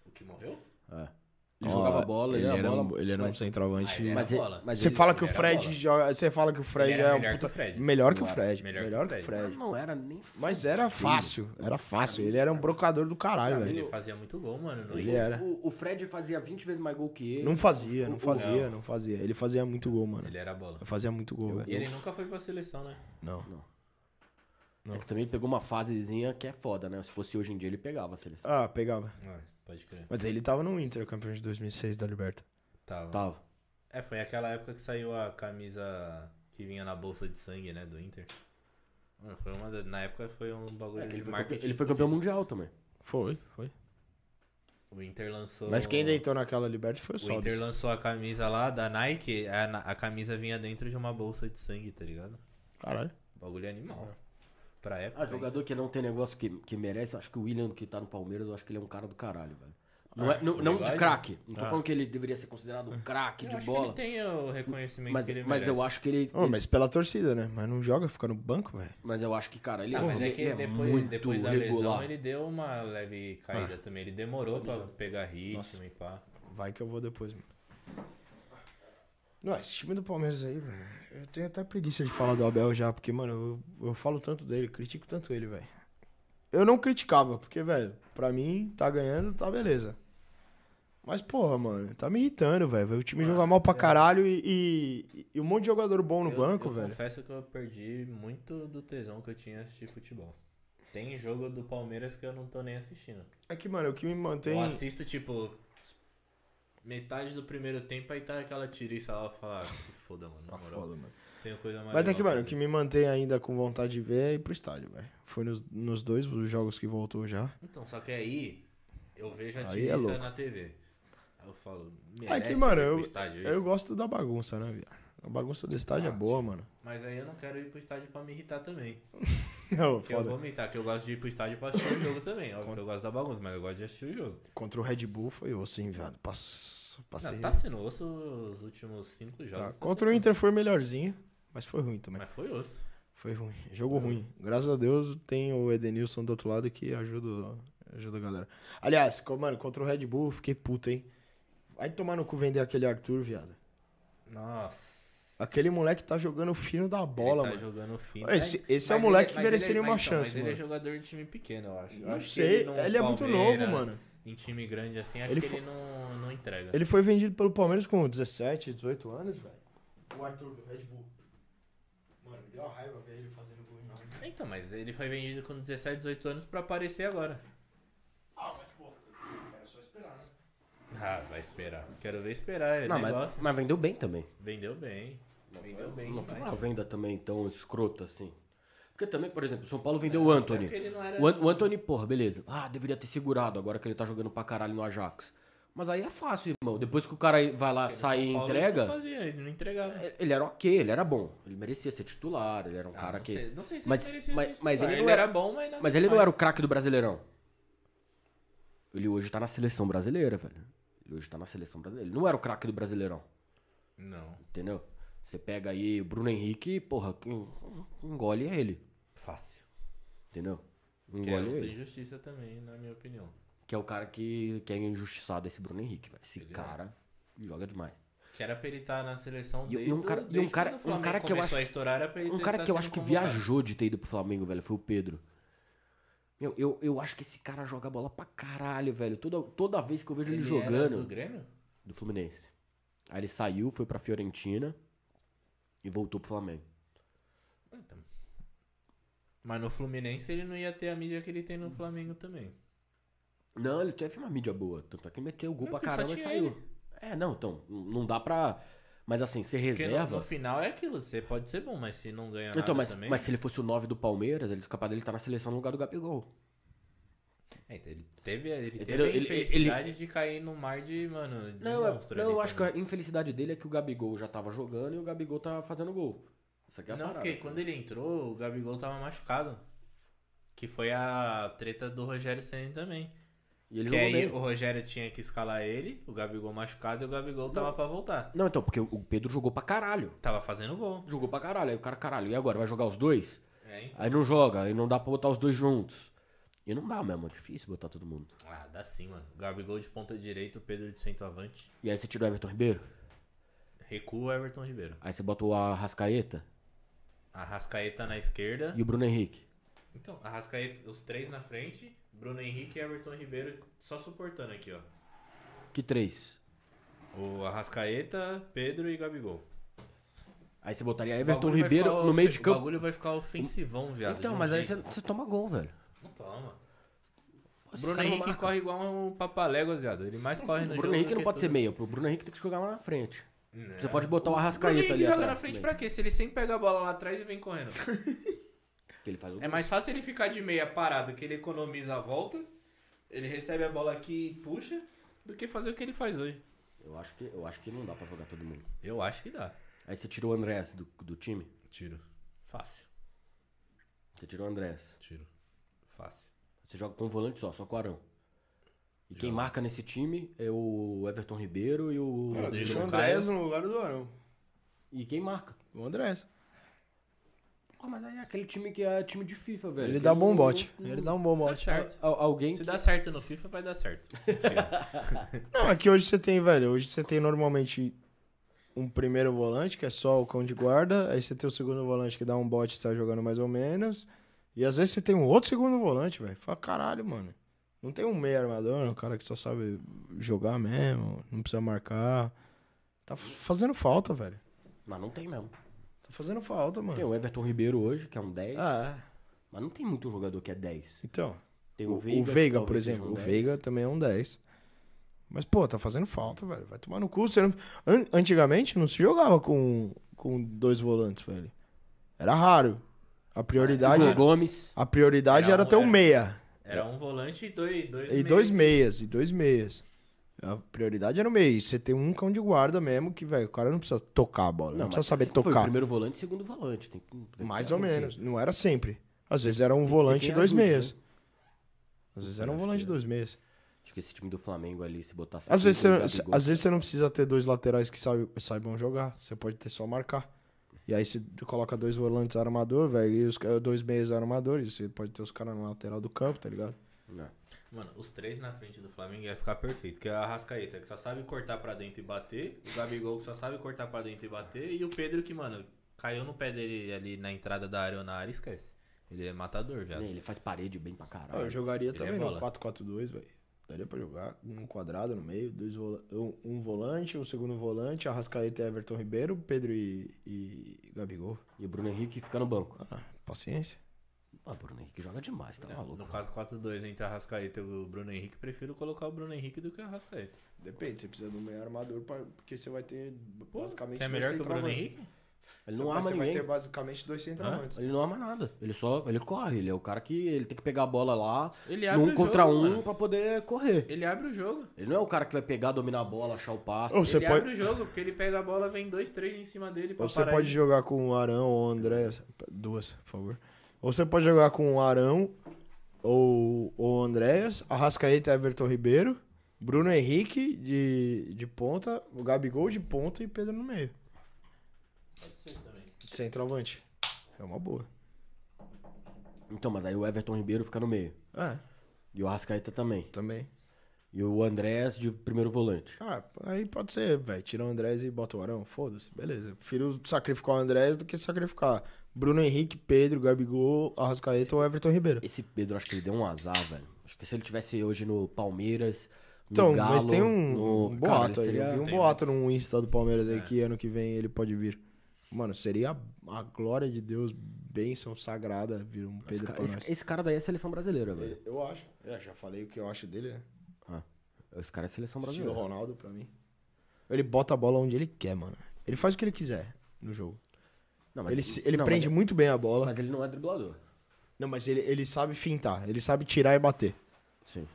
[SPEAKER 2] O que morreu?
[SPEAKER 3] Ele
[SPEAKER 1] Ó,
[SPEAKER 3] jogava bola, ele, era,
[SPEAKER 1] um-
[SPEAKER 3] bola,
[SPEAKER 1] ele era um
[SPEAKER 3] mas-
[SPEAKER 1] centroavante.
[SPEAKER 2] Ah, ele era
[SPEAKER 3] mas ele-
[SPEAKER 2] bola.
[SPEAKER 3] mas
[SPEAKER 1] Você
[SPEAKER 3] ele-
[SPEAKER 1] fala que o
[SPEAKER 2] ele era
[SPEAKER 1] Fred
[SPEAKER 2] bola.
[SPEAKER 1] joga. Você fala que o Fred
[SPEAKER 2] Ele era
[SPEAKER 1] é um
[SPEAKER 2] melhor
[SPEAKER 1] puta.
[SPEAKER 2] que o Fred.
[SPEAKER 1] Melhor que o
[SPEAKER 3] Não era.
[SPEAKER 1] Fred.
[SPEAKER 2] Melhor
[SPEAKER 1] Melhor,
[SPEAKER 2] que o
[SPEAKER 1] que o
[SPEAKER 2] Fred.
[SPEAKER 1] Fred.
[SPEAKER 3] Não era nem
[SPEAKER 1] Mas era fácil. Era fácil. Ele era um brocador do caralho,
[SPEAKER 3] Pra mim,
[SPEAKER 1] velho.
[SPEAKER 2] Ele fazia muito gol, mano. no
[SPEAKER 1] Ele
[SPEAKER 2] Inter.
[SPEAKER 1] era.
[SPEAKER 3] O, o Fred fazia 20 vezes mais gol que ele.
[SPEAKER 1] Não fazia, não
[SPEAKER 3] O-
[SPEAKER 1] fazia, não fazia. Ele fazia muito gol, mano.
[SPEAKER 2] Ele era a bola.
[SPEAKER 1] Fazia muito gol,
[SPEAKER 2] E
[SPEAKER 1] velho.
[SPEAKER 2] ele nunca foi pra seleção, né?
[SPEAKER 1] Não.
[SPEAKER 3] É que também pegou uma fasezinha que é foda, né? Se fosse hoje em dia, ele pegava a seleção.
[SPEAKER 1] Ah, pegava.
[SPEAKER 2] Ah, pode crer.
[SPEAKER 1] Mas ele tava no Inter, campeão de 2006 da Liberta. Ah, tá.
[SPEAKER 2] Tava.
[SPEAKER 3] Tava.
[SPEAKER 2] É, foi aquela época que saiu a camisa que vinha na bolsa de sangue, né, do Inter. Mano, foi uma da- Na época foi um bagulho
[SPEAKER 3] É que
[SPEAKER 2] de
[SPEAKER 3] ele, foi campe-
[SPEAKER 2] marketing.
[SPEAKER 3] ele foi campeão mundial também.
[SPEAKER 1] Foi, foi.
[SPEAKER 2] O Inter lançou.
[SPEAKER 1] Mas quem deitou naquela Liberta foi o
[SPEAKER 2] O Inter
[SPEAKER 1] Sobs.
[SPEAKER 2] lançou a camisa lá da Nike, a, na- a camisa vinha dentro de uma bolsa de sangue, tá ligado?
[SPEAKER 1] Caralho.
[SPEAKER 2] Bagulho é animal. Pra época.
[SPEAKER 3] Ah, jogador que não tem negócio que, que merece, eu acho que o William, que tá no Palmeiras, eu acho que ele é um cara do caralho, velho. Não,
[SPEAKER 2] Ah,
[SPEAKER 3] é, não, não de
[SPEAKER 2] verdade.
[SPEAKER 3] craque. Não
[SPEAKER 2] Ah.
[SPEAKER 3] tô falando que ele deveria ser considerado um craque
[SPEAKER 2] Eu
[SPEAKER 3] de
[SPEAKER 2] acho
[SPEAKER 3] bola.
[SPEAKER 2] que ele tem o reconhecimento
[SPEAKER 3] Mas,
[SPEAKER 2] Ah. que ele
[SPEAKER 3] mas
[SPEAKER 2] merece.
[SPEAKER 3] eu acho que ele.
[SPEAKER 1] Ô, mas pela torcida, né? Mas não joga, fica no banco, velho.
[SPEAKER 3] Mas eu acho que, cara, ele,
[SPEAKER 2] Ah, mas
[SPEAKER 3] ele
[SPEAKER 2] é que depois,
[SPEAKER 3] muito
[SPEAKER 2] depois da
[SPEAKER 3] regular. Ah.
[SPEAKER 2] lesão ele deu uma leve caída também. Ele demorou pra pegar ritmo e pá.
[SPEAKER 1] Vai que eu vou depois, mano. Não, esse time do Palmeiras aí, velho. Eu tenho até preguiça de falar do Abel já, porque, mano, eu, eu falo tanto dele, critico tanto ele, velho. Eu não criticava, porque, velho, pra mim, tá ganhando, tá beleza. Mas, porra, mano, tá me irritando, velho. Ver O time jogar mal pra caralho e, e- e um monte de jogador bom no
[SPEAKER 2] é. Eu-
[SPEAKER 1] banco,
[SPEAKER 2] eu
[SPEAKER 1] velho.
[SPEAKER 2] confesso que eu perdi muito do tesão que eu tinha em assistir futebol. Tem jogo do Palmeiras que eu não tô nem assistindo.
[SPEAKER 1] É que, mano, o que me mantém.
[SPEAKER 2] Eu assisto, tipo, metade do primeiro tempo, aí tá aquela tiriça lá, eu falo, ah, se foda, mano,
[SPEAKER 3] Tá
[SPEAKER 2] na moral,
[SPEAKER 1] Tá mano.
[SPEAKER 2] tenho coisa mais...
[SPEAKER 1] Mas é que,
[SPEAKER 2] legal
[SPEAKER 1] mano, o
[SPEAKER 2] pra
[SPEAKER 1] que me mantém ainda com vontade de ver é ir pro estádio, velho. Foi nos, nos dois jogos que voltou já.
[SPEAKER 2] fazer." Então, só que aí, eu vejo a
[SPEAKER 1] Aí é
[SPEAKER 2] tiriça
[SPEAKER 1] louco.
[SPEAKER 2] na TV. Aí eu falo, merece
[SPEAKER 1] É que, mano,
[SPEAKER 2] ir pro
[SPEAKER 1] eu,
[SPEAKER 2] estádio isso? Ah,
[SPEAKER 1] eu gosto da bagunça, né, viado? A bagunça do estádio é boa, mano.
[SPEAKER 2] Mas aí eu não quero ir pro estádio pra me irritar também.
[SPEAKER 1] Não,
[SPEAKER 2] Porque eu
[SPEAKER 1] foda.
[SPEAKER 2] vou me irritar, que eu gosto de ir pro estádio pra assistir o jogo também. Óbvio que eu gosto da bagunça, mas eu gosto de assistir o jogo.
[SPEAKER 1] Contra o Red Bull foi osso, hein, viado? Pass- Passei.
[SPEAKER 2] Não, tá sendo osso os últimos cinco
[SPEAKER 1] Tá.
[SPEAKER 2] jogos. tá
[SPEAKER 1] Contra o
[SPEAKER 2] sendo
[SPEAKER 1] Inter foi melhorzinho, mas foi ruim
[SPEAKER 2] osso.
[SPEAKER 1] também.
[SPEAKER 2] Mas foi osso.
[SPEAKER 1] Foi ruim. Jogo ruim. Graças a Deus tem o Edenilson do outro lado que ajuda, o- ajuda a galera. Aliás, co- mano, contra o Red Bull eu fiquei puto, hein? Vai tomar no cu vender aquele Arthur, viado.
[SPEAKER 2] Nossa.
[SPEAKER 1] Aquele moleque tá jogando fino da bola,
[SPEAKER 2] ele tá
[SPEAKER 1] mano.
[SPEAKER 2] jogando fino.
[SPEAKER 1] Esse- esse é o
[SPEAKER 2] mas
[SPEAKER 1] moleque que
[SPEAKER 2] mas
[SPEAKER 1] mereceria
[SPEAKER 2] mas
[SPEAKER 1] uma
[SPEAKER 2] então,
[SPEAKER 1] chance,
[SPEAKER 2] Mas ele é
[SPEAKER 1] mano.
[SPEAKER 2] jogador de time pequeno, eu acho. Eu
[SPEAKER 1] Não
[SPEAKER 2] acho que
[SPEAKER 1] sei,
[SPEAKER 2] no
[SPEAKER 1] ele é muito novo,
[SPEAKER 2] Palmeiras,
[SPEAKER 1] mano.
[SPEAKER 2] Em time grande assim, acho
[SPEAKER 1] Ele
[SPEAKER 2] que
[SPEAKER 1] fo-
[SPEAKER 2] ele não, não entrega.
[SPEAKER 1] Ele foi vendido pelo Palmeiras com 17, 18 anos, velho. O Arthur do Red Bull. Mano, me deu uma raiva ver ele fazendo gol em nove.
[SPEAKER 2] Então, mas ele foi vendido com 17, 18 anos pra aparecer agora.
[SPEAKER 1] Ah, mas porra, era só esperar, né?
[SPEAKER 2] Ah, vai esperar. Quero ver esperar. Ele
[SPEAKER 3] Não, mas,
[SPEAKER 2] gosta.
[SPEAKER 3] mas vendeu bem também.
[SPEAKER 2] Vendeu bem. Vendeu bem.
[SPEAKER 3] Não foi
[SPEAKER 2] mas-
[SPEAKER 3] uma venda também tão escrota assim. Porque também, por exemplo, o São Paulo vendeu o Anthony.
[SPEAKER 2] É porque ele não era-
[SPEAKER 3] O, An- o Anthony, porra, beleza. Ah, deveria ter segurado agora que ele tá jogando pra caralho no Ajax. Mas aí é fácil, irmão. Depois que o cara vai lá, sai e
[SPEAKER 2] Paulo Não
[SPEAKER 3] entrega, É,
[SPEAKER 2] fazia, ele não entregava.
[SPEAKER 3] ele era ok, ele era bom. Ele merecia ser titular, ele era um
[SPEAKER 2] Ah,
[SPEAKER 3] cara
[SPEAKER 2] não
[SPEAKER 3] que.
[SPEAKER 2] sei, não sei se
[SPEAKER 3] mas-
[SPEAKER 2] ele merecia
[SPEAKER 3] mas-
[SPEAKER 2] ser
[SPEAKER 3] mas
[SPEAKER 2] titular.
[SPEAKER 3] ele não era-
[SPEAKER 2] bom, mas nada
[SPEAKER 3] Mas ele não
[SPEAKER 2] mais.
[SPEAKER 3] era o craque do Brasileirão. Ele hoje tá na seleção brasileira, velho. Ele hoje tá na seleção brasileira. Ele não era o craque do Brasileirão,
[SPEAKER 2] Não.
[SPEAKER 3] entendeu? Você pega aí o Bruno Henrique, porra, quem engole é ele,
[SPEAKER 2] Fácil.
[SPEAKER 3] entendeu?
[SPEAKER 2] Que é
[SPEAKER 3] Engole é
[SPEAKER 2] outra
[SPEAKER 3] ele.
[SPEAKER 2] injustiça também, na minha opinião.
[SPEAKER 3] Que é o cara que, que é injustiçado, esse Bruno Henrique, velho.
[SPEAKER 2] é.
[SPEAKER 3] Esse cara joga demais.
[SPEAKER 2] Que era pra ele estar na seleção
[SPEAKER 3] E- e um
[SPEAKER 2] desde o-
[SPEAKER 3] cara- e um
[SPEAKER 2] desde
[SPEAKER 3] cara-
[SPEAKER 2] quando o
[SPEAKER 3] um
[SPEAKER 2] Flamengo
[SPEAKER 3] cara que eu
[SPEAKER 2] começou
[SPEAKER 3] acho-
[SPEAKER 2] a estourar, era pra ele
[SPEAKER 3] Um
[SPEAKER 2] ter-
[SPEAKER 3] cara
[SPEAKER 2] tá
[SPEAKER 3] que eu
[SPEAKER 2] sendo
[SPEAKER 3] acho que
[SPEAKER 2] convocado.
[SPEAKER 3] viajou de ter ido pro Flamengo, velho, foi o Pedro. Meu, eu, eu acho que esse cara joga bola pra caralho, velho. Toda, toda vez que eu vejo ele,
[SPEAKER 2] Ele era
[SPEAKER 3] jogando.
[SPEAKER 2] do Grêmio?
[SPEAKER 3] do Fluminense. Aí ele saiu, foi pra Fiorentina. E voltou pro Flamengo.
[SPEAKER 2] Mas no Fluminense ele não ia ter a mídia que ele tem no Flamengo também.
[SPEAKER 3] Não, ele teve uma mídia boa. Tanto é que meteu o gol
[SPEAKER 2] É,
[SPEAKER 3] pra
[SPEAKER 2] porque só
[SPEAKER 3] caramba e
[SPEAKER 2] tinha
[SPEAKER 3] saiu.
[SPEAKER 2] ele.
[SPEAKER 3] É, não, então. n- Não dá pra. Mas assim, ser
[SPEAKER 2] Porque no,
[SPEAKER 3] reserva.
[SPEAKER 2] no final é aquilo, você pode ser bom, mas se não ganha nada
[SPEAKER 3] Então, mas,
[SPEAKER 2] também...
[SPEAKER 3] mas se ele fosse o 9 do Palmeiras, ele capaz dele estar na seleção no lugar do Gabigol.
[SPEAKER 2] É, então ele teve, ele teve
[SPEAKER 3] Entendeu?
[SPEAKER 2] a
[SPEAKER 3] Ele-
[SPEAKER 2] infelicidade de cair num mar de, mano, de
[SPEAKER 3] Não, é-
[SPEAKER 2] monstro
[SPEAKER 3] não
[SPEAKER 2] ali
[SPEAKER 3] eu acho que
[SPEAKER 2] também.
[SPEAKER 3] a infelicidade dele é que o Gabigol já tava jogando e o Gabigol tá fazendo gol. Isso aqui é a
[SPEAKER 2] Não,
[SPEAKER 3] parada.
[SPEAKER 2] porque quando ele entrou, o Gabigol tava machucado. Que foi a treta do Rogério Senna também.
[SPEAKER 3] E ele
[SPEAKER 2] que
[SPEAKER 3] jogou
[SPEAKER 2] aí
[SPEAKER 3] bem.
[SPEAKER 2] o Rogério tinha que escalar ele, o Gabigol machucado e o Gabigol tava pra voltar.
[SPEAKER 3] Não, então, porque o Pedro jogou pra caralho.
[SPEAKER 2] Tava fazendo gol.
[SPEAKER 3] Jogou pra caralho. Aí o cara, caralho, e agora? Vai jogar os dois?
[SPEAKER 2] É, hein?
[SPEAKER 3] Aí não joga, aí não dá pra botar os dois juntos. E não dá mesmo, é difícil botar todo mundo.
[SPEAKER 2] Ah, dá sim, mano. Gabigol de ponta direita, o Pedro de centroavante.
[SPEAKER 3] E aí você tira o Everton Ribeiro,
[SPEAKER 2] Recua o Everton Ribeiro.
[SPEAKER 3] aí você bota o Arrascaeta
[SPEAKER 2] A Rascaeta na esquerda.
[SPEAKER 3] e o Bruno Henrique.
[SPEAKER 2] Então, a Rascaeta, os três na frente. Bruno Henrique e Everton Ribeiro só suportando aqui, ó.
[SPEAKER 3] Que três?
[SPEAKER 2] O Arrascaeta, Pedro e Gabigol.
[SPEAKER 3] Aí você botaria
[SPEAKER 2] O
[SPEAKER 3] Everton
[SPEAKER 2] bagulho vai ficar
[SPEAKER 3] Ribeiro no
[SPEAKER 2] ofe-
[SPEAKER 3] meio de
[SPEAKER 2] O
[SPEAKER 3] campo.
[SPEAKER 2] bagulho vai ficar ofensivão, viado.
[SPEAKER 3] Então,
[SPEAKER 2] de um
[SPEAKER 3] mas aí você,
[SPEAKER 2] jeito.
[SPEAKER 3] você toma gol, velho.
[SPEAKER 2] Não toma.
[SPEAKER 3] Pô, esses
[SPEAKER 2] Bruno
[SPEAKER 3] caras não
[SPEAKER 2] Henrique
[SPEAKER 3] marcam.
[SPEAKER 2] corre igual um papaléguas, viado. Ele mais corre no
[SPEAKER 3] O
[SPEAKER 2] jogo.
[SPEAKER 3] Bruno Henrique
[SPEAKER 2] do
[SPEAKER 3] não
[SPEAKER 2] que
[SPEAKER 3] pode ser
[SPEAKER 2] tudo.
[SPEAKER 3] meia, pro Bruno Henrique tem que jogar lá na frente.
[SPEAKER 2] Não.
[SPEAKER 3] Você pode botar o
[SPEAKER 2] É, O Bruno Henrique
[SPEAKER 3] Arrascaeta ali
[SPEAKER 2] joga
[SPEAKER 3] atrás
[SPEAKER 2] na frente
[SPEAKER 3] também,
[SPEAKER 2] pra quê? Se ele sempre pega a bola lá atrás e vem correndo.
[SPEAKER 3] que ele faz um- o
[SPEAKER 2] É mais fácil ele ficar de meia parado, que ele economiza a volta, ele recebe a bola aqui e puxa, do que fazer o que ele faz hoje.
[SPEAKER 3] Eu acho que eu acho que não dá pra jogar todo mundo.
[SPEAKER 2] Eu acho que dá.
[SPEAKER 3] Aí você tira o Andrés do, do time.
[SPEAKER 2] Tiro. Fácil.
[SPEAKER 3] Você tira o Andrés.
[SPEAKER 2] Tiro. Fácil.
[SPEAKER 3] Você joga com um volante só, só com o Arão. E quem marca nesse time é o Everton Ribeiro e o.
[SPEAKER 1] Cara,
[SPEAKER 2] Rodrigo
[SPEAKER 1] Ah, deixa o
[SPEAKER 2] não
[SPEAKER 1] Andrés
[SPEAKER 2] caiu.
[SPEAKER 1] no lugar do Arão.
[SPEAKER 3] E quem marca?
[SPEAKER 1] O Andrés.
[SPEAKER 3] Pô, mas aí é aquele time que é time de FIFA, velho.
[SPEAKER 1] Ele
[SPEAKER 3] Que
[SPEAKER 1] dá
[SPEAKER 3] não-
[SPEAKER 1] bom bote.
[SPEAKER 3] não-
[SPEAKER 1] Ele dá um bom bote.
[SPEAKER 2] certo.
[SPEAKER 3] Al- alguém
[SPEAKER 2] Se
[SPEAKER 3] que...
[SPEAKER 2] dá certo no FIFA, vai dar certo.
[SPEAKER 1] Não, aqui hoje você tem, velho. Hoje você tem normalmente um primeiro volante, que é só o cão de guarda. Aí você tem o segundo volante que dá um bote e sai jogando mais ou menos. E às vezes você tem um outro segundo volante, velho. Fala, caralho, mano. Não tem um meio armador, um cara que só sabe jogar mesmo, não precisa marcar. Tá fazendo falta, velho.
[SPEAKER 3] Mas não tem mesmo.
[SPEAKER 1] Tá fazendo falta,
[SPEAKER 3] Tem
[SPEAKER 1] mano.
[SPEAKER 3] o Everton Ribeiro hoje, que é um 10.
[SPEAKER 1] Ah, é.
[SPEAKER 3] Mas não tem muito jogador que é 10.
[SPEAKER 1] Então.
[SPEAKER 3] Tem
[SPEAKER 1] O,
[SPEAKER 3] o,
[SPEAKER 1] o
[SPEAKER 3] Veiga.
[SPEAKER 1] Veiga,
[SPEAKER 3] que
[SPEAKER 1] por
[SPEAKER 3] talvez seja
[SPEAKER 1] exemplo.
[SPEAKER 3] um
[SPEAKER 1] o
[SPEAKER 3] 10.
[SPEAKER 1] Veiga também é um 10. Mas, pô, tá fazendo falta, velho. Vai tomar no cu. Você não- An- Antigamente não se jogava com, com dois volantes, velho. Era raro. A prioridade,
[SPEAKER 3] Igor Gomes.
[SPEAKER 1] a prioridade
[SPEAKER 3] É,
[SPEAKER 1] era
[SPEAKER 2] Era um-
[SPEAKER 1] ter um
[SPEAKER 2] era-
[SPEAKER 1] meia.
[SPEAKER 2] Era um volante e dois. dois
[SPEAKER 1] E
[SPEAKER 2] meio.
[SPEAKER 1] dois meias, e dois meias. A prioridade era o meia. E você tem um cão de guarda mesmo que, velho, o cara não precisa tocar a bola. Não, precisa
[SPEAKER 3] mas
[SPEAKER 1] saber
[SPEAKER 3] sempre foi o
[SPEAKER 1] tocar.
[SPEAKER 3] primeiro volante e segundo volante. Tem que- tem que-
[SPEAKER 1] Mais
[SPEAKER 3] tem
[SPEAKER 1] ou
[SPEAKER 3] que-
[SPEAKER 1] menos. Não era sempre. Às vezes era um
[SPEAKER 3] que
[SPEAKER 1] volante
[SPEAKER 3] quem
[SPEAKER 1] e dois
[SPEAKER 3] ajude,
[SPEAKER 1] meias.
[SPEAKER 3] né?
[SPEAKER 1] Às vezes era
[SPEAKER 3] Eu
[SPEAKER 1] um
[SPEAKER 3] acho que
[SPEAKER 1] volante e
[SPEAKER 3] é.
[SPEAKER 1] dois meias.
[SPEAKER 3] Acho que esse time do Flamengo ali, se botasse.
[SPEAKER 1] Às vezes, você,
[SPEAKER 3] Pedro e
[SPEAKER 1] cê-
[SPEAKER 3] Gabigol,
[SPEAKER 1] às vezes você não precisa ter dois laterais que saibam, saibam jogar. Você pode ter só marcar. E aí você coloca dois volantes armador, velho, e os ca- dois meias armadores. Você pode ter os caras na lateral do campo, tá ligado?
[SPEAKER 3] Não.
[SPEAKER 2] Mano, os três na frente do Flamengo ia ficar perfeito. Que é a Rascaeta, que só sabe cortar pra dentro e bater. O Gabigol, que só sabe cortar pra dentro e bater. E o Pedro, que, mano, caiu no pé dele ali na entrada da área ou na área, esquece. Ele é matador, viado.
[SPEAKER 3] Ele faz parede bem pra
[SPEAKER 1] Ah, eu
[SPEAKER 3] caralho.
[SPEAKER 1] jogaria
[SPEAKER 2] Ele é
[SPEAKER 1] também no
[SPEAKER 2] bola.
[SPEAKER 1] 4-4-2, velho. Daria pra jogar num quadrado no meio, dois vola- um, um volante, um segundo volante, Arrascaeta e Everton Ribeiro, Pedro e, e Gabigol.
[SPEAKER 3] E o Bruno Henrique fica no banco.
[SPEAKER 1] Ah, paciência.
[SPEAKER 3] Ah, o Bruno Henrique joga demais, tá maluco.
[SPEAKER 2] No 4-4-2 entre a Rascaeta e o Bruno Henrique, prefiro colocar o Bruno Henrique do que a Rascaeta.
[SPEAKER 1] Depende, você precisa de um meio armador, pra- porque você vai ter basicamente
[SPEAKER 2] Que é
[SPEAKER 1] dois
[SPEAKER 2] melhor que o Bruno
[SPEAKER 1] centroavantes.
[SPEAKER 2] Henrique?
[SPEAKER 3] Ele
[SPEAKER 1] Você
[SPEAKER 3] não
[SPEAKER 1] vai-
[SPEAKER 3] arma
[SPEAKER 1] você vai
[SPEAKER 3] ninguém.
[SPEAKER 1] ter basicamente dois centroavantes.
[SPEAKER 3] Ele não arma nada. Ele só. Ele corre. Ele é o cara que. Ele tem que pegar a bola lá.
[SPEAKER 2] Ele
[SPEAKER 3] Num contra
[SPEAKER 2] jogo,
[SPEAKER 3] um
[SPEAKER 2] mano.
[SPEAKER 3] pra poder correr.
[SPEAKER 2] Ele abre o jogo.
[SPEAKER 3] Ele não é o cara que vai pegar, dominar a bola, achar o passe.
[SPEAKER 1] Ou você
[SPEAKER 2] ele
[SPEAKER 1] pode-
[SPEAKER 2] abre o jogo, porque ele pega a bola, vem dois, três em cima dele pra
[SPEAKER 1] Ou você
[SPEAKER 2] parar
[SPEAKER 1] pode
[SPEAKER 2] ele.
[SPEAKER 1] jogar com o Arão ou o André. Duas, por favor. Ou você pode jogar com o Arão ou ou o Andréas, Arrascaeta e Everton Ribeiro, Bruno Henrique de, de ponta, o Gabigol de ponta e Pedro no meio. Centroavante. É uma boa.
[SPEAKER 3] Então, mas aí o Everton Ribeiro fica no meio.
[SPEAKER 1] É,
[SPEAKER 3] E o Arrascaeta também.
[SPEAKER 1] também.
[SPEAKER 3] E o Andrés de primeiro volante.
[SPEAKER 1] Ah, aí pode ser, velho. Tira o Andrés e bota o Arão. Foda-se, beleza. Eu prefiro sacrificar o Andrés do que sacrificar Bruno Henrique, Pedro, Gabigol, Arrascaeta ou Everton Ribeiro.
[SPEAKER 3] Esse Pedro, acho que ele deu um azar, velho. Acho que se ele tivesse hoje no Palmeiras. No
[SPEAKER 1] Então,
[SPEAKER 3] Galo,
[SPEAKER 1] mas tem um,
[SPEAKER 3] no...
[SPEAKER 1] um
[SPEAKER 3] Cara, ele
[SPEAKER 1] boato aí.
[SPEAKER 3] seria- É.
[SPEAKER 1] Eu vi um
[SPEAKER 2] Tem
[SPEAKER 1] boato no Insta do Palmeiras aí que ano que vem ele pode vir. Mano, seria a, a glória de Deus, bênção sagrada, vir um Pedro pra nós.
[SPEAKER 3] Esse, esse cara daí é seleção brasileira, velho.
[SPEAKER 1] Eu acho. É, já falei o que eu acho dele, né?
[SPEAKER 3] Ah, esse cara é seleção
[SPEAKER 1] Estilo
[SPEAKER 3] brasileira.
[SPEAKER 1] Ronaldo pra mim. Ele bota a bola onde ele quer, mano. Ele faz o que ele quiser no jogo.
[SPEAKER 3] Não,
[SPEAKER 1] ele se- ele
[SPEAKER 3] não, é
[SPEAKER 1] prende muito bem a bola.
[SPEAKER 3] Mas, mas ele não é driblador.
[SPEAKER 1] Não, mas ele, ele sabe fintar. Ele sabe tirar e bater.
[SPEAKER 3] Sim.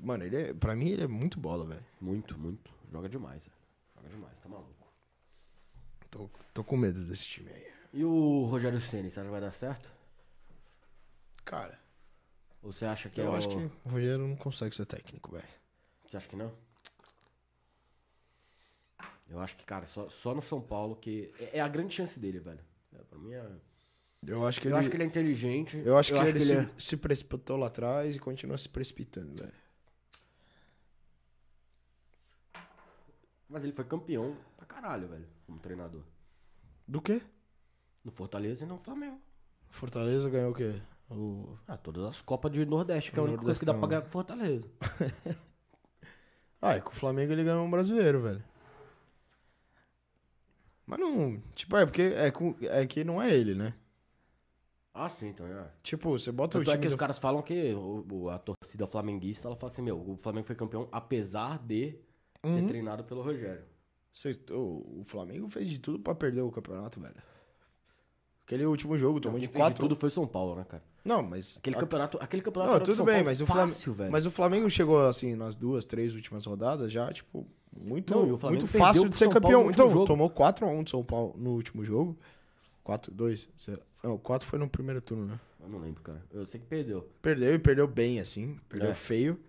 [SPEAKER 1] Mano, ele é, pra mim ele é muito bola, velho.
[SPEAKER 3] Muito, muito. Joga demais, velho. Joga demais, tá maluco.
[SPEAKER 1] Tô, tô com medo desse time aí.
[SPEAKER 3] E o Rogério Ceni, você acha que vai dar certo?
[SPEAKER 1] Cara,
[SPEAKER 3] Ou você acha que
[SPEAKER 1] eu
[SPEAKER 3] é o...
[SPEAKER 1] acho que o Rogério não consegue ser técnico, velho.
[SPEAKER 3] Você acha que não? Eu acho que, cara, só, só no São Paulo que. É, é a grande chance dele, velho. É, pra mim é.
[SPEAKER 1] Eu acho que
[SPEAKER 3] Eu
[SPEAKER 1] ele,
[SPEAKER 3] acho que ele é inteligente.
[SPEAKER 1] eu acho que ele, se,
[SPEAKER 3] é-
[SPEAKER 1] se precipitou lá atrás e continua se precipitando, velho.
[SPEAKER 3] Mas ele foi campeão pra caralho, velho, como treinador.
[SPEAKER 1] Do quê?
[SPEAKER 3] No Fortaleza e no Flamengo.
[SPEAKER 1] Fortaleza ganhou o quê? O...
[SPEAKER 3] Ah, todas as Copas de Nordeste, que é a única coisa que dá pra ganhar pro Fortaleza.
[SPEAKER 1] Ah, é que o Flamengo ele ganhou um brasileiro, velho. Mas não. Tipo, é porque é, com- é que não é ele, né?
[SPEAKER 3] Ah, sim, então é.
[SPEAKER 1] Tipo, você bota o
[SPEAKER 3] Tanto é
[SPEAKER 1] time.
[SPEAKER 3] que os
[SPEAKER 1] do-
[SPEAKER 3] caras falam que o- o- a torcida flamenguista, ela fala assim, meu, o Flamengo foi campeão apesar de
[SPEAKER 1] Uhum.
[SPEAKER 3] ser treinado pelo Rogério.
[SPEAKER 1] Cês- o, o Flamengo fez de tudo pra perder o campeonato, velho. Aquele último jogo tomou Então, de
[SPEAKER 3] Quem fez
[SPEAKER 1] quatro.
[SPEAKER 3] tudo foi o São Paulo, né, cara?
[SPEAKER 1] Não, mas.
[SPEAKER 3] Aquele
[SPEAKER 1] a-
[SPEAKER 3] campeonato, aquele campeonato
[SPEAKER 1] Não,
[SPEAKER 3] era do
[SPEAKER 1] tudo
[SPEAKER 3] São
[SPEAKER 1] bem,
[SPEAKER 3] Paulo
[SPEAKER 1] mas o, Flam-
[SPEAKER 3] fácil, velho.
[SPEAKER 1] mas o Flamengo chegou assim nas duas, três últimas rodadas já, tipo, muito,
[SPEAKER 3] Não, e o Flamengo
[SPEAKER 1] muito
[SPEAKER 3] perdeu
[SPEAKER 1] fácil
[SPEAKER 3] pro
[SPEAKER 1] de ser
[SPEAKER 3] São Paulo no
[SPEAKER 1] campeão.
[SPEAKER 3] último
[SPEAKER 1] Então,
[SPEAKER 3] jogo.
[SPEAKER 1] tomou 4x1 do São Paulo no último jogo. 4, 2, não, 4 foi no primeiro turno, né?
[SPEAKER 3] Eu não lembro, cara. Eu sei que perdeu.
[SPEAKER 1] Perdeu e perdeu bem, assim, perdeu
[SPEAKER 3] É.
[SPEAKER 1] feio.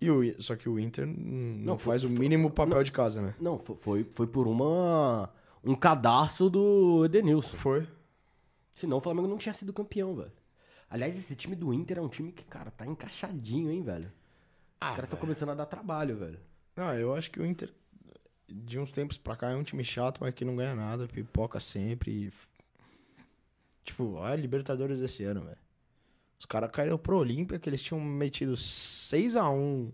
[SPEAKER 1] E o, I- só que o Inter hum, não,
[SPEAKER 3] Não, foi-
[SPEAKER 1] faz o
[SPEAKER 3] foi-
[SPEAKER 1] mínimo papel de casa, né?
[SPEAKER 3] Não, fo- foi, foi por uma. um cadarço do Edenilson.
[SPEAKER 1] Foi.
[SPEAKER 3] Senão o Flamengo não tinha sido campeão, velho. Aliás, esse time do Inter é um time que, cara, tá encaixadinho, hein, velho.
[SPEAKER 1] Ah,
[SPEAKER 3] Os caras estão começando a dar trabalho, velho.
[SPEAKER 1] Não, Ah, eu acho que o Inter, de uns tempos pra cá, é um time chato, mas que não ganha nada, pipoca sempre. e f- Tipo, olha a Libertadores desse ano, velho. Os caras caíram pro Olímpia, que eles tinham metido 6x1.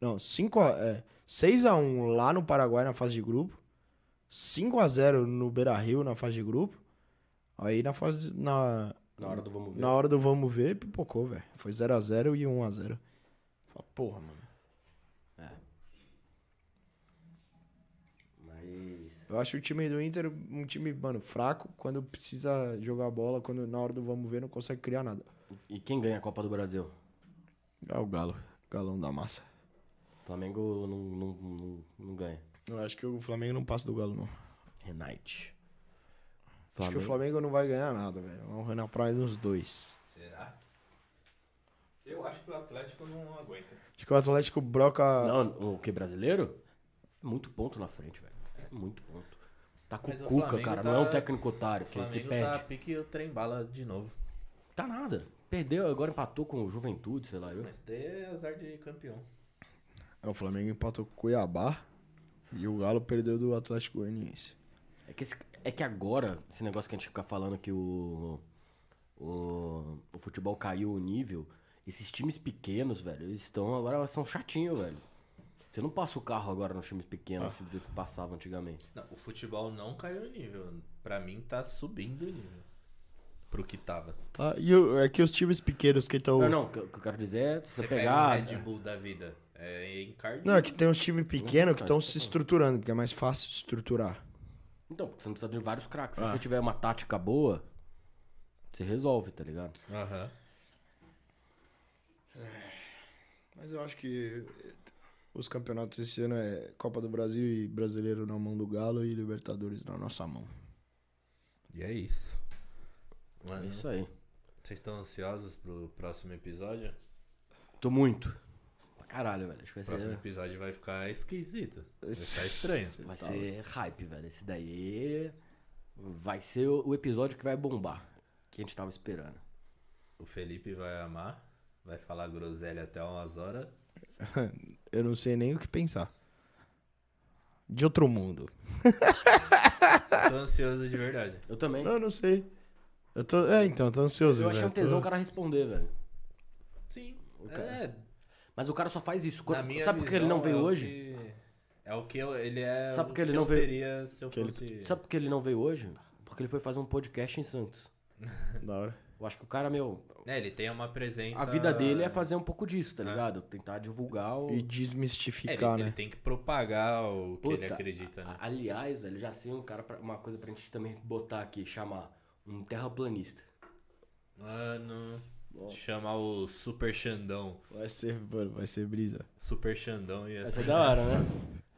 [SPEAKER 1] Não, 5 a, é, 6x1 lá no Paraguai na fase de grupo. 5x0 no Beira Rio na fase de grupo. Aí na fase. Na,
[SPEAKER 3] Na hora do vamos ver.
[SPEAKER 1] na hora do vamos ver, pipocou, velho. Foi 0x0 e 1x0. Fala, porra, mano.
[SPEAKER 3] Mas.
[SPEAKER 1] Eu acho o time do Inter um time, mano, fraco quando precisa jogar bola, quando na hora do vamos ver não consegue criar nada.
[SPEAKER 3] E quem ganha a Copa do Brasil?
[SPEAKER 1] É o Galo, galão da massa.
[SPEAKER 3] O Flamengo não, não, não, não ganha.
[SPEAKER 1] Eu acho que o Flamengo não passa do Galo, não.
[SPEAKER 3] Renate.
[SPEAKER 1] Acho que
[SPEAKER 3] Flamengo.
[SPEAKER 1] o Flamengo não vai ganhar nada, velho. Vamos na praia nos dois.
[SPEAKER 2] Será? Eu acho que o Atlético não aguenta.
[SPEAKER 1] Acho que o Atlético broca.
[SPEAKER 3] Não, o que brasileiro? Muito ponto na frente, velho. Muito ponto. Tá com
[SPEAKER 2] Mas
[SPEAKER 3] o
[SPEAKER 2] o
[SPEAKER 3] Cuca,
[SPEAKER 2] Flamengo
[SPEAKER 3] cara.
[SPEAKER 2] tá-
[SPEAKER 3] Não é um técnico otário
[SPEAKER 2] O
[SPEAKER 3] que, que
[SPEAKER 2] Flamengo
[SPEAKER 3] perde.
[SPEAKER 2] tá
[SPEAKER 3] Tá...
[SPEAKER 2] pique e o trem bala de novo.
[SPEAKER 3] nada. Perdeu, agora empatou com o Juventude, sei lá. Eu.
[SPEAKER 2] Mas tem azar de campeão.
[SPEAKER 1] É, O Flamengo empatou com o Cuiabá e o Galo perdeu do Atlético Goianiense.
[SPEAKER 3] É, que esse- é que agora, esse negócio que a gente fica falando que o, o, o futebol caiu o nível, esses times pequenos, velho, eles estão agora são chatinhos, velho. Você não passa o carro agora nos times pequenos, assim, do jeito que passava antigamente.
[SPEAKER 2] Não, o futebol não caiu o nível. Pra mim tá subindo o nível. Pro que tava.
[SPEAKER 1] Tá? E o- é que os times pequenos que estão.
[SPEAKER 3] Não, não, o que o que eu quero dizer é você,
[SPEAKER 2] Você
[SPEAKER 3] pegar.
[SPEAKER 2] pega um Red Bull da vida. É encardido.
[SPEAKER 1] Não, é que tem uns times pequenos que estão se estruturando, porque é mais fácil estruturar.
[SPEAKER 3] Então, porque você não precisa de vários craques. Se você tiver uma tática boa, você resolve, tá ligado?
[SPEAKER 2] Aham.
[SPEAKER 1] Mas eu acho que eh, os campeonatos esse ano é Copa do Brasil e Brasileiro na mão do Galo e Libertadores na nossa mão.
[SPEAKER 2] E é isso.
[SPEAKER 3] É
[SPEAKER 2] Mano,
[SPEAKER 3] isso aí.
[SPEAKER 2] vocês estão ansiosos pro próximo episódio?
[SPEAKER 3] Tô muito. Pra caralho, velho. Acho que vai
[SPEAKER 2] O próximo
[SPEAKER 3] ser.
[SPEAKER 2] episódio vai ficar esquisito. Vai ficar estranho.
[SPEAKER 3] Vai ser hype, velho. Esse daí vai ser o o episódio que vai bombar. Que a gente tava esperando.
[SPEAKER 2] O Felipe vai amar. Vai falar groselha até umas horas.
[SPEAKER 1] Eu não sei nem o que pensar. De outro mundo.
[SPEAKER 3] Tá.
[SPEAKER 2] Tô ansioso de verdade.
[SPEAKER 3] Eu também.
[SPEAKER 1] Eu não sei. Eu tô, é, então, eu tô ansioso.
[SPEAKER 3] Eu achei
[SPEAKER 1] velho.
[SPEAKER 3] um tesão o
[SPEAKER 1] Tô-
[SPEAKER 3] cara responder, velho.
[SPEAKER 2] Sim.
[SPEAKER 3] cara-
[SPEAKER 2] É,
[SPEAKER 3] Mas o cara só faz isso.
[SPEAKER 2] na
[SPEAKER 3] É, Quando-
[SPEAKER 2] minha
[SPEAKER 3] Sabe por que ele
[SPEAKER 2] visão,
[SPEAKER 3] não veio
[SPEAKER 2] é o
[SPEAKER 3] hoje?
[SPEAKER 2] que- É o que eu, ele é.
[SPEAKER 3] Sabe
[SPEAKER 2] o
[SPEAKER 3] porque ele
[SPEAKER 2] que
[SPEAKER 3] não
[SPEAKER 2] eu
[SPEAKER 3] veio-
[SPEAKER 2] seria se eu
[SPEAKER 1] Que ele-
[SPEAKER 2] fosse.
[SPEAKER 3] Sabe por que ele tá- não veio hoje? Porque ele foi fazer um podcast em Santos.
[SPEAKER 1] Da hora.
[SPEAKER 3] Eu acho que o cara, meu,
[SPEAKER 2] É, ele tem uma presença.
[SPEAKER 3] a vida dele é fazer um pouco disso, tá
[SPEAKER 2] É.
[SPEAKER 3] ligado? Tentar divulgar o.
[SPEAKER 1] E
[SPEAKER 2] É, ele,
[SPEAKER 1] desmistificar,
[SPEAKER 2] ele
[SPEAKER 1] né?
[SPEAKER 2] tem que propagar o que ele
[SPEAKER 3] Puta,
[SPEAKER 2] acredita, né?
[SPEAKER 3] a- Aliás, velho, já sei um cara pra- uma coisa pra gente também botar aqui, chamar um terraplanista.
[SPEAKER 2] Mano.
[SPEAKER 1] Nossa.
[SPEAKER 2] Chamar o Super Xandão.
[SPEAKER 1] Vai ser, mano, vai ser brisa.
[SPEAKER 2] Super Xandão ia
[SPEAKER 3] Essa é
[SPEAKER 2] ser.
[SPEAKER 3] da hora, né?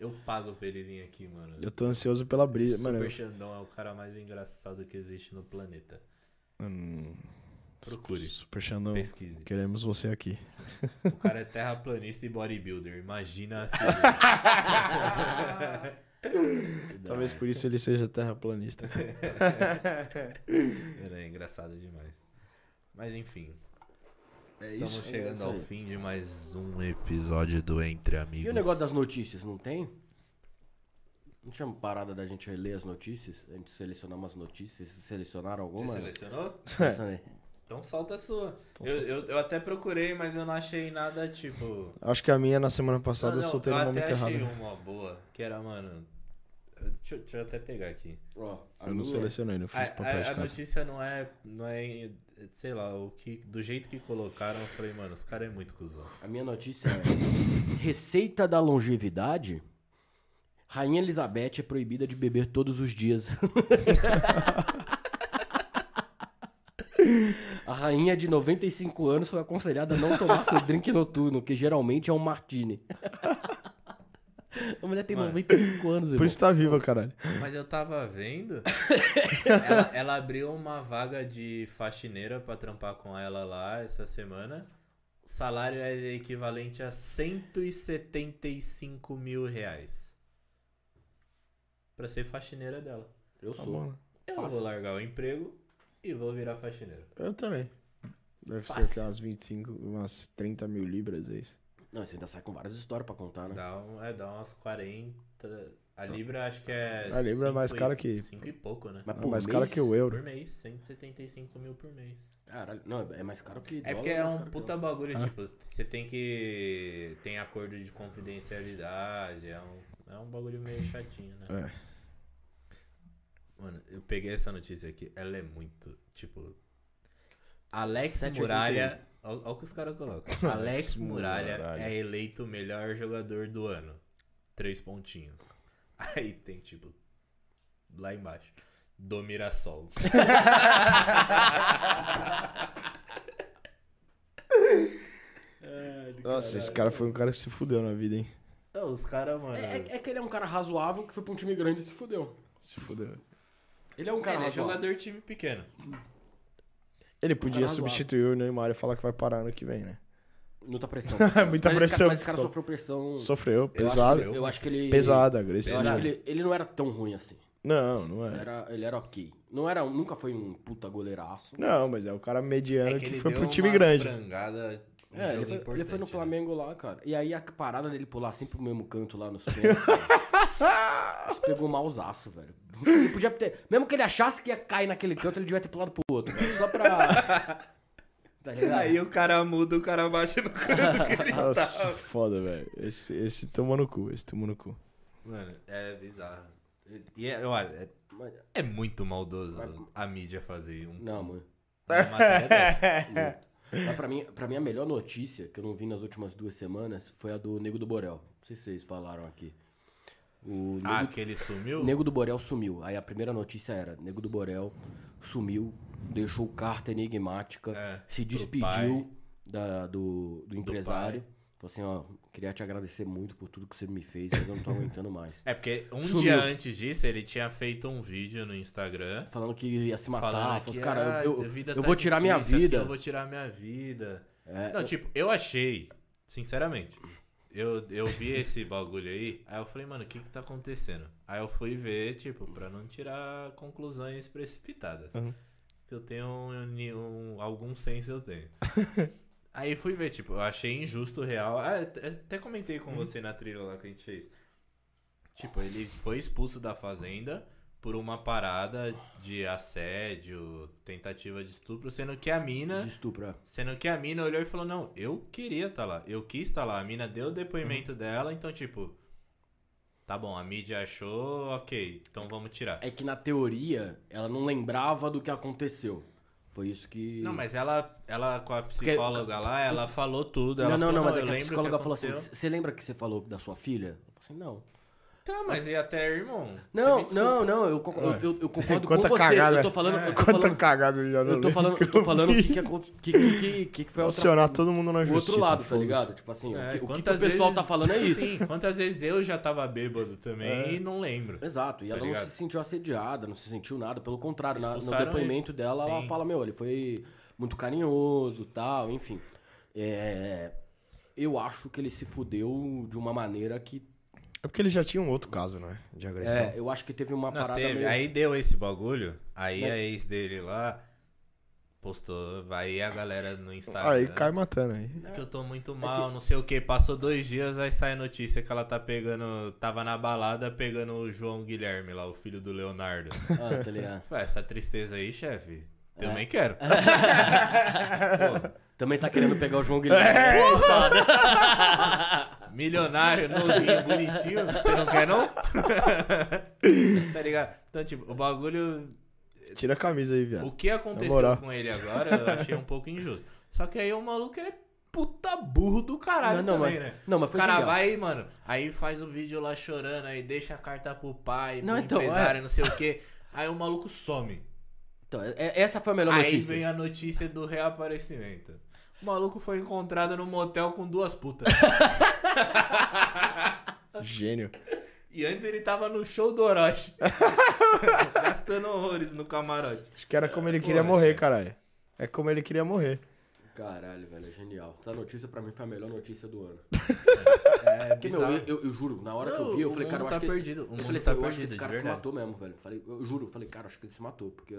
[SPEAKER 2] Eu pago pra ele vir aqui, mano.
[SPEAKER 1] Eu tô ansioso pela brisa.
[SPEAKER 2] Super
[SPEAKER 1] Mano, eu-
[SPEAKER 2] Xandão é o cara mais engraçado que existe no planeta.
[SPEAKER 1] Hum,
[SPEAKER 2] Procure.
[SPEAKER 1] Super Xandão,
[SPEAKER 2] Pesquise.
[SPEAKER 1] queremos você aqui.
[SPEAKER 2] O cara é terraplanista e bodybuilder. Imagina.
[SPEAKER 1] Talvez por isso ele seja terraplanista.
[SPEAKER 2] Ele é engraçado demais. Mas enfim.
[SPEAKER 1] É
[SPEAKER 2] Estamos
[SPEAKER 1] isso?
[SPEAKER 2] chegando
[SPEAKER 3] isso
[SPEAKER 2] ao
[SPEAKER 3] aí.
[SPEAKER 2] fim de mais um episódio do Entre Amigos.
[SPEAKER 3] E o negócio das notícias, não tem? Não tinha uma parada da gente ler as notícias? A gente selecionar umas notícias? Selecionaram
[SPEAKER 2] Você
[SPEAKER 3] alguma?
[SPEAKER 2] selecionou?
[SPEAKER 1] É.
[SPEAKER 3] Selecionei.
[SPEAKER 2] Então solta a sua. Eu, eu, eu até procurei, mas eu não achei nada tipo.
[SPEAKER 1] Acho que a minha na semana passada
[SPEAKER 2] Não,
[SPEAKER 1] eu
[SPEAKER 2] não,
[SPEAKER 1] soltei no
[SPEAKER 2] até
[SPEAKER 1] momento errado.
[SPEAKER 2] achei uma boa. Que era, mano. Deixa, eu- deixa eu até pegar aqui.
[SPEAKER 3] Ó, a
[SPEAKER 1] Eu não
[SPEAKER 3] minha-
[SPEAKER 1] selecionei, não
[SPEAKER 2] A,
[SPEAKER 1] fiz papel
[SPEAKER 2] a- a
[SPEAKER 1] de casa.
[SPEAKER 2] notícia Ah, não é, não é, sei lá, o que, do jeito que colocaram, eu falei, mano, os caras é muito cuzão.
[SPEAKER 3] A minha notícia é: Receita da longevidade? Rainha Elizabeth é proibida de beber todos os dias. A rainha de 95 anos foi aconselhada a não tomar seu drink noturno, que geralmente é um martini. A mulher tem
[SPEAKER 2] Mano.
[SPEAKER 3] 95 anos,
[SPEAKER 1] Por
[SPEAKER 3] irmão.
[SPEAKER 1] isso tá viva, caralho.
[SPEAKER 2] Mas eu tava vendo, ela, ela abriu uma vaga de faxineira pra trampar com ela lá essa semana. O salário é equivalente a 175 mil reais. Pra ser faxineira dela.
[SPEAKER 3] Eu
[SPEAKER 1] Tá
[SPEAKER 3] sou.
[SPEAKER 1] bom, né?
[SPEAKER 2] Eu
[SPEAKER 3] Fácil.
[SPEAKER 2] vou largar o emprego e vou virar faxineiro.
[SPEAKER 1] Eu também. Deve ser
[SPEAKER 3] Fácil.
[SPEAKER 1] que umas 25, umas 30 mil libras, é isso.
[SPEAKER 3] Não, você ainda sai com várias histórias pra contar, né?
[SPEAKER 2] Dá, um, é, dá umas 40. A Libra acho que é.
[SPEAKER 1] A libra é mais
[SPEAKER 2] cinco e-
[SPEAKER 1] cara que-
[SPEAKER 2] cinco e pouco, né?
[SPEAKER 3] Mas
[SPEAKER 1] Ah,
[SPEAKER 3] por
[SPEAKER 1] mais cara
[SPEAKER 3] mês?
[SPEAKER 1] que o
[SPEAKER 2] Por
[SPEAKER 1] euro.
[SPEAKER 2] mês, 175 mil por mês.
[SPEAKER 3] Caralho, não, é mais caro que.
[SPEAKER 2] É
[SPEAKER 3] dólar,
[SPEAKER 2] porque é
[SPEAKER 3] mais
[SPEAKER 2] um
[SPEAKER 3] caro que
[SPEAKER 2] puta bagulho,
[SPEAKER 1] Ah.
[SPEAKER 2] tipo, você tem que. Tem acordo de confidencialidade, é um, é um bagulho meio chatinho, né?
[SPEAKER 1] É.
[SPEAKER 2] Mano, eu peguei essa notícia aqui, ela é muito, tipo. Alex
[SPEAKER 3] 781.
[SPEAKER 2] Muralha. Olha o que os caras colocam. Alex Muralha
[SPEAKER 1] Muralha.
[SPEAKER 2] é eleito o melhor jogador do ano. Três pontinhos. Aí tem, tipo. Lá embaixo. Do Mirassol.
[SPEAKER 1] Nossa, esse cara foi um cara que se fudeu na vida, hein?
[SPEAKER 2] Não, os caras, mano.
[SPEAKER 3] É, é- é que ele é um cara razoável que foi pra um time grande e se fudeu.
[SPEAKER 1] Se fudeu.
[SPEAKER 3] Ele é um cara
[SPEAKER 2] ele é
[SPEAKER 3] razoável.
[SPEAKER 2] jogador time pequeno.
[SPEAKER 1] Ele podia
[SPEAKER 3] razoável.
[SPEAKER 1] substituir o Neymar e falar que vai parar ano que vem, né?
[SPEAKER 3] Muita pressão.
[SPEAKER 1] Muita
[SPEAKER 3] mas esse
[SPEAKER 1] pressão.
[SPEAKER 3] Cara, mas esse cara sofreu pressão.
[SPEAKER 1] Sofreu,
[SPEAKER 2] que
[SPEAKER 1] pesado.
[SPEAKER 2] deu.
[SPEAKER 3] Eu acho que ele. é
[SPEAKER 1] Pesado,
[SPEAKER 3] Eu
[SPEAKER 1] agressivo.
[SPEAKER 3] acho que ele, ele não era tão ruim assim.
[SPEAKER 1] Não, não
[SPEAKER 3] Ele
[SPEAKER 1] é.
[SPEAKER 3] era, ele era ok. Não era, nunca foi um puta goleiraço.
[SPEAKER 1] Não, mas é o cara mediano
[SPEAKER 2] É
[SPEAKER 1] que,
[SPEAKER 2] ele
[SPEAKER 1] foi
[SPEAKER 2] deu
[SPEAKER 1] pro time
[SPEAKER 2] uma
[SPEAKER 1] grande.
[SPEAKER 2] frangada num
[SPEAKER 3] É,
[SPEAKER 2] jogo
[SPEAKER 3] ele foi, ele foi
[SPEAKER 2] importante,
[SPEAKER 3] no
[SPEAKER 2] né?
[SPEAKER 3] Flamengo lá, cara. E aí a parada dele pular sempre pro mesmo canto lá nos pênaltis. cara, Isso pegou mausaço, velho. Ele podia ter. Mesmo que ele achasse que ia cair naquele canto, ele devia ter pulado pro outro. cara, Só pra. Tá ligado?
[SPEAKER 2] Aí o cara muda, o cara bate no canto.
[SPEAKER 1] Nossa, foda, velho. Esse, esse tomou no cu, esse tomou no cu.
[SPEAKER 2] Mano, é bizarro. E é, olha,
[SPEAKER 3] Mas-
[SPEAKER 2] é, é muito maldoso a mídia fazer um,
[SPEAKER 3] Não, mano.
[SPEAKER 2] uma matéria dessa.
[SPEAKER 3] Muito. Mas pra mim, pra mim, a melhor notícia que eu não vi nas últimas duas semanas foi a do Nego do Borel. Não sei se vocês falaram aqui. O
[SPEAKER 2] Ah,
[SPEAKER 3] Nego,
[SPEAKER 2] que ele sumiu?
[SPEAKER 3] Nego do Borel sumiu. Aí a primeira notícia era: Nego do Borel sumiu, deixou carta enigmática,
[SPEAKER 2] É,
[SPEAKER 3] se
[SPEAKER 2] pro
[SPEAKER 3] despediu da- do, do empresário.
[SPEAKER 2] pai.
[SPEAKER 3] Falou assim: ó, queria te agradecer muito por tudo que você me fez, mas eu não tô aguentando mais.
[SPEAKER 2] É porque um
[SPEAKER 3] Sumiu.
[SPEAKER 2] dia antes disso ele tinha feito um vídeo no Instagram
[SPEAKER 3] Falando que ia se matar,
[SPEAKER 2] falando
[SPEAKER 3] falou
[SPEAKER 2] que
[SPEAKER 3] assim, cara,
[SPEAKER 2] "Ah,
[SPEAKER 3] eu, eu-
[SPEAKER 2] a vida
[SPEAKER 3] eu
[SPEAKER 2] tá
[SPEAKER 3] vou tirar minha
[SPEAKER 2] difícil, assim,
[SPEAKER 3] vida.
[SPEAKER 2] eu vou tirar minha vida.
[SPEAKER 3] É,
[SPEAKER 2] Não, tipo, eu achei, sinceramente. Eu, eu vi esse bagulho aí, aí eu falei, mano, o que que tá acontecendo? Aí eu fui ver, tipo, pra não tirar conclusões precipitadas.
[SPEAKER 1] Uhum.
[SPEAKER 2] Que eu tenho um, um- algum senso, eu tenho. aí fui ver, tipo, eu achei injusto real. Ah, até até comentei com você na trilha lá que a gente fez. Tipo, ele foi expulso da fazenda por uma parada de assédio, tentativa de estupro, sendo que a mina.
[SPEAKER 3] de estupro. é.
[SPEAKER 2] Sendo que a mina olhou e falou, não, tá eu queria estar lá, eu quis estar lá. A mina deu o depoimento dela, então, tipo, Tá bom, a mídia achou, ok, então vamos tirar.
[SPEAKER 3] É que na teoria, ela não lembrava do que aconteceu. Foi isso que.
[SPEAKER 2] Não, mas ela, ela com a psicóloga lá, ela falou tudo.
[SPEAKER 3] Não,
[SPEAKER 2] ela
[SPEAKER 3] não,
[SPEAKER 2] falou,
[SPEAKER 3] não, mas
[SPEAKER 2] "Eu
[SPEAKER 3] é que a
[SPEAKER 2] lembro o
[SPEAKER 3] psicóloga falou assim:
[SPEAKER 2] aconteceu."
[SPEAKER 3] você lembra que você falou da sua filha? Eu falei assim, não.
[SPEAKER 2] Tá, mas e até, irmão? Você me
[SPEAKER 3] Não,
[SPEAKER 2] desculpa. É.
[SPEAKER 3] não, não, eu, concordo- eu, eu- eu concordo com
[SPEAKER 1] Quanta
[SPEAKER 3] você.
[SPEAKER 1] cagada.
[SPEAKER 3] Eu tô falando. Eu tô
[SPEAKER 1] Quanta
[SPEAKER 3] falando,
[SPEAKER 1] cagada eu já não
[SPEAKER 3] eu tô falando, eu tô falando que, que, acon- que, que, que- que- que foi a outra,
[SPEAKER 1] Acionar todo mundo na
[SPEAKER 3] o
[SPEAKER 1] justiça.
[SPEAKER 3] outro lado, tá
[SPEAKER 1] foda-se.
[SPEAKER 3] ligado? Tipo assim, o
[SPEAKER 2] É,
[SPEAKER 3] que- o que, que o
[SPEAKER 2] quantas
[SPEAKER 3] pessoal
[SPEAKER 2] vezes-
[SPEAKER 3] tá falando é isso. É.
[SPEAKER 2] Sim, quantas vezes eu já tava bêbado também e não lembro.
[SPEAKER 3] Exato, e
[SPEAKER 2] Tá
[SPEAKER 3] ela não
[SPEAKER 2] ligado?
[SPEAKER 3] se sentiu assediada, não se sentiu nada, pelo contrário, na- no
[SPEAKER 2] Expulsaram
[SPEAKER 3] depoimento dela, ela
[SPEAKER 2] Sim.
[SPEAKER 3] fala, meu, ele foi muito carinhoso tal, enfim. É, eu acho que ele se fudeu de uma maneira que.
[SPEAKER 1] É porque eles já tinham outro caso, né? De agressão.
[SPEAKER 3] É, eu acho que teve uma
[SPEAKER 2] Não,
[SPEAKER 3] parada
[SPEAKER 2] teve.
[SPEAKER 3] meio.
[SPEAKER 2] Aí deu esse bagulho, aí a ex dele lá postou, aí a galera no Instagram.
[SPEAKER 1] Aí cai matando aí.
[SPEAKER 2] "É Que eu tô muito mal, não sei o que. Passou dois dias, aí sai a notícia que ela tá pegando. Tava na balada pegando o João Guilherme lá, o filho do Leonardo.
[SPEAKER 3] Ah, tá ligado?
[SPEAKER 2] Falei, Essa tristeza aí, chefe.
[SPEAKER 3] É.
[SPEAKER 2] Também quero.
[SPEAKER 3] Também tá querendo pegar o João Guilherme.
[SPEAKER 2] É. Milionário, novinho, bonitinho, você não quer não? tá ligado? Então, tipo, o bagulho.
[SPEAKER 1] Tira a camisa aí,
[SPEAKER 2] O
[SPEAKER 1] viado.
[SPEAKER 2] que aconteceu
[SPEAKER 1] moral.
[SPEAKER 2] com ele agora, eu achei um pouco injusto. Só que aí o maluco é puta burro do caralho
[SPEAKER 3] Não, não,
[SPEAKER 2] também,
[SPEAKER 3] mas-
[SPEAKER 2] né?
[SPEAKER 3] não, mas
[SPEAKER 2] o
[SPEAKER 3] foi
[SPEAKER 2] cara
[SPEAKER 3] genial.
[SPEAKER 2] vai, mano, aí faz o vídeo lá chorando, aí deixa a carta pro pai,
[SPEAKER 3] Não,
[SPEAKER 2] pro
[SPEAKER 3] então,
[SPEAKER 2] empresário, não sei o quê. Aí o maluco some.
[SPEAKER 3] Então, é- é- essa foi a melhor
[SPEAKER 2] Aí
[SPEAKER 3] notícia.
[SPEAKER 2] vem a notícia do reaparecimento. O maluco foi encontrado num motel com duas putas.
[SPEAKER 1] Gênio.
[SPEAKER 2] E antes ele tava no show do Orochi. gastando horrores no camarote.
[SPEAKER 1] Acho que era como ele queria
[SPEAKER 2] Porra,
[SPEAKER 1] morrer,
[SPEAKER 2] chefe.
[SPEAKER 1] caralho. É como ele queria morrer.
[SPEAKER 3] Caralho, velho, é genial. Essa notícia pra mim foi a melhor notícia do ano.
[SPEAKER 2] É,
[SPEAKER 3] Porque, meu, eu, eu- eu juro, na hora que eu
[SPEAKER 2] Não,
[SPEAKER 3] vi, eu
[SPEAKER 2] o
[SPEAKER 3] falei, cara, eu
[SPEAKER 2] mundo tá
[SPEAKER 3] acho que.
[SPEAKER 2] perdido, o
[SPEAKER 3] Eu
[SPEAKER 2] mundo
[SPEAKER 3] falei,
[SPEAKER 2] tá
[SPEAKER 3] eu acho que
[SPEAKER 2] perdido,
[SPEAKER 3] esse
[SPEAKER 2] de
[SPEAKER 3] cara se
[SPEAKER 2] verdade.
[SPEAKER 3] matou mesmo, velho. Falei, eu juro, eu falei, cara, acho que ele se matou, porque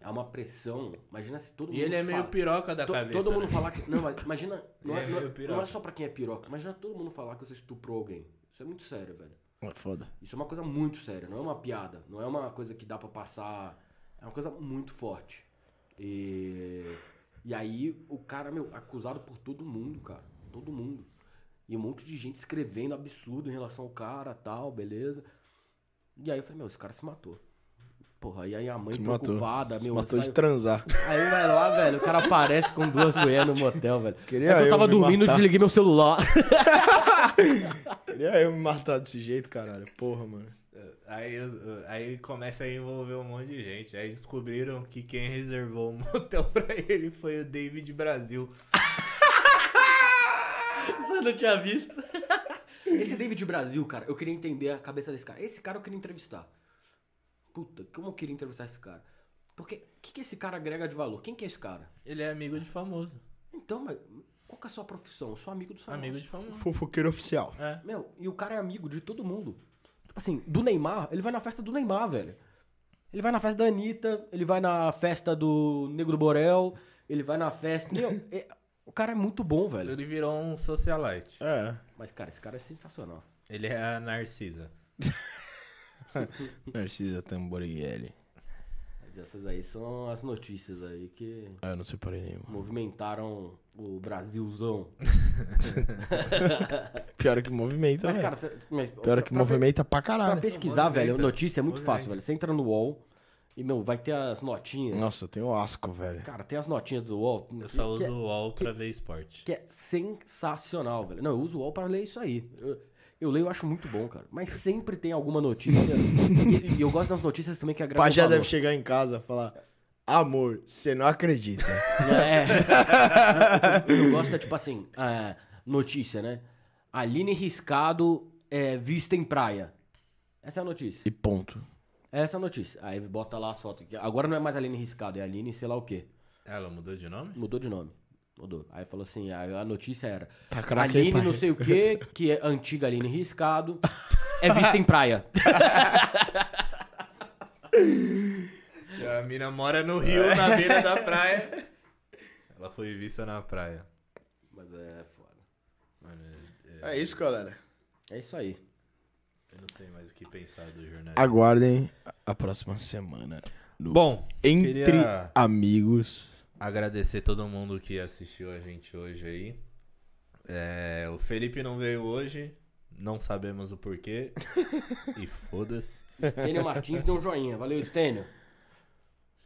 [SPEAKER 3] é uma pressão. Imagina se todo mundo.
[SPEAKER 2] E ele é
[SPEAKER 3] fala-
[SPEAKER 2] meio piroca da
[SPEAKER 3] to-
[SPEAKER 2] cabeça.
[SPEAKER 3] Todo mundo
[SPEAKER 2] né?
[SPEAKER 3] falar que. Não, mas imagina. Não
[SPEAKER 2] Ele
[SPEAKER 3] é,
[SPEAKER 2] é
[SPEAKER 3] não é-
[SPEAKER 2] meio piroca.
[SPEAKER 3] não é só pra quem é piroca. Imagina todo mundo falar que você estuprou alguém. Isso é muito sério, velho.
[SPEAKER 1] É foda.
[SPEAKER 3] Isso é uma coisa muito séria, não é uma piada, não é uma coisa que dá pra passar. É uma coisa muito forte. E, e aí o cara, meu, acusado por todo mundo, cara. Todo mundo. E um monte de gente escrevendo absurdo em relação ao cara, tal, beleza. E aí eu falei, meu, esse cara se matou. Porra, e aí a mãe
[SPEAKER 1] Se matou.
[SPEAKER 3] preocupada,
[SPEAKER 1] Se
[SPEAKER 3] meu,
[SPEAKER 1] matou de
[SPEAKER 3] saiu-
[SPEAKER 1] transar.
[SPEAKER 3] Aí vai lá, velho, o cara aparece com duas mulheres no motel, velho.
[SPEAKER 1] Queria
[SPEAKER 3] É que eu
[SPEAKER 1] eu
[SPEAKER 3] tava
[SPEAKER 1] me
[SPEAKER 3] dormindo,
[SPEAKER 1] matar.
[SPEAKER 3] desliguei meu celular.
[SPEAKER 1] Queria eu me matar desse jeito, caralho. Porra, mano.
[SPEAKER 2] Aí, eu- aí começa a envolver um monte de gente. Aí descobriram que quem reservou o motel pra ele foi o David Brasil.
[SPEAKER 3] Isso eu não tinha visto. Esse David Brasil, cara, eu queria entender a cabeça desse cara. Esse cara eu queria entrevistar. Puta, como eu queria entrevistar esse cara? Porque o que, que esse cara agrega de valor? Quem que é esse cara?
[SPEAKER 2] Ele é amigo de famoso.
[SPEAKER 3] Então, mas qual que é a sua profissão? Eu sou amigo do seu
[SPEAKER 2] Amigo de famoso.
[SPEAKER 1] Fofoqueiro oficial.
[SPEAKER 2] É.
[SPEAKER 3] Meu, e o cara é amigo de todo mundo. Tipo assim, do Neymar, ele vai na festa do Neymar, velho. Ele vai na festa da Anitta, ele vai na festa do Negro Borel, ele vai na festa. Meu, é- o cara é muito bom, velho.
[SPEAKER 2] Ele virou um socialite.
[SPEAKER 1] É.
[SPEAKER 3] Mas, cara, esse cara é sensacional.
[SPEAKER 2] Ele é a Narcisa.
[SPEAKER 1] Narcisa Tamborighelli.
[SPEAKER 3] Mas Essas aí são as notícias aí que
[SPEAKER 1] Ah, eu não separei nenhuma.
[SPEAKER 3] movimentaram o Brasilzão.
[SPEAKER 1] Pior que movimenta,
[SPEAKER 3] Mas,
[SPEAKER 1] velho.
[SPEAKER 3] cara, cê- mas-
[SPEAKER 1] Pior
[SPEAKER 3] pra-
[SPEAKER 1] que
[SPEAKER 3] pra-
[SPEAKER 1] movimenta pra
[SPEAKER 3] Pra
[SPEAKER 1] caralho.
[SPEAKER 3] pesquisar, velho,
[SPEAKER 2] movimenta.
[SPEAKER 3] notícia é muito
[SPEAKER 2] Movimenta.
[SPEAKER 3] fácil, velho. Você entra no UOL e, meu, vai ter as notinhas.
[SPEAKER 1] Nossa, eu tenho asco, velho.
[SPEAKER 3] Cara, tem as notinhas do UOL.
[SPEAKER 2] Eu só
[SPEAKER 3] que,
[SPEAKER 2] uso
[SPEAKER 3] é-
[SPEAKER 2] o UOL pra ver esporte.
[SPEAKER 3] que é sensacional, velho. Não, eu uso o UOL pra ler isso aí. Eu, eu leio, eu acho muito bom, cara. Mas sempre tem alguma notícia. e, e eu gosto das notícias também que
[SPEAKER 1] O
[SPEAKER 3] agregam
[SPEAKER 1] pajé
[SPEAKER 3] valor.
[SPEAKER 1] deve chegar em casa e falar: Amor, você não acredita.
[SPEAKER 3] É. Eu gosto, é tipo assim, é, notícia, né? Aline Riscado é vista em praia. Essa é a notícia.
[SPEAKER 1] e ponto.
[SPEAKER 3] Essa é a notícia. Aí bota lá as fotos. Agora não é mais Aline Riscado, é Aline sei lá o quê.
[SPEAKER 2] Ela mudou de nome?
[SPEAKER 3] Mudou de nome. Mudou. Aí falou assim, a, a notícia era...
[SPEAKER 1] Tá craque aí,
[SPEAKER 3] Aline
[SPEAKER 1] pai.
[SPEAKER 3] não sei o quê, que é antiga Aline Riscado, é vista em praia.
[SPEAKER 2] A mina mora no Rio, na beira da praia. É. Ela foi vista na praia.
[SPEAKER 3] Mas é foda.
[SPEAKER 2] Mano, é-
[SPEAKER 1] É isso, galera.
[SPEAKER 3] É isso aí.
[SPEAKER 2] eu não sei mais o que pensar do
[SPEAKER 3] Ah,
[SPEAKER 2] jornalismo.
[SPEAKER 1] Aguardem a próxima semana. no
[SPEAKER 2] Bom,
[SPEAKER 1] Entre
[SPEAKER 2] queria
[SPEAKER 1] amigos.
[SPEAKER 2] agradecer todo mundo que assistiu a gente hoje aí. É, o Felipe não veio hoje, Não sabemos o porquê. e foda-se.
[SPEAKER 3] Estênio Martins deu um joinha. Valeu, Estênio.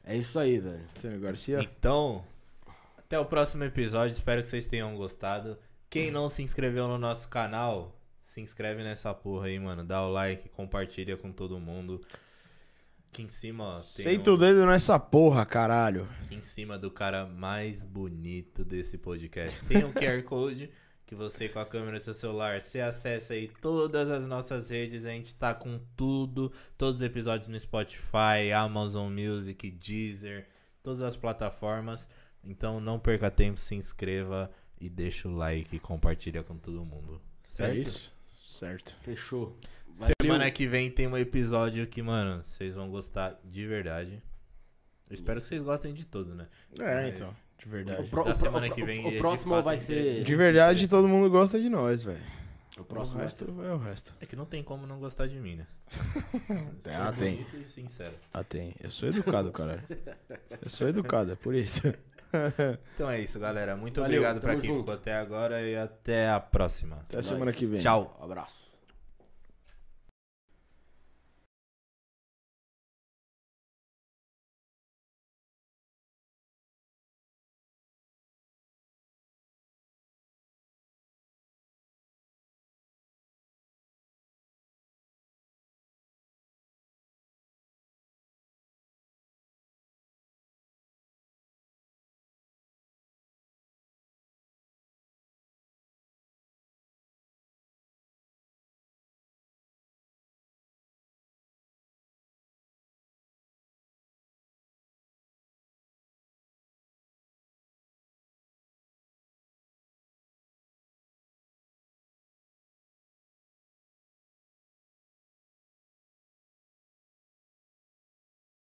[SPEAKER 3] É isso aí, velho.
[SPEAKER 1] Tênio Garcia.
[SPEAKER 2] Então, até o próximo episódio. Espero que vocês tenham gostado. Quem não se inscreveu no nosso canal, se inscreve nessa porra aí, mano. Dá o like, compartilha com todo mundo. Aqui em cima, ó, tem
[SPEAKER 1] Senta o
[SPEAKER 2] um-
[SPEAKER 1] dedo nessa porra, caralho.
[SPEAKER 2] aqui em cima do cara mais bonito desse podcast. Tem um QR Code que você com a câmera do seu celular, você acessa aí todas as nossas redes, a gente tá com tudo, todos os episódios no Spotify, Amazon Music, Deezer, todas as plataformas. Então não perca tempo, se inscreva e deixa o like e compartilha com todo mundo. Certo?
[SPEAKER 1] É isso? Certo.
[SPEAKER 3] Fechou.
[SPEAKER 2] Semana que vem tem um episódio que, mano, vocês vão gostar de verdade. Eu espero que vocês gostem de tudo, né?
[SPEAKER 1] É,
[SPEAKER 2] Mas-
[SPEAKER 1] então. De
[SPEAKER 3] O,
[SPEAKER 1] verdade.
[SPEAKER 3] pro-
[SPEAKER 2] Da
[SPEAKER 3] o pro-
[SPEAKER 2] semana
[SPEAKER 3] o pro-
[SPEAKER 2] que vem
[SPEAKER 3] o
[SPEAKER 2] é de
[SPEAKER 3] próximo
[SPEAKER 2] fato
[SPEAKER 3] vai
[SPEAKER 2] entregue.
[SPEAKER 3] ser.
[SPEAKER 1] De verdade, todo mundo gosta de nós, velho.
[SPEAKER 3] O
[SPEAKER 1] O
[SPEAKER 3] próximo vai ser.
[SPEAKER 1] resto é o resto.
[SPEAKER 2] É que não tem como não gostar de mim, né? Ser
[SPEAKER 1] Ah, tem.
[SPEAKER 2] bonito e sincero.
[SPEAKER 1] Ah, tem. Eu sou educado, caralho. Eu sou educado, é por isso.
[SPEAKER 2] Então é isso, galera. Muito
[SPEAKER 3] Valeu,
[SPEAKER 2] obrigado pra
[SPEAKER 3] tamo
[SPEAKER 2] quem
[SPEAKER 3] junto.
[SPEAKER 2] ficou até agora e até a próxima.
[SPEAKER 1] Até semana que vem.
[SPEAKER 2] Tchau.
[SPEAKER 3] um Abraço.